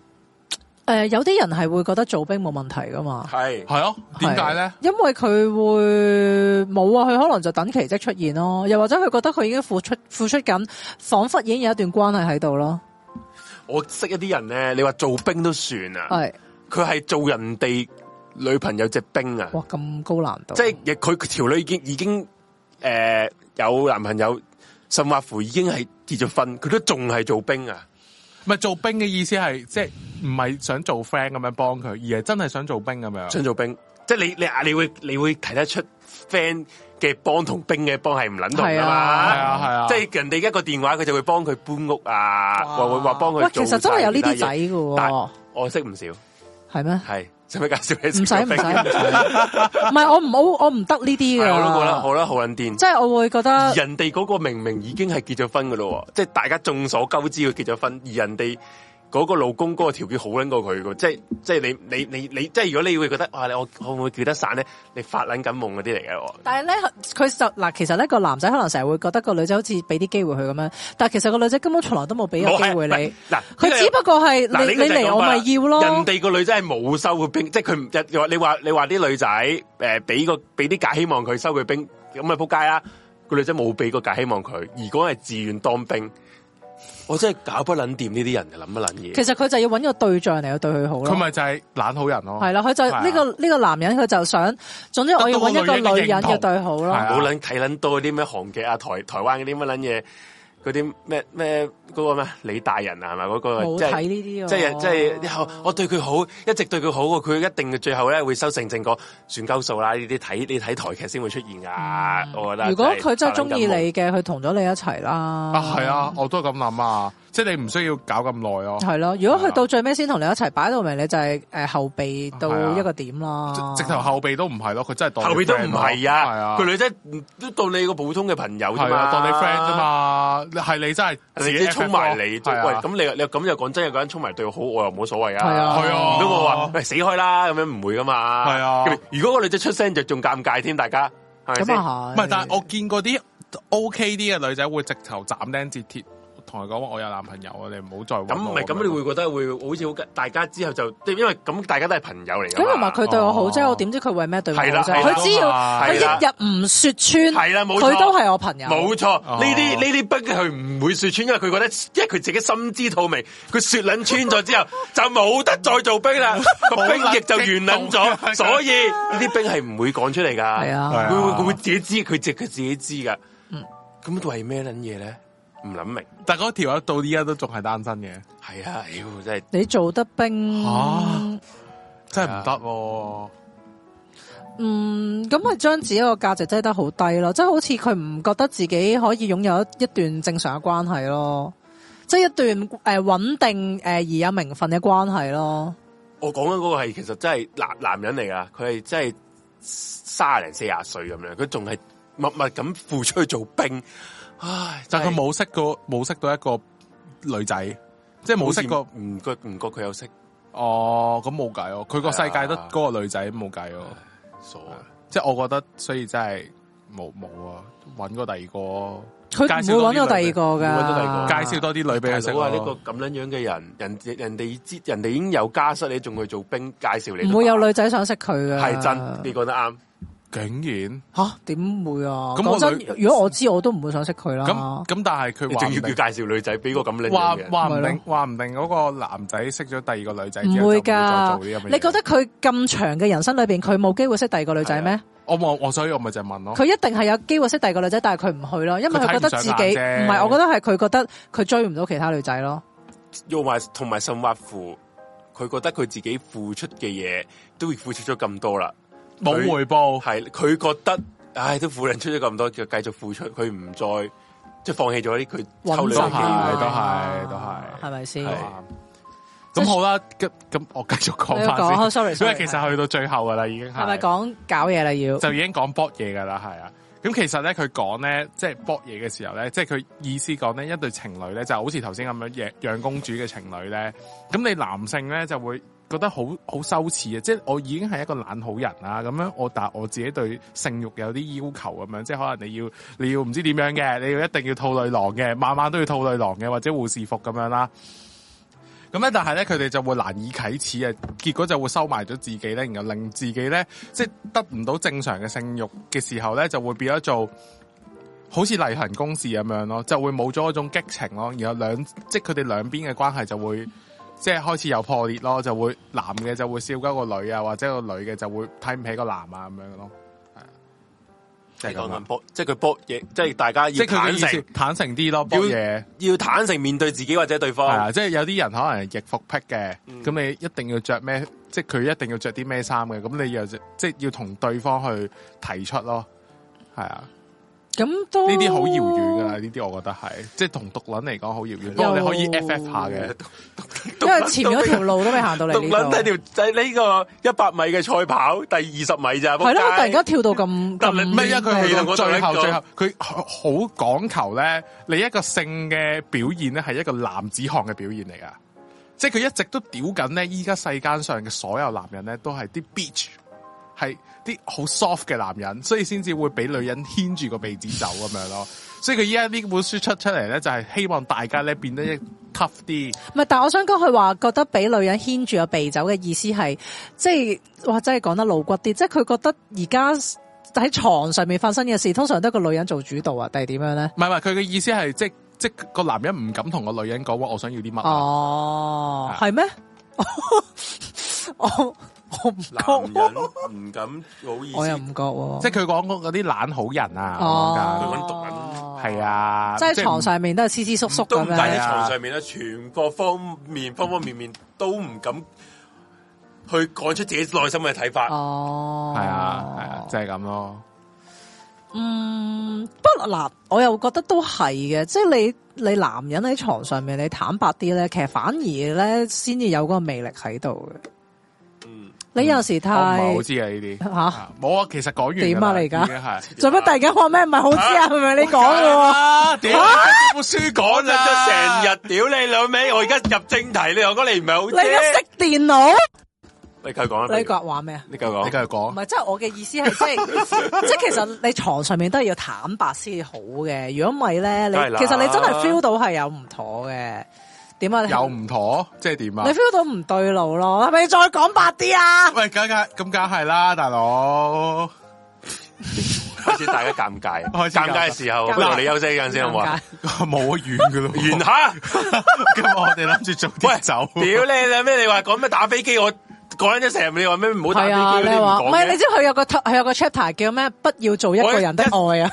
S1: 誒、有啲人係會覺得做兵冇問題噶嘛。
S2: 係
S3: 係咯，
S1: 啊
S3: 點解咧？
S1: 因為佢會冇啊，佢可能就等奇蹟出現咯，又或者佢覺得佢已經付出付出緊，彷彿已經有一段關係喺度咯。
S2: 我識一啲人咧，你話做兵都算啊，
S1: 係，
S2: 佢係做人哋女朋友隻兵啊。
S1: 哇咁高難度，
S2: 即係亦佢佢條女已經已經诶、呃有男朋友，甚或乎已經係結咗婚，佢都仲係做兵啊！
S3: 唔係做兵嘅意思係即係唔係想做 friend 咁樣幫佢，而係真係想做兵咁樣。
S2: 想做兵，即係你你你会你会睇得出 friend 嘅幫同兵嘅幫係唔撚同
S1: 係
S2: 噶
S1: 啊
S3: 係
S2: 嘛？
S3: 啊係啊，
S2: 即係人哋一個電話，佢就會幫佢搬屋啊，
S4: 哇
S2: 話會話幫
S1: 喂
S2: 佢，
S1: 其
S2: 做。
S1: 實真係有呢啲仔，嘅
S2: 但
S1: 喎，
S2: 我識唔少，係
S1: 係咩？
S2: 使唔使介紹你？
S1: 唔使唔使唔使，唔係我唔好我唔啊得呢啲
S2: 係我都覺得
S1: 噶，
S2: 好啦，好撚癲。
S1: 即係我會覺得
S2: 而人哋嗰個明明已經係結咗婚噶咯喎，即係大家眾所周知佢結咗婚，而人哋嗰個老公嗰個條件好撚過佢噶，即係即係你你你你，即係如果你會覺得哇，你我可唔會叫得散咧？你發撚緊夢嗰啲嚟嘅我，
S1: 但係咧，佢就嗱，其實呢個男仔可能成日會覺得個女仔好似俾啲機會佢咁樣，但係其實個女仔根本從來都冇俾個
S2: 我
S1: 機
S2: 係
S1: 會
S2: 唔係
S1: 你，
S2: 嗱，
S1: 佢只不過係
S2: 嗱
S1: 你
S2: 呢個
S1: 你
S2: 就係
S1: 嚟
S2: 講
S1: 我
S2: 法
S1: 咪
S2: 啦
S1: 要咯，
S2: 人哋個女仔係冇收佢兵，即係佢唔日話你話你話啲女仔誒俾個俾啲假希望佢收佢兵，咁咪撲街啦！個女仔冇俾個假希望佢，而嗰係自願當兵，我真係搞不撚掂呢啲人，諗乜撚嘢？
S1: 其實佢就要揾個對象嚟去對佢好
S3: 佢
S1: 咯。
S3: 咪就係懶好人咯。
S1: 係啦，佢就
S3: 係啊
S1: 呢個呢個男人，佢就想，總之我要揾一個女人嘅對好
S3: 係
S1: 咯
S3: 啊。
S2: 冇撚睇撚多啲咩韓劇啊、台台灣嗰啲乜撚嘢，嗰啲咩咩嗰個咩李大人啊，係咪嗰個？
S1: 冇
S2: 即
S1: 睇
S2: 係
S1: 呢啲喎，嗯
S2: 即係即係我我對佢好，一直對佢好喎，佢一定最後咧會收成正果，算鳩數啦！呢啲睇你睇台劇先會出現噶，啊我覺
S1: 嗯
S2: 得。
S1: 如果佢真係中意，你嘅，佢同咗你一齊啦。
S3: 啊，係啊，我都係咁諗啊，即係你唔需要搞咁耐咯。
S1: 係咯。如果佢到最尾先同你一齊擺到明，你就係誒後備到一個點啦。啊
S3: 直直頭後備都唔係咯，佢真係當
S2: 後邊都唔係
S3: 係
S2: 啊，
S3: 啊，
S2: 個女仔都當你個普通嘅朋友啫
S3: 係啊，
S2: 嘛，
S3: 當你 friend 啫。嘛，係你真係
S2: 你
S3: 自己
S2: 即係衝埋嚟，即
S3: 係
S2: 係喂
S3: 啊
S2: 咁你你咁又講真，有個人衝埋對我好，我又冇所謂
S1: 係啊
S2: 啊。
S3: 係啊，
S2: 如果我話喂死開啦，咁樣唔會噶嘛。
S3: 係啊
S2: 如果個女仔出聲就仲尷尬添，大家係咪
S1: 咁
S2: 先？
S1: 啊
S3: 唔
S1: 係。
S3: 係，但係我見過啲呃 OK 啲嘅女仔會直頭斬釘截鐵同佢講話我有男朋友啊，你啊唔好再
S2: 咁
S3: 揾
S2: 唔
S3: 我
S2: 係咁，你會覺得會好似好緊大家之後就，因為咁大家都係朋友嚟㗎
S1: 咁啊同埋
S2: 嘛。
S1: 佢對我好啫，
S3: 哦
S1: 我點知佢為咩對我好
S2: 係啦
S1: 啫？
S2: 係啊啦
S1: 佢只要佢
S2: 係啦
S1: 一日唔説穿，
S2: 係啦，冇錯
S1: 佢都係我啊朋友。
S2: 冇錯，
S3: 哦
S2: 呢啲呢啲筆佢唔會説穿，因為佢覺得，因為佢自己心知肚明，佢説撚穿咗 之後就冇得再做兵 啦，個兵役就完撚咗，所以呢啲兵係唔會講出嚟㗎。
S1: 係啊係嗯
S3: 啊
S2: 佢會佢會自己知，佢直佢自己知㗎。咁為咩撚嘢咧？唔諗明。
S3: 但嗰條友到依家都仲係單身嘅，
S2: 係啊，妖真係
S1: 你做得兵
S3: 嚇真係唔啊得喎。
S1: 嗯，咁佢將自己個價值低得好低咯，即係好似佢唔覺得自己可以擁有一一段正常嘅關係咯，即係一段誒、呃、穩定誒、呃而有名分嘅關係咯。
S2: 我講緊嗰個係其實真係男男人嚟噶，佢係真係卅零四廿歲咁樣，佢仲係默默咁付出去做兵，唉！
S3: 嗯
S2: 真
S3: 但
S2: 係
S3: 佢冇識過冇識到一個女仔，即係冇識過
S2: 好似唔覺唔覺佢有識
S3: 哦，咁冇計哦，佢個世界得
S2: 係啊
S3: 嗰個女仔冇計哦，
S2: 傻，
S3: 即係我覺得，所以真係冇冇啊，揾個第二個。
S1: 佢唔會揾到第二個
S2: 唔會揾到第
S1: 噶
S2: 二，
S3: 介紹多啲女俾佢食
S2: 大佬啊！
S3: 咯
S2: 呢個咁樣樣嘅人，人哋人哋知，人哋已經有家室，你仲去做兵介紹你都
S1: 唔
S2: 麻煩，
S1: 會有女啊仔想識佢噶。
S2: 係真，你講得啱。
S3: 竟然
S1: 吓？點會啊？
S3: 咁我
S1: 講
S3: 女
S1: 真，如果我知，我都唔會想識佢啦。
S3: 咁咁，但係
S2: 你
S3: 佢話
S2: 仲
S3: 唔
S2: 要
S3: 定
S2: 叫介紹女仔俾個咁靚
S3: 話
S2: 嘅人，
S3: 話唔
S1: 咪咯
S3: 定話唔定嗰個男仔識咗第二個女仔之後就
S1: 唔
S3: 唔
S1: 會
S3: 會
S1: 噶
S3: 再做呢啲咁嘅嘢
S1: 你覺得佢咁長嘅人生裏邊，佢冇機會識第二個女仔咩？
S3: 我冇我所以我咪就係問咯，
S1: 佢一定係有機會識第二個女仔，但係佢唔去咯，因為
S3: 哦佢睇
S1: 佢覺得自己
S3: 唔上眼啫
S1: 唔係，我覺得係佢覺得佢追唔到其他女仔咯。
S2: 要埋同埋甚或乎，佢覺得佢自己付出嘅嘢都會付出咗咁多啦，
S3: 冇回報，
S2: 係佢覺得，唉，都付出咗咁多，就繼續付出，佢唔再即係放棄咗啲佢溝女
S1: 都
S2: 嘅
S3: 真
S2: 機會
S3: 係都係都係
S1: 係咪先？
S2: 係
S3: 咁好啦，咁咁我繼續
S1: 你
S3: 講
S1: 要講
S3: 翻
S1: ，sorry，
S3: 先，因
S1: sorry，
S3: 為其實去到最後噶啦，已經
S1: 係咪
S3: 係
S1: 講搞嘢啦？要
S3: 就已經講搏嘢噶啦，係啊。咁其實咧，佢講咧，即係搏嘢嘅時候咧，即係佢意思講咧，一對情侶咧就好似頭先咁樣養養公主嘅情侶咧，咁你男性咧就會覺得好好羞恥啊嘅，即係我已經係一個懶好人啊啦，咁樣我但係我自己對性慾有啲要求咁樣，即係可能你要你要唔知點樣嘅，你要一定要套女郎嘅，晚晚都要套女郎嘅，或者護士服咁樣啦。咁咧，但係咧，佢哋就會難以啟齒啊，結果就會收埋咗自己咧，然後令自己咧，即係得唔到正常嘅性慾嘅時候咧，就會變咗做好似例行公事咁樣咯，就會冇咗嗰種激情咯，然後兩即係佢哋兩邊嘅關係就會即係開始有破裂咯，就會男嘅就會笑鳩個女啊，或者個女嘅就會睇唔起個男啊咁樣咯，係啊，
S2: 係
S3: 就係咁
S2: 講緊
S3: 啦，
S2: 搏，即係佢搏嘢，即係大家
S3: 即
S2: 要
S3: 係佢嘅
S2: 坦
S3: 意思
S2: 誠，
S3: 坦誠啲咯，搏嘢。
S2: 要坦誠面對自己或者對
S3: 係
S2: 方。
S3: 啊，即係有啲人可能係逆服癖嘅，咁、你一定要着咩？即係佢一定要着啲咩衫嘅，咁你又即係要同對方去提出咯。係啊，
S1: 咁都
S3: 呢啲好遙遠啊噶啦，呢啲我覺得係，即係同獨撚嚟講好遙遠。不過你可以 FF 下嘅，
S1: 因為前面嗰條路都未行到嚟
S2: 獨
S1: 呢
S2: 撚
S1: 度，
S2: 睇條仔呢個一百米嘅賽跑，第二十米咋？
S1: 係
S2: 仆街
S1: 咯，我突然間跳到咁
S2: 但係
S1: 咁，
S3: 唔係啊，佢去
S2: 我
S3: 到
S2: 同你
S3: 最後
S2: 講
S3: 最後，佢好好講求咧，你一個性嘅表現咧係一個男子漢嘅表現嚟噶，即係佢一直都屌緊咧，依家世間上嘅所有男人咧都係啲 bitch，係啲好 soft 嘅男人，所以先至會俾女人牽住個鼻子走咁樣咯。 所以佢依家呢本書出出嚟咧，就係希望大家咧變得一 tough 啲，
S1: 唔係，但係我想講佢話覺得俾女人牽住個鼻走嘅意思係，即係哇，真係講得露骨啲，即係佢覺得而家喺床上面發生嘅事，通常都係個女人做主導啊，定係點樣咧？
S3: 唔係唔係，佢嘅意思係即即個男人唔敢同個女人講話，我想要啲乜啊。
S1: 哦，係咩？ 我我唔
S2: 男
S1: 覺，
S2: 人唔敢好意
S1: 我又
S2: 思
S1: 唔覺喎，
S3: 即係佢講嗰啲懶好人啊，
S1: 哦，
S2: 佢搵毒
S3: 係，啊，
S1: 即係
S3: 唔
S1: 床上面都係黐黐縮縮
S2: 都
S1: 咁
S2: 唔單
S1: 樣
S2: 喺
S3: 係。啊
S2: 床上面咧，全個方面方方面面都唔敢去講出自己內心嘅睇法。
S1: 哦，
S3: 係啊，係啊，就係咁咯。
S1: 嗯，不過嗱，我又覺得都係嘅，即係你你男人喺床上面，你坦白啲咧，其實反而咧先至有嗰個魅力喺度嘅。
S2: 嗯，
S1: 你有時
S3: 我唔係
S1: 太
S3: 好知啊呢啲
S1: 吓，
S3: 冇啊，其實講完㗎啦
S1: 點啊你而家
S3: 已經係
S1: 做乜突然間話咩唔係好知啊？係咪你講嘅喎？
S3: 啊？屌，有本書
S2: 我
S3: 講
S2: 捻咗
S3: 日
S2: 成日屌你老味，我而家入正題，你又講你唔係好
S1: 你而家
S2: 知
S1: 識。電腦？
S2: 你繼續講啦，
S1: 你講話咩啊？
S2: 你繼續
S3: 你繼
S2: 講。
S3: 續
S1: 唔
S3: 講，
S1: 係，即係我嘅意思係，即係 即係其實你床上面都係要坦白先好嘅。如果唔係咧，你
S2: 梗係啦
S1: 其實你真係 feel 到係有唔妥嘅。點啊？你
S3: 有唔妥，即係點啊
S1: 你？feel 到唔對路咯？係咪再講白啲啊？
S3: 喂，梗梗咁梗係啦，大佬。
S2: 開始大家尷尬，
S3: 開始尷尬
S2: 尷尬嘅時候，
S1: 尷尬
S2: 不如你休息一陣先好唔好啊？
S3: 冇啊，完噶咯，
S2: 完 下，
S3: 咁我哋諗住早
S2: 喂
S3: 啲走。
S2: 屌你啦咩？你話講咩打飛機？我講緊咗成日，你話咩唔好打
S1: 係
S2: 飛機
S1: 啊，
S2: 嗰
S1: 你
S2: 啲
S1: 話
S2: 唔
S1: 唔
S2: 講
S1: 係？
S2: 嘅
S1: 你知佢有個佢有個 chapter 叫咩？不要做一個人的愛 啊！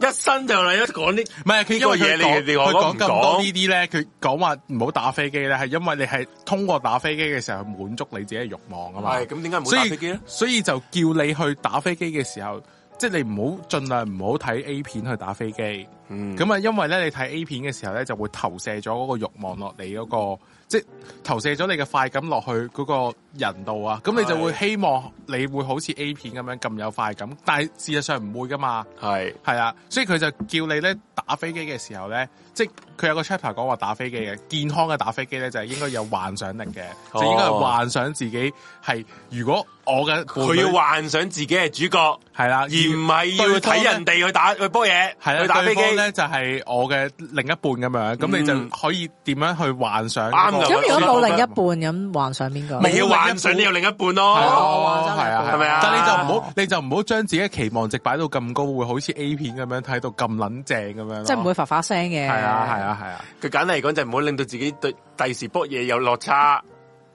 S2: 一生就嚟一講啲
S3: 唔係，佢因為
S2: 呢個嘢
S3: 佢講
S2: 你你
S3: 佢
S2: 我
S3: 講
S2: 唔
S3: 咁多
S2: 講
S3: 呢啲咧，佢講話唔好打飛機咧，係因為你係通過打飛機嘅時候去滿足你自己嘅欲望啊嘛。
S2: 係咁，點解唔好
S3: 所
S2: 打
S3: 以
S2: 飛機啊咧？
S3: 所以就叫你去打飛機嘅時候，即係你唔好盡量唔好睇 A 片去打飛機，
S2: 嗯，
S3: 咁啊，因為咧你睇 A 片嘅時候咧，就會投射咗嗰個慾望落你嗰、個，即係投射咗你嘅快感落去嗰個人度啊。咁你就會
S2: 係
S3: 希望你會好似 A 片咁樣咁有快感，但係事實上唔會噶嘛。
S2: 係
S3: 係啊，所以佢就叫你咧打飛機嘅時候咧，即係佢有個 chapter 講話打飛機嘅健康嘅打飛機咧，就係應該有幻想力嘅，
S2: 哦
S3: 就應該係幻想自己係如果我嘅伴
S2: 佢
S3: 侶
S2: 要幻想自己係主角，
S3: 係啦，
S2: 而唔係要睇人哋去打去波嘢，
S3: 系啦，
S2: 去打
S3: 啊
S2: 飛
S3: 對
S2: 機嗯
S3: 方。咧就係我嘅另一半咁樣，咁、你就可以點樣去幻想
S2: 啱㗎
S3: 嗰個啊
S1: 咁如
S2: 我
S1: 果冇
S2: 覺得
S1: 另一半，咁幻想邊個？
S2: 咪
S3: 冇
S2: 要
S3: 另一半
S2: 幻想你有另一半
S3: 係
S1: 啊
S2: 咯，
S3: 咯，係啊，
S1: 係
S2: 咪啊
S3: 但你就唔好，你就唔好將自己嘅期望值擺到咁高，會好似 A 片咁樣睇到咁撚正咁樣咯，
S1: 即係唔會發發聲嘅。
S3: 係啊，係啊，係啊，
S2: 佢簡單嚟講就唔好令到自己對第時搏嘢有落差，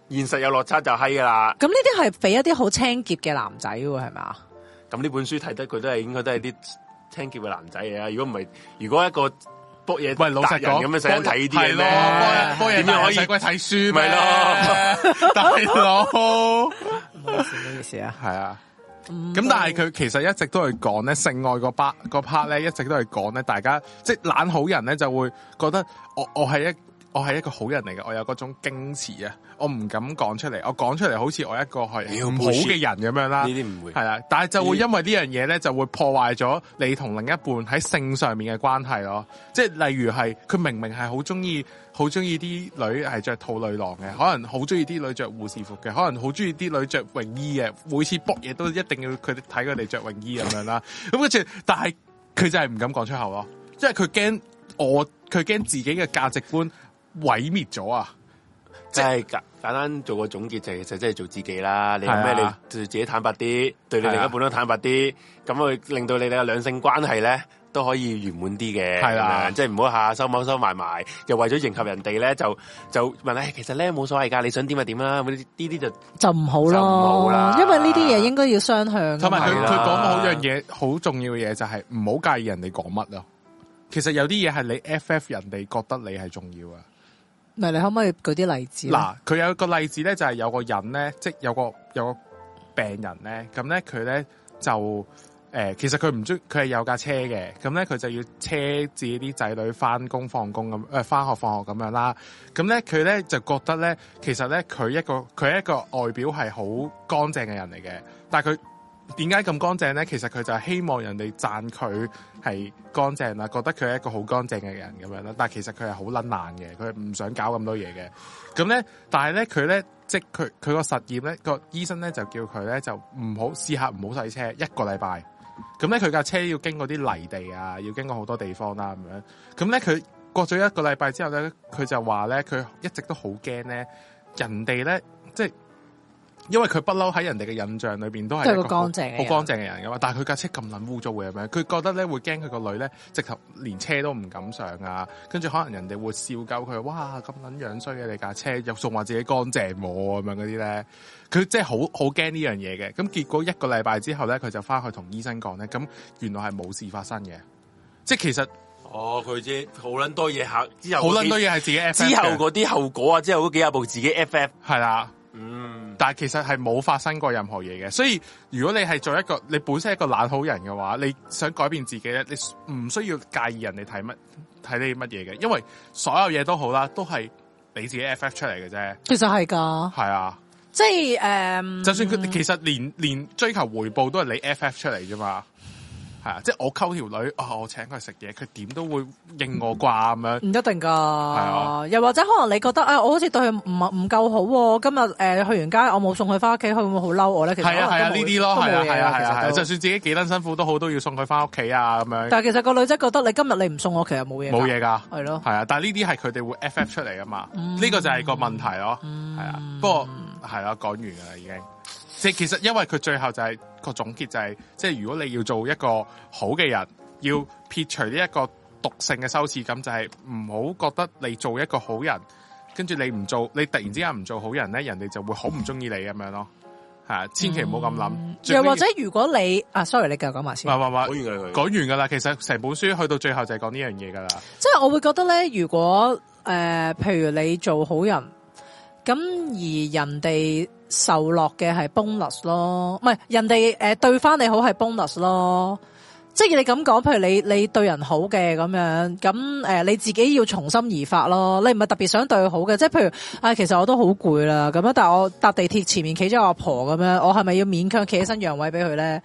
S2: 現實有落差就閪噶啦。
S1: 咁呢啲係俾一啲好清潔嘅男仔喎，係咪啊？
S2: 咁呢本書睇得佢都係應該都係啲聽叫嘅男仔嚟啊！如果唔係，如果一個搏嘢
S3: 喂，老實
S2: 達人
S3: 講，
S2: 咁樣使睇呢啲嘢咩
S3: 係咯波嘢
S2: 點樣可
S3: 可
S2: 以
S3: 以使鬼睇書
S2: 咪
S3: 咯，大佬
S1: 咩事咩事啊？嗯
S3: 係啊。咁但係佢其實一直都係講咧性愛個 part 個 part 咧，一直都係講咧，大家即係懶好人咧就會覺得我我係一我係一個好人嚟嘅，我有嗰種矜持啊，我唔敢講出嚟，我講出嚟好似我一個係
S2: 妖
S3: 唔好嘅人咁樣啦。
S2: 呢啲唔會
S3: 係啦，但係就會因為呢樣嘢咧，就會破壞咗你同另一半喺性上面嘅關係咯。即係例如係佢明明係好中意，好中意啲女係着兔女郎嘅，可能好中意啲女着護士服嘅，可能好中意啲女着泳衣嘅，每次卜嘢都一定要佢哋睇佢哋着泳衣咁樣啦。咁跟住，但係佢就係唔敢講出口咯，因為佢驚我，佢驚自己嘅價值觀毀滅咗啊！
S2: 即係簡簡單做個總結就係其實即係做自己啦。你有
S3: 係啊
S2: 咩你對自己坦白啲，對你
S3: 係啊
S2: 另一半都坦白啲，咁會令到你哋嘅兩性關係咧都可以圓滿啲嘅。
S3: 係啦
S2: 咁樣即係唔好下下收網收埋埋，又為咗迎合人哋咧就就問誒，其實咧冇所謂㗎，你想點就點啦。咁呢啲就
S1: 就唔好
S2: 就唔好
S1: 咯
S2: 啦，
S1: 因為呢啲嘢應該要雙向啊㗎嘛。
S3: 同埋佢
S2: 係
S3: 佢
S2: 啦
S3: 講到好樣嘢，好重要嘅嘢就係唔好介意人哋講乜咯。其實有啲嘢係你 FF 人哋覺得你係重要啊。
S1: 唔係你可唔可以舉啲例子？啊
S3: 嗱，佢有一個例子咧，就係有個人咧，即係有個有個病人咧，咁咧佢咧就誒、呃其實佢唔中，佢係有架車嘅，咁咧佢就要車自己啲仔女翻工放工咁，誒翻學放學咁樣啦。咁咧佢咧就覺得咧，其實咧佢一個佢一個外表係好乾淨嘅人嚟嘅，但係佢。點解咁乾淨咧？其實佢就係希望人哋讚佢係乾淨啊啦，覺得佢係一個好乾淨嘅人咁樣啦。但係其實佢係好撚爛嘅，佢唔想搞咁多嘢嘅。咁咧，但係咧佢咧，即係佢佢個實驗咧，個醫生咧就叫佢咧就唔好試下唔好洗車一個禮拜。咁咧佢架車要經過啲泥地啊，要經過好多地方啦、咁樣。咁咧佢過咗一個禮拜之後咧，佢就話咧佢一直都好驚咧，人哋咧即係因為佢不嬲喺人哋嘅印象裏邊都係
S1: 都係
S3: 一
S1: 個
S3: 好
S1: 乾淨嘅
S3: 好
S1: 人
S3: 乾淨嘅人噶嘛。但係佢架車咁撚污糟嘅咁樣，佢覺得咧會驚佢個女咧直頭連車都唔敢上啊。跟住可能人哋會笑鳩佢，哇咁撚樣衰啊嘅你架車，又仲話自己乾淨喎咁樣嗰啲咧。佢即係好好驚呢樣嘢嘅。咁結果一個禮拜之後咧，佢就翻去同醫生講咧，咁原來係冇事發生嘅。即係其實
S2: 哦，佢知好撚多嘢嚇，之後
S3: 好撚多嘢係自己 FF
S2: 之後
S3: 嘅
S2: 嗰啲後果啊，之後嗰幾廿部自己 FF，
S3: 係啦。
S2: 嗯，
S3: 但係其實係冇發生過任何嘢嘅，所以如果你係做一個你本身係一個懶好人嘅話，你想改變自己咧，你唔需要介意人哋睇乜睇你乜嘢嘅，因為所有嘢都好啦，都係你自己 FF 出嚟嘅啫，
S1: 其實係㗎，
S3: 係啊，
S1: 即係誒，
S3: 就算佢其實連連追求回報都係你 FF 出嚟啫嘛，係啊，即係我溝條女，哦，我請佢食嘢，佢點都會應我啩咁樣，
S1: 唔一定
S3: 啊
S1: 㗎。又或者可能你覺得啊，我好似對佢唔唔夠好喎，今日誒去完街，我冇送佢翻屋企，佢會唔會好嬲我咧？其實
S3: 係啊係啊呢啲咯，係啊係啊係啊，係啊就算
S1: 係
S3: 自己幾撚辛苦都好，都要送佢翻屋企啊咁樣。
S1: 但係其實個女仔覺得你今日你唔送我，其實冇嘢㗎，哦
S3: 冇嘢噶，
S1: 係咯
S3: 系啊，但系呢啲係佢哋會 FF 出嚟噶嘛，
S1: 嗯
S3: 呢個就係個問題咯，係啊，不過係啦，講完噶啦已經，即係其實因為佢最後就係個總結就係，即係如果你要做一個好嘅人，要撇除呢一個毒性嘅羞恥感，就係唔好覺得你做一個好人，跟住你唔做，你突然之間唔做好人咧，人哋就會好唔中意你咁樣咯，係啊，千祈唔好咁諗，
S1: 嗯
S3: 最
S1: 又
S3: 緊要
S1: 或者如果你啊，sorry，你繼續講埋
S3: 唔
S1: 先。
S3: 係唔係唔係
S2: 好遠㗎佢
S3: 啊講完噶啦，其實成本書去到最後就係講呢樣嘢噶啦，
S1: 即系我會覺得咧，如果诶、呃譬如你做好人，咁而人哋受落嘅係 bonus 咯，唔係人哋诶、呃、对翻你好係 bonus 咯。即係你咁講，譬如你你對人好嘅咁樣，咁诶、呃你自己要從心而發咯。你唔係特別想對佢好嘅，即係譬如啊，其實我都好攰啦，咁樣，但係我搭地鐵前面企咗我阿婆咁樣，我係咪要勉強企起身讓位俾佢咧？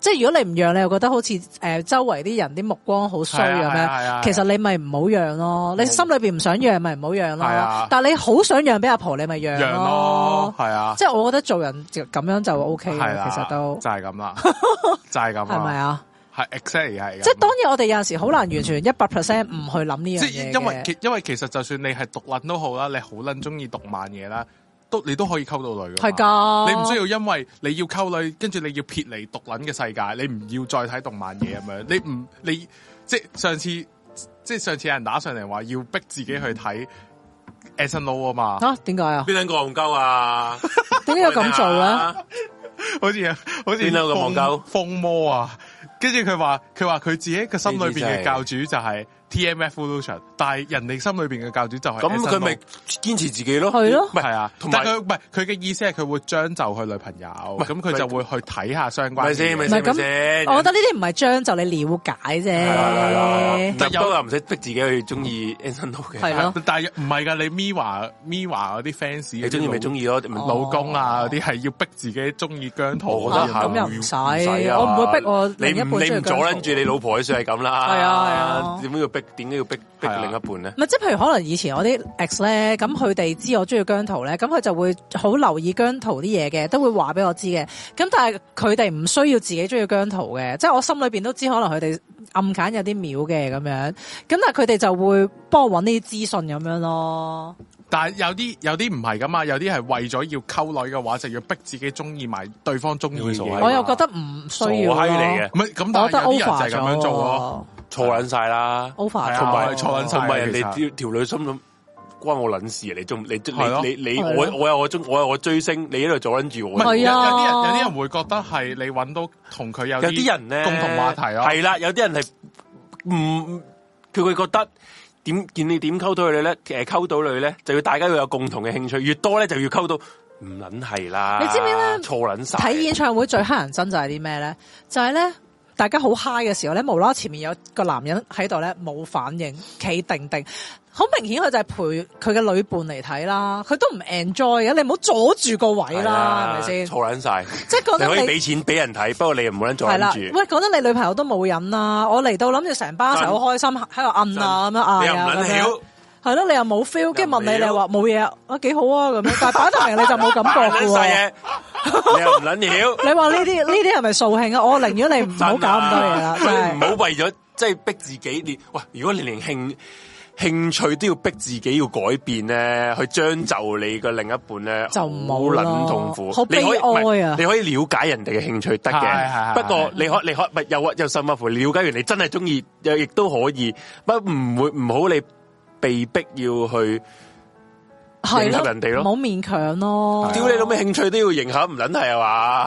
S1: 即係如果你唔讓，你又覺得好似诶、呃周圍啲人啲目光好衰咁
S3: 係
S1: 樣。
S3: 啊係啊
S1: 其實你咪唔好讓咯，你心裏邊唔想讓咪唔好讓咯
S3: 係啊。
S1: 但係你好想讓俾阿婆，你咪讓
S3: 让咯，系啊，
S1: 即係我覺得做人就咁樣就 O K
S3: 係啦
S1: 嘅，其實都
S3: 就系咁 啦，就系咁
S1: 係咪
S3: 啦，
S1: 啊？
S3: 系 exactly 系。
S1: 即係當然，我哋有陣時好難完全一百 percent 唔去諗呢樣
S3: 即
S1: 嘢
S3: 係
S1: 嘅
S3: 因為其因為其實就算你係獨撚都好啦，你好撚中意動漫嘢啦，都你都可以溝到女㗎嘛
S1: 係。㗎，
S3: 你唔需要因為你要溝女，跟住你要撇離獨撚嘅世界，你唔要再睇動漫嘢咁樣。你唔你即係上次即係上次有人打上嚟話要逼自己去睇 S N O 啊嘛，
S1: 啊？點解啊？
S2: 邊撚個戇鳩啊？
S1: 點解要咁做
S3: 啊
S1: 咧？
S2: 咧？
S3: 好似好似
S2: 邊有咁戇鳩
S3: 瘋魔啊！跟住佢話佢話佢自己嘅心裏邊嘅教主就係 T M F Evolution，但係人哋心裏邊嘅教主就係
S2: 咁
S3: SNO
S2: 佢咪堅持自己咯？
S1: 係咯
S2: 唔係
S3: 系啊，
S2: 同埋
S3: 但佢唔系佢嘅意思係佢會將就佢女朋友，
S2: 喂
S3: 咁
S2: 喂
S3: 佢就會去睇下相關嘅
S2: 咪
S3: 嘢。
S2: 先？咪
S1: 唔係
S2: 先？
S1: 咁
S2: 咪先？
S1: 我覺得呢啲唔係將就你了解
S2: 係啦係啦係啦
S1: 啫，
S2: 但有又唔使逼自己去中意 Anson 嘅，
S1: 係咯
S3: 但但係唔係㗎，你 Miwa Miwa 嗰啲 fans，
S2: 你中意咪中
S3: 意
S2: 意咯？唔
S1: 哦
S3: 老公啊嗰啲係要逼自己中意姜濤
S2: 我
S3: 嗰
S2: 覺
S3: 啲
S1: 哦
S2: 得係
S3: 人啊。
S1: 咁又唔使，
S2: 使啊
S1: 我唔會逼我
S2: 你
S1: 另一半
S2: 唔
S1: 中意
S2: 你
S1: 姜
S2: 唔阻
S1: 濤
S2: 撚住你老婆，算係咁啦。
S1: 係啊係啊
S2: 點解要逼？點解要逼逼
S3: 係啊
S2: 另一半咧？
S1: 唔係，即係譬如可能以前我啲 ex 咧，咁佢哋知我中意姜濤咧，咁佢就會好留意姜濤啲嘢嘅，都會話俾我知嘅。咁但係佢哋唔需要自己中意姜濤嘅，即係我心裏邊都知可能佢哋暗揀有啲秒嘅咁樣。咁但係佢哋就會幫我揾呢啲資訊咁樣咯。
S3: 但係有啲有啲唔係㗎嘛，有啲係為咗要溝女嘅話，就要逼自己中意埋對方中意嘅
S2: 你會
S3: 嘢。
S2: 傻
S1: 我
S2: 閪
S1: 又覺得唔需
S2: 傻
S1: 要咯
S2: 閪嚟嘅，
S3: 唔係咁，但
S1: 我覺得
S3: 係有啲人
S1: over
S3: 就係咁樣做咯。
S1: 咗
S2: 錯撚晒啦！
S1: ，over
S3: 係
S1: 咗，
S3: 啊
S2: 同埋
S3: 錯撚晒
S2: 同埋人哋
S3: 其
S2: 條條女心諗關我撚事啊！你中你
S3: 係咯
S2: 你你你
S1: 係
S2: 我
S1: 咯
S2: 我有我中我有我追星，你喺度阻撚住
S3: 唔
S2: 我。
S3: 係
S1: 係
S3: 有有
S1: 啊
S3: 啲人有啲人會覺得係你揾到同佢有
S2: 有啲人咧
S3: 共同話題啊咯。
S2: 係啦，有啲人係唔佢會覺得點見你點溝到佢咧？誒溝到女咧，就要大家要有共同嘅興趣，越多咧就要溝到唔撚係啦。
S1: 你知唔知咧
S2: 錯撚晒
S1: 睇演唱會最黑人憎就係啲咩咧？就係咧，大家好 high 嘅時候咧，無啦啦前面有個男人喺度咧冇反應，企定定，好明顯佢就係陪佢嘅女伴嚟睇啦，佢都唔 enjoy 嘅，你唔好阻住個位啦，係咪先？
S2: 錯撚晒，
S1: 即係覺
S2: 你可以
S1: 得
S2: 俾
S1: 你。
S2: 錢俾人睇，不過你又唔好撚阻
S1: 係啦，
S2: 撚住。
S1: 喂，講得你女朋友都冇癮啦，我嚟到諗住成班一齊好開心喺度摁啊咁樣
S2: 你又
S1: 嗌
S2: 唔
S1: 啊
S2: 撚
S1: 咁樣
S2: 曉，
S1: 係咯，你又冇 feel，跟住問你
S2: 又唔
S1: 你話冇嘢啊，啊幾好啊咁樣，但係擺到明你就冇感覺
S2: 撚
S1: 嘅喎。
S2: 晒嘢，你又唔撚曉。
S1: 你話呢啲呢啲係咪掃興啊？我寧願你唔好搞咁多嘢啦，
S2: 真係
S1: 真
S2: 唔
S1: 係。
S2: 好為咗即係逼自己。你喂，如果你連興興趣都要逼自己要改變咧，去將就你個另一半咧，
S1: 就唔好咯
S2: 撚痛苦，
S1: 好悲
S2: 你可以唔係
S1: 哀啊
S2: 你可以了解人哋嘅興趣得
S3: 係係
S2: 嘅，
S3: 係
S2: 不過你可你可咪有有心不乎了解完你真係中意，又亦都可以，不唔會唔好你被逼要去
S1: 係
S2: 迎合
S1: 咯，
S2: 人哋咯啊
S1: 唔好勉強咯。
S2: 屌你老味興趣都要迎合，唔撚係啊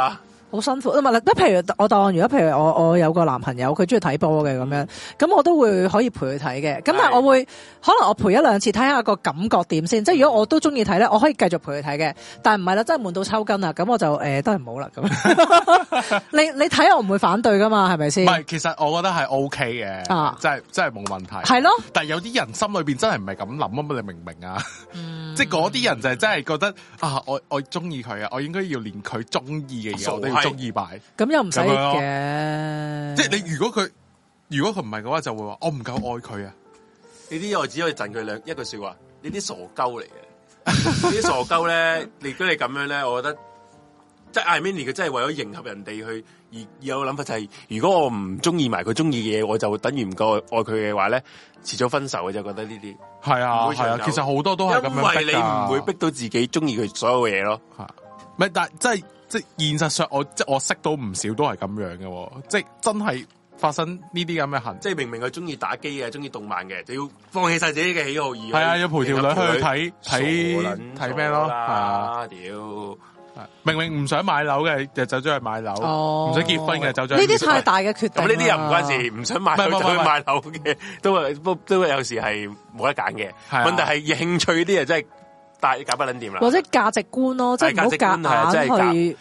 S2: 嘛？
S1: 好辛苦。唔係，即譬如我當，如果譬如我我有個男朋友，佢中意睇波嘅咁樣，咁我都會可以陪佢睇嘅。咁但係
S2: 係
S1: 我會可能我陪一兩次，睇下個感覺點先。即係如果我都中意睇咧，我可以繼續陪佢睇嘅。但係唔係啦，真係悶到抽筋啦，咁我就誒都係唔好啦咁。 你你睇我唔會反對噶嘛，係咪
S3: 唔
S1: 先？
S3: 係，其實我覺得係 O K 嘅
S1: 啊，
S3: 真係真係冇問題。
S1: 係咯，
S3: 但係有啲人心裏邊真係唔係咁諗啊嘛，你明唔明 啊？即係嗰啲人就係真係覺得啊，我我中意佢啊，我應該要連佢中意嘅
S2: 傻閪
S3: 嘢我都要中意埋。
S1: 咁又唔使
S3: 咁樣咯
S1: 嘅。
S3: 即係你如果佢如果佢唔係嘅話，就會話我唔夠愛佢啊。
S2: 呢啲我只可以贈佢兩一句说話，呢啲傻鳩嚟嘅， 呢啲傻鳩咧，你如果你咁樣咧，我覺得即係 I mean 佢真係為咗迎合人哋去而而有諗法就係、如果我唔中意埋佢中意嘅嘢，我就等於唔夠愛佢嘅話咧，遲早分手嘅就覺得呢啲，
S3: 係啊
S2: 唔，會
S3: 係啊
S2: 長，久
S3: 其實好多都係咁
S2: 因
S3: 樣
S2: 為
S3: 逼
S2: 你唔
S3: 㗎
S2: 會逼到自己中意佢所有嘅嘢咯。
S3: 吓，唔係，但係真係即係現實上，我即係我識到唔少都係咁樣嘅喎，即係真係發生呢啲咁嘅行，
S2: 即係明明佢中意打機嘅，中意動漫嘅，就要放棄晒自己嘅喜好而
S3: 係啊，要陪條女去睇
S2: 傻撚
S3: 睇
S2: 咗
S3: 睇咩咯，係啊，
S2: 啦，屌！
S3: 明明唔想買樓嘅就走咗去買樓，
S1: 哦
S3: 唔想結婚嘅走咗去
S1: 呢啲太
S3: 結
S1: 大嘅決定啊啦。
S2: 咁呢啲又唔關事，唔想買樓
S3: 唔係
S2: 就
S3: 唔係
S2: 去買樓嘅，都係都都有時係冇得揀嘅。
S3: 係啊
S2: 問題係興趣啲啊，真係大搞不撚掂啦。
S1: 或者價值觀咯，即係唔好
S2: 係價值觀係真係
S1: 夾硬去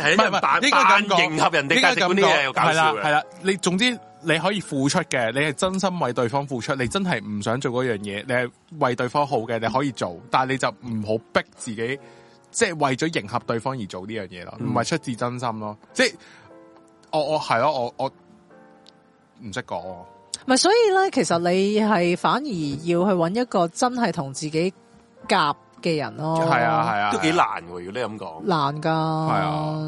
S2: 係
S3: 唔係唔
S2: 一扮
S3: 係，應該咁
S2: 扮
S3: 講
S2: 迎合人哋
S3: 應該
S2: 價
S3: 咁
S2: 值觀啲嘢，
S3: 講
S2: 又搞
S3: 係啦
S2: 笑嘅
S3: 係。啦，你總之你可以付出嘅，你係真心為對方付出，你真係唔想做嗰樣嘢，你係為對方好嘅，你可以做，但係你就唔好逼自己，即係為咗迎合對方而做呢樣嘢咯，
S2: 嗯
S3: 唔係出自真心咯，即係我我係咯，我我唔識講，
S2: 哦
S1: 咪所以咧，其實你係反而要去揾一個真係同自己夾嘅人咯。
S3: 係啊係啊，
S2: 都幾
S3: 係啊
S2: 難喎，如果你咁講，
S1: 難噶。
S3: 啊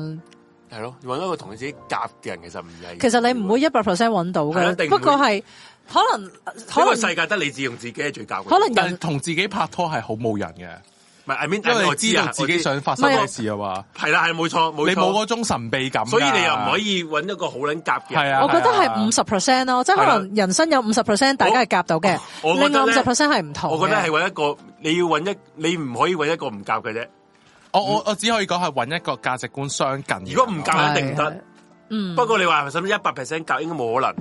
S2: 係咯，揾一個同你自己夾嘅人其實唔易。
S1: 其實你唔會一百 percent 揾到
S2: 係啊一
S1: 嘅，
S2: 定唔
S1: 不
S2: 會
S1: 過係可能可
S2: 呢個
S1: 能
S2: 世界得你自用自己係最夾嘅。
S1: 可能
S3: 但係
S1: 人
S3: 同自己拍拖係好冇癮嘅，
S2: 唔係，I mean，
S3: 因為
S2: 我
S3: 你知道
S2: 啊
S3: 自己
S2: 我知
S3: 想發生
S1: 唔係啊
S3: 咩事啊嘛，
S2: 係啦，係冇錯冇
S3: 你冇
S2: 錯，
S3: 嗰種神秘感㗎，啊
S2: 所以你又唔可以揾一個好撚夾嘅人。
S3: 係啊
S1: 我覺得係五十 percent 咯，即係可能人生有五十 percent 大家係夾到嘅，
S2: 我我覺
S1: 另外
S2: 得
S1: 五
S2: 呢
S1: 十 percent 係唔同嘅。
S2: 我覺得係揾一個，你要揾一，你唔可以揾一個唔夾嘅啫。
S3: 我我我只可以講係揾一個價值觀相近嘅人咯。
S2: 如果唔夾一定唔
S1: 係係
S2: 得。
S1: 嗯，
S2: 不過你話使唔使一百 percent 夾，應該 冇可能。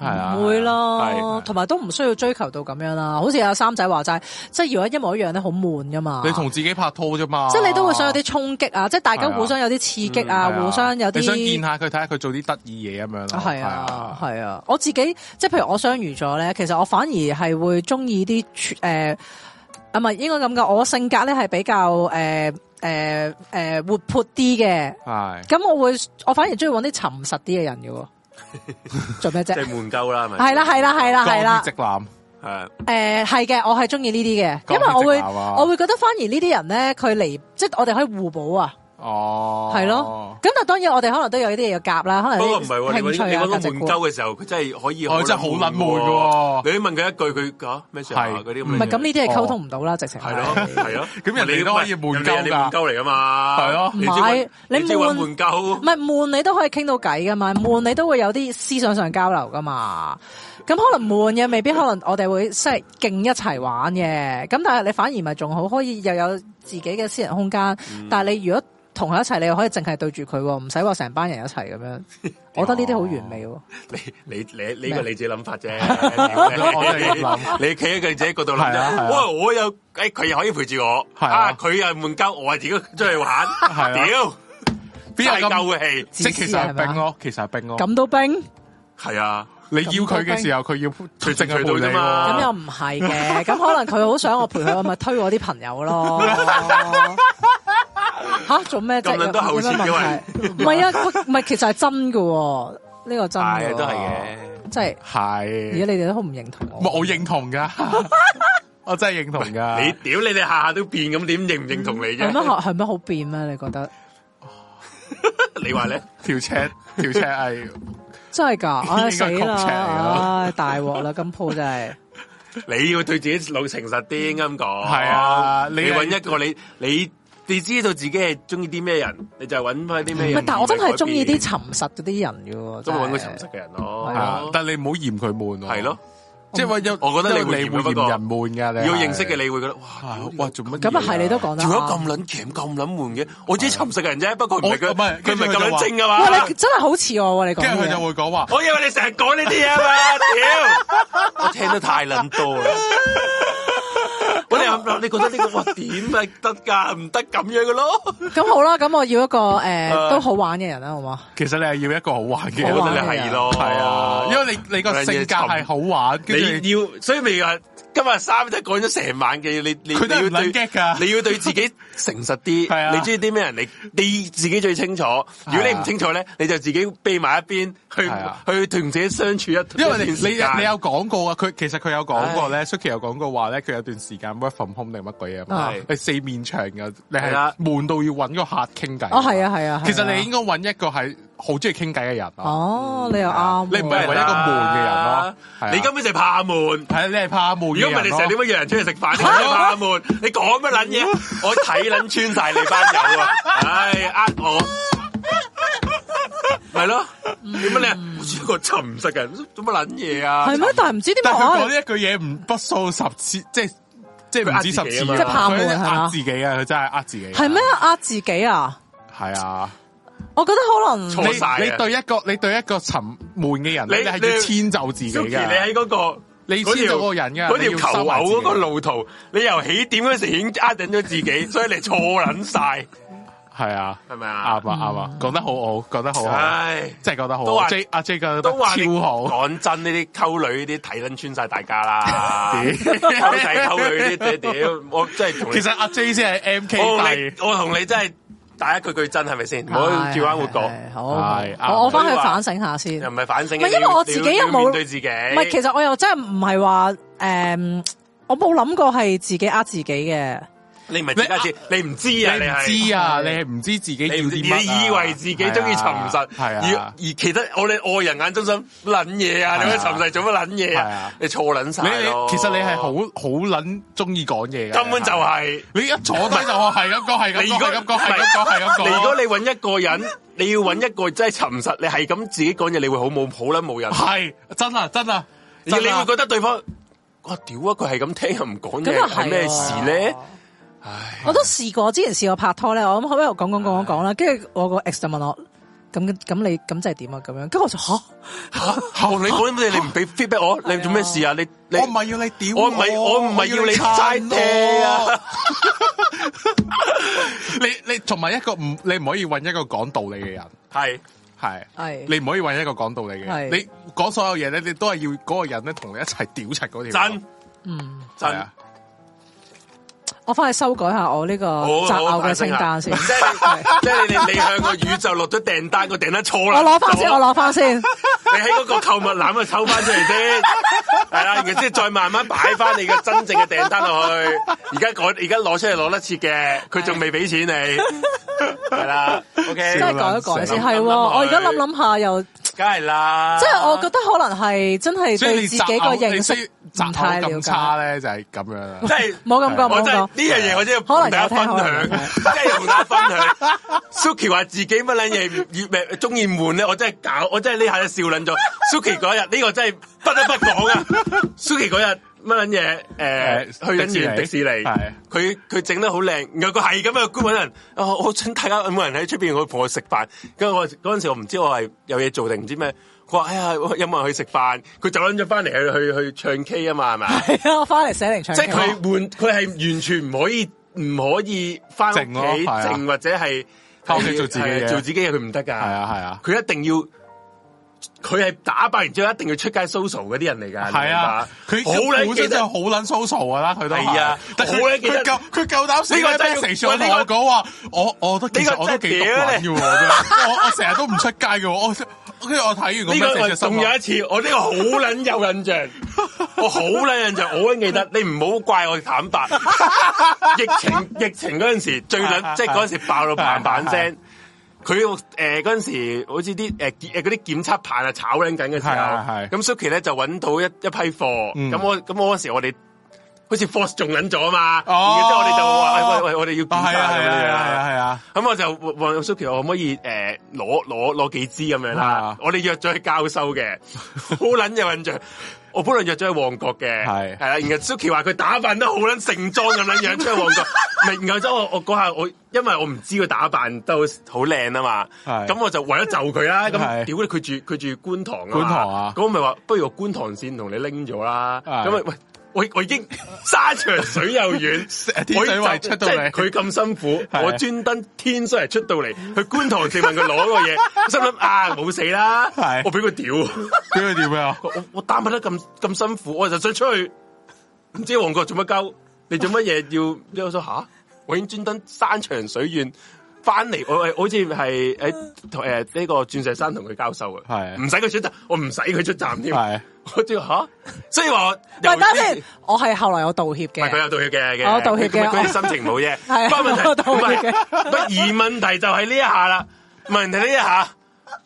S3: 係啊，
S1: 唔會
S3: 係
S1: 咯，
S3: 係
S1: 同埋都唔需要追求到咁樣啦。好似阿三仔話齋，即係如果一模一樣咧，好悶噶嘛。
S3: 啊你同自己拍拖啫嘛，
S1: 即係你都會想有啲衝擊啊，即係大家互相有啲刺激啊，
S3: 係啊
S1: 互相有
S3: 你想見
S1: 啲。
S3: 下佢，睇下佢做啲得意嘢咁樣咯。
S1: 係啊，，係啊，我自己即係譬如我雙魚座咧，其實我反而係會中意啲誒啊，唔係應該咁噶，我性格咧係比較誒誒誒活潑啲嘅，
S3: 係
S1: 咁我會我反而中意揾啲沉實啲嘅人嘅 喎，做咩
S2: 即
S1: 啫
S2: 係？悶鳩啦，係咪？
S1: 係啦，係啦，係啦，係啦
S3: 鋼鐵，直男，
S2: 係啊，
S1: 誒呃係嘅，我係中意呢啲嘅，
S3: 鋼
S1: 因為
S3: 鐵
S1: 我
S3: 直
S1: 會
S3: 男啊
S1: 我會覺得反而呢啲人咧，佢離即係我哋可以互補啊。
S3: 哦，
S1: 係咯，咁但係當然我哋可能都有呢啲嘢要夾啦，可能
S2: 不過
S1: 有
S2: 唔
S1: 啲
S2: 係喎，你
S1: 興
S2: 揾
S1: 趣
S2: 你
S1: 啊、
S2: 揾個
S1: 價值
S2: 悶鳩
S1: 觀。
S2: 嘅時候，佢真係可以
S3: 哦真係好撚悶㗎喎
S2: 你問佢一句，佢講咩事啊？
S3: 係
S2: 嗰啲
S1: 唔
S2: 咁
S1: 係咁呢啲係溝
S3: 哦
S1: 通唔到啦，直情
S2: 係
S1: 係
S2: 咯，係咯。
S3: 咁人哋都可以悶鳩㗎
S2: 人哋係你悶鳩嚟噶嘛？
S3: 係咯
S2: 你知揾
S1: 唔係你
S2: 知揾
S1: 悶
S2: 悶鳩
S1: 唔。係悶你都可以傾到偈噶嘛，悶你都會有啲思想上交流噶嘛。咁可能悶嘅未必可能我哋會即係勁一齊玩嘅，咁但係你反而咪仲好可以又有自己嘅私人空間。但係你如果同佢一齊，你又可以淨係對住佢喎，唔使話成班人一齊咁樣。我覺得呢啲好完美喎。
S2: 你你你呢個你自己 諗法啫，
S3: 我哋諗
S2: 你企喺佢自己角度諗
S3: 係啊係
S2: 啫。
S3: 啊
S2: 哇！我有誒，佢又可以陪住我，
S3: 係啊
S2: 啊，佢又悶鳩，我係自己出去玩，
S3: 係啊
S2: 屌，
S3: 邊有
S2: 真係
S3: 咁？
S2: 鳩氣，
S1: 自私
S3: 即係其實
S1: 係咪啊
S3: 係冰咯，其實係冰咯。
S1: 咁都冰？
S2: 係啊，
S3: 你要佢嘅時候，佢要佢淨係
S2: 隨到
S3: 陪
S2: 啫
S3: 你
S2: 嘛
S1: 咁
S3: 喎。
S1: 又唔係 嘅，咁可能佢好想我陪佢，我咪推我啲朋友咯。吓做咩啫？
S2: 咁樣都後
S1: 有
S2: 設
S1: 咩問題唔係啊，唔係其實係真嘅喎，呢個真嘅
S2: 係啊
S1: 喎
S2: 都係，嘅。
S1: 即係而家
S3: 係，
S1: 你哋都好唔認同
S3: 唔係
S1: 我。
S3: 我認同噶， 我真係認同噶。
S2: 你屌你哋下下都變咁，點認唔認同你
S1: 係咩
S2: 啫？
S1: 好係咩好變咩？你覺得
S2: 你話咧？
S3: 條尺條尺係
S1: 真係㗎？ 唉
S3: 應
S1: 死
S3: 該曲尺嚟㗎
S1: 啦！唉大鑊啦！今鋪真係
S2: 你要對自己老誠實啲，應該咁講。
S3: 係啊你
S2: 你
S3: 係
S2: 揾一個你你你知道自己係中意啲咩人，你就揾翻啲咩
S1: 唔係
S2: 人。？
S1: 但我真係中意啲沉實嗰啲人嘅喎，
S2: 都
S1: 真係
S2: 揾個沉實嘅人
S1: 係
S2: 咯。
S1: 係啊
S3: 啊，但係你唔好嫌佢悶喎。
S2: 係咯，
S3: 即係話有，
S2: 我覺得你
S3: 因為
S2: 會嫌嘅啊不
S3: 你會
S2: 過
S3: 嫌人悶噶。你
S2: 要
S3: 係
S2: 認識嘅你會覺得哇，
S3: 啊哇做乜嘢？
S1: 咁啊係你都講得
S2: 如果咁
S1: 啱。
S2: 撚鉗咁撚悶嘅，我知沉實嘅人啫，不過唔係佢
S3: 我
S2: 佢
S3: 唔係
S2: 唔
S3: 跟住
S2: 係
S3: 佢
S2: 咁
S3: 就話
S2: 撚精噶嘛。
S1: 哇！你真係好似我喎，你講
S3: 跟住
S1: 嘢啊
S3: 佢就會講話，
S2: 我以為你成日講呢啲嘢嘛，屌！我聽得太撚多 啦。我哋諗諗，你覺得呢、個哇點啊得㗎？唔得咁樣嘅咯。
S1: 咁好啦，咁我要一個誒、呃
S2: 誒
S1: 都好玩嘅人啦，好嘛？
S3: 其實你啊係啊要一個好玩嘅
S2: 我
S1: 好
S2: 覺
S3: 人，
S1: 玩
S2: 得
S1: 嘅
S2: 你係咯，
S3: 係啊，因為你你個
S2: 嗰樣嘢
S3: 性格係好玩，跟住
S2: 哦你要，所以咪話今日三仔講咗成晚嘅，你你
S3: 佢都係
S2: 你
S3: 唔
S2: 要對
S3: 撚激㗎，
S2: 你要對自己誠實啲，
S3: 係啊
S2: 你中意啲咩人，你你自己最清楚。如果你唔清楚咧，你就自己避埋一邊，去
S3: 係啊
S2: 去同自己相處一段時間。
S3: 因為你你你有講過啊，佢其實佢有講過咧，Suki 有講過話咧，佢有段時間 work from home 定乜鬼嘢啊嘛
S2: 係，
S3: 你四面牆嘅，你係
S2: 係啊
S3: 悶到要揾個客傾偈。
S1: 哦，係啊，，係啊，係啊
S3: 其實你應該揾一個係好中意傾偈嘅人啊，
S1: 哦，你又啱喎，
S3: 你唔係啊揾一個悶嘅人咯係啊
S2: 你根本就係怕悶。
S3: 係啊你係怕悶
S2: 如
S3: 嘅
S2: 果
S3: 人咯。
S2: 唔係你成日點樣約人出去食飯？你真係怕悶，你講乜撚
S3: 嗯
S2: 嘢？我睇撚穿晒你班友 啊！唉，呃我。咪咯，
S3: 嗯
S2: 點解你好似一個沉實嘅人？做乜撚嘢啊？
S1: 係咩？但係唔知點
S3: 但
S1: 解
S3: 係佢講
S1: 我
S3: 呢一句嘢啊唔不數十次，即係即係唔止十
S2: 佢呃自己啊
S3: 次啊，
S2: 嘛即係
S1: 怕悶
S3: 佢
S1: 係嘛
S3: 呃自己啊，佢真係呃自己。
S1: 係咩？呃自己啊？
S3: 係啊，
S1: 我覺得可能
S2: 錯
S3: 你
S2: 多晒嘅啊
S3: 你對一個你對一個沉悶嘅人，你
S2: 你
S3: 係要遷就自己
S2: Suki，你
S3: 嘅，
S2: 啊喺嗰個
S3: 你遷就嗰個人噶，
S2: 嗰條求
S3: 偶
S2: 偶嗰個路途，你由起點嗰時已經呃緊咗自己，所以你錯撚晒。
S3: 系啊，
S2: 係咪
S3: 啱
S2: 啊
S3: 啊？
S1: 嗯
S3: 啱啊，講得好好，講得好啊好，
S2: 唉，
S3: 真係講得好
S2: 都
S3: 好。
S2: 話
S3: J 阿 J 講得
S2: 都話你
S3: 超好，
S2: 講真，呢啲溝女呢啲睇撚穿晒大家 啦，溝仔溝女呢啲屌，我真係同你
S3: 其實阿 J 先係 M
S2: 我同
S3: K
S2: 哦你
S3: 帝，
S2: 我同你真係打一句句真係咪先？唔好
S1: 係
S2: 轉彎抹角，
S1: 係係好，
S3: 係啱
S1: 我我翻去
S2: 所以話
S1: 反省下先。
S2: 又唔係反省
S1: 唔
S2: 嘅。
S1: 係因為
S2: 你要
S1: 我自己
S2: 你要
S1: 又冇
S2: 面對自己，
S1: 唔係，其實我又真係唔係話诶，我冇諗過係自己呃自己嘅。
S2: 你唔係自家知，你唔知啊，
S3: 你唔
S2: 係
S3: 知啊，你係唔知自己要
S2: 你唔
S3: 啲
S2: 知，
S3: 乜啊，
S2: 你以為自己中意尋實，
S3: 係啊係
S2: 而
S3: 啊
S2: 而。其實我哋外人眼中想撚嘢啊，
S3: 係啊
S2: 你去尋實做乜撚嘢
S3: 係啊
S2: 啊？你錯撚晒
S3: 你你
S2: 咯
S3: 其實你係好好捻中意講嘢嘅，
S2: 根本就係、
S3: 你一坐低就我係咁講，係咁
S2: 你如果
S3: 講，係咁講，係咁講，係咁講。
S2: 你如果你揾一個人，你要揾一個真係尋實，你係咁自己講嘢，你會好冇好撚冇人，
S3: 系真啊真啊，
S2: 而你會
S3: 會
S2: 覺得對方。哇！屌啊！佢係咁聽又唔講
S1: 咁又
S2: 嘢，
S1: 係啊
S2: 係咩事咧？
S1: 我都試過，之前試過拍拖咧，我咁後尾我講講講講講啦，跟住我個 ex 就問我：咁咁你咁即係點啊？咁樣，跟住我就吓，
S2: 後你講啲乜嘢？你唔俾 feedback 我，你做咩事啊？你你
S3: 我唔係要你屌
S2: 我唔係我唔係要你齋聽啊！
S3: 你你同埋一個唔，你唔可以揾一個講道理嘅人，
S2: 係
S3: 係
S1: 係
S3: 你唔可以揾一個講道理嘅人。
S1: 係
S3: 你講所有嘢咧，你都係要嗰個人咧同你一齊屌柒嗰條
S2: 真
S1: 嗯，
S2: 真
S3: 係啊！
S1: 我翻去修改下我呢個
S2: 啊
S1: 擇偶嘅清單先。
S2: 即係即係你你向個宇宙落咗訂單，個訂單錯
S1: 我
S2: 啦。啊
S1: 攞翻先，我攞翻先。
S2: 你喺嗰個購物籃度抽翻出嚟 先，係啦，然後先再慢慢擺翻你嘅真正嘅訂單落去。而家改，而家攞出嚟攞得切嘅，佢仲未俾錢你， 係啦。OK，
S1: 真係改一改先，
S2: 諗諗
S1: 係喎。
S2: 諗
S1: 我而家諗
S2: 佢
S1: 諗下又，即
S2: 梗係啦。
S1: 係我覺得可能係真係
S3: 所以
S1: 對
S3: 你
S1: 自己
S3: 擇
S1: 個
S3: 偶
S1: 認
S3: 你
S1: 識
S3: 擇
S1: 唔太
S3: 偶
S1: 了
S3: 咁
S1: 解。
S3: 差咧，就係咁樣啦。
S2: 即係
S1: 冇咁講，
S2: 我
S1: 冇
S2: 真係
S1: 咁
S2: 呢樣嘢，我真係同大家分
S1: 可能有聽可能有
S2: 享，即係同大家分享。Suki 話自己乜撚嘢越咩中意悶咧，我真係搞，我真係呢下就笑撚咗。Suki 嗰日呢個真係不得不 講啊！Suki 嗰日乜撚嘢誒
S3: 誒
S2: 去
S3: 迪士
S2: 緊完
S3: 尼
S2: 迪士尼
S3: 係，
S2: 佢佢整得好靚，然後佢係咁樣估揾人，啊我請大家有冇人喺出邊我同我食飯，跟住我嗰陣時我唔知我係有嘢做定唔知咩。佢話：哎呀，有冇人去食飯？佢走撚咗翻嚟去去去唱 K 啊嘛，係咪啊？
S1: 係啊，我翻嚟寫嚟唱
S2: 即
S1: 歌。
S2: 係佢
S3: 哦
S2: 換，佢係完全唔可以唔可以翻屋
S3: 靜咯
S2: 企
S3: 係啊
S2: 靜或者係
S3: 返屋企做自己嘢
S2: 係做自己嘢，佢唔得㗎。
S3: 係啊係啊
S2: 佢一定要，佢係打扮完之後一定要出街 social 嗰啲人嚟㗎。
S3: 系啊，佢
S2: 你明唔明
S3: 好
S2: 白
S3: 撚
S2: 好
S3: 記
S2: 記
S3: 得
S2: 得
S3: 好撚 social 㗎啦，佢都
S2: 係啊
S3: 但
S2: 好
S3: 佢
S2: 撚記
S3: 佢
S2: 得
S3: 夠佢夠膽死
S2: 呢個
S3: 咧
S2: 真係
S3: message
S2: 喂
S3: 我
S2: 呢
S3: 同
S2: 個
S3: 我講話，我我都其
S2: 呢個
S3: 實我都
S2: 真係
S3: 幾毒
S2: 屌
S3: 撚
S2: 你
S3: 嘅喎，我我成日都唔出街嘅喎，我跟住我睇完個
S2: 呢個我
S3: message
S2: 呃仲有一次，我呢個好撚有印 象，我好撚印象，我好撚記得。你唔好怪我坦 白，疫情疫情嗰陣時最
S3: 啊
S2: 撚，即係嗰陣時爆到棒棒聲。佢誒嗰陣時，好似啲誒檢誒嗰啲檢測棒啊炒撚緊嘅時候，
S3: 係係係
S2: 咁 Suki 咧就揾到一一批貨，
S3: 嗯
S2: 咁我咁我嗰時我哋好似 force 中撚咗啊嘛，
S3: 哦
S2: 然之後我哋就話喂喂喂，我哋要
S3: 啊
S2: 檢
S3: 係啊
S2: 測
S3: 係
S2: 咁
S3: 啊係
S2: 樣
S3: 啊
S2: 樣。
S3: 係啊，
S2: 咁我就問 Suki，我可唔可以誒攞攞攞幾支咁樣啦
S3: 啊？
S2: 我哋約咗去教授 嘅，好撚有印象。我本來約咗去旺角嘅，
S3: 係
S2: 係啦。然後 Suki 話佢打扮得好撚盛裝咁樣樣出去 旺角，咪然後之後我我嗰下我因為我唔知佢打扮得好好靚啊嘛，
S3: 係
S2: 咁我就為咗就佢啦。咁
S3: 係
S2: 屌你，佢住佢住觀塘啊嘛，
S3: 觀塘啊
S2: 咁我咪話不如我觀塘線同你拎咗啦。
S3: 係，
S2: 咁咪喂。我我已經山長水又遠
S3: 天水圍出到嚟
S2: 我已經即係佢咁辛苦，
S3: 係啊
S2: 我專登天水圍出到嚟，去觀塘正問佢攞個嘢， 我心諗啊冇死啦
S3: 係，
S2: 我俾佢屌，
S3: 點佢點啊？
S2: 我我打扮得咁咁辛苦，我就想出去，唔知旺角做乜鳩，你做乜嘢要？我想吓，我已經專登山長水遠翻嚟，我我好似係喺誒呢個鑽石山同佢交收嘅，
S3: 係
S2: 唔使佢出站，我唔使佢出站添，
S3: 係啊
S2: 我知吓，所以話我
S1: 喂，
S2: 由
S1: 等下
S2: 呢
S1: 先，我係後來有道歉
S2: 唔係佢
S1: 嘅，
S2: 有道歉嘅嘅，
S1: 我有道歉嘅
S2: 佢佢心情唔好 啫。
S1: 係啊
S2: 不過問題
S1: 我有道歉嘅
S2: 唔係不而問題就係呢一下啦，問題呢一下，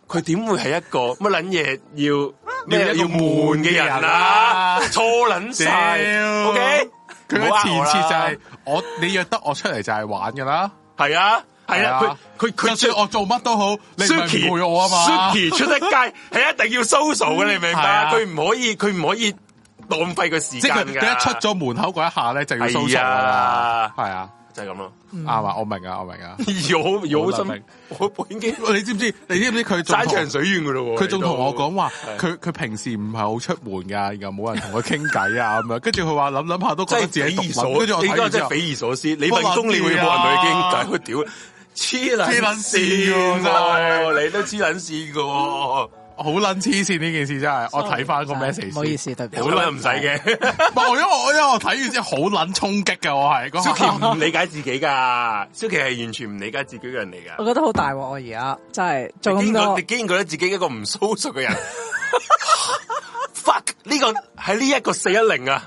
S2: 佢點會係一個乜撚嘢要
S3: 要
S2: 咩
S3: 一個
S2: 要悶嘅人啊？錯撚晒
S3: 屌
S2: ，OK，
S3: 佢
S2: 唔好
S3: 嘅
S2: 呃
S3: 前
S2: 我啦
S3: 設就係我你約得我出嚟就係玩㗎啦，
S2: 係啊係
S3: 係啊
S2: 啊，佢佢
S3: 就
S2: 佢
S3: 算我做乜都好，你唔係
S2: Suki
S3: 唔陪我啊嘛。
S2: Suki 出得街係一定要 social 嘅，你明唔明
S3: 係
S2: 白？
S3: 啊
S2: 佢唔可以佢唔可以浪費個時
S3: 即
S2: 間
S3: 係
S2: 㗎。
S3: 佢佢一出咗門口嗰一下咧，就要 social 㗎啦，
S2: 哎
S3: 係啊，
S2: 就係咁咯，
S3: 啱啊，我明啊，我明啊。
S2: 我我好
S3: 好難
S2: 心，我我已經
S3: 你知唔知？你知唔知佢仲
S2: 山
S3: 同
S2: 長水遠噶咯喎，
S3: 佢仲同我講話，
S2: 係
S3: 佢佢平時唔係好出門㗎，然後冇人同佢傾偈啊咁樣。跟住佢話諗諗下都覺得
S2: 真
S3: 自
S2: 係匪
S3: 己獨
S2: 夷
S3: 撚。
S2: 所，
S3: 跟住我
S2: 你
S3: 睇
S2: 而家
S3: 完之
S2: 真
S3: 後
S2: 係匪夷所思。你份工你會冇人同佢傾偈，我屌！黐
S3: 黐撚線喎真係
S2: 喎，你都黐撚線噶喎，
S3: 好撚黐線呢件事真係，我睇翻個 message
S1: 唔好意
S3: 思，
S1: 思，對唔
S2: 好
S1: 住。
S2: 啦唔使嘅。
S3: 唔係我因為我因為我睇完之後好撚衝擊嘅，我係
S2: 小
S3: 嗰
S2: 琪唔理解自己噶，小琪係完全唔理解自己嘅人嚟
S1: 我
S2: 噶。
S1: 覺得好大鑊，我啊而家真係做咁
S2: 你竟然覺
S1: 多
S2: 你，竟然覺得自己一個唔蘇熟嘅人，fuck 呢個喺呢一個四一零啊，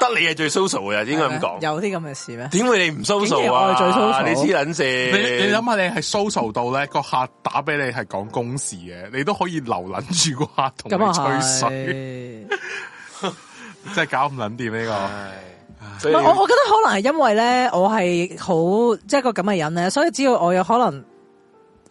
S2: 得你係最 social 嘅人，應該咁講。
S1: 有啲咁嘅事咩？
S2: 點會你唔 social
S1: 竟然我係最
S2: 啊？
S1: social
S2: 你黐撚
S3: 你
S2: 線！
S3: 你諗下，你係 social 到咧個客打俾你係講公事嘅，你都可以留撚住個客同
S1: 咁
S3: 你
S1: 啊
S3: 吹水，
S1: 係。
S3: 真係搞唔撚掂呢
S2: 所以
S1: 唔係我我覺得可能係因為咧，我係好即係一個咁嘅人咧，所以只要我有可能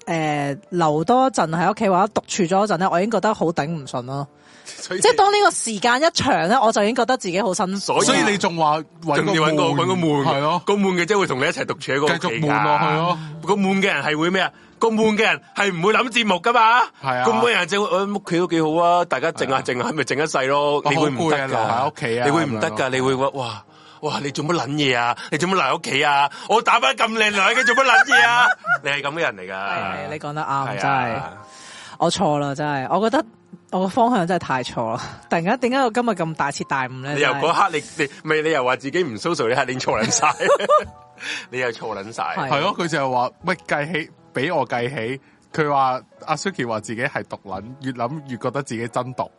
S1: 诶、呃留多陣喺屋企或者獨處咗一陣咧，我已經覺得好頂唔順咯。
S2: 所以
S1: 即係當呢個時間一長咧，我就已經覺得自己好辛苦。
S2: 所
S3: 個，所以你仲話揾
S2: 啊仲要揾個揾個悶，
S3: 係咯，
S2: 個悶嘅即係會同你一齊獨處喺個
S3: 繼
S2: 屋
S3: 續
S2: 企
S3: 悶
S2: 㗎
S3: 落去咯。
S2: 個悶嘅人係會咩啊？個悶嘅人係唔會諗節目噶嘛？
S3: 係啊
S2: 個悶嘅人就會呃屋企都幾好啊！大家靜下靜下，咪靜一世咯。
S3: 我
S2: 你會唔
S3: 好攰
S2: 得㗎
S3: 啊留喺屋企啊
S2: 你會唔得
S3: 咁樣
S2: 㗎？你會話哇哇！你做乜撚嘢啊？你做乜留喺屋企啊？我打翻咁靚女嘅做乜撚嘢 啊？你係咁嘅人
S1: 係
S2: 嚟㗎，
S1: 你講得啱，
S2: 係
S1: 真係
S2: 啊。
S1: 我錯啦，真係。我覺得我個方向真係太錯啦。突然間，點解我今日咁大徹大悟咧？
S2: 你由
S1: 真係
S2: 嗰刻你你咪你又話自己唔 social，你係你錯撚 晒，你又錯撚晒
S1: 係。
S3: 係咯，佢就係話喂計起，俾我計起。佢話阿 Suki 話自己係毒撚，越諗越覺得自己真毒。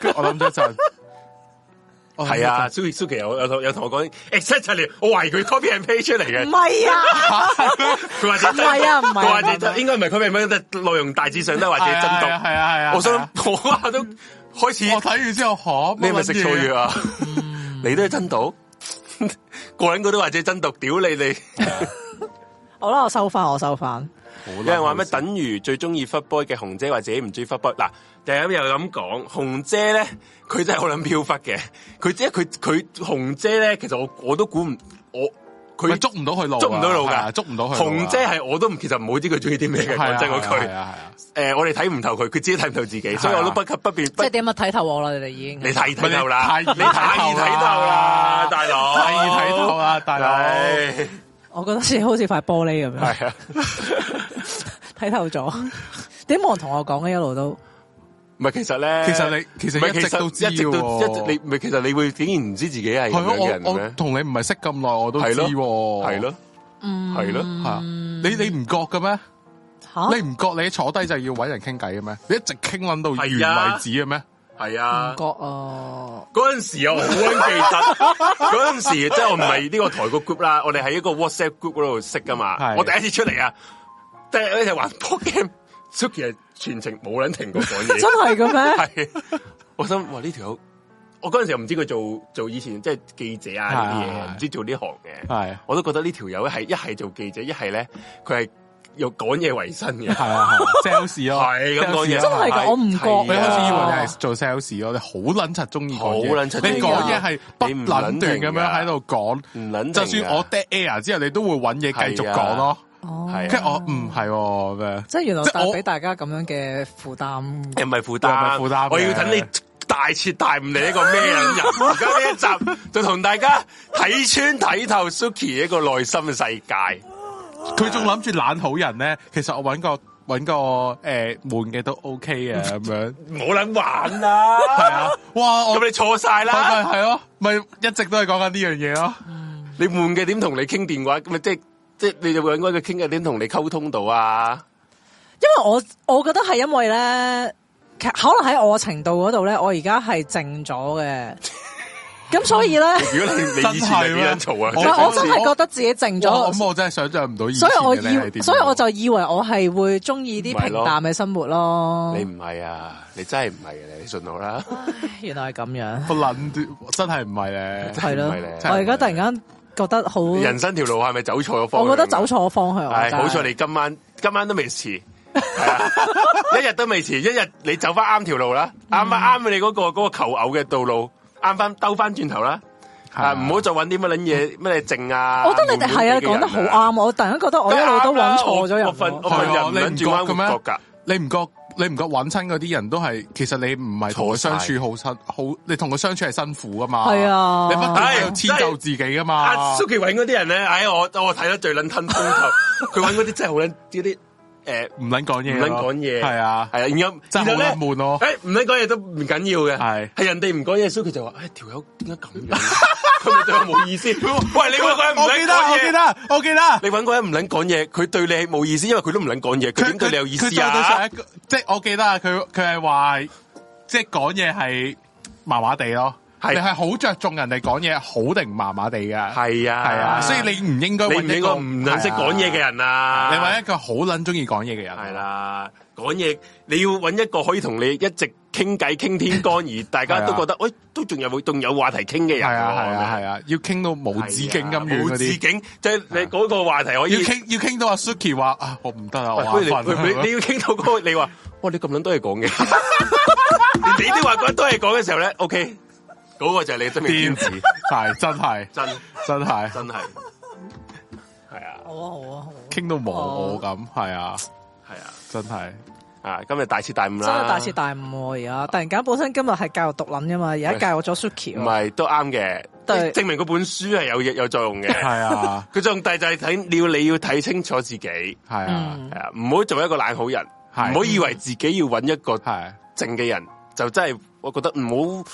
S3: 跟住我諗咗一陣， 我諗咗一陣
S2: 係啊，，Suki Suki 有有同有同我講 exactly，我懷疑佢 copy and paste 出嚟嘅
S1: 唔。係啊，
S2: 佢話
S1: 唔係啊唔係啊
S2: 佢話
S1: 唔係啊
S2: 自己應該唔係佢明唔明？但內容大致上都係話自己
S3: 係啊
S2: 真
S3: 係啊係啊！
S2: 毒。我想
S3: 係啊
S2: 諗我都開始，
S3: 我睇完之後，嗬，
S2: 你係咪食醋
S3: 錯
S2: 藥啊？你都係真 毒，個人個都話自己真毒，屌你哋！
S1: 好啦，我收翻，我收翻。
S2: 有人話咩？等於最中意 f u boy 嘅紅姐話自己唔中意 f u boy。嗱，第一又咁講，紅姐咧佢真係好撚飄忽嘅。佢即係佢佢紅姐咧，其實我我都估唔我
S3: 佢
S2: 佢
S3: 捉唔到佢路啊，
S2: 捉唔到路
S3: 係啊
S2: 㗎，
S3: 捉唔到佢路啊。
S2: 紅姐係我都唔其實唔好知佢中意啲咩嘅。
S3: 係啊
S2: 講真嗰句
S3: 係。啊係啊
S2: 诶、我哋睇唔透佢，佢自己睇唔透自己，所以
S3: 係啊
S2: 我都不及不便。不
S1: 即係點啊？睇透我啦，你哋已經
S2: 你。睇
S3: 係啊
S2: 睇透啦，
S3: 你
S2: 你太易睇透啦，大佬，
S3: 太易睇透啦，大佬。
S2: 係，
S1: 我覺得似好似塊玻璃咁樣。
S2: 系啊，
S1: 睇透咗，點冇人同我講嘅一路都，
S2: 唔系其實咧，
S3: 其實你其實
S2: 唔係
S3: 一直都知
S2: 一直都一直
S3: 喎
S2: 你唔係其實你會竟然唔知自己係
S3: 係
S2: 咁樣嘅
S3: 咯
S2: 人，
S3: 我我
S2: 咩？
S3: 同你唔係識咁耐，我都知
S2: 係咯
S3: 喎。
S2: 係
S3: 係，
S2: 咯，
S1: 嗯
S2: 係咯
S3: 係啊。你你唔覺嘅咩？
S1: 吓
S3: 你唔覺你坐低就要揾人傾偈嘅咩？你一直傾撚到完為
S2: 係啊
S3: 止嘅咩？
S2: 係
S1: 唔
S2: 啊。
S3: 嗯
S1: 覺啊？
S2: 嗰陣時我好撚記得， 嗰陣時即係我唔係呢個台個 group 啦，我哋喺一個 WhatsApp group 嗰度識噶嘛
S3: 係。
S2: 我第一次出嚟啊，即係一齊玩 p o game，Suki 係全程冇撚停過講嘢。
S1: 真係嘅
S3: 啊
S1: 咩？
S2: 系，我心哇呢条友，我嗰阵时又唔知佢做做以前即系记者啊呢啲
S3: 係
S2: 嘢，唔知做呢行嘅，
S3: 係啊
S2: 我都觉得呢条友系一系做记者，一系咧佢系用讲嘢为生嘅，
S3: 係啊 係啊 sales 咯，
S2: 係咁講嘢
S3: sales
S1: 真
S3: 咯
S1: 係㗎我唔覺
S3: 你
S1: 係
S3: 開始以為
S1: 啊
S3: 你係做 sales 咯，你好撚柒中意講嘢，
S2: 好撚柒鍾意
S3: 你講嘢係不
S2: 你唔
S3: 撚
S2: 撚
S3: 斷咁
S2: 停㗎
S3: 樣喺度講，
S2: 唔啊捻，
S3: 就算我 dead air 之後，你都會揾嘢繼續講咯。
S1: 哦
S2: 係啊
S3: 跟住我唔係喎咩？
S1: 即係原來
S3: 即係
S1: 帶
S3: 我
S1: 俾大家咁樣嘅負擔。
S2: 唔系负
S3: 又唔係
S2: 担，
S3: 啊負擔嘅
S2: 啊
S3: 啊
S2: 我要等你大彻大悟你一个咩人？ 而家呢一集就同大家睇穿睇透 Suki 一个内心嘅世界。
S3: 佢仲諗住懶好人咧，其實我揾個揾個誒悶嘅都 OK 嘅咁 樣。
S2: 冇捻玩啦，
S3: 係啊，哇！我
S2: 咁你啊错晒
S3: 係
S2: 啦
S3: 咪。係咯，咪一直都係講緊呢樣嘢咯。
S2: 你悶嘅點同你傾電話，咪即係即係你就揾嗰個傾嘅點同你溝通到啊？
S1: 因為我我覺得係因為咧，其可能喺我程度嗰度咧，我而家係靜咗 嘅，咁所以咧，
S2: 如果你你以前係點樣嘈啊？
S1: 唔
S2: 即
S3: 真係咩
S1: 係
S2: 係
S1: 我真係覺得自己靜
S3: 哇咁
S1: 咗，
S3: 我真係想象唔到以前
S1: 所以我
S3: 嘅你係
S1: 以，
S3: 點樣
S1: 所以我就以為我係會中意啲
S2: 唔係
S1: 平
S2: 咯
S1: 淡嘅生活咯哦
S2: 你。唔係啊，你真係唔係嘅，你信我啦。
S1: 原來係咁樣，
S3: 個撚斷真係唔係咧。
S1: 係咯
S2: 唔係咧。
S1: 我而家突然間覺得好，
S2: 人生條路係咪走錯咗方向？
S1: 我覺得走。錯方向。啊
S2: 係
S1: 真係
S2: 好彩你今晚今晚都未遲，係啊 一日都未遲，一日你走翻啱條路啦，
S1: 嗯
S2: 啱啊啱啱你嗰個嗰個求偶嘅道路，啱翻兜翻轉頭啦。啊！唔好再揾啲乜撚嘢乜嘢證啊！
S1: 我覺得你哋係啊，
S2: 悶悶
S1: 講得
S2: 嘅
S1: 好
S2: 人啊啊
S1: 啱，我突然間覺得我一路都揾錯咗人
S2: 我份
S1: 喎。
S2: 我份
S3: 係啊
S2: 人唔
S3: 你唔
S2: 撚
S3: 覺
S2: 轉彎
S3: 嘅咩啊
S2: 活角㗎。
S3: 你唔覺你唔覺揾親嗰啲人都係，其實你唔係同佢
S2: 錯晒
S3: 相處好辛好，你同佢相處係辛苦噶嘛。
S1: 係啊
S3: 你不斷喺度
S2: 真係
S3: 遷就自己噶嘛。
S2: 阿啊 Suki 揾嗰啲人咧，唉，我我睇得最撚吞風 頭，佢揾嗰啲真係好撚嗰啲誒
S3: 唔捻講嘢
S2: 唔
S3: 咯，
S2: 撚講嘢，
S3: 係啊
S2: 係，啊，然後
S3: 真
S2: 然
S3: 係好撚
S2: 後咧
S3: 悶咯。
S2: 誒唔撚講嘢都唔緊要嘅，
S3: 係
S2: 係人哋唔講嘢，Suki 就話：，唉，條友點解咁 樣？佢咪對我冇意思。喂，你揾個人唔
S3: 我
S2: 撚
S3: 記得，
S2: 講
S3: 我記
S2: 嘢，
S3: 得，我記得。
S2: 你揾個人唔撚講嘢，佢對你係冇意思，因為佢都唔撚講嘢，佢點對你有意
S3: 佢
S2: 思
S3: 再對上
S2: 啊
S3: 一？個即係我記得啊，佢佢係話即係講嘢係麻麻地咯，
S2: 係
S3: 你係好着重人哋講嘢好定麻麻地嘅，
S2: 係啊，
S3: 係啊，所以你唔應該
S2: 你
S3: 揾
S2: 唔
S3: 一
S2: 應
S3: 個
S2: 該唔撚識講嘢嘅，
S3: 係
S2: 人啊！
S3: 啊你揾一個好撚中意講嘢嘅人，啊
S2: 系，啦，講嘢你要揾一個可以同你一直傾偈傾天干，而大家 都覺得，喂，都仲有仲有話題傾嘅人喎，
S3: 係啊，係
S2: 咁
S3: 啊，
S2: 樣
S3: 係啊，要傾到無止境咁遠
S2: 係啊
S3: 嗰
S2: 無止
S3: 啲，
S2: 境，即係你嗰個話題可以
S3: 要。傾要傾到阿 Suki 話啊，我唔得啊，我
S2: 喂
S3: 眼
S2: 不如你
S3: 瞓
S2: 你你要傾到嗰個，你話，哇，你咁撚多嘢講嘅，你啲話咁多嘢講嘅時候咧，OK，嗰個就係你真命天
S3: 癲
S2: 子，
S3: 子， 係真係
S2: 真
S3: 真係
S2: 真係，係啊
S4: 好啊好啊好啊，
S3: 傾到冇我咁，係啊，
S2: 係啊，
S3: 真係
S2: 啊，今日大徹大悟
S1: 真
S2: 啦，
S1: 係大彻大悟喎！而家突然間本身今日係教育獨撚噶嘛，而家教育咗 Suki 喎。
S2: 唔係啊都啱嘅，
S1: 啊對
S2: 證明嗰本書係有有作用嘅，
S3: 係啊
S2: 佢仲第就係睇你要你要睇清楚自己，係
S3: 係啊
S1: 嗯
S2: 啊，唔好做一個懶好人，
S3: 係
S2: 唔好以為自己要揾一個
S3: 係。啊
S2: 正嘅人，就真係我覺得唔好，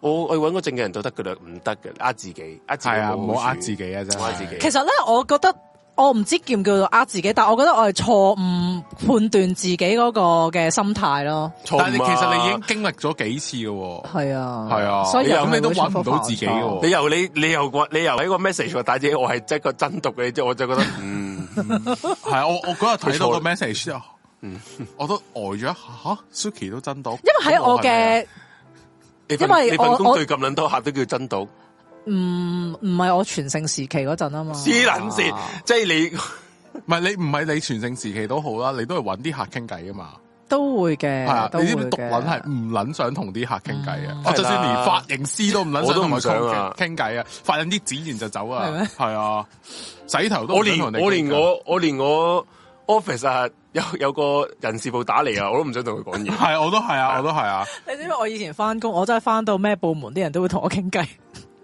S2: 我我揾個正嘅人就得噶啦，唔得嘅，呃自己，呃自
S3: 系
S2: 己
S3: 啊，
S2: 冇
S3: 唔好
S2: 好
S3: 呃
S2: 處
S3: 自，己啊，真
S2: 唔好呃自己
S3: 係。
S1: 其實咧，我覺得我唔知叫唔叫做呃自己，但我覺得我係錯誤判斷自己嗰個嘅心態咯。
S2: 錯
S3: 但係你
S2: 誤啊
S3: 其實你已經經歷咗幾次嘅喎，
S1: 係啊，
S3: 係啊
S1: 所以
S3: 你又
S1: 人係
S3: 咁你都
S1: 會
S3: 搵唔
S1: 重複
S3: 到
S1: 犯
S3: 自己
S1: 錯
S3: 嘅喎
S2: 你由你你由個你由喺個 message 話打自己，我係真個真毒嘅，即係我就覺得嗯，
S3: 係啊我我嗰日睇到個
S2: 佢錯嗯
S3: message 之後，我都呆咗一下吓，Suki 都真到，
S1: 因為喺我
S3: 咁係咪啊
S1: 嘅
S2: 你份
S1: 因為
S2: 你份
S1: 我
S2: 工
S1: 我
S2: 對咁撚多客都叫真毒，
S1: 唔嗯唔係我全盛時期嗰陣啊嘛，
S2: 黐撚線，即係你。
S3: 唔係你唔係你全盛時期都好啦，你都係揾啲客傾偈啊嘛，
S1: 都會嘅嗯
S3: 係啊，，
S1: 都會
S3: 你知唔知獨
S1: 嘅
S3: 撚係唔撚想同啲客傾偈啊？我就算
S2: 係
S3: 連
S2: 啦
S3: 髮型師都唔撚想
S2: 我都
S3: 同
S2: 唔
S3: 佢
S2: 想啊
S3: 傾傾偈啊，髮印啲剪完就走
S1: 係
S3: 啊
S1: 咩，
S3: 係啊，洗頭都
S2: 我
S3: 唔想
S2: 連
S3: 同人哋
S2: 我連
S3: 傾偈啊
S2: 我我連我 office 啊，有有个人事部打嚟啊，我都唔想同佢講嘢。
S3: 係我都係啊，我都係啊，
S1: 你知唔知我以前翻工，我真係翻到咩部門啲人都會同我傾偈，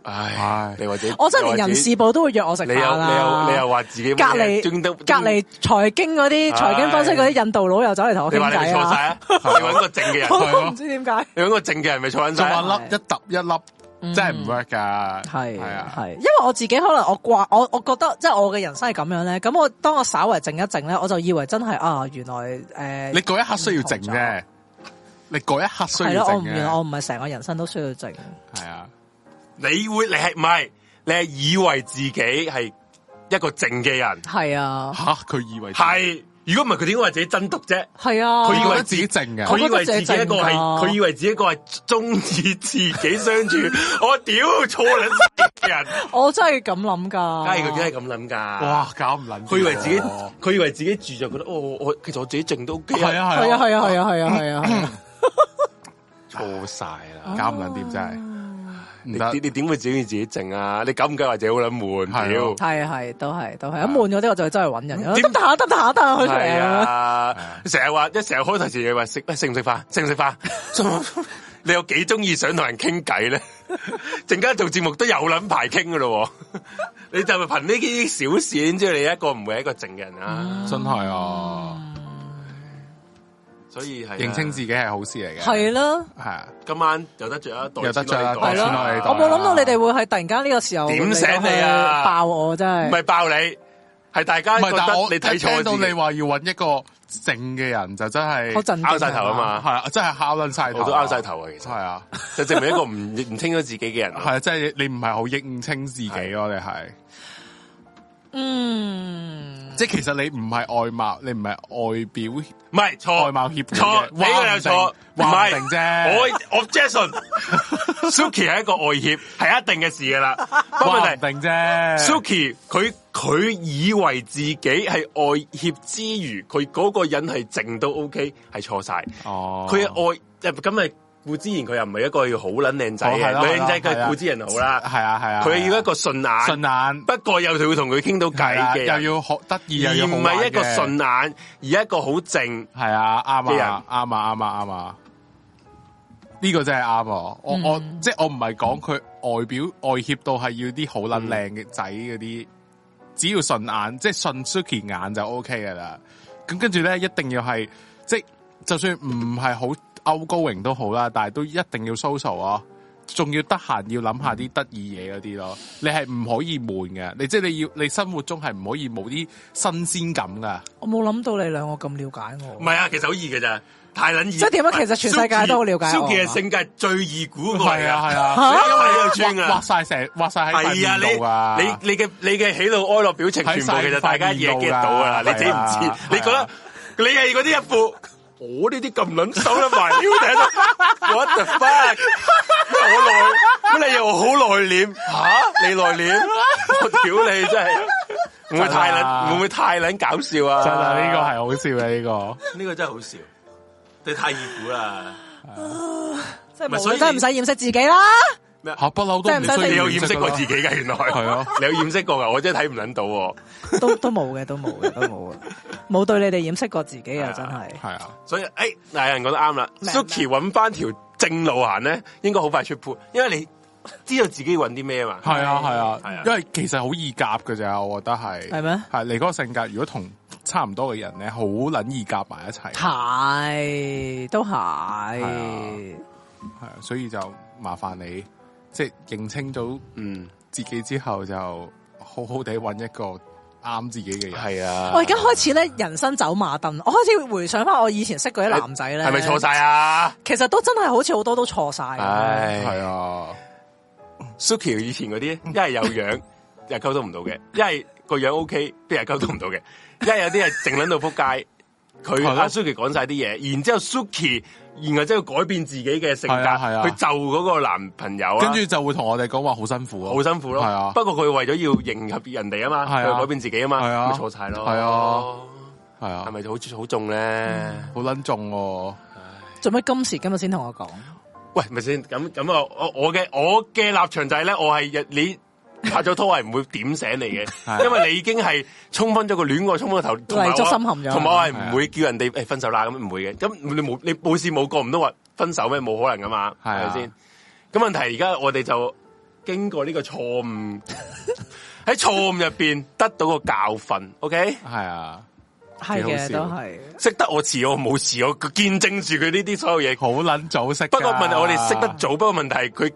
S2: 唉
S3: 唉，
S2: 你或者
S1: 我真係連人事部都會約我食
S2: 你
S1: 飯
S2: 又你
S1: 啦。
S2: 又你又話自己
S1: 隔離
S2: 專登
S1: 隔離財經嗰啲
S2: 唉
S1: 財經分析嗰啲印度佬又走嚟同我
S2: 你
S1: 傾
S2: 話你咪
S1: 偈
S2: 錯
S1: 啊！
S2: 晒啊？你搵個正嘅人，
S3: 係
S1: 我
S3: 咯
S1: 唔知點解，
S2: 你搵個正嘅人咪錯緊
S3: 仲
S2: 晒
S3: 話
S2: 啊。
S3: 粒一揼一粒，真係唔 work 噶，
S1: 嗯係
S3: 係啊。
S1: 係，因為我自己可能我掛我我覺得即係我嘅人生係咁樣咧，咁我當我稍為靜一靜咧，我就以為真係啊原來
S3: 你
S1: 誒
S3: 嗰一刻需要靜啫，你嗰一刻需
S1: 係
S3: 要
S1: 咯，我
S3: 靜
S1: 唔原來我
S3: 嘅，
S1: 唔係成個人生都需要靜。
S3: 係啊，
S2: 你會你係唔係？你係以為自己係一個正嘅人，
S1: 係啊，
S3: 吓佢以為
S2: 係如果唔係佢點解話自己真毒啫？
S1: 係啊，
S2: 佢以
S3: 佢覺
S2: 為
S3: 得自己靜嘅，
S2: 佢
S1: 佢覺
S2: 以為
S1: 得
S2: 自
S1: 自
S2: 己
S1: 己
S2: 一個係，
S1: 正㗎
S2: 佢以為自己一個係中意自己相處。我屌錯撚人，
S1: 我真係咁諗噶。
S2: 梗係佢真係咁諗㗎。
S3: 哇搞唔捻，
S2: 佢以為自己
S3: 係
S2: 佢以為自己住就覺得哦，我我其實我自己靜都 OK
S3: 啊
S1: 係啊
S3: 係
S1: 係啊係啊係啊係啊係啊！
S2: 錯晒啦！
S1: 哦
S3: 啊，搞唔捻掂真係，唔
S2: 你你
S3: 得
S2: 你點會自己自己靜啊？你敢唔敢話自己好撚悶？
S3: 係
S2: 屌
S3: 咯
S1: 係係都係都係，一悶嗰啲我就真係揾人啦。得
S2: 點
S1: 唔得啊？得唔得啊？得啊佢出
S2: 係
S1: 嚟啊！
S2: 啊！成日話一成日開頭時你話食喂食唔食飯？食唔食飯？ 心諗你有幾中意想同人傾偈咧？ 陣間做節目都有撚排傾噶咯喎， 你就憑呢啲小事已經知道你一個唔會係一個靜嘅人啦。
S3: 真係啊，
S2: 所以係啊
S3: 認清自己係好事嚟嘅，
S1: 嗯係啦，
S3: 係啊，
S2: 今晚有得着啊，袋
S3: 有得着啊
S1: 係
S2: 錢落你
S3: 袋
S2: 袋
S1: 咯
S3: 錢落
S2: 啊
S3: 你袋
S1: 我冇諗到你哋會係突然間呢個時候
S2: 點醒你啊
S1: 嚟到去爆我真
S2: 唔
S1: 係。
S2: 係爆你，係大家
S3: 唔
S2: 哎覺
S3: 係，但係
S2: 得
S3: 我
S2: 你睇錯
S3: 聽到
S2: 自己
S3: 你話要揾一個靜嘅人就真係
S1: 好震驚
S2: 拗晒頭啊嘛
S3: 係啊，真係敲捻晒頭，
S2: 我都拗晒，頭啊，其
S3: 係啊，
S2: 實就證明一個唔唔清楚自己嘅人
S3: 係
S2: 啊。
S3: 啊，即係你唔係好認清自己咯，你係。
S1: 嗯，
S3: 即系其實你唔係外貌，你唔係外表
S2: 唔係錯，
S3: 外貌協會嘅
S2: 哦錯，你
S3: 話唔
S2: 個又錯，唔
S3: 定話唔定
S2: 係
S3: 啫
S2: 我我 Jason Suki 係一個外協，係一定嘅事噶啦。不過
S3: 話
S2: 問
S3: 唔
S2: 題
S3: 定啫。
S2: Suki 佢佢以為自己係外協之餘，佢嗰個人係靜都 OK，係錯晒。
S3: 哦，
S2: 佢係外咁咪顧之言佢又唔係一個要好撚靚仔
S3: 哦係
S2: 嘅，
S3: 啦
S2: 佢靚仔
S3: 係啦係
S2: 佢
S3: 啦
S2: 顧之人好啦，
S3: 系啊系啊，
S2: 佢要一
S3: 個
S2: 個順眼，
S3: 顺眼，
S2: 不過又要同佢傾到偈
S3: 係啦
S2: 嘅人，
S3: 又要學得意，又
S2: 而
S3: 要
S2: 唔係
S3: 係
S2: 一個順眼，而一個好靜。
S3: 系啊，啱
S2: 嘅人
S3: 啊，啱啊，啱啊，啱啊，呢、個真係啱啊！我、我即系我唔係講佢外表外協到係要啲好撚靚嘅仔嗰啲，只要順眼，即係順 Suki 眼就 O K 噶啦。咁跟住咧，一定要係即係就算唔係好歐高榮都好啦，但係都一定要 social 啊！仲要得閒要諗下啲得意嘢嗰啲咯，你係唔可以悶嘅，你即係你要你生活中係唔可以冇啲新鮮感噶。
S1: 我冇諗到你兩個咁了解我。
S2: 唔係啊，其實好易嘅咋，太撚易。即
S1: 係點啊其實全世界都好了解我
S2: Suki
S1: 啊
S2: 嘅性格係最易估過
S3: 係
S2: 嚟
S3: 啊係啊，
S2: 因為呢個專
S3: 挖
S2: 啊。
S3: 晒成，挖晒喺
S2: 係啊，
S3: 塊面度啊！
S2: 你你你嘅你嘅喜怒哀樂表情，全部其
S3: 睇晒
S2: 實大家
S3: 塊面
S2: 嘢
S3: 度㗎
S2: get 到啊，
S3: 係啊
S2: 你自己唔
S3: 係啊
S2: 知，你覺得你係嗰啲一副。我呢啲咁撚手得埋腰頂 啦，what the fuck？我內，乜你又好內斂吓？你內斂，我屌你真係，會唔會太
S3: 真啊
S2: 撚？會唔會太撚搞笑啊？
S3: 真啊，呢個係好笑嘅呢
S2: 個係呢個真係好笑，你太易估啦。
S1: 即係
S2: 唔係
S1: 無
S2: 所以
S1: 論真係唔使掩飾自己啦。
S3: 個吓不嬲都唔
S1: 真係唔使
S3: 需
S2: 你
S3: 要
S2: 有掩飾過自己㗎，原來係
S3: 啊，
S2: 你有掩飾過㗎，我真係睇唔撚到喎。
S1: 都都冇嘅，都冇嘅，都冇嘅，冇對你哋掩飾過自己啊！真係
S3: 係啊，
S2: 所以诶，嗱、有人講得啱啦啊
S1: 明
S2: ，Suki 揾翻條正路行咧，應該好快出鋪，因為你知道自己揾啲咩嘛。
S3: 係啊，係
S2: 係啊
S3: 啊，因為其實好易夾嘅咋，我覺得係
S1: 係咩
S3: 係你嗰個性格，如果同差唔多嘅人咧，好撚易夾 埋一齊，係
S1: 係都係
S3: 啊。啊，所以就麻煩你即係認清到
S2: 嗯，
S3: 自己之後，就好好地揾一個啱自己嘅人。
S2: 係啊。
S1: 我而家開始咧，人生走馬燈，我開始回想翻我以前識嗰啲男仔咧，
S2: 係咪錯？晒啊
S1: 其實都真係好啊似好多都錯晒。
S3: 係
S2: 唉
S3: 啊，
S2: ？Suki 以前嗰啲，
S3: 嗯
S2: 一係有樣 又溝通唔到嘅，一係個樣 OK，啲人溝通唔到嘅，一係有啲係靜撚到撲街。佢
S3: 係咯
S2: 阿 Suki 講晒啲嘢，然之後 Suki，然後之後改變自己嘅性格，
S3: 係啊係啊
S2: 佢就嗰個男朋友啊
S3: 跟住就會同我哋講話好辛苦啊，
S2: 好辛苦咯。
S3: 係啊
S2: 不過佢為咗要迎合人哋啊嘛，
S3: 係啊
S2: 佢改變自己啊嘛，
S3: 係啊
S2: 咪錯晒咯。
S3: 係啊，嗯係啊
S2: 係，咪好好重咧？
S3: 好撚重喎。
S1: 做乜今時今日先同我講？
S2: 喂，咪先咁咁啊！我我嘅我嘅立場就係咧，我係你。拍咗拖係唔會點醒你
S3: 係
S2: 嘅，因為你已經係沖昏咗個戀愛，沖昏個頭，同埋
S1: 泥足
S2: 我
S1: 深陷咗
S2: 同埋我係唔會叫人哋誒分手啦，咁唔會嘅。咁你冇你冇事冇過，唔都話分手咩？冇可能噶嘛，
S3: 係
S2: 係
S3: 啊
S2: 咪先？咁問題而家我哋就經過呢個錯誤喺錯誤入邊得到個教訓，OK？
S3: 系啊，
S1: 係嘅，
S3: 幾
S1: 都
S3: 好笑
S1: 係。
S2: 識得我遲我冇遲我，佢見證住佢呢啲所有嘢。
S3: 好捻早識㗎。
S2: 不過問題我哋識得早，不過問題佢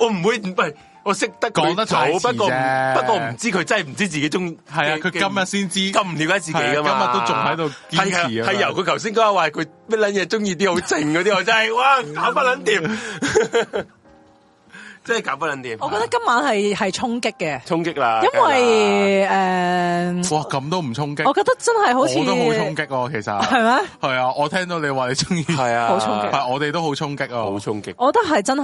S2: 我唔會唔係我識得佢
S3: 講得
S2: 早
S3: 太，遲
S2: 不過唔
S3: 啫
S2: 不過唔知佢真係唔知自己中
S3: 係啊，佢今日先知，
S2: 咁唔了解自己噶
S3: 係
S2: 嘛，
S3: 啊今日都仲喺度堅持啊
S2: 係啊係由佢頭先講話佢乜撚嘢中意啲好靜嗰啲，我真係 哇搞不撚掂， 真係搞不撚掂。
S1: 我覺得今晚係係衝擊嘅，
S2: 衝擊啦，
S1: 因為誒，
S3: 哇咁都唔衝擊，
S1: 我覺得真係好
S3: 我
S1: 似
S3: 都好衝擊喎。其實
S1: 係咪？
S3: 係啊，我聽到你話你中意，
S2: 係啊，
S1: 好衝擊
S3: 係我哋都好衝擊啊，
S2: 好衝擊，
S1: 我覺得係真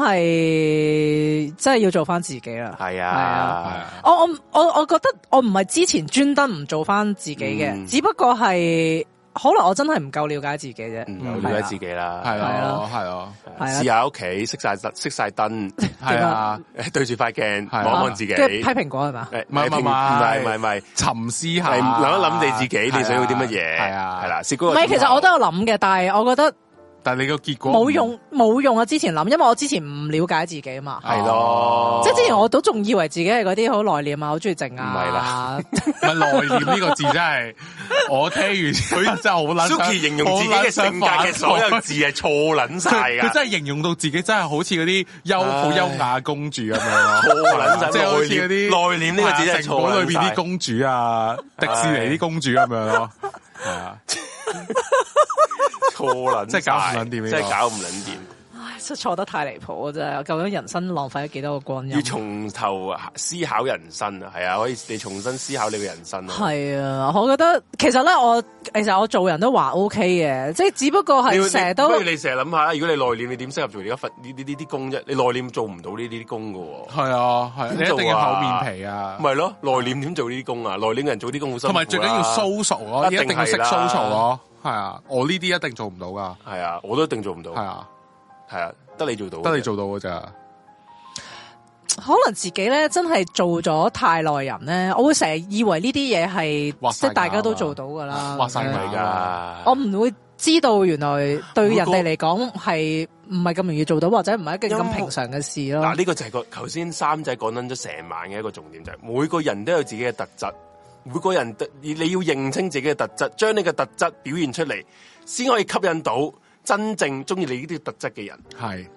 S1: 係真係要做翻自己啦。
S2: 係
S1: 係
S2: 啊
S1: 啊
S3: 係，啊，
S1: 我我唔我我覺得我唔係之前專登唔做翻自己嘅，
S2: 嗯
S1: 只不過係可能我真係唔夠了解自己啫。
S2: 嗯我了解自己啦，
S3: 係
S1: 係
S3: 咯
S1: 啊，
S3: 係咯，
S1: 係啊
S2: 試下屋企熄晒燈，熄晒燈，
S3: 係啊，
S2: 對住塊鏡
S3: 係啊
S2: 望一望自己，
S1: 跟住批評過係嘛？
S2: 誒
S3: 唔係
S2: 誒評
S3: 唔係
S2: 唔係唔係唔係，
S3: 沉思下，啊
S2: 係諗一諗你自己，你想要啲乜嘢？
S3: 係啊，
S2: 係啦，，試
S1: 唔
S2: 嗰個嗯
S1: 係，其實我都有諗嘅，但係我覺得
S3: 但係你個結果
S1: 冇，用冇用啊！之前諗，因為我之前唔了解自己啊嘛。
S2: 係咯，
S1: 即係之前我都仲以為自己係嗰啲好內斂啊，好中意靜
S2: 唔係
S1: 啊，
S3: 咪內斂呢個字真係，我聽完佢真係好 撚想
S2: Suki 形容自己嘅性格嘅所有字係錯撚晒
S3: 佢 佢
S2: 㗎，
S3: 真係形容到自己真係好似嗰啲優
S2: 唉
S3: 好優雅公主咁樣
S2: 錯
S3: 咯，
S2: 撚晒，
S3: 即係好
S2: 內斂
S3: 似嗰啲
S2: 內斂呢個字
S3: 係
S2: 真
S3: 啊
S2: 係
S3: 城堡
S2: 錯
S3: 裏
S2: 撚
S3: 邊
S2: 晒
S3: 啲。公主啊，迪士尼啲公主咁樣咯，係啊，
S2: 錯撚晒，
S3: 真係搞唔撚掂呢個
S2: 真係搞唔撚掂，
S1: 唉 真係錯得太離譜啊！真係，究竟人生浪費咗幾多個光
S2: 要
S3: 嗯
S1: 陰？
S2: 從頭思考人生啊，係啊，可以你重新思考你嘅人生啊。
S1: 係啊，我覺得其實咧，我其實我做人都還 O K 嘅，即係只不過
S2: 你要
S1: 係
S2: 你
S1: 成日都
S2: 不如你成日諗下啦，如果你內斂，你點適合做而家份呢呢呢啲工啫？你內斂做唔到呢啲工噶喎。
S3: 係啊，係啊你
S2: 點做啊
S3: 一定要厚面皮啊，
S2: 咪咯，內斂點做呢啲工啊？內斂嘅人做呢啲工好辛苦
S3: 同
S2: 啦
S3: 埋最緊要 social 咯，
S2: 一定
S3: 一定要識
S2: 係啦
S3: social 咯，係啊，我呢啲一定做唔到噶，
S2: 係啊，我都一定做唔到。
S3: 係啊，
S2: 系啊，得你做到，
S3: 得你，做到噶咋？
S1: 可能自己咧真係做咗太耐人咧，我會成日以為呢啲嘢
S3: 畫
S1: 係即
S3: 晒
S1: 係大家都
S3: 架啊嘛
S1: 做到噶啦。
S3: 畫晒
S1: 咁樣
S3: 架
S2: 系噶，
S1: 我唔會知道原來對人
S2: 每個
S1: 哋嚟講係唔係咁容易做到，或者唔係一件
S2: 因
S1: 咁
S2: 為
S1: 平常嘅事咯。
S2: 嗱，呢個就係個頭先三仔講緊咗成晚嘅一個重點，就係每個人都有自己嘅特質，每個人都你你要認清自己嘅特質，將你嘅特質表現出嚟，先可以吸引到真正中意你呢啲特質嘅人，
S3: 系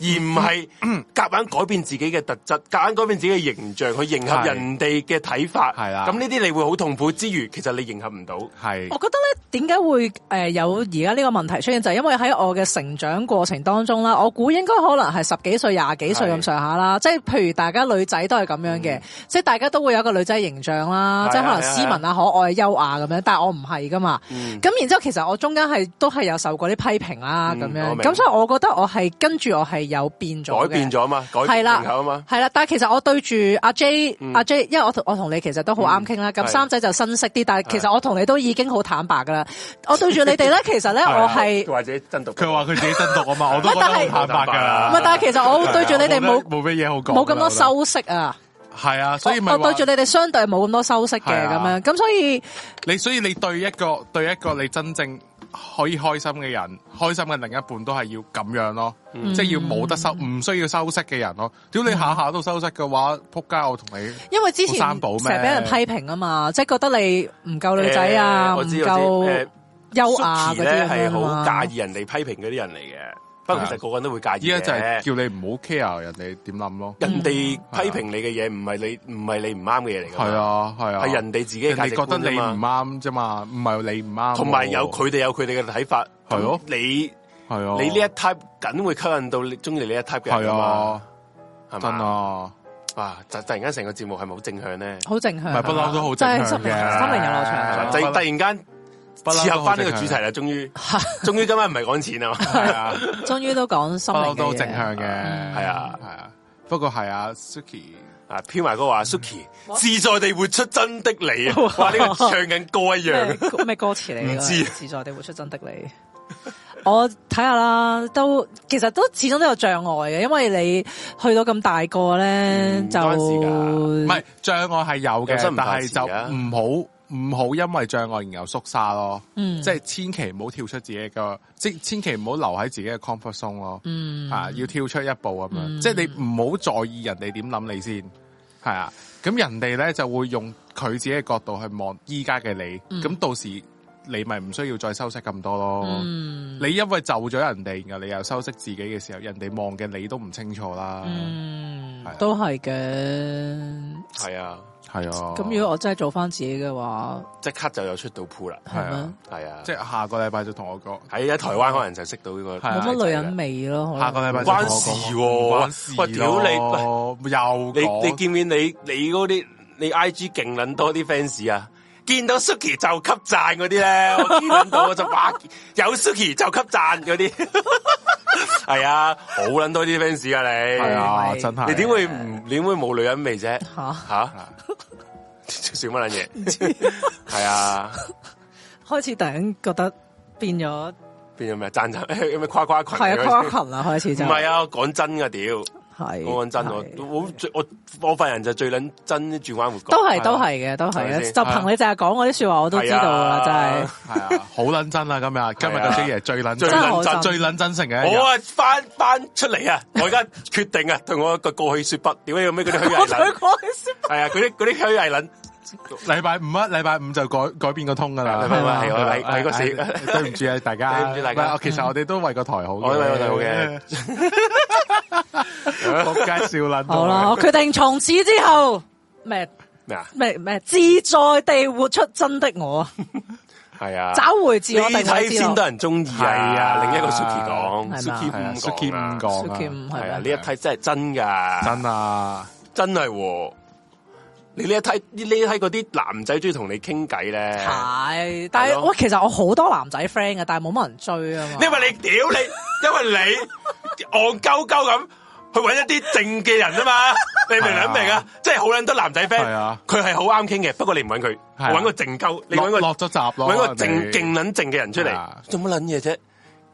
S2: 而唔係
S3: 嗯
S2: 夾硬改變自己嘅特質，夾硬改變自己嘅形象去迎合
S3: 係
S2: 人哋嘅睇法。
S3: 係啦
S2: 咁呢啲你會好痛苦之餘，其實你迎合唔到。
S3: 系
S1: 我覺得咧，點解會誒、呃有而家呢個問題出現，就係、因為喺我嘅成長過程當中啦，我估應該可能係十幾歲、廿幾歲咁上下啦，即係譬如大家女仔都係咁樣嘅，即係大家都會有一個女仔形象啦
S2: 嗯係，啊
S1: 即係可能
S2: 係啊
S1: 斯文啊、可愛、優雅咁樣，但係我唔係噶嘛。
S2: 嗯
S1: 咁然之後，其實我中間係都係有受過啲批評啦，咁、
S2: 嗯我
S1: 樣，
S2: 明
S1: 咁所以我覺得我係跟住我係有變咗嘅
S2: 改變咗啊嘛，改
S1: 係
S2: 變
S1: 啦
S2: 迎合啊嘛，
S1: 係啦，但係其實我對住阿 J
S2: 嗯
S1: 阿 J，因為我同我同你其實都好啱
S3: 嗯
S1: 傾啦。咁
S2: 係
S1: 三仔就新識啲，但係其實
S2: 係
S1: 我同你都已經好坦白噶啦。我對住你哋咧，其 實咧我係
S2: 啊或者真讀
S3: 佢話佢自己真毒啊 嘛，我都覺得
S1: 喂
S3: 好坦白㗎啦。
S1: 唔係？但係其實我對住你哋冇
S3: 我覺啊得冇乜嘢好講，
S1: 冇咁多修飾啊。
S3: 系啊，所以咪
S1: 我我
S3: 話
S1: 對住你哋相對冇咁多修飾嘅
S3: 係
S1: 咁
S3: 啊
S1: 樣，咁所以
S3: 你，所以你對一個對一個你真正可以開心嘅人，開心嘅另一半都係要咁樣咯，即係要冇得修，唔需要修飾嘅人咯。屌你
S2: 嗯
S3: 下下都修飾嘅話，仆街！我同你
S1: 因為之前
S3: 冇三寶咩
S1: 成日俾人批評啊嘛，即係覺得你唔夠女仔啊，
S2: 誒
S1: 唔
S2: 我知我知
S1: 夠
S2: 誒
S1: 優雅嗰
S2: Suki 咧
S1: 啲咁
S2: 係
S1: 樣啊
S2: 好
S1: 嘛
S2: 介意人哋批評嗰啲人嚟嘅，不過其
S3: 係啊
S2: 實個個人都會介
S3: 依
S2: 意嘅。
S3: 家就係叫你唔好 care 人哋點諗咯。
S2: 人哋批評你嘅嘢，唔係你唔係你唔啱嘅嘢嚟㗎嘛
S3: 係，啊，係啊，
S2: 係人哋自己嘅
S3: 人
S2: 價
S3: 哋
S2: 值
S3: 覺得
S2: 觀
S3: 你
S2: 啊
S3: 唔
S2: 嘛。
S3: 啱啫嘛，唔係你唔啱喎。
S2: 同埋有佢哋有佢哋嘅睇法，
S3: 係咯
S2: 咁你
S3: 係啊，
S2: 你呢一 type 梗會吸引到你中意你呢一 type 嘅
S3: 係
S2: 人㗎嘛，
S3: 啊，
S2: 係
S3: 真
S2: 嘛？
S3: 啊。
S2: 哇！就突然間成個節目係咪好正向咧？
S1: 好正向啊
S3: 唔係不嬲都好
S1: 真
S3: 正
S1: 係
S3: 向
S1: 心靈
S3: 嘅，
S1: 心靈遊樂
S2: 係
S1: 場啊
S2: 嘛
S3: 不
S2: 就
S3: 嬲
S2: 突然間
S3: 不嬲
S2: 切
S3: 都
S2: 合
S3: 好
S2: 翻
S3: 正
S2: 呢個主題啦，終 於終於今晚唔係講錢啊嘛，
S3: 係啊，
S1: 終於都講心
S3: 不
S1: 靈
S3: 嬲都
S1: 嘅
S3: 正
S1: 嘢。
S3: 向嘅，
S1: 嗯
S3: 係啊，係啊。不過係啊，Suki
S2: 啊，飄埋哥話 Suki 自在地活出真的你啊！哇，呢個唱緊歌一樣。
S1: 咩咩歌詞嚟㗎？
S2: 唔知
S1: 自在地活出真的你。我睇下啦，都其實都始終都有障礙嘅，因為你去到咁大個咧，
S2: 嗯
S1: 就
S2: 關事㗎
S3: 唔係障礙係有
S2: 有心
S3: 嘅
S2: 唔，怕啊
S3: 但係
S2: 遲
S3: 就
S2: 㗎
S3: 唔好唔好因為障礙然後縮沙咯，
S1: 嗯
S3: 即係千祈唔好跳出自己嘅，即係千祈唔好留喺自己嘅 comfort zone 咯，
S1: 嗯
S3: 啊，要跳出一步咁樣，
S1: 嗯
S3: 即係你唔好在意人哋點諗你先，係啊，咁人哋咧就會用佢自己嘅角度去望依家嘅你，
S1: 嗯
S3: 咁到時你咪唔需要再修飾咁多咯。
S1: 嗯
S3: 你因為就咗人哋，然後你又修飾自己嘅時候，人哋望嘅你都唔清楚啦。
S1: 嗯
S3: 係啊
S1: 都係嘅。
S2: 系啊，
S3: 係啊，
S1: 咁如果我真係做翻自己嘅話，
S2: 即刻就有出到鋪啦，
S1: 係
S3: 係
S1: 咪
S3: 啊？
S2: 系啊，即
S3: 即
S2: 系
S3: 係下個禮拜就同我講，
S2: 喺喺台灣可能就識到呢個
S3: 係啊
S1: 冇乜女人味咯，可能
S3: 下個禮拜就同
S2: 哦
S3: 我
S2: 關
S3: 講
S2: 事喎
S3: 唔關事
S2: 喂屌你
S3: 咯又
S2: 你
S3: 講
S2: 你見面你你嗰啲你 I G 勁撚多啲 fans 啊！見到 Suki 就吸赞嗰啲 咧，我見撚到我就哇，有 Suki 就吸赞嗰啲， 係啊，好撚多啲 fans
S3: 係
S2: 啊
S3: 啊，
S1: 你
S3: 真係
S2: 你！你點會唔你點會冇女人味啫？
S1: 吓
S2: 吓，笑乜撚嘢？係啊，
S1: 開始突然覺得變咗
S2: 變咗咩？讚讚 有咩誇誇群？
S1: 係啊跨行啦，開始
S2: 唔
S1: 就
S2: 係啊，講真噶屌！
S1: 係
S2: 我講真，我
S1: 係
S2: 我最我我份人就最撚真轉彎抹角，
S1: 都係
S3: 係
S1: 都係嘅，都係
S2: 啊係咪
S1: 嘅。
S2: 先
S1: 就憑你淨係講嗰啲说話，我都知道㗎啦，
S2: 係啊
S1: 真
S3: 係啊，好撚真啦！今日今日嘅星爺最撚
S2: 最
S1: 真係好
S2: 撚
S1: 真
S2: 真。
S3: 最撚真誠嘅一日
S2: 我啊翻翻出嚟啊！我而家決定啊， 同我個過去說不，屌你有咩嗰啲 虛
S1: 係。
S2: 偽撚，
S1: 講嘅说
S2: 係啊，嗰啲嗰啲虛偽撚，
S3: 禮拜五啊，禮拜五就改改變個通㗎啦。
S2: 禮拜五啊
S3: 係
S2: 係
S3: 嘛
S2: 我係我係個死
S3: 唉對唔住啊，大家，
S2: 對唔住大家
S3: 係我其實我哋都為個台好嘅，
S2: 我都為個台好嘅
S3: 嘅。 仆街笑撚到
S1: 好啦，我決定從此之後咩
S2: 咩啊？
S1: 咩咩自在地活出真的我，
S2: 係啊，
S1: 找回自
S2: 你
S1: 我定位
S2: 睇
S1: 之
S2: 先
S1: 路
S2: 得。人中意啊！
S3: 係啊
S2: 另一個 Suki 講
S1: 係嘛
S3: 係啊
S2: Suki 五
S3: Suki
S2: 講
S3: 五
S2: 啊，
S3: 講
S1: Suki
S3: 啊，
S1: 五
S2: 係
S1: 係
S2: 啊，
S1: 啊
S2: 呢一睇真係真噶，
S3: 真啊，
S2: 真係喎。你呢一睇呢一睇嗰啲男仔中意同你傾偈咧，
S1: 係，但係
S2: 係咯
S1: 我其實我好多男仔 friend 嘅，但係冇乜人追啊嘛。
S2: 因為你屌你，因為你戇鳩鳩咁去揾一啲正嘅人啊 嘛，你明唔明
S3: 係
S2: 啊
S3: 啊？
S2: 即係好撚多男仔
S3: 係
S2: friend，
S3: 啊
S2: 佢係好啱傾嘅，不過你唔揾佢，
S3: 係啊
S2: 揾個正鳩，你
S3: 落
S2: 揾個
S3: 落咗閘咯，
S2: 揾個正
S3: 人哋
S2: 勁撚正嘅人出
S3: 係
S2: 嚟
S3: 啊，
S2: 做乜撚嘢啫？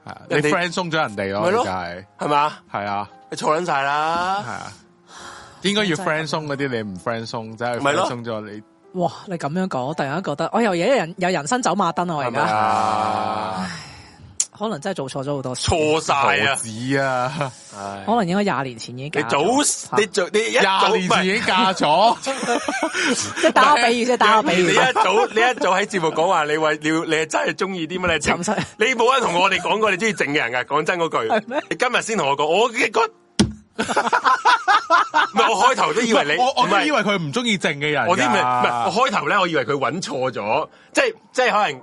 S3: 係啊，你
S2: 人哋
S3: friend 鬆咗人哋咯，
S2: 咪
S3: 你就
S2: 咯
S3: 係
S2: 係嘛？
S3: 係啊
S2: 你錯撚晒
S3: 係
S2: 啦，
S3: 啊，應該要
S1: 真係
S3: friend 鬆嗰啲，你唔 friend 鬆，即係
S2: 咪
S3: friend
S2: 咯
S3: 鬆咗你
S1: 哇！你咁樣講，我突然間覺得哦我又有人有人生走馬燈啊！我
S2: 係
S1: 而
S2: 咪
S1: 家
S2: 啊？
S1: 可能真係做錯咗好多事，
S2: 錯晒
S3: 何
S2: 啊！
S3: 止啊，
S2: 唉
S1: 可能應該廿年前已經
S2: 你
S1: 嫁
S2: 早
S1: 咗
S2: 你早你一早
S3: 廿年前已經嫁咗，
S1: 即係打個比喻啫，打個比
S2: 你
S1: 喻。
S2: 一早你一早喺節目講話，你為你你係真係中意啲乜你
S1: 沉睡
S2: 靜你冇人同我哋講過你中意靜嘅人噶，講真嗰
S1: 係咩
S2: 句。你今日先同我講，我 嘅個唔係我開頭都以為 你，
S3: 我我
S2: 唔
S3: 都
S2: 係
S3: 以為佢唔中意靜嘅人㗎，
S2: 我啲咪唔係我開頭咧，我以為佢揾錯咗，即係即係可能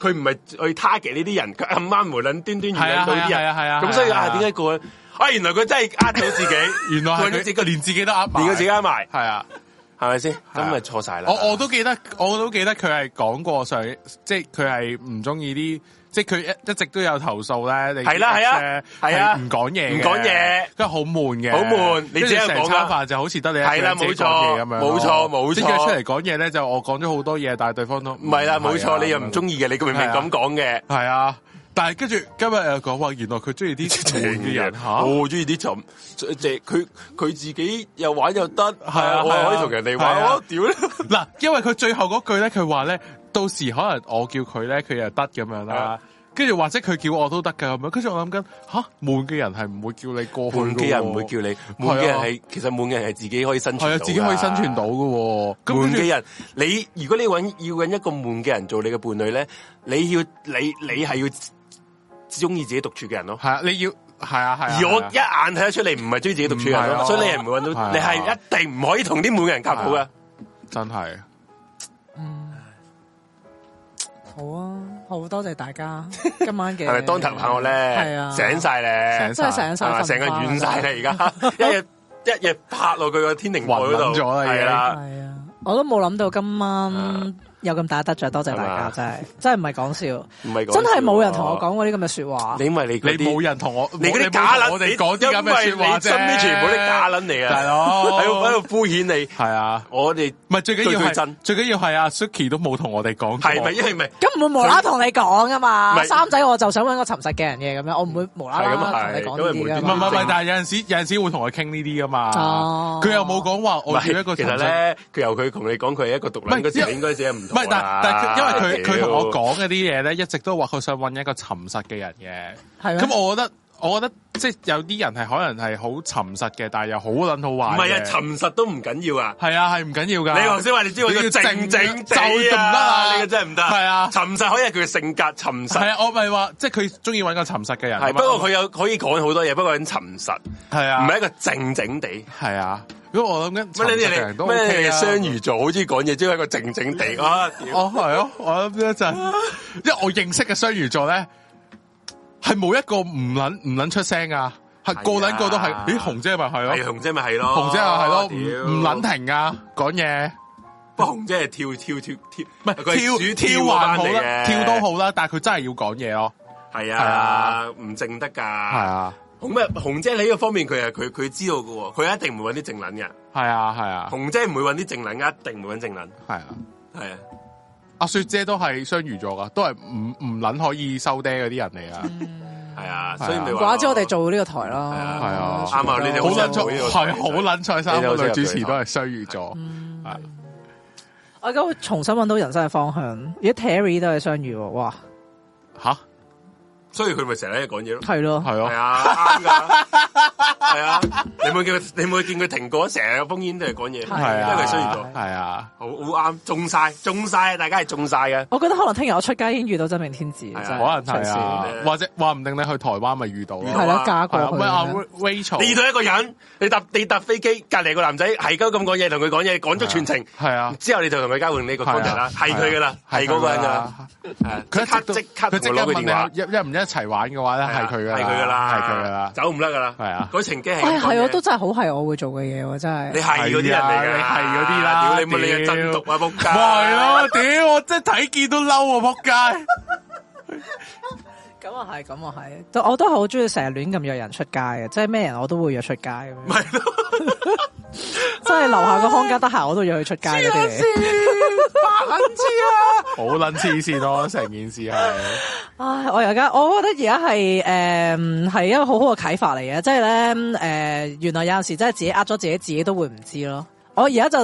S2: 佢唔係去 target 呢啲人，佢啱啱無撚端端遇
S3: 係啊
S2: 撚到啲
S3: 係啊
S2: 人，
S3: 係啊係啊
S2: 咁所以
S3: 係啊係
S2: 啊
S3: 啊，
S2: 點解個啊原來佢真係呃咗自己
S3: 原來係
S2: 佢
S3: 佢
S2: 自己
S3: 連自己都呃埋，
S2: 連佢自己呃埋，
S3: 係啊。
S2: 係咪先？咁咪錯晒啦！
S3: 我我都記得，我都記得佢係講過上，即係佢係唔中意啲，即係佢一一直都有投訴咧。你
S2: 係啦係啊
S3: 係
S2: 係啊
S3: 唔講嘢嘅，
S2: 唔講嘢
S3: 跟住好悶嘅，
S2: 好悶你
S3: 跟住
S2: 只有
S3: 成
S2: 講
S3: 餐
S2: 啊
S3: 飯就好似得你一
S2: 係啦
S3: 個人自己講嘢咁樣咯，
S2: 冇錯冇錯冇錯
S3: 即係約出嚟講嘢咧，就我講咗好多嘢，但係啊對方都
S2: 唔係啦，冇錯，你又唔中
S3: 意，
S2: 意嘅，你明明咁講嘅，
S3: 係啊。但係跟住今日又講話，原來佢中意啲
S2: 正
S3: 悶嘅人嚇，
S2: 我中意啲沉，即係佢佢自己又玩又得，係
S3: 啊
S2: 我
S3: 係啊
S2: 可以同人哋
S3: 係
S2: 玩，
S3: 啊
S2: 我屌你
S3: 嗱，因為佢最後嗰句咧，佢話咧，到時可能我叫佢咧，佢又得咁樣
S2: 係啊
S3: 啦。跟住或者佢叫我都得噶咁樣，跟住我諗緊吓，悶嘅人係唔會叫你過去㗎喎，
S2: 悶嘅人唔會叫你，悶嘅人係其實悶嘅人係自己可以生
S3: 啊係
S2: 存，
S3: 啊，自己可以生存到。嘅。咁
S2: 悶
S3: 跟住
S2: 嘅人，你如果你揾要揾一個悶嘅人做你嘅伴侶咧，你要你你係要中意自己獨處嘅人咯。
S3: 係啊，你要係啊係啊。
S2: 而我
S3: 係啊
S2: 一眼睇得出你唔係中意自己獨處嘅人
S3: 唔係啊
S2: 咯，所以你係唔會揾
S3: 係啊
S2: 到，你係一定唔可以同啲悶嘅人夾好
S3: 係
S2: 噶
S3: 啊。真係
S1: 好啊，好多謝大 家今晚嘅。
S2: 係咪當頭棒喝咧？
S1: 係啊，
S2: 醒晒咧，啊
S3: 醒
S1: 真係醒
S2: 係嘛
S1: 晒，
S2: 成個軟晒
S1: 啦。
S2: 啦， 而家一日一日拍落佢個天靈蓋嗰
S3: 暈
S2: 度
S3: 咗啦已
S2: 係
S3: 經
S2: 啦，
S1: 係啊，我都冇諗到今
S2: 啊
S1: 晚有咁大得着，多謝大家，真係真係唔係講笑，
S2: 唔係講笑啊
S1: 真係冇人同我講過啲咁嘅说話
S2: 你。因為你
S3: 啊你
S2: 嗰啲
S3: 冇人同我，
S2: 你嗰
S3: 冇
S2: 啲假
S3: 冇
S2: 撚，
S3: 同我哋講啲咁嘅
S2: 因
S3: 说
S2: 為
S3: 話
S2: 你
S3: 啫。
S2: 身邊全部都假撚嚟啊！
S3: 大佬
S2: 喺度喺度敷衍你，
S3: 係啊，
S2: 我哋
S3: 唔係最緊要
S2: 對佢
S3: 係
S2: 真
S3: 最緊要係阿 Suki 都冇同我哋講過，
S2: 係咪？因為咪
S1: 咁唔會無啦啦同你講噶
S2: 唔
S1: 嘛，
S2: 係
S1: 三仔我就想揾個沉實嘅人嘅咁樣，我唔會無啦啦
S2: 係咁啊係
S1: 同你講呢啲
S2: 咁
S1: 㗎
S2: 啊無
S3: 唔係
S1: 嘛
S2: 端
S3: 唔係
S2: 端
S3: 唔係，但係有陣時有陣時會同佢傾呢啲噶嘛。
S1: 哦
S3: 佢又冇講話我要一個
S2: 其
S3: 同
S2: 實
S3: 性
S2: 咧，佢由佢同你講佢係一個獨撚嗰
S3: 唔係因
S2: 時，
S3: 為
S2: 你應該寫唔
S3: 唔
S2: 同
S3: 係，但
S2: 啦
S3: 但佢因為佢佢同我
S2: 屌
S3: 講嗰啲嘢咧，一直都話佢想揾一個沉實嘅人
S1: 係
S3: 嘅。
S1: 咩
S3: 咁我覺得，我覺得即係有啲人係可能係好沉實嘅，但係又好撚好
S2: 唔
S3: 玩。
S2: 係啊，沉實都唔緊要啊。
S3: 係啊，係唔緊要㗎。
S2: 你頭先話你知道
S3: 你
S2: 佢
S3: 要
S2: 靜靜
S3: 就
S2: 地
S3: 唔得啦，
S2: 你個真係唔得。
S3: 係啊，
S2: 沉實可以係佢嘅性格沉
S3: 係
S2: 實，
S3: 啊，我咪話即係佢中意揾個沉實嘅人啊嘛。
S2: 係不過佢有可以講好多嘢，不過很沉實，唔
S3: 係啊，
S2: 係一個靜靜地。
S3: 係啊。如果我諗緊沉
S2: 乜
S3: 實
S2: 你
S3: 嘅
S2: 哋
S3: 人
S2: 乜
S3: 都
S2: 你
S3: OK
S2: 哋
S3: 啊。
S2: 雙魚座好中意講嘢，中意一個靜靜地啊！屌
S3: 哦，係咯，我諗一陣，因為我認識嘅雙魚座咧，係冇一個唔撚唔撚出聲噶，係個撚個都係
S2: 係啊，
S3: 咦紅姐咪係
S2: 係
S3: 咯，
S2: 紅姐咪係咯，
S3: 紅姐又係咯，唔
S2: 屌
S3: 唔撚。停啊，講嘢，
S2: 不過紅姐係跳跳跳跳，
S3: 唔係
S2: 佢係主
S3: 跳跳
S2: 嗰
S3: 還
S2: 班
S3: 好
S2: 嚟
S3: 啦，
S2: 嘅
S3: 跳都好啦，但係佢真係要講嘢咯，
S2: 係
S3: 係
S2: 啊
S3: 啊，
S2: 唔靜得
S3: 係
S2: 㗎。
S3: 啊，
S2: 紅咩？紅姐你呢個方面佢係佢佢知道㗎喎，佢一定唔會揾啲靜撚嘅。
S3: 係啊，係啊，
S2: 紅姐唔會揾啲靜撚㗎，一定唔會揾靜撚。
S3: 係啊，
S2: 係啊。
S3: 阿雪姐都係雙魚座噶，都係唔唔撚可以收爹嗰啲人嚟啊，
S2: 系啊，
S3: 係啊
S2: 所以咪
S1: 唔
S2: 話
S1: 怪之我哋做呢個台啦，
S2: 啊
S3: 係啊
S2: 啱啊，你哋
S3: 好
S2: 好
S3: 撚
S2: 辛苦
S3: 錯，
S2: 呢個
S3: 係好撚菜三
S2: 你哋好
S3: 個
S2: 適合
S3: 女主持
S2: 對
S3: 都
S2: 台
S3: 係雙魚座，係
S1: 我而家會重新揾到人生嘅方向。而家 Terry 都係雙魚喎，哇，
S3: 吓
S2: 所以佢咪成日喺度講嘢咯。
S1: 係咯，
S3: 係咯
S2: 係。啊，啱噶，係啊，你冇見佢，你冇見佢停過，成日有風煙都係講嘢，
S1: 係
S3: 係啊，
S2: 因為佢雖然座，
S3: 係啊，
S2: 好好啱，中晒，中晒，大家係中晒嘅，
S1: 我覺得可能聽日我出街已經遇到真命天子，
S2: 係啊
S1: 真
S3: 可
S1: 係
S3: 能係
S1: 隨
S3: 啊
S1: 時，
S2: 時
S3: 或者話唔定你去台灣咪遇到咯，
S1: 係
S2: 係
S1: 咯，
S2: 啊
S1: 嫁
S3: 係
S1: 過
S3: 啊，
S1: 佢咁
S3: 咩啊
S1: 樣。
S2: 你遇
S3: ，Rachel
S2: 到一個人，你搭你搭飛機，隔離個男仔係鳩咁講嘢，同佢講嘢，講足全程，
S3: 係啊，
S2: 之後你就同佢交換呢個 contact 啦，係佢噶啦，係嗰個人噶啦，，係啊即
S3: 佢
S2: 刻
S3: 一直都
S2: 即刻
S3: 佢即刻
S2: 同我攞
S3: 問
S2: 佢
S3: 你
S2: 電話，
S3: 一一唔一齊玩嘅話咧，係佢噶，
S2: 係佢噶啦，
S3: 係佢噶啦，
S2: 走唔甩噶啦，
S3: 係啊
S2: 嗰程機係
S1: 哎呀，
S2: 咁講嘢
S1: 係我都真係好係我會做嘅嘢喎，真
S2: 你
S1: 係。
S2: 係嗰啲人嚟
S3: 係
S2: 噶，
S3: 啊你係嗰啲啦
S2: 屌你冇你嘅真毒啊，仆街！
S3: 咪係咯，屌我真係睇見都 嬲啊，仆街！
S1: 咁啊係，咁啊係，都我都係好中意成日亂咁約人出街嘅，即係咩人我都會約出街咁樣。
S2: 咪係咯，
S1: 真係樓下個康家得閒，我都要去出街嗰啲嚟。
S3: 白捻知啊，好捻黐线咯，成件事系
S1: 唉，我而家我覺得而家係诶係一個好好嘅啟發嚟嘅，即係咧诶，原來有陣時真係自己呃咗自己，自己都會唔知咯。我而家就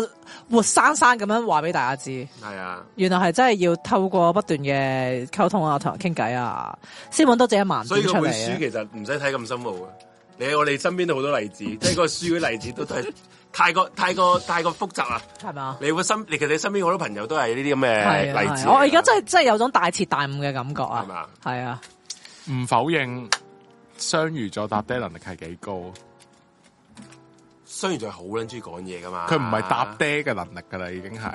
S1: 活生生咁樣話俾大家知。
S2: 系啊，
S1: 原來係真係要透過不斷嘅溝通啊，同人傾偈啊，先揾到自己盲
S2: 所以
S1: 點
S2: 嗰
S1: 出
S2: 本書
S1: 嚟啊。
S2: 其實唔使睇咁深奧啊。你喺我哋身邊都好多例子，即係個書嘅例子都係太過太過太過複雜啊！
S1: 係嘛？
S2: 你會身，你其實你身邊好多朋友都係呢啲咁
S1: 係啊
S2: 嘅例
S1: 係
S2: 子
S1: 啊
S2: 嚟㗎。
S1: 我而家真係真係有種大徹大悟嘅感覺
S2: 係
S1: 啊
S2: 嘛！
S1: 係啊，
S3: 唔否認雙魚座搭爹能力係幾高，
S2: 雙魚座係好撚中意講嘢噶嘛，
S3: 佢唔係搭爹嘅能力㗎啦，已經 係，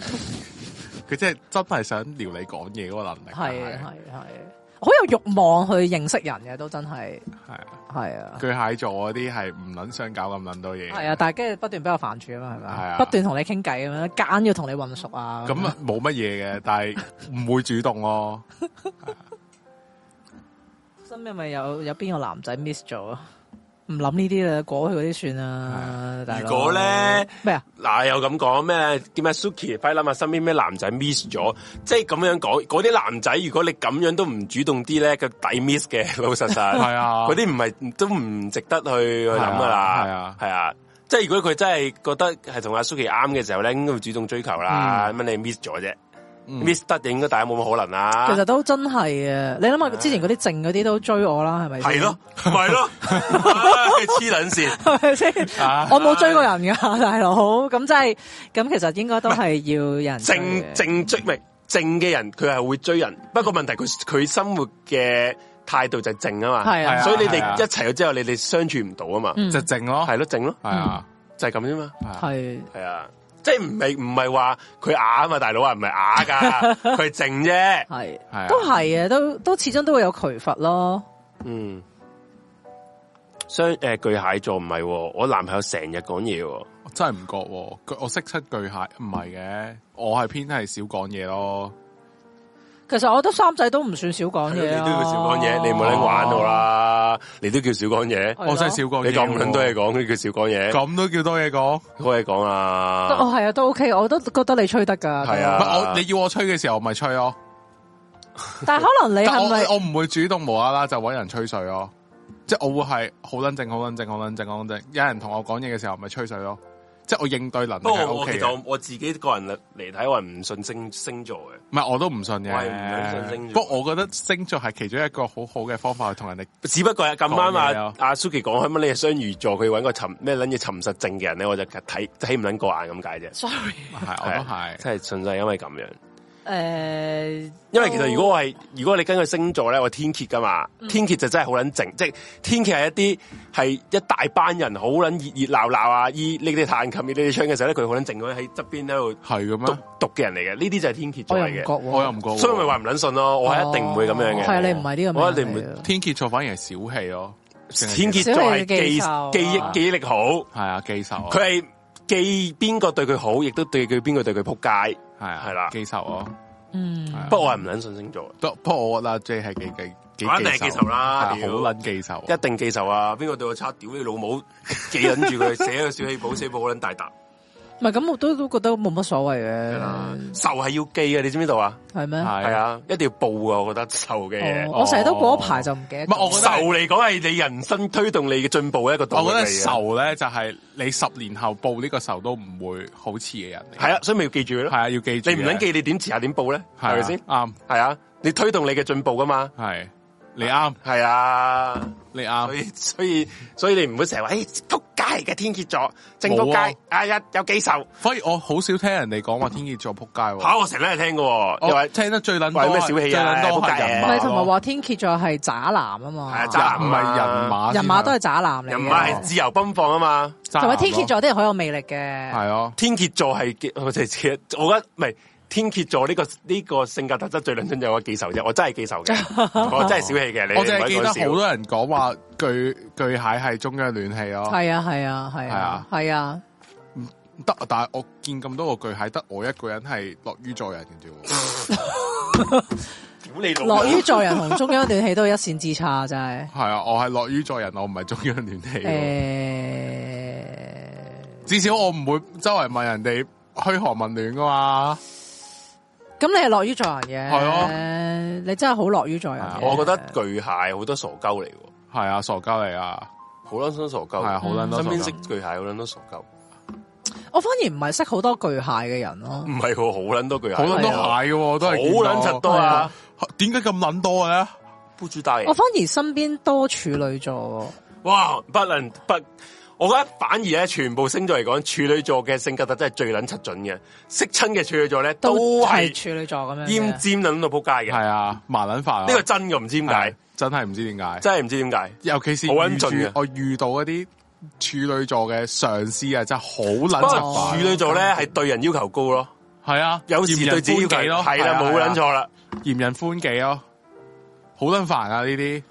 S3: 佢真係真係想撩你講嘢嗰個能力，啊
S1: 係啊係係，好有慾望去認識人嘅，都真係
S3: 係啊
S1: 係啊。
S3: 巨蟹座嗰啲係唔撚想搞咁撚多嘢，
S1: 係啊，但係跟住不斷俾我煩住啊嘛，係咪
S3: 係
S1: 啊？
S3: 啊
S1: 不斷同你傾偈咁樣，揀要同你混熟啊。
S3: 咁
S1: 樣
S3: 啊冇乜嘢嘅，但係唔會主 動咯。
S1: 身邊咪有有邊個男仔 miss 咗啊？唔諗呢啲啦，過去嗰啲算啦。大佬
S2: 啊如果咧
S1: 咩啊？
S2: 嗱，又咁講咩？叫咩 Suki？快諗下身邊咩男仔 miss 咗，即係咁樣講，嗰啲男仔如果你咁樣都唔主動啲咧，佢抵 miss 嘅，老實實。
S3: 係啊
S2: 嗰啲唔係都唔值得去去諗噶啦。
S3: 係啊
S2: 係啊，即係如果佢真係覺得係同阿 Suki 啱嘅時候咧，應該會主動追求啦。咁你 miss 咗啫，miss 得就應該大家冇乜可能啦。
S1: 其實都真係嘅，你諗下之前嗰啲靜嗰啲都追我啦，係咪？
S2: 係咯，，咪咯，唉黐撚線。
S1: 係咪先？
S3: 啊
S1: 我冇追過人噶，大佬，咁即係咁，其實應該都係要有人追
S2: 正
S1: 嘅
S2: 正追咪正嘅人，佢係會追人。不過問題佢佢生活嘅態度就係正啊嘛，
S1: 係啊
S2: 所以你
S3: 係啊
S2: 哋一齊咗之後，你哋相處唔到啊嘛，
S1: 嗯
S3: 就靜咯，
S2: 係咯正咯，
S3: 係啊，
S2: 就係咁啫嘛，
S3: 係啊
S1: 係
S2: 係啊，即係唔係唔係話佢啞啊嘛，大佬啊唔係啞 噶，佢係正啫，
S1: 係
S3: 係啊
S1: 都係嘅，都都始終都會有渠乏咯。
S2: 嗯。雙誒、巨蟹座唔係喎，我男朋友成日講嘢喎，
S3: 我真係唔覺喎，佢我識出巨蟹唔係嘅，我係偏係少講嘢咯。
S1: 其實我覺得三仔都唔算少講
S2: 係咯
S1: 嘢
S2: 你
S1: 啊
S2: 都叫少講嘢，你唔好嚟玩啊我。啦，你都叫少講
S1: 係
S2: 嘢，
S1: 咯
S3: 我真係少講嘢喎。
S2: 你咁撚多嘢講，佢叫少講嘢，
S3: 咁都叫多嘢講。
S2: 好嘢講啊！
S1: 哦，係啊，都 OK，我都覺得你吹得㗎。
S2: 係
S3: 唔
S2: 啊
S3: 係我你要我吹嘅時候，我咪吹咯。
S1: 但係可能你
S3: 但我
S1: 係咪
S3: 我唔會主動無啦啦就揾人吹水咯，即系我會係好撚正、好撚正、好撚正、好撚正。有人同我講嘢嘅時候，咪吹水咯。即系我應對能力
S2: 不
S3: 係
S2: 過我
S3: O
S2: 其
S3: K
S2: 實
S3: 嘅，
S2: 我我自己個人嚟睇，我係唔信星星座嘅。
S3: 唔係我都唔信
S2: 我係唔撚信星
S3: 嘅。
S2: 座
S3: 不過我覺得星座係其中一個好好嘅方法去同 人哋
S2: 只不過係咁啱
S3: 講嘢啊
S2: 啊！阿 Suki 講開乜你係雙魚座，佢揾個沉咩撚嘢沉實症嘅人咧，我就睇睇唔撚過眼咁解啫。
S1: ？Sorry，
S3: 係我都係
S2: 真係純粹係因為咁樣。
S1: 誒，
S2: 因為其實如果我
S1: 哦
S2: 係如果你根據星座咧，我天蝎噶嘛，
S1: 嗯
S2: 天蝎就真係好撚靜，即係天蝎係一啲係一大班人好撚熱熱鬧鬧啊，依呢啲彈琴呢啲唱嘅時候咧，佢好撚靜，佢喺側邊喺度
S3: 係
S2: 讀
S3: 嘅咩？
S2: 讀嘅人嚟嘅，呢啲就係天蝎座
S1: 啊我
S2: 嚟
S1: 又唔覺喎，
S2: 嘅。
S3: 我又唔覺喎。
S2: 所以咪話唔撚信咯，我係一定唔會咁樣嘅。
S1: 係啊你唔係呢個咩
S2: 我一定唔會
S1: 嚟嘅
S3: 天蝎座反而係小氣咯，淨係
S2: 天蝎座係記
S1: 小氣嘅記仇啊
S2: 記憶記憶力好，
S3: 係啊，記仇啊
S2: 佢係記邊個對佢好，亦都對佢邊個對佢撲街。
S3: 係啊，
S2: 係啦
S3: 記仇啊。
S1: 嗯
S3: 係啊
S2: 不過我係唔撚信星座，
S3: 不不過我覺得 J 係幾幾幾
S2: 我一定係記仇啦
S3: 係啊
S2: 屌
S3: 好撚記仇啊。
S2: 一定記仇啊！邊個對我差，屌你老母，記忍住佢，寫個小氣簿，寫簿好撚大沓。
S1: 唔係咁，我都都覺得冇乜所謂
S2: 係
S1: 嘅
S2: 啦，仇係要記嘅，你知唔知道啊？
S1: 係咩？
S3: 嗯係
S2: 係啊，一定要報啊！我覺得仇嘅嘢，
S1: 哦我成日都嗰一排就唔記得咗。
S3: 唔係我覺得
S2: 仇嚟講係你人生推動你嘅進步嘅啊一個動力
S3: 我覺
S2: 嚟
S3: 得
S2: 嘅。
S3: 仇咧就係你十年後報呢個仇都唔會好似嘅人嚟。
S2: 係啊，所以咪要記住佢
S3: 係
S2: 咯。
S3: 啊，要記住
S2: 你
S3: 嘅。
S2: 唔撚記，你點遲下點報咧？
S3: 係啊
S2: 係咪先？
S3: 啱，
S2: 係啊，你推動你嘅進步噶嘛？
S3: 係你啱，
S2: 係啊。
S3: 你
S2: 所
S3: 啱。
S2: 以所以所以你唔好成日話，誒撲街嚟嘅天蝎座，正撲
S3: 冇啊
S2: 街，啊有有幾仇
S3: 反而我好少聽人哋講話天蝎座撲街
S2: 嚇
S3: 喎。
S2: 我成日都係聽嘅喎，又
S3: 我
S2: 話
S3: 哦聽得最撚多
S2: 話
S3: 係
S2: 咩小氣啊
S3: 最撚多係
S2: 仆街
S3: 人
S1: 唔
S2: 啊
S3: 馬
S1: 係
S3: 咯
S1: 同埋話天蝎座係渣男啊嘛，
S2: 係啊渣
S3: 人
S2: 男
S3: 唔係人馬先啊，
S1: 人馬都係渣男嚟嘅，
S2: 人馬係自由奔放啊嘛，
S3: 渣
S1: 同
S3: 男
S1: 埋
S3: 咯
S1: 天蝎座啲人好有魅力嘅，
S3: 係啊咯，
S2: 天蝎座係幾我哋其實我覺得唔係。天蝎座呢、個呢、個性格特質最撚真就係我記仇啫，我真係記仇嘅，我真係小氣嘅。你
S3: 我淨係記
S2: 記
S3: 得好多人講話巨巨蟹係中央暖氣咯。
S1: 係啊係啊係啊係啊，
S3: 得，但係我見咁多個巨蟹，得我一個人係樂於助人嘅啫喎。
S2: 屌你老母
S1: 樂於助人同中央暖氣都一線之差，真係。
S3: 啊係啊，我係樂於助人，我唔係中央暖氣喎。
S1: 誒，
S3: 至少我唔會周圍問人哋噓寒問暖噶嘛。
S1: 咁你係樂於助人嘅，
S3: 係啊
S1: 你真係好樂於助人嘅。
S2: 啊我覺得巨蟹好多傻鳩嚟喎，
S3: 係啊，傻鳩嚟啊，
S2: 好撚多傻鳩，
S3: 係啊，好撚多
S2: 嗯身
S3: 傻
S2: 邊
S3: 鳩
S2: 識巨蟹好撚多傻鳩，
S1: 我反而唔係識好多巨蟹嘅人咯
S2: 唔，係喎，好撚多巨蟹，
S3: 好撚多蟹
S2: 係啊，
S3: 嘅喎，都係見
S2: 好撚柒多啊！
S3: 點解咁撚多嘅咧？
S2: 不知大
S1: 我反而身邊多處女座
S2: 哇，不能不，我覺得反而咧，全部星座嚟講，處女座嘅性格特質係最撚七準嘅，識親嘅處女座咧
S1: 喎，都
S2: 都
S1: 係
S2: 係
S1: 處女座咁樣
S2: 奄
S1: 嘅。
S2: 尖撚到仆街嘅，
S3: 係啊，麻撚煩啊！
S2: 呢個真嘅，唔知點解
S3: 係，啊真係唔知點解，
S2: 真係唔知點解。
S3: 尤其是
S2: 好撚
S3: 遇
S2: 盡嘅
S3: 住我遇到一啲處女座嘅上司啊，真係好撚
S2: 不過
S3: 柒
S2: 處
S3: 煩。
S2: 女座咧係對人要求高咯，
S3: 係啊，
S2: 有時
S3: 嫌
S2: 對
S3: 人
S2: 自己要
S3: 歡
S2: 求
S3: 己咯，啊
S2: 係啦，冇撚，錯啦。
S3: 嫌人歡己咯，好撚煩啊！呢啲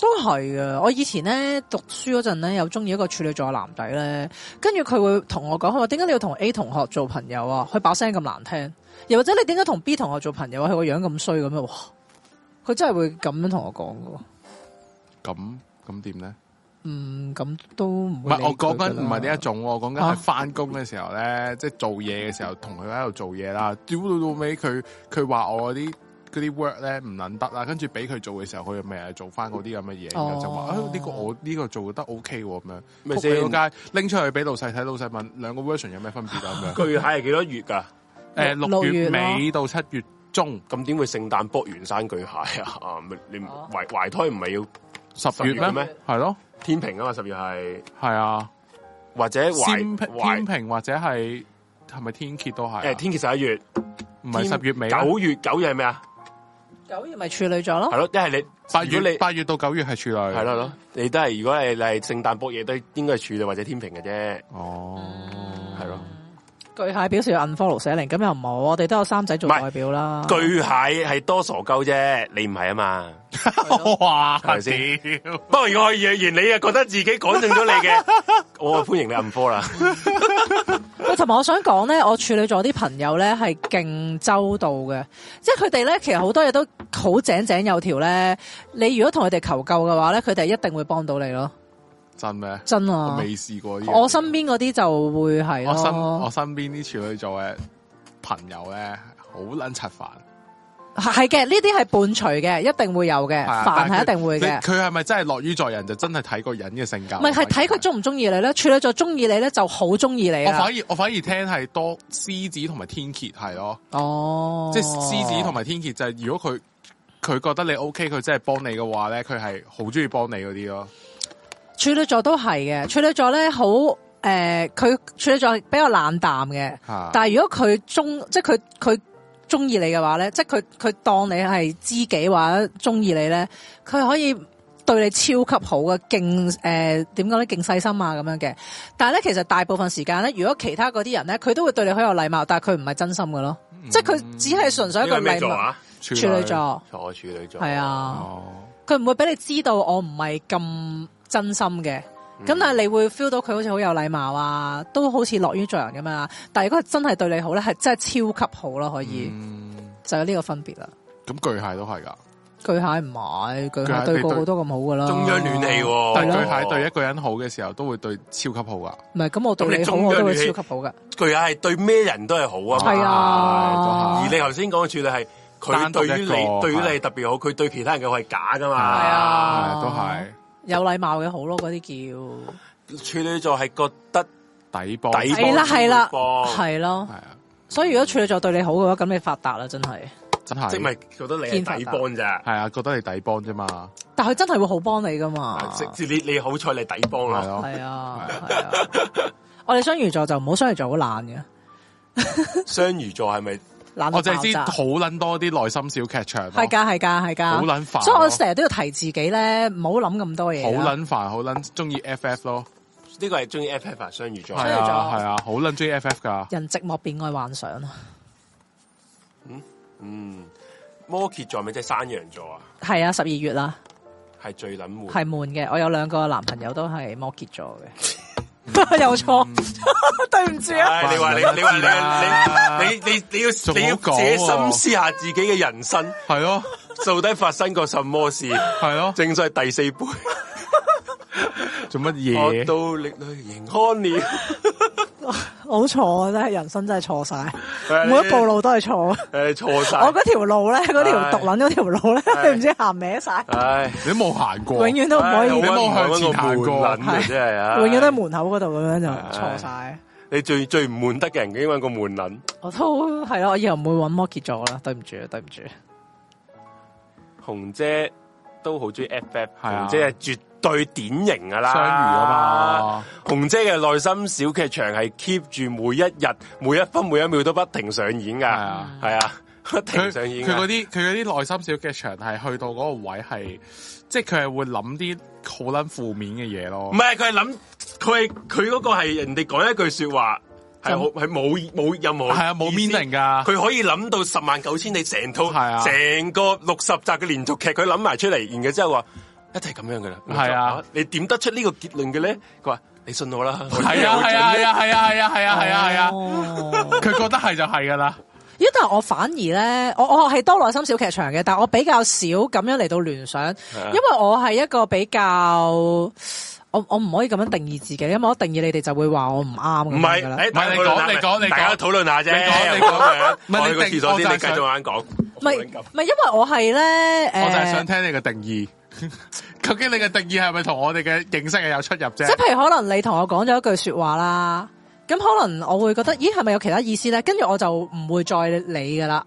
S1: 都係嘅。我以前咧讀書嗰陣咧，有中意一個處女座嘅男仔咧，跟住佢會同我講，佢話點解你要同 A 同學做朋友啊？佢把聲咁難聽，又或者你點解同 B 同學做朋友啊？佢個樣咁衰咁樣，哇！佢真係會咁樣同我講嘅喎。
S3: 咁咁點咧？
S1: 嗯，咁都唔
S3: 唔
S1: 會
S3: 係
S1: 理
S3: 我
S1: 佢
S3: 講
S1: 㗎
S3: 緊
S1: 啦
S3: 唔係呢一種喎，我講緊
S1: 啊
S3: 係翻工嘅時候咧，即係做嘢嘅時候同佢喺度做嘢啦。屌到到尾，佢佢話我嗰啲嗰啲 work 咧唔撚得啦，跟住俾佢做嘅時候，佢咪係做翻嗰啲咁嘅嘢，然後就話
S1: 哦
S3: 啊呢個我呢個做得 OK 喎咁樣，
S2: 咪
S3: 仆
S2: 先
S3: 你個街拎出去俾老細睇，老細問兩個 version 有咩分別啊咁樣。
S2: 巨蟹係幾多月㗎？
S3: 誒
S1: 六
S3: 六
S1: 月
S3: 月
S1: 咯
S3: 尾到七月中，
S2: 咁點會聖誕卜完山 巨蟹啊？啊，咪你
S4: 哦
S2: 懷懷胎唔係要
S3: 十月
S2: 十月嘅
S3: 咩
S2: 咩？
S3: 係咯，
S2: 天平啊嘛？十月係
S3: 係啊，
S2: 或者
S3: 天
S2: 懷
S3: 天
S2: 懷
S3: 平或者係係咪天蝎都係
S2: 誒
S3: 啊？
S2: 天蠍十一月，
S3: 唔係十月尾啊，
S2: 九月九月係咩啊？
S1: 九月咪處女座咯
S2: 係。咯，一係你
S3: 八
S2: 如果
S3: 月
S2: 你
S3: 八月到九月係處女，
S2: 係咯係咯，你都係如果係你係聖誕卜嘢，都應該係處女或者天平嘅啫，
S1: 嗯
S3: 哦，
S2: 係咯。
S1: 巨蟹表示要 unfollow 寫零，咁又冇，我哋都有三仔做
S2: 唔係
S1: 代表啦。
S2: 巨蟹係多傻鳩啫，你唔係啊嘛。
S3: 哇，
S2: 係咪先不過如果我若然你啊覺得自己講中咗你 嘅，我歡迎你暗科啦。
S1: 喂，同埋我想講咧，我處女座啲朋友咧係勁周到嘅，即係佢哋咧其實好多嘢都好井井有條咧。你如果同佢哋求救嘅話咧，佢哋一定會幫到你咯，
S3: 真咩？
S1: 真
S3: 我
S1: 啊！
S3: 未試過呢樣嘢。
S1: 我身邊嗰啲就會係
S3: 我身我
S1: 咯，
S3: 身邊啲處女座嘅朋友咧，好撚柒煩。
S1: 係嘅，呢啲係伴隨嘅，一定會有嘅，
S3: 係啊
S1: 煩
S3: 但
S1: 係
S3: 佢
S1: 一定會
S3: 你
S1: 嘅。
S3: 佢係咪真係樂於助人，就真係睇個人嘅性格。啊
S1: 唔係係睇佢中唔中意你咧，處女座中意你咧就好中意你啊
S3: 我反
S1: 啦。
S3: 而我反而聽係多獅子同埋天蝎係咯，
S1: 哦，
S3: 即係獅子同埋天蝎就係如果佢佢覺得你 OK，佢真係幫你嘅話咧，佢係好中意幫你嗰啲咯。
S1: 處女座都係嘅，處女座咧好誒，呃佢、處女座比較冷淡嘅，
S2: 啊
S3: 嚇
S1: 但係如果佢中即係佢佢中意你嘅話咧，即係佢佢當你係知己或者中意你咧，佢可以對你超級好嘅，勁誒點講咧，勁細心啊咁樣嘅。但係咧，其實大部分時間咧，如果其他嗰啲人咧，佢都會對你好有禮貌，但係佢唔係真心嘅咯，即係佢只係純 粹一
S2: 嗯呢
S1: 個
S2: 個咩
S1: 禮
S2: 座
S1: 貌。
S2: 啊？
S3: 處
S1: 處女座
S2: 我處女座
S1: 係啊。
S3: 哦，
S1: 佢唔會俾你知道我唔係咁真心嘅，
S2: 嗯
S1: 咁、但係你會 feel 到佢好似好有禮貌啊，都好似樂於助人咁樣啊。但係如果佢真係對你好咧，係真係超級好咯，可以、
S3: 嗯，
S1: 就有呢個分別啦。
S3: 咁巨蟹都係㗎。
S1: 巨蟹唔係，巨
S3: 巨
S1: 蟹
S3: 蟹
S1: 對
S3: 對
S1: 個個都咁好噶啦。
S2: 中央暖氣喎，
S3: 但
S1: 係
S3: 巨
S1: 咯
S3: 蟹對一個人好嘅時候，都會對超級好噶。
S1: 唔係咁，我對
S2: 咁
S1: 你好，
S2: 你 中央
S1: 我都會
S2: 暖氣
S1: 超級好噶。
S2: 巨蟹係對咩人都係好啊嘛。
S1: 係啊，
S3: 都
S2: 而你頭先講嘅處理係佢
S3: 單獨
S2: 對
S3: 一
S2: 於
S3: 個
S2: 你對於
S3: 係
S2: 你特別好，佢對其他人嘅好係假噶嘛。
S1: 係啊
S3: 係都係
S1: 有禮貌嘅好咯，嗰啲
S2: 處女座係覺得
S3: 底波，
S1: 叫
S2: 底
S1: 係啦，係啦，
S2: 幫幫
S1: 係咯
S3: 係。啊，
S1: 所以如果處女座對你好嘅話，咁你發達啦，真係。
S3: 真係
S2: 即係咪覺得你係底幫咋？
S3: 係啊？覺得你底幫啫嘛，
S1: 但佢真係會好幫你噶嘛。
S2: 即即你你好彩你底幫
S3: 啊係
S2: 咯，
S3: 咯。
S1: 系啊，系啊。我哋雙魚座就唔好雙魚座好懶嘅，
S2: 雙魚座係咪
S1: 懶
S3: 我
S1: 到
S3: 哦
S1: 啊爆
S3: 就係知
S1: 炸。
S3: 好撚多啲內心小劇場咯，
S1: 係㗎，係㗎，係㗎。
S3: 好撚煩咯啊
S1: 所以我成日都要提自己咧，唔好諗咁多嘢。啊
S3: 好。撚煩，好撚中意 FF 咯，
S2: 呢個係中意 FF 啊？雙魚座
S3: 係
S1: 所以就
S3: 啊係啊，好撚中意 FF 噶。
S1: 人寂寞便愛幻想啊，
S2: 嗯，摩羯座係咪即係山羊座啊？
S1: 係啊，十二月啦，
S2: 係最撚悶。
S1: 係悶嘅。我有兩個男朋友都係摩羯座
S3: 嗯
S1: 嘅， 有錯， 對唔住啊。
S2: 唉你話你你話
S3: 啊
S2: 你你你你你要
S3: 仲好
S2: 你要
S3: 講
S2: 自己
S3: 喎
S2: 深思下自己嘅人生，
S3: 係咯
S2: 到底發生過什麼事？
S3: 係咯，
S2: 正所謂第四杯，
S3: 做乜
S2: 我
S3: 嘢？
S2: 到力女迎康 年，
S1: 好錯啊！真係人生真係錯晒，每
S2: 每
S1: 一步路都係錯。
S2: 诶错晒，
S1: 我嗰條路咧，嗰條
S2: 唉
S1: 獨撚嗰條路咧，
S2: 唉
S1: 你唔知行歪晒，
S2: 唉，
S3: 你都冇行
S1: 永
S3: 過，
S1: 遠都唔可
S2: 唉
S1: 以，
S2: 好
S1: 永
S3: 你
S2: 啊
S3: 冇向前行過
S2: 好撚 啊真系啊！
S1: 遠都喺門口嗰度咁樣就
S2: 唉
S1: 錯晒。
S2: 你最最唔悶得嘅人，因為個悶撚。
S1: 我都係咯，我以後唔會揾摩羯座啦，對唔住，啊對唔住。
S2: 紅姐都好中意 FF，
S3: 係啊
S2: 紅姐係絕對典型噶啦，
S3: 相遇啊嘛。
S2: 紅姐嘅內心小劇場係 keep 住每一日、每一分、每一秒都不停上演噶，
S3: 係啊
S2: 係啊，不
S3: 佢
S2: 停上演
S3: 佢
S2: 㗎
S3: 嗰啲佢嗰啲內心小劇場係去到嗰個位係，即係佢係會諗啲好撚負面嘅嘢咯
S2: 唔。係佢係諗，佢係佢嗰個係人哋講一句說話，係
S1: 就
S2: 好係冇冇任何
S3: 係啊，冇
S2: 意思
S3: meaning 噶。
S2: 佢可以諗到十萬九千里成套，
S3: 係啊
S2: 成個六十集嘅連續劇，佢諗埋出嚟，然嘅之後話一定係咁樣噶啦。
S3: 係啊
S2: 你點得出呢個結論嘅咧？佢話你信我啦，
S3: 係啊係啊係啊係啊係啊係啊係啊係啊，
S2: 哦
S1: 啊。
S3: 佢覺得係就係噶啦。
S1: 咦？但係我反而咧，我我係多內心小劇場嘅，但我比較少咁樣嚟到聯想，
S3: 啊
S1: 因為我係一個比較，我我唔可以咁樣定義自己，因為我一定義你哋就會話我唔啱
S2: 唔
S1: 咁樣
S2: 係，
S1: 㗎啦。
S2: 誒
S3: 唔係你講你講你講
S2: 大家討論下啫。
S3: 你講你講
S2: 講，
S3: 唔係
S2: 我
S3: 你
S2: 去個
S3: 定
S2: 廁所先，
S3: 我
S2: 你
S3: 就係
S2: 繼
S3: 想
S2: 續眼講。
S1: 唔係唔係，因為我係咧
S3: 我就係
S1: 誒，
S3: 想聽你嘅定義。 究竟你嘅定義係咪同我哋嘅認識係有出入
S1: 即
S3: 啫
S1: 係？譬如可能你同我講咗一句說話啦，咁可能我會覺得，咦係咪有其他意思咧？跟住我就唔會再理噶啦，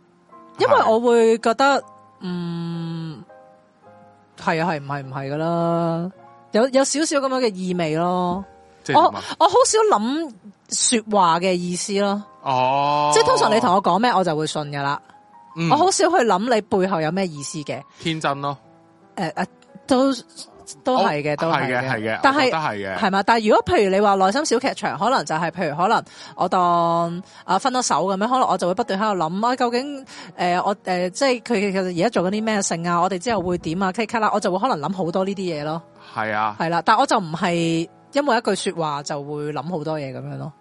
S1: 因為
S3: 係
S1: 我會覺得，嗯，係啊係唔係唔係噶啦，有有少少咁樣嘅意味咯。
S3: 即係
S1: 我
S3: 點啊
S1: 我好少諗说話嘅意思咯，
S3: 哦，
S1: 即係通常你同我講咩，我就會信噶啦。
S3: 嗯
S1: 我好少去諗你背後有咩意思嘅，
S3: 天真咯，
S1: 诶、诶，都都係嘅，
S3: 我
S1: 都係
S3: 哦係嘅，係嘅，
S1: 但
S3: 我覺
S1: 係
S3: 得係嘅，
S1: 係嘛？但係如果譬如你話內心小劇場，可能就係譬如可能我當啊分咗手咁樣，可能我就會不斷喺度諗啊，究竟诶、呃我诶、呃即係佢佢佢而家做緊啲咩性啊？我哋之後會點啊？K 卡啦，我就會可能諗好多呢啲嘢咯，
S3: 係啊，
S1: 係啦。但我就唔係因為一句说話就會諗好多嘢咁樣咯，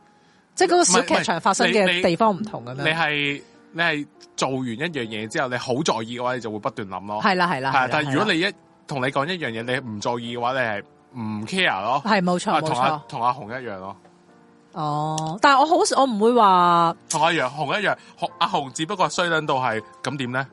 S1: 即係嗰個小劇場發生
S3: 唔係唔係你
S1: 嘅
S3: 你
S1: 地方唔同咁
S3: 你
S1: 樣。
S3: 係你係做完一樣嘢之後，你好在意嘅話，你就會不斷諗咯。
S1: 係啦係啦，係
S3: 係
S1: 啦
S3: 啊，但係
S1: 係
S3: 如
S1: 啦
S3: 果你一同你講一樣嘢，你唔在意嘅話，你係唔 care 咯。
S1: 係冇錯冇
S3: 啊同
S1: 錯
S3: 阿。同阿紅一樣咯，
S1: 哦，但係我好，我唔會話
S3: 同阿楊紅一樣，紅阿紅只不過衰撚到係咁 點咧？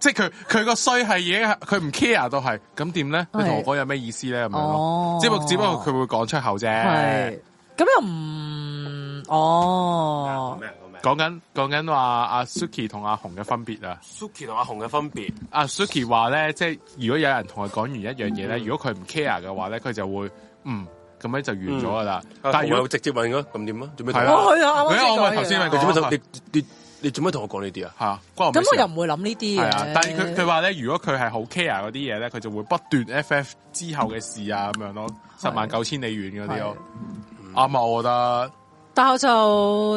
S3: 即係佢佢個衰係已經係佢唔 care 到係咁點咧？你同我講有咩意思咧？咁樣咯，
S1: 哦，
S3: 只不只不過佢會講出口啫。
S1: 係咁又唔哦，
S3: 講緊講緊話阿 Suki 同阿紅嘅分別啊！
S2: Suki 同阿紅嘅分別，
S3: 阿啊 Suki 話咧，即係如果有人同佢講完一樣嘢咧，如果佢唔 care 嘅話咧，佢就會嗯咁樣就完咗噶啦。但
S2: 但
S3: 係
S2: 係
S3: 如
S2: 如
S3: 果
S2: 果直接問佢咁點啊？做咩 同
S3: 係
S2: 我？
S1: 我去啊，啱啱
S3: 喂我咪頭
S1: 先講
S3: 先咪
S1: 完
S2: 你
S1: 啊
S3: 講
S2: 做咩同你你你做咩同我講呢啲啊？
S3: 係啊，關我咩
S1: 咁我
S3: 事
S1: 又
S3: 啊？
S1: 唔會諗呢啲
S3: 係
S1: 嘅
S3: 啊，，但係佢佢話咧，如果佢係好 care 嗰啲嘢咧，佢就會不斷 FF 之後嘅事啊咁樣咯，十萬九千里遠嗰啲咯，啱啊，我覺得
S1: 但係我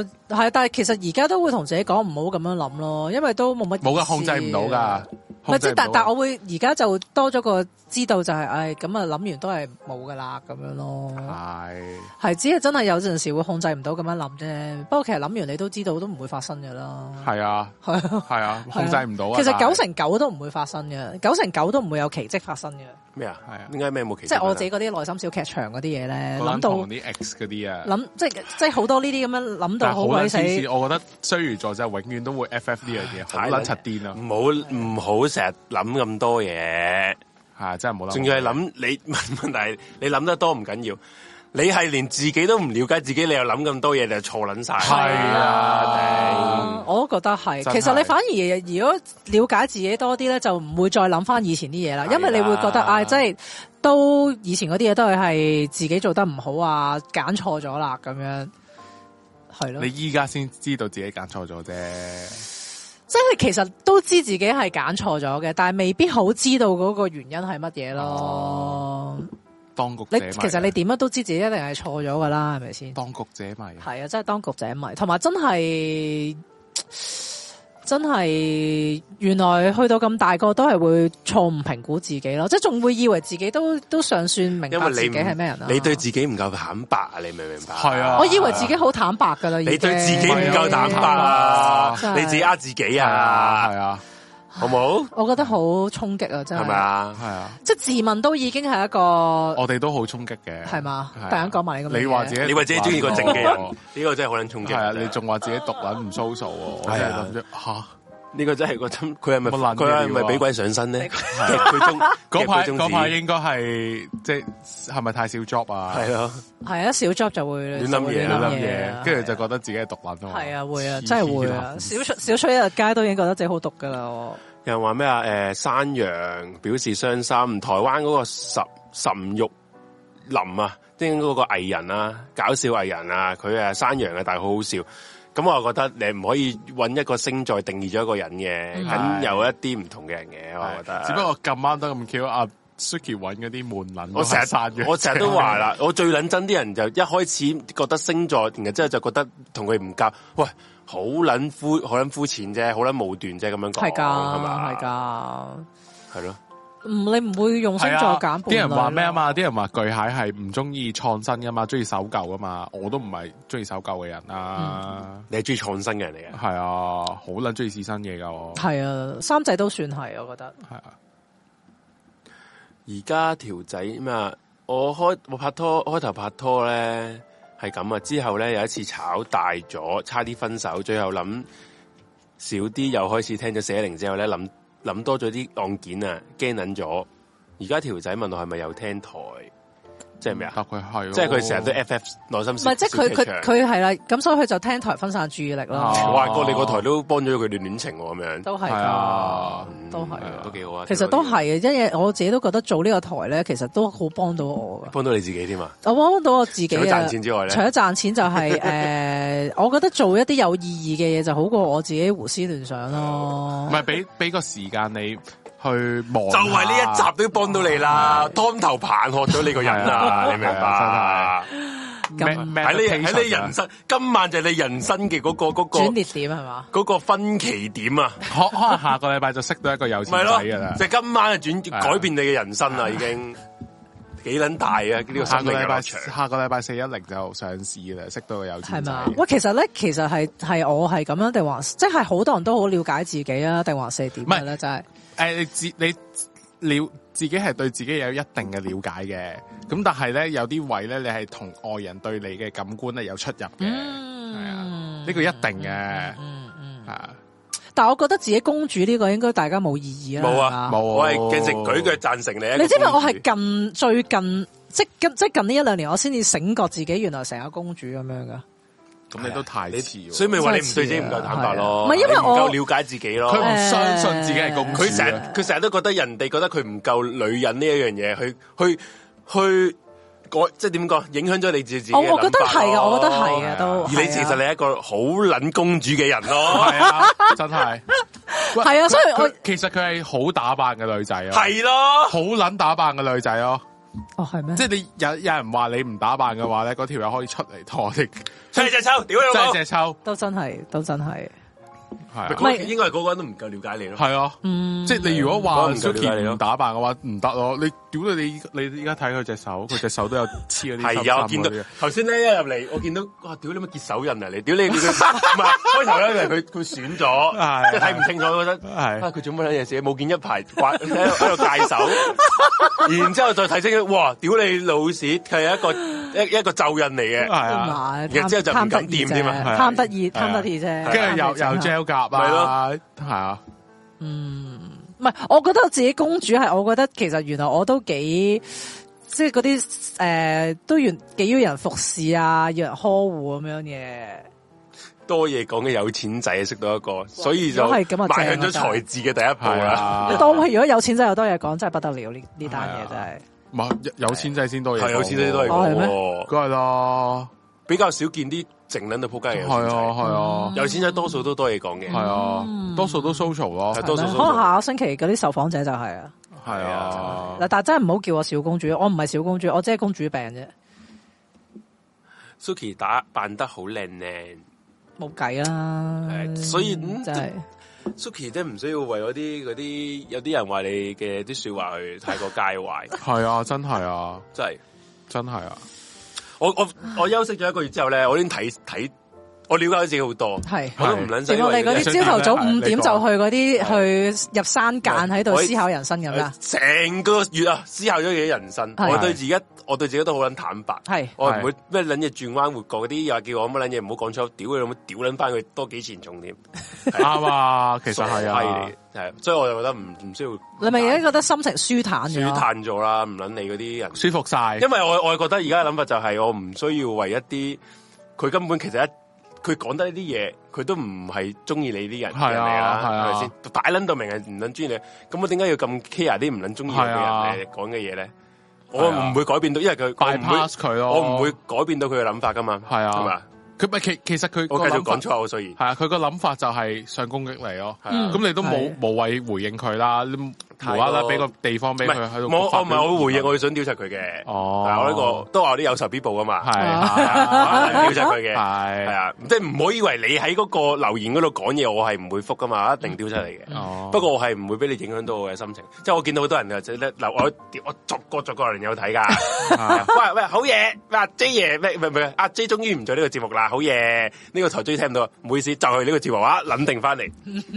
S1: 就係，但係其實而家都會同自己講唔好咁樣諗咯，因為都冇乜
S3: 冇
S1: 意
S3: 嘅
S1: 思
S3: 控制唔到啊噶。，
S1: 唔係即係但但
S3: 我
S1: 我會而家就多咗個知道就係，唉咁啊諗完都係冇噶啦咁樣咯，
S3: 啊係
S1: 係只係真係有陣時會控制唔到咁樣諗啫。不過其實諗完你都知道都唔會發生噶啦，
S3: 係啊
S1: 係啊。
S3: 係啊，控制唔到啊。
S1: 其實
S3: 但係
S1: 九成九都唔會發生嘅，九成九都唔會有奇蹟發生嘅。
S2: 咩啊
S3: 係啊？
S2: 點解咩冇其
S1: 即係我自己
S2: 己
S1: 嗰啲內心小劇場嗰啲嘢咧，
S3: 我諗
S1: 諗
S3: 同
S1: 到
S3: 啲 X 嗰啲啊，
S1: 諗即係即係好多呢啲咁樣諗
S3: 但
S1: 到
S3: 係
S1: 好
S3: 好
S1: 鬼
S3: 撚
S1: 死。
S3: 黐線，我覺得雙魚座就係永遠都會 FF 呢樣嘢，好
S2: 太
S3: 撚
S2: 撚
S3: 柒癲
S1: 嗯
S3: 啊！
S2: 唔好唔好成日諗咁多嘢。
S3: 係啊真係冇諗。
S2: 仲要係諗你 問題係，你諗得多唔緊要，你係連自己都唔了解自己，你又諗咁多嘢，你就錯撚晒。
S3: 係啊
S1: 啊我都覺得係。
S3: 真係
S1: 其實你反而如果了解自己多啲咧，就唔會再諗翻以前啲嘢啦，
S2: 係啦
S1: 因為你會覺得唉，即係都以前嗰啲嘢都係係自己做得唔好啊，揀錯咗啦咁樣。係咯
S3: 你，依家先知道自己揀錯咗啫，
S1: 即係其實都知自己係揀錯咗嘅，但係未必好知道嗰個原因係乜嘢咯。
S3: 哦當局者
S1: 你
S3: 迷啊
S1: 其實你點樣都知自己一定係錯咗噶啦，係咪先？
S3: 當局者迷啊，
S1: 係啊，真係當局者迷，同埋真係真係原來去到咁大個都係會錯誤評估自己咯，即係仲會以為自己都都尚算明
S2: 因
S1: 白
S2: 為
S1: 自己
S2: 你唔
S1: 係咩人啊。
S2: 你對自己唔夠坦白啊！你明唔明白？
S3: 係啊
S1: 我以為自己好坦白噶啦，已經
S2: 你對自己唔夠坦白啊
S1: 真！係
S2: 你自己呃自己
S3: 係啊
S2: 啊！
S3: 係啊，
S2: 好冇？
S1: 我覺得好衝擊啊，真
S2: 係咪
S1: 係，
S2: 啊？
S3: 系啊，
S1: 即係自問都已經係一個
S3: 我哋都好衝擊嘅，
S1: 係嘛？
S3: 係啊
S1: 突然間講埋你咁嘅嘢，
S3: 你話自己
S2: 你話自己中意個正嘅人，
S3: 哦
S2: 呢個真係好撚衝擊。
S3: 係啊，
S2: 真係
S3: 你仲話自己獨撚唔 social 喎，
S2: 啊
S3: 我真係諗咗吓。
S2: 呢個真係個真，佢係咪
S3: 乜撚嘢
S2: 佢係
S3: 料
S2: 咪
S3: 啊
S2: 俾鬼上身咧？佢中
S3: 嗰排嗰排
S2: 係
S3: 應該係即係係咪太少 job 啊？
S2: 咯，
S1: 係啊，小 job 就會
S2: 亂諗嘢
S1: 就會
S2: 亂
S1: 亂
S2: 諗
S1: 諗
S2: 嘢
S1: 啊
S3: 跟住就覺得自己係獨撚啊。
S1: 係啊，會啊，真係會啊！少出少出一日街都已經覺得自己好毒噶啦，我
S2: 有人話咩啊？誒，山羊表示傷心，台灣嗰個岑岑玉林啊，即係嗰個藝人啊，搞笑藝人啊，佢啊山羊啊，但係好好笑。咁我又覺得你唔可以揾一個星座定義咗一個人嘅，
S1: 嗯
S2: 梗有一啲唔同嘅人嘅，我
S3: 係
S2: 覺得。
S3: 只不過咁啱得咁巧，阿 Suki 揾嗰啲悶撚，
S2: 我成
S3: 散
S2: 日
S3: 嘅，
S2: 我成日都話 啦，我最撚憎啲人就一開始覺得星座，然後之後就覺得同佢唔夾，喂，好撚膚好撚膚淺啫，好撚武斷啫，咁樣講
S1: 係㗎，
S2: 係嘛，
S1: 係，㗎。
S2: 係咯，
S1: 唔，你唔會用星
S3: 係
S1: 座揀
S3: 啊
S1: 伴侶咯
S3: 啲人話咩啊？嘛？啲人話巨蟹係唔中意創新噶嘛，中意守舊噶嘛。我都唔係中意守舊嘅人啊。
S2: 你係中意創新嘅人嚟嘅，
S3: 係啊，好撚中意試新嘢噶我。
S1: 係啊，三仔都算係，我覺得。
S3: 係啊，
S2: 而家條仔咩啊？我開我拍拖，開頭拍拖咧係咁啊，之後咧有一次炒大咗，差啲分手，最後諗少啲，又開始聽咗寫零之後咧諗諗多咗啲案件啊，驚撚咗。而家條仔問我係咪有聽台，即係咩啊？
S3: 答佢係咯，啊
S2: 即係佢成日都 FF 內心
S1: 唔
S2: 唔
S1: 係，即係佢佢佢係啦，咁所以佢就聽台分散注意力咯，
S3: 啊
S2: 哇！哥，你個台都幫咗佢段戀情喎，咁樣
S1: 都係
S3: 係
S1: 㗎，
S3: 啊，
S1: 都係
S2: 嗯都
S1: 㗎。
S2: 幾好啊。
S1: 其實都係嘅，因為我自己都覺得做呢個台咧，其實都好幫到我㗎。
S2: 幫到你自己添啊！
S1: 我幫到我自己
S2: 除咗
S1: 啊
S2: 賺！錢之外咧
S1: 除，咗賺錢就係、 呃我覺得做一啲有意義嘅嘢就好過我自己胡思亂想咯
S3: 唔。係俾俾個時間你去忙
S2: 就
S3: 下，
S2: 係呢一集都幫到你 啦，當頭棒喝咗你個人啊！
S3: 係啊
S2: 你明啊白？
S3: 咩
S1: 咁
S3: 咩
S2: 喺你
S3: meditation
S2: 喺你
S3: 啊
S2: 人生，今晚就係你人生嘅嗰個嗰
S1: 轉
S2: 個
S1: 捩點係嘛？
S2: 嗰個分歧點啊！
S3: 可可能下個禮拜就識到一個有
S2: 咪
S3: 錢仔
S2: 咯
S3: 噶啦，，
S2: 就係今晚就轉
S3: 係啊
S2: 改變你嘅人生啦，已經幾撚大啊！呢個生
S3: 下個
S2: 命嘅
S3: 禮
S2: 落
S3: 拜
S2: 場。
S3: 下個禮拜四一零就上市啦，識到個有
S1: 係
S3: 錢仔。
S1: 嘛？喂，其實咧，其實係係我係咁樣定還是，即係好多人都好了解自己啊，定還是點嘅咧？真係
S3: 誒，你自你了自己係對自己有一定嘅了解嘅，咁但係咧有啲位咧，你係同外人對你嘅感官咧有出入嘅，係啊，呢個一定嘅，
S1: 嗯嗯。
S3: 啊，
S1: 但係我覺得自己公主呢個應該大家冇異議啦。
S2: 冇
S1: 係
S2: 啊
S1: 嘛，
S3: 冇
S2: 我係繼續舉腳贊成你啊。
S1: 你知唔知我係
S2: 係
S1: 近最近即近即近呢一兩年，我先至醒覺自己原來成個公主咁樣噶。
S3: 咁你都太遲喎，
S2: 所以咪話你唔對自己唔夠坦白咯，
S1: 唔係因為
S2: 你唔
S1: 我
S2: 夠了解自己咯。
S3: 佢唔
S1: 誒
S3: 相信自己係公主
S2: 佢成日
S3: 啊，
S2: 佢成日都覺得人哋覺得佢唔夠女人呢一樣嘢，去去去改，即係點講，影響咗你自己
S1: 我
S2: 嘅諗法
S1: 哦
S2: 咯。
S1: 我覺得係嘅，我覺得係
S3: 係
S1: 嘅
S3: 啊
S1: 都。
S2: 而你其實
S1: 係
S2: 你
S1: 啊
S2: 係一個好撚公主嘅人咯，
S3: 係啊，真係，喂
S1: 係啊所以
S3: 佢
S1: 我
S3: 佢其實佢係好打扮嘅女仔啊，
S2: 係咯，
S3: 好撚打扮嘅女仔啊咯。
S1: 哦係咩？
S3: 即係你有有人話你唔打扮嘅話咧，嗰條友可以出嚟拖你，
S2: 出嚟隻抽，屌你
S3: 真
S2: 老
S3: 係
S2: 母！
S3: 隻抽，
S1: 都真係，都真係。
S3: 係啊
S2: 咪嗰
S1: 唔
S2: 個
S1: 係
S2: 應該係嗰個人都唔夠了解你咯，
S3: 係啊，
S1: 嗯，
S3: 即係你如果
S2: 我
S3: 話
S2: 唔夠了解你
S3: Suki
S2: 咯
S3: 唔打扮嘅話唔得咯，你屌你你你依家睇佢隻手，佢隻手都有黐嗰啲
S2: 係啊，我見
S3: 心針嗰
S2: 到
S3: 啲
S2: 頭先咧一入嚟，我見到哇，屌你乜結手印啊你，屌你你 佢唔係開頭咧，以為佢佢損咗，
S3: 係
S2: 即係睇唔清楚，覺得。啊！
S3: 係
S2: 佢做乜嘢事？冇見一排刮喺度 喺度戒手，然之後再睇清楚，哇！屌你老屎，佢係一個一一個咒印嚟
S3: 係
S2: 嘅，
S3: 啊，
S1: 唔
S2: 然之後就唔敢掂添啊
S3: 係啊
S1: 貪得意
S3: 係啊
S1: 貪得意啫，
S3: 跟 住又
S1: 貪
S3: 又
S1: 得意啫
S3: gel 夾
S2: 咪
S3: 啊
S2: 咯，
S3: 係啊，
S1: 嗯，唔係，我覺得自己公主係，我覺得其實原來我都幾。即係嗰啲誒都要幾要人服侍啊，要人呵護咁樣嘅。
S2: 多嘢講嘅有錢仔識到一個，所以就
S1: 如果係咁啊
S2: 邁向
S1: 正啊
S2: 咗才智嘅第一步
S3: 係
S2: 啦。
S3: 啊，
S1: 當佢如果有錢真係有多嘢講，真係不得了呢呢單嘢
S2: 啊
S1: 真係。
S3: 唔係有有錢仔先多嘢講
S2: 係
S3: 喎，
S2: 有錢仔都係
S1: 哦係咩
S2: 講，
S3: 梗係啦，
S2: 比較少見啲靜撚到仆街嘅有
S3: 係
S2: 錢
S3: 啊
S2: 仔。
S3: 係啊
S2: 有錢仔多數都多嘢
S1: 嗯
S2: 講嘅，
S3: 係啊，多數都 social 咯，
S2: 係
S1: 可
S2: 多數
S1: 能
S2: 數
S1: 下個星期嗰啲受訪者就係啊。
S3: 係啊
S2: 嗯
S1: 嗱，，但係真係唔好叫我小公主，我唔係小公主，我只係公主病啫，
S2: Suki 打扮得好靚靚
S1: 冇計啦。
S2: 係所以嗯
S1: 真係。
S2: ，Suki 真係唔需要為嗰啲嗰啲有啲人話你嘅啲說話去太過介懷，
S3: 係啊，真係啊，
S2: 真係。
S3: 真係啊，
S2: 我我我休息咗一個月之後咧，我已經睇睇我了解自己好多，
S1: 係
S2: 我都唔捻使
S1: 點啊？
S2: 為
S1: 你嗰
S2: 呢
S1: 啲朝頭早五點就去嗰
S2: 係
S1: 啲去入山間喺度
S2: 我
S1: 思考人生咁啦，
S2: 成個月啊，思考咗自己人生，
S1: 係
S2: 我對自己，我對自己都好撚坦白，
S1: 係
S2: 我唔會咩撚嘢轉彎抹角嗰啲，又話叫我乜撚嘢唔好講粗口，屌你老母，屌撚翻佢多幾錢重點，
S3: 啱啊，其實
S2: 傻
S3: 係
S2: 閪
S3: 啊
S2: 嚟，，係，所以我就覺得唔唔需要
S1: 你咪而家覺得心情舒坦
S2: 舒
S1: 咗啊，
S2: 坦咗啦，唔撚理嗰啲人，
S3: 舒服晒
S2: 因，為我我覺得而家嘅諗法就係我唔需要為一啲佢根本其實一佢講得呢啲嘢，佢都唔係中意你啲人嘅
S3: 係
S2: 人
S3: 啊
S2: 嚟啦，
S3: 係啊
S2: 係咪先？擺撚到明係唔撚中意你，咁我點解要咁 care 啲唔撚中意我嘅
S3: 係啊
S2: 人嚟講嘅嘢咧？我
S3: 係啊
S2: 唔會改變到，因為佢我唔會
S3: bypass 佢咯，
S2: 我唔會改變到佢嘅諗法噶嘛，
S3: 係啊
S2: 係嘛？
S3: 佢咪其其實佢
S2: 我
S3: 個
S2: 繼續
S3: 諗法
S2: 講粗口，所以
S3: 係啊，佢個諗法就係想攻擊你咯，
S2: 係啊
S3: 咁你都冇
S1: 係
S3: 無謂回應佢啦，你
S2: 太
S3: 無
S2: 多
S3: 啦啦俾個地方
S2: 唔
S3: 俾佢喺
S2: 係
S3: 度
S2: 我我
S3: 發
S2: 唔
S3: 表
S2: 係我會回
S3: 言
S2: 應，我
S3: 論
S2: 會想屌柒佢嘅。
S3: 哦
S2: 但係我呢個都話我啲有仇必報啊嘛，我係屌
S3: 係係
S2: 柒佢嘅。系
S3: 係
S2: 啊，即系唔好以為你喺嗰個留言嗰度講嘢，我係唔會覆噶嘛，一定丟出嚟嘅。
S3: 哦嗯
S2: 不過我係唔會俾你影響到我嘅心情，即係我見到好多人啊，即係咧嗱，我我逐個逐個人有睇㗎。
S3: 係
S2: 喂喂，好嘢，喂阿 J 爺，咩唔係唔係，阿 J 終於唔做呢個節目啦，好嘢，呢個台終於聽唔到，唔好意思，就係呢個節目啊，諗定翻 嚟，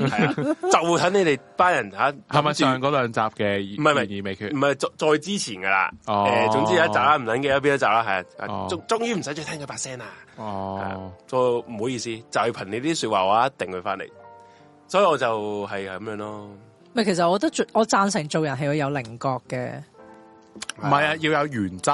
S2: 係啊，就喺你哋班人吓，
S3: 係咪
S2: 諗住
S3: 上嗰兩集嘅
S2: 唔係唔係
S3: 懸疑未決
S2: 唔？係再再之前噶啦，
S3: 哦
S2: 誒，總之有一集啦，唔撚記得邊一集啦，係啊
S3: 哦，
S2: 終終於唔使再聽佢把聲啦。啊
S3: 哦，
S2: 就唔好意思，就係憑你啲说話，我一定會翻嚟。所以我就係咁樣咯。
S1: 咪其實我都我贊成做人係要有棱角嘅，
S3: 唔係啊，要有原則，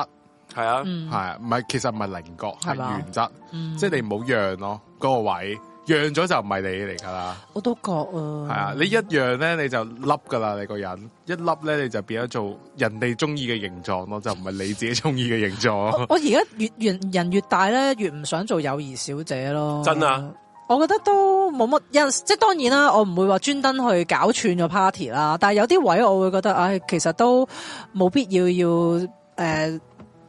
S2: 係啊，
S1: 嗯
S3: 係啊，唔係其實唔係棱角，
S1: 係嘛嗯
S3: 係原則，即係你唔好讓咯，嗰個位讓咗就唔係你嚟㗎啦。
S1: 我都覺
S3: 系啊
S1: 啊，，
S3: 你一樣咧你就凹噶啦，你個人一凹咧你就變咗做人哋中意嘅形狀咯，就唔係你自己中意嘅形 狀。
S1: 我而家越越人越大咧，越唔想做友誼小姐咯。
S2: 真啊！
S1: 我覺得都冇乜有陣時，即系当然啦，我唔會話專登去搞串咗 party 啦。但係有啲位我會覺得，唉、其實都冇必要要诶、呃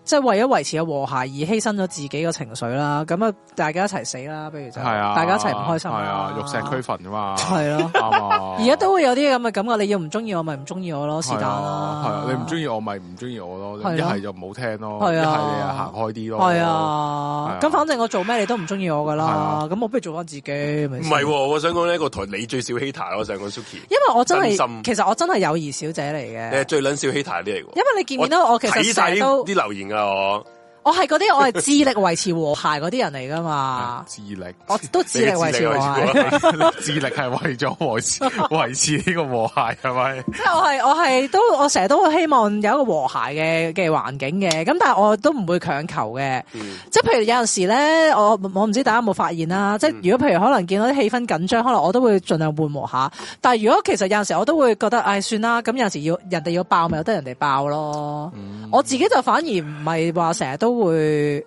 S1: 即係為咗維持個和諧而犧牲咗自己個情緒啦。咁啊，大家一齊死啦，不如就
S3: 係啊，
S1: 大家一齊唔開心
S3: 係
S1: 啦
S3: 啊，玉石俱焚啊嘛，
S1: 係咯。
S3: 啱啊。
S1: 而家都會有啲咁嘅感覺，你要唔中意我咪唔中意我咯，是
S3: 係
S1: 但啦
S3: 啊，。係啊，你唔中
S1: 意
S3: 意我咪唔中意我咯，
S1: 係
S3: 一
S1: 咯
S3: 係就唔好聽咯，一
S1: 係啊
S3: 係你啊行開啲咯。
S1: 係，啊，
S3: 係啊
S1: 咁反正我做咩你都唔中意我噶
S3: 係
S1: 啦
S3: 啊，
S1: 咁我不如做翻自己咪
S2: 唔
S1: 先
S2: 係喎，我想講呢個台你最少 hater，我想講 Suki，
S1: 因為我真係
S2: 真心
S1: 其實我真係友誼小姐嚟嘅
S2: 你，係最撚少 hater 啲嚟喎。
S1: 因為你見唔見到我其
S2: 睇
S1: 實
S2: 晒
S1: 成日
S2: 啲
S1: 都
S2: 啲留言啊，我
S1: 我係嗰啲我係致力維持和諧嗰啲人嚟噶 嘛，
S3: 智力，
S1: 我都致力維持和諧，
S3: 智力係為咗維持維持呢個和諧 係咪？
S1: 即係我係我係都我成日都會希望有一個和諧嘅嘅環境嘅，咁但係我都唔會強求嘅。
S2: 嗯
S1: 即係譬如有陣時咧，我我唔知大家有冇發現啦。即係如果譬如可能見到啲氣氛緊張，可能我都會盡量緩和下。但係如果其實有陣時我都會覺得，唉、算啦。咁有陣時要人哋要爆咪由得人哋爆咯。
S2: 嗯
S1: 我自己就反而唔係話成日都會。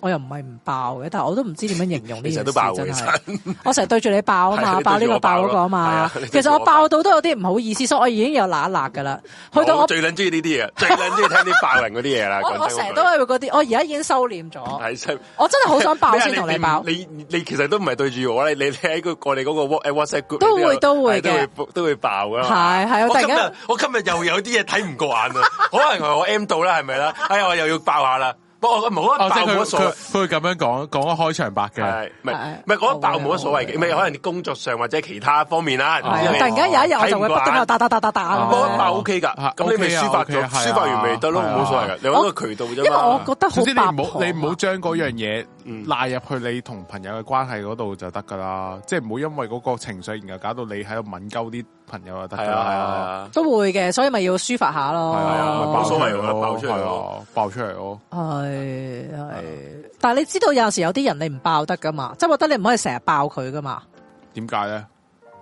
S1: 我又唔係唔爆嘅，但係我都唔知點樣形容呢
S2: 你
S1: 件
S2: 成
S1: 事
S2: 日都爆嘅
S1: 真
S2: 其
S1: 係
S2: 實。
S1: 我成日對住你爆啊
S2: 係
S1: 嘛，
S2: 你
S1: 爆呢個爆嗰個啊
S2: 對住我爆咯係
S1: 嘛
S2: 啊你。對
S1: 其
S2: 住
S1: 實我
S2: 我爆
S1: 爆到都有啲唔好意思，所以我已經有辣一辣噶啦。去到我
S2: 我最撚中意呢啲嘢， 最撚中意聽啲爆人嗰啲嘢啦。
S1: 我我
S2: 講真嗰句
S1: 成日都係會嗰啲，我而家已經收斂咗。
S2: 係真啊
S1: 我真係好想爆先同你爆，
S2: 你你你其實都唔係對住我咧，你你喺個我哋嗰個 Wha- WhatsApp group
S1: 都會
S2: 你有
S1: 都會嘅
S2: 係都會都會爆噶嘛。
S1: 係係
S2: 啊我
S1: 我突然
S2: 今
S1: 間
S2: 日我今日又有啲嘢睇唔過眼啊， 可能係我 M 到啦，係咪啦？哎呀，我又要爆下啦，不過我唔好
S3: 哦，
S2: 啊，爆
S3: 即係
S2: 冇
S3: 佢
S2: 乜所
S3: 佢
S2: 謂。
S3: 佢會咁樣講講開場白嘅
S2: 係，唔係
S1: 係
S2: 唔係講爆冇乜所謂
S1: 我會
S2: 嘅，唔係可能你工作上或者其他方面啦。
S1: 係啊！
S2: 你
S1: 啊突然間有一日我就會不斷喺度打打打打打
S3: 啊
S1: 咁
S2: 冇
S1: 樣
S2: 乜爆
S3: 爆
S2: OK 噶
S3: 啊，
S2: 咁你咪
S3: OK 啊
S2: 抒發
S3: OK
S2: 咗，
S3: 啊係啊
S2: 抒發完咪得咯，
S3: 係啊
S2: 冇所謂噶。你揾個渠道啫嘛。
S1: 因為我覺得好
S3: 總之你
S1: 八
S3: 唔
S1: 婆
S3: 好
S1: 啊。
S3: 你唔好將嗰樣嘢
S2: 嗯
S3: 賴入去你同朋友嘅關係嗰度就得噶啦，即係唔好因為嗰個情緒然後搞到你喺度敏鳩啲朋友就得
S2: 係
S3: 噶
S2: 啊係啊係
S3: 啦。
S2: 啊。
S1: 都會嘅，所以咪要抒發下
S3: 係啊，咪
S1: 咯
S2: 冇。
S3: 爆
S2: 所謂
S3: 出嚟
S2: 㗎
S3: 咯，
S2: 爆出嚟咯
S3: 係啊，爆出嚟咯。
S1: 係係，但係你知道有陣時有啲人你唔爆得噶嘛，即係覺得你唔可以成日爆佢噶嘛。
S3: 點解咧？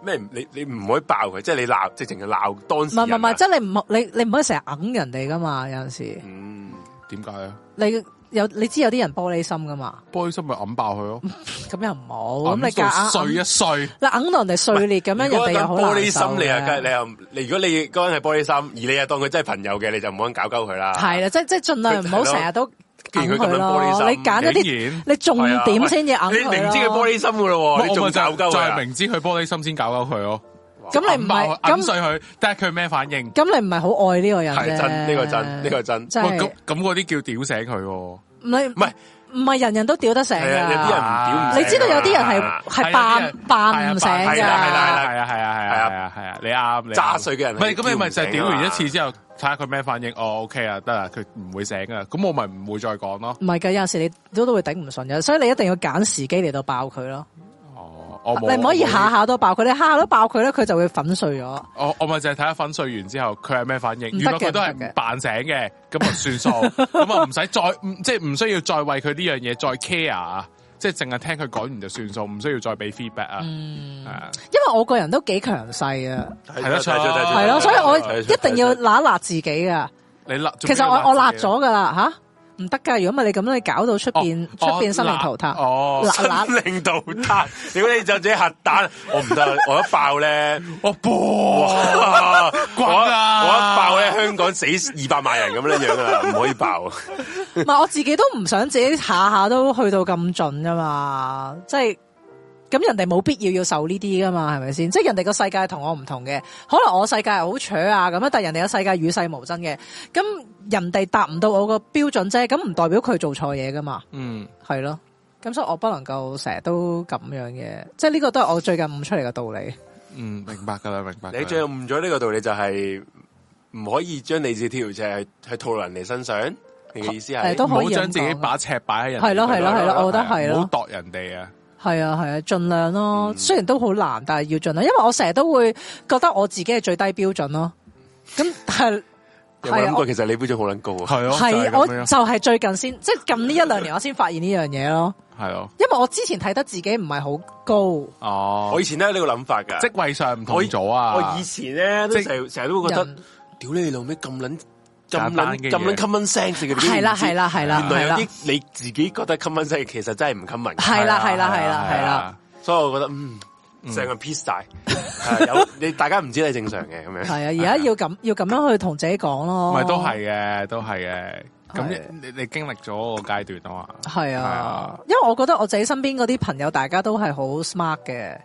S2: 咩唔？你你唔可以爆佢，即係你鬧，直情係鬧當
S1: 唔
S2: 事
S1: 係
S2: 人
S1: 唔
S2: 啊。
S1: 係唔係，即係你唔你你唔可以成日揞人哋噶嘛。有陣時
S2: 嗯，
S3: 點解咧？
S1: 你有你知有啲人玻璃心噶嘛，
S3: 玻璃心咪揞爆佢咯，
S1: 咁又唔好咁你
S3: 揞到
S1: 夾
S3: 碎啊
S1: 硬
S3: 一碎，
S1: 你揞到人哋碎裂咁樣，人
S2: 如果
S1: 哋又好
S2: 一個玻
S1: 難
S2: 璃
S1: 受
S2: 心，你又
S1: 嘅
S2: 梗係你又你，如果你嗰個人係玻璃心，而你又啊當佢真係朋友嘅，你就唔好咁搞鳩佢啦。
S1: 係啦，即即係盡量唔好
S2: 啊佢係咯
S1: 成日都
S2: 既然
S1: 揞
S2: 佢咁
S1: 佢
S2: 樣玻璃
S1: 咯。
S2: 心
S1: 你揀一啲
S3: 竟然
S1: 你重
S2: 係啊
S1: 點先至揞
S2: 你
S1: 佢
S2: 明知佢玻璃心噶咯，哦你
S3: 我
S2: 仲
S3: 咪就
S2: 搞鳩
S3: 係就
S2: 佢
S3: 係
S2: 啊。
S3: 明知佢玻璃心先搞鳩佢咯。
S1: 咁你唔係
S3: 揞爆佢
S1: 咁
S3: 揞碎佢，但係佢咩反應？
S1: 咁你唔係好愛呢個人
S2: 係
S1: 啫。
S2: 真，呢個真，呢個真。
S1: 真
S3: 喂
S1: 係
S3: 咁咁嗰啲叫屌醒佢喎。
S1: 唔係
S2: 唔係
S1: 唔係人人都屌得醒
S2: 係啊有
S1: 噶。
S2: 啲人唔屌唔
S1: 你知道有啲人係
S2: 啊
S1: 係
S3: 係啊啲
S1: 扮
S3: 人
S1: 扮唔醒
S3: 係
S1: 㗎。
S3: 啊
S2: 係啦係啦
S3: 係啊係啊係啊係啊係啊，你啱你啱
S2: 揸水嘅人
S3: 唔啊係咁你咪就係屌完一次
S2: 先。
S3: 之後睇下佢咩反應。哦，OK 啊，得啦，佢唔會醒噶啦，咁我咪唔會再講咯。
S1: 唔係㗎，有陣時你都都會頂唔順嘅，所以你一定要揀時機嚟到爆佢咯。
S3: 哦，我冇
S1: 你唔可以下，下都爆佢，你下下都爆佢咧，佢就會粉碎咗。
S3: 我冇我咪就係睇下粉碎完之後佢係咩反應。
S1: 唔得嘅
S3: 原來佢都
S1: 唔得嘅
S3: 係扮醒嘅，咁啊 算數，咁啊唔使再唔即係唔需要再為佢呢樣嘢再 care 啊，即係淨係聽佢講完就算數，唔需要再俾 feedback 啊。
S1: 嗯
S3: 係，啊
S1: 因為我個人都幾強勢啊，
S2: 係
S3: 係咯錯
S1: 係咯，所以我
S2: 睇得出
S1: 一定要揦一揦自己噶。
S3: 你立，
S1: 其實我我揦咗噶啦吓，唔得噶。如果唔係你咁，你搞到出邊
S3: 啊哦
S1: 出邊生靈淘汰。
S3: 哦
S1: 揦揦
S2: 令到他，如果你就自己核彈，我唔 得，我一爆咧，
S3: 我播
S2: 哇我
S3: 滾
S2: 一
S3: 啊
S2: 我一 爆咧，香港死二百萬人咁樣樣啦，唔可以爆。
S1: 唔係我自己都唔想自己下下都去到咁盡噶嘛，即係咁人哋冇必要要受呢啲噶嘛，係咪先？即係人哋個世界同我唔同嘅，可能我世界係好扯啊咁樣，但係人哋嘅世界與世無爭嘅，咁人哋達唔到我個標準啫，咁唔代表佢做錯嘢噶嘛，
S3: 嗯。
S1: 係咯。咁所以我不能夠成日都咁樣嘅，即係呢個都係我最近悟出嚟嘅道理。
S3: 嗯，明白噶啦，明白㗎啦。
S2: 你最誤咗呢個道理就係唔可以將你自己條尺去去套落人哋身上，你嘅意思係
S1: 誒都
S3: 唔
S1: 可以
S3: 好
S1: 咁
S3: 將自己
S1: 講啊
S3: 把尺擺喺人哋
S1: 係咯
S3: 嗰度
S1: 係咯係咯我覺得係咯
S3: 唔好度人哋啊。
S1: 係啊係啊，盡量咯。雖然都好難，但係要盡量，因為我成日都會覺得我自己係最低標準咯。咁但係啊
S2: 有冇諗過其實你標準好撚高啊？
S3: 係咯，
S1: 係
S3: 係
S1: 我
S3: 咁樣
S1: 就係最近先，即係近呢一兩年我先發現呢樣嘢咯。
S3: 係咯，
S1: 因為我之前睇得自己唔係好高，
S3: 哦
S1: 啊
S2: 我，以前都有呢個諗法㗎，
S3: 職位上唔同咗啊。
S2: 我以前咧都
S3: 即
S2: 成成日都會覺得，
S1: 人
S2: 屌你老味咁撚咁
S3: 簡單
S2: 撚
S3: 嘅嘢
S2: 咁撚 common sense 嘅，
S1: 係啦係啦係啦
S2: 嗯原來
S1: 係
S2: 有
S1: 啦
S2: 啲你自己覺得 common sense 其實真係唔 common，嘅
S1: 係啦
S3: 係啊
S1: 係啦係
S3: 係
S1: 啦
S3: 啊
S1: 係
S3: 係
S1: 啦
S3: 啊
S2: 所以我覺得嗯成個 piece 大， 係有你大家唔知你正常嘅咁樣，
S1: 係啊！而家要咁要咁樣去同自己講咯，
S3: 唔係都係嘅，都係嘅。
S1: 哦係
S3: 咁你你經歷咗個階段 啊嘛。
S1: 係
S3: 係
S1: 啊
S3: 啊，
S1: 因為我覺得我自己身邊嗰啲朋友，大家都係好 smart 嘅，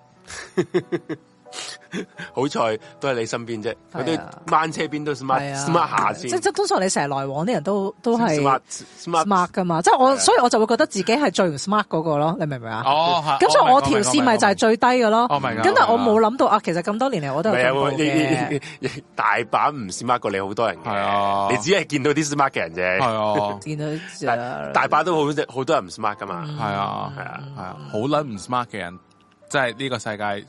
S2: 好彩都係你身邊啫，
S1: 係啊
S2: 佢都掹車邊都 smart
S1: 係啊
S2: smart 下
S1: 即
S2: 先
S1: 即通常你成日來往啲人都都係
S2: ，smart smart
S1: smart 噶嘛，即係我
S2: 係啊
S1: 所以我就會覺得自己係最唔 smart 嗰個咯，你明唔明啊？
S3: 哦，係
S1: 咁所以我
S3: 我
S1: 條線咪就係最低嘅咯。
S3: 我明㗎
S1: 咁但係我
S3: 我明㗎
S1: 冇諗到啊，其實咁多年嚟我都
S2: 唔
S1: 有
S2: 係
S1: 進步
S2: 啊
S1: 嘅
S2: 呢。呢，呢大把唔 smart 過你好多人
S3: 係啊
S2: 嘅，你只係見到啲 smart 嘅人 啫，
S3: 係啊，
S1: 見到呃
S2: 但大把都好好多人唔 smart 噶嘛，
S3: 係啊，
S2: 係啊
S3: 係啊，好撚唔 smart 嘅人，即係呢個世界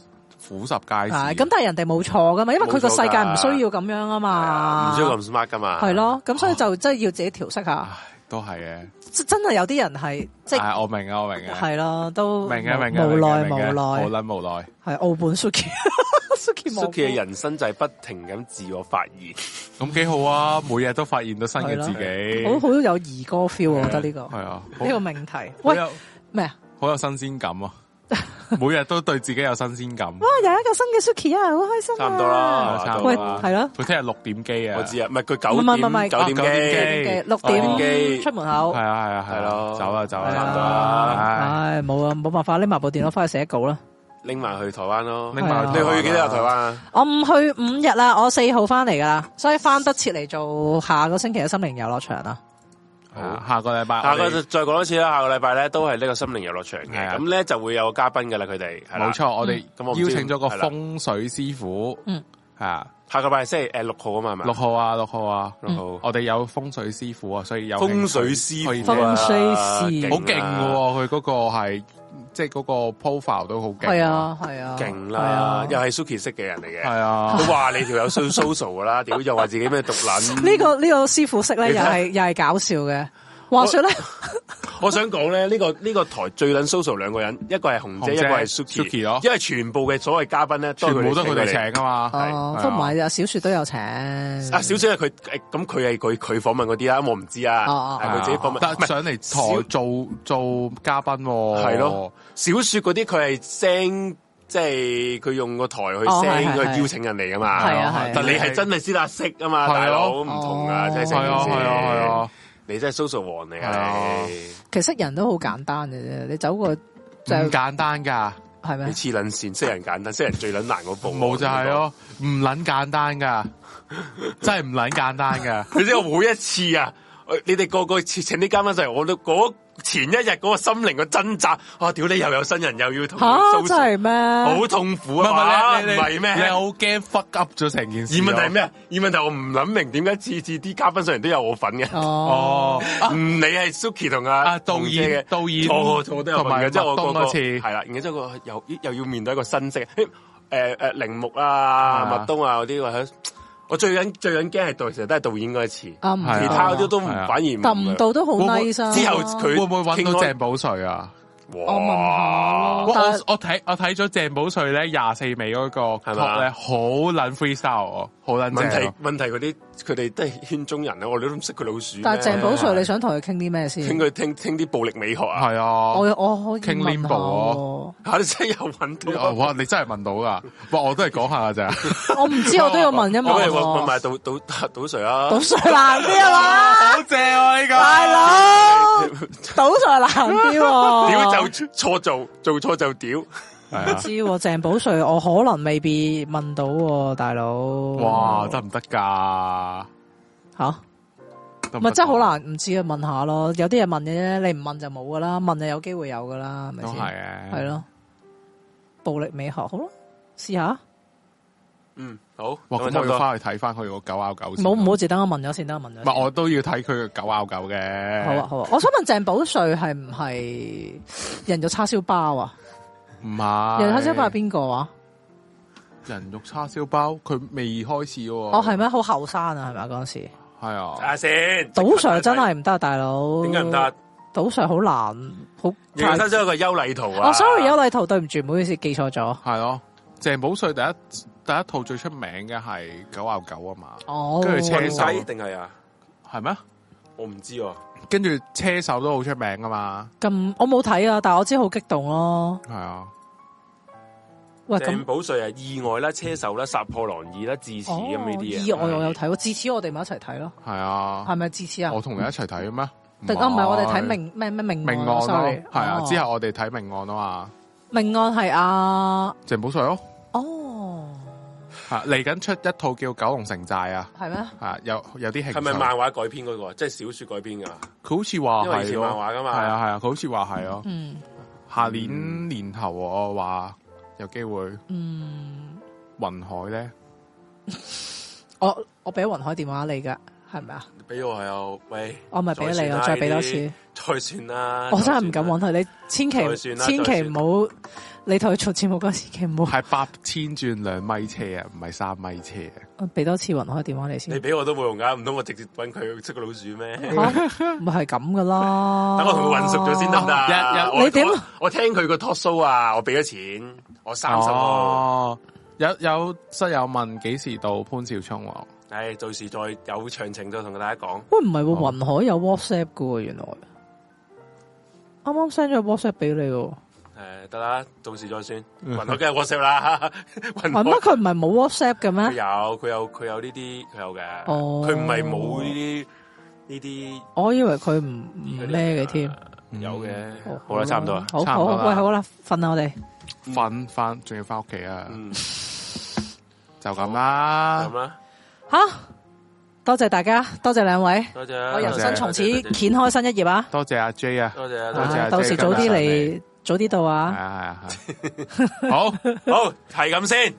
S3: 苦十啊街
S1: 係
S3: 市
S1: 咁，。但係人哋冇錯噶嘛，因為佢個世界唔需要咁樣啊
S2: 係啊
S1: 嘛，
S2: 唔需要咁 smart 噶嘛，
S1: 係。咯，咁所以就真係要自己調適下。
S3: 唉，都係嘅。
S1: 真真係有啲人係即係
S3: 唉，我明啊，我明啊，
S1: 係咯，都
S3: 明嘅，明嘅，
S1: 無
S3: 明嘅
S1: 奈
S3: 明
S1: 無
S3: 嘅好
S1: 奈
S3: 撚無奈。
S1: 係澳本 Suki，Suki 冇
S2: Suki 嘅人生就係不停咁自我發現，
S3: 咁幾好啊！每日都發現到新嘅自己，
S1: 好好有兒歌 feel，我覺得呢個
S3: 係
S1: 呢
S3: 啊，好
S1: 個命題。
S3: 好
S1: 喂
S3: 有
S1: 咩啊？
S3: 好有新鮮感啊！ 每日都對自己有新鮮感，
S1: 哇！啊有一個新嘅 Suki 啊，好開心啊！
S2: 差唔多啦
S3: 差唔多
S1: 喂，
S3: 啦
S1: 係咯。
S3: 佢聽日六點機啊，
S2: 我知啊，
S3: 啊，
S2: 唔係佢
S1: 唔係唔係唔係
S2: 九點九點
S3: 啊
S2: 機，
S1: 嘅
S3: 機
S1: 六
S2: 六點
S1: 點
S2: 機
S1: 出門口
S3: 係。啊係啊係
S2: 係啊咯
S3: 咯，走啦走啦，
S2: 差唔多
S3: 啦，
S1: 唉，冇啊，冇辦法，拎埋部電腦翻去寫稿啦。
S2: 拎埋去台灣咯。
S3: 拎埋
S1: 係啊
S2: 你
S3: 台灣
S2: 去幾多日台灣啊？
S1: 我唔去五日啦，我四號翻嚟噶啦，所以翻得切嚟做下個星期嘅心靈遊樂場啦。
S3: 係啊下個禮拜
S2: 下
S3: 我
S2: 個
S3: 哋
S2: 再講多次啦，下個禮拜咧都係呢個心靈遊樂場
S3: 係
S2: 嘅，
S3: 啊
S2: 咁咧就會有嘉賓噶啦，佢哋係啦嗯
S3: 冇。錯，我哋
S2: 咁我唔知
S3: 邀請咗個
S2: 係啦
S3: 風水師傅，
S1: 嗯，
S3: 係啊，
S2: 下個禮拜星期誒六號啊嘛，係咪？
S3: 六號啊六號啊，
S2: 六號
S3: 我哋有風水師傅啊，所以有
S2: 風水
S3: 興趣可以
S2: 師
S3: 聽
S2: 傅啊，
S1: 風水師
S2: 啊
S3: 好勁嘅，喎，佢嗰個係即係嗰個 profile 都好勁，
S1: 係，啊，係啊，
S2: 勁
S1: 係
S2: 啦
S1: 啊，
S2: 又係 Suki 識嘅人嚟嘅。
S3: 係啊
S2: 都。話你條友 so social 噶 啦，屌又話自己咩毒撚。
S1: 呢個呢個師傅識咧，
S2: 你睇
S1: 又係又係搞笑嘅。話說咧，
S2: 我想講咧，呢、個呢、個台最撚 social 兩個人，一個係紅姐，
S3: 紅姐
S2: 一個係 Suki
S3: Suki 咯
S2: 因為全部嘅所謂嘉賓咧，
S3: 全部都
S2: 係
S3: 佢哋請啊嘛，
S1: 哦
S3: 係，
S1: 都唔係啊，小雪都有請。
S2: 啊，小姐佢誒咁佢係佢佢訪問嗰啲啦，我唔知啊，
S1: 哦哦
S2: 係
S3: 係
S2: 佢
S3: 啊
S2: 自己訪問，
S3: 但
S2: 唔係
S3: 上嚟
S2: 小
S3: 台做做嘉賓喎，
S2: 係咯，小雪嗰啲佢係 send，即係佢用個台去
S1: 哦係
S2: send
S1: 係係
S2: 去邀請人嚟噶嘛，
S1: 係啊係啊
S2: 但你係真係先得識啊嘛，
S3: 係啊
S2: 大佬唔同啊，
S1: 哦
S2: 真係
S3: 係
S2: 成
S3: 啊
S2: 件事
S3: 係啊係，啊，
S2: 你真係 social 王嚟
S3: 係啊
S2: 啊，
S1: 其實識人都好簡單嘅啫，你走過就
S3: 唔簡單㗎，
S1: 係
S2: 你
S1: 咩
S2: 你？黐撚線，識人簡單，識人最撚難嗰步，啊
S3: 冇就係咯，唔撚簡單㗎，真 係唔撚簡單㗎，
S2: 你知我每一次啊，呃你哋個個次請啲嘉賓上嚟，我都嗰前一日嗰個心靈嘅掙扎，哇！屌你又有新人又要同
S1: 吓
S2: 佢
S1: 真係咩？
S2: 好痛苦
S3: 唔
S2: 啊嘛，
S3: 係
S2: 唔
S3: 唔係你
S2: 係
S3: 你你
S2: 咩？
S3: 好驚 fuck up 咗成件
S2: 而
S3: 事。
S2: 問題係？咩？而問題我唔諗明點解次次啲嘉賓上嚟都有我份嘅。
S1: 哦
S3: 哦，，啊
S2: 唔理嗯係 Suki 同阿
S3: 啊導演
S2: 導
S3: 導演
S2: 我我都有
S3: 同埋
S2: 問嘅，即係我嗰
S3: 麥當
S2: 個
S3: 嗰次
S2: 係啦，然後之後個又又要面對一個新色，誒誒鈴木啊、
S3: 啊
S2: 麥當啊嗰啲我喺，我最緊最緊驚係導，其實都係導演嗰一次，哦其
S1: 啊唔
S3: 係啊
S2: 他嗰啲都唔
S3: 係啊
S2: 反而唔
S1: 揼唔到都好
S3: 會唔會
S1: nice 啊！
S2: 之後佢哦
S3: 會唔會揾到
S2: 傾開
S3: 鄭保瑞啊？
S1: 我問下咯
S2: 哇
S3: 我
S1: 但係
S3: 我我睇我睇咗鄭保瑞咧廿四尾嗰個
S2: 係嘛
S3: talk 咧，好撚 freestyle 哦，好撚
S2: 問
S3: 正
S2: 題
S3: 哦。
S2: 問題嗰啲佢哋都係圈中人啦，啊我哋都唔識佢老鼠。
S1: 但係
S3: 啊
S1: 鄭保
S2: 瑞
S1: 瑞，你想同佢傾啲咩先？
S2: 聽佢聽聽啲暴力美學啊，
S3: 係啊，
S1: 我我可以
S3: 傾
S1: 問
S3: Limbo
S1: 下喎
S3: 啊
S2: 嚇你真係有揾到
S3: 哦。哇！你真係問到噶，哇！我都係講下噶 咋，
S1: 我唔知，我都要問一
S2: 我哋
S1: 問
S2: 問問
S1: 喎。
S2: 埋賭賭賭誰啊？
S1: 賭水難啲啊嘛，
S3: 好正啊！呢個
S1: 大 佬，賭水難啲喎。
S2: 屌就錯做，做錯就屌。
S3: 係啊
S1: 知喎，鄭保瑞我可能未必問到喎，大佬。
S3: 哇，得唔得噶？
S1: 吓，
S3: 得唔
S1: 咪
S3: 得
S1: 真係好，難，唔知啊，問下咯。有啲嘢問嘅啫，你唔問就冇噶啦，問就有機會有噶啦，係咪
S3: 都係啊
S1: 先？
S3: 嘅，
S1: 係。咯，暴力美學好咯，試下。
S2: 嗯，好，
S3: 哇！
S2: 啊
S3: 咁
S2: 差唔多
S3: 我要翻去睇翻佢個九咬九
S1: 唔
S3: 先。
S1: 好唔好，自等我問咗先，等我問咗
S3: 唔
S1: 先。
S3: 係我都要睇佢個九咬九嘅。
S1: 好啊，好啊，我想問鄭保瑞係唔係人肉叉燒包啊？
S3: 唔係
S1: 人肉叉燒包係邊個啊？
S3: 人肉叉燒包，佢未開始喎。
S1: 哦，係咩？好後生啊，係咪啊嗰陣時？
S3: 係
S2: 睇
S3: 啊，
S2: 下先。
S1: 賭 Sir 真係唔得啊，大佬。
S2: 點解唔得啊？？
S1: 賭 Sir 好難，好
S2: 要生咗一個優麗圖啊！
S1: 哦，sorry，邱禮圖，對唔住，唔好意思，記錯咗。
S3: 係咯。鄭保瑞第一第一套最出名嘅係九咬九啊嘛，
S1: 哦，
S3: 跟住
S2: 車
S3: 車
S2: 仔
S3: 手
S2: 定係啊？
S3: 係咩？
S2: 我唔知喎。
S3: 跟住車手都好出名噶嘛，
S1: 咁，我冇睇啊，但我知好激動咯。
S3: 係啊，
S1: 喂，咁
S2: 鄭保瑞啊，意外啦，車手啦，殺破狼二啦，智齒咁呢
S1: 哦
S2: 啲嘢。
S3: 啊
S1: 意外我有睇喎，至此我哋咪一齊睇咯，
S3: 係啊
S1: 係。咪至此啊？
S3: 我同你一齊睇嘅咩？
S1: 定啊，唔係我哋睇命咩咩命
S3: 命案
S1: 啊
S3: 咯，
S1: ，sorry，
S3: 係啊。
S1: 哦
S3: 之後我哋睇命案啊嘛，
S1: 命案係啊，
S3: 鄭保瑞咯，
S1: 哦，
S2: 啊
S3: 係嚟緊出一套叫《九龍城寨》啊，
S1: 係咩？
S3: 啊有有啲興趣
S2: 係咪漫畫改編嗰個？即係小說改編噶，
S3: 佢好似話
S2: 因為以
S3: 係
S2: 前漫
S3: 咯，
S2: 畫噶
S3: 哦係
S2: 嘛。
S3: 啊係啊，佢好似話係咯，
S1: 嗯
S3: 下年年頭我話有機會
S1: 嗯，
S3: 雲海咧，
S1: 我我俾雲海電話你噶，係咪啊？
S2: 俾我又喂，
S1: 我哦咪俾咗你，我啊再俾多次。，
S2: 再算啦。
S3: 啊
S1: 我真係唔
S2: 再算啦
S1: 敢揾佢，你千祈
S2: 再算啦
S1: 千
S2: 再
S1: 祈
S2: 算
S1: 唔好，你同佢做節目嗰時，千祈唔好
S3: 係八千轉兩米車啊，唔係三米車啊，
S1: 俾多次雲海電話你先
S2: 你。俾我都冇用噶，唔通我直接揾佢識個老鼠咩？
S1: 吓， 唔係咁噶啦。
S2: 啊等我同佢混熟咗先得唔得啊？
S3: 日
S1: 日
S2: 我
S1: 你點
S2: 我我聽佢個 talk show 啊，我俾咗錢，我三十喎。
S3: 哦，有有室友問幾時到潘兆聰喎？
S2: 唉，到時再有詳情再同大家講。
S1: 喂，唔係喎，雲海有 WhatsApp 噶喎，原來。啱啱 send 咗 WhatsApp 俾你喎，
S2: 诶，得啦，到時再算。雲海梗係 WhatsApp 啦， 雲
S1: 係
S2: 海
S1: 咩？佢唔係冇 WhatsApp 嘅
S2: 佢
S1: 咩？
S2: 有佢有佢有呢啲佢有嘅，
S1: 哦
S2: 佢唔係冇呢啲呢啲
S1: 我以為佢唔唔咩嘅添。
S2: 有嘅
S1: 哦。
S2: 嗯好啦，差唔多啦。
S1: 好
S3: 差唔
S1: 好，
S3: 多啦
S1: 喂，好啦，瞓啦，我哋。
S3: 瞓翻，仲要翻屋企啊，
S2: 嗯，
S3: 就咁啦
S2: 咁。啦，
S1: 吓，多謝大家，多謝兩位，
S2: 多謝啊。
S1: 我人生從此
S2: 多謝
S1: 掀開新一頁啊！
S3: 多謝阿 J 啊，
S2: 多謝啊多謝
S3: 謝
S2: 啊。
S1: 啊到時早啲
S3: 多謝你
S1: 嚟，早啲到
S3: 係
S1: 啊！
S3: 啊係啊係啊，好。
S2: 好，係咁先。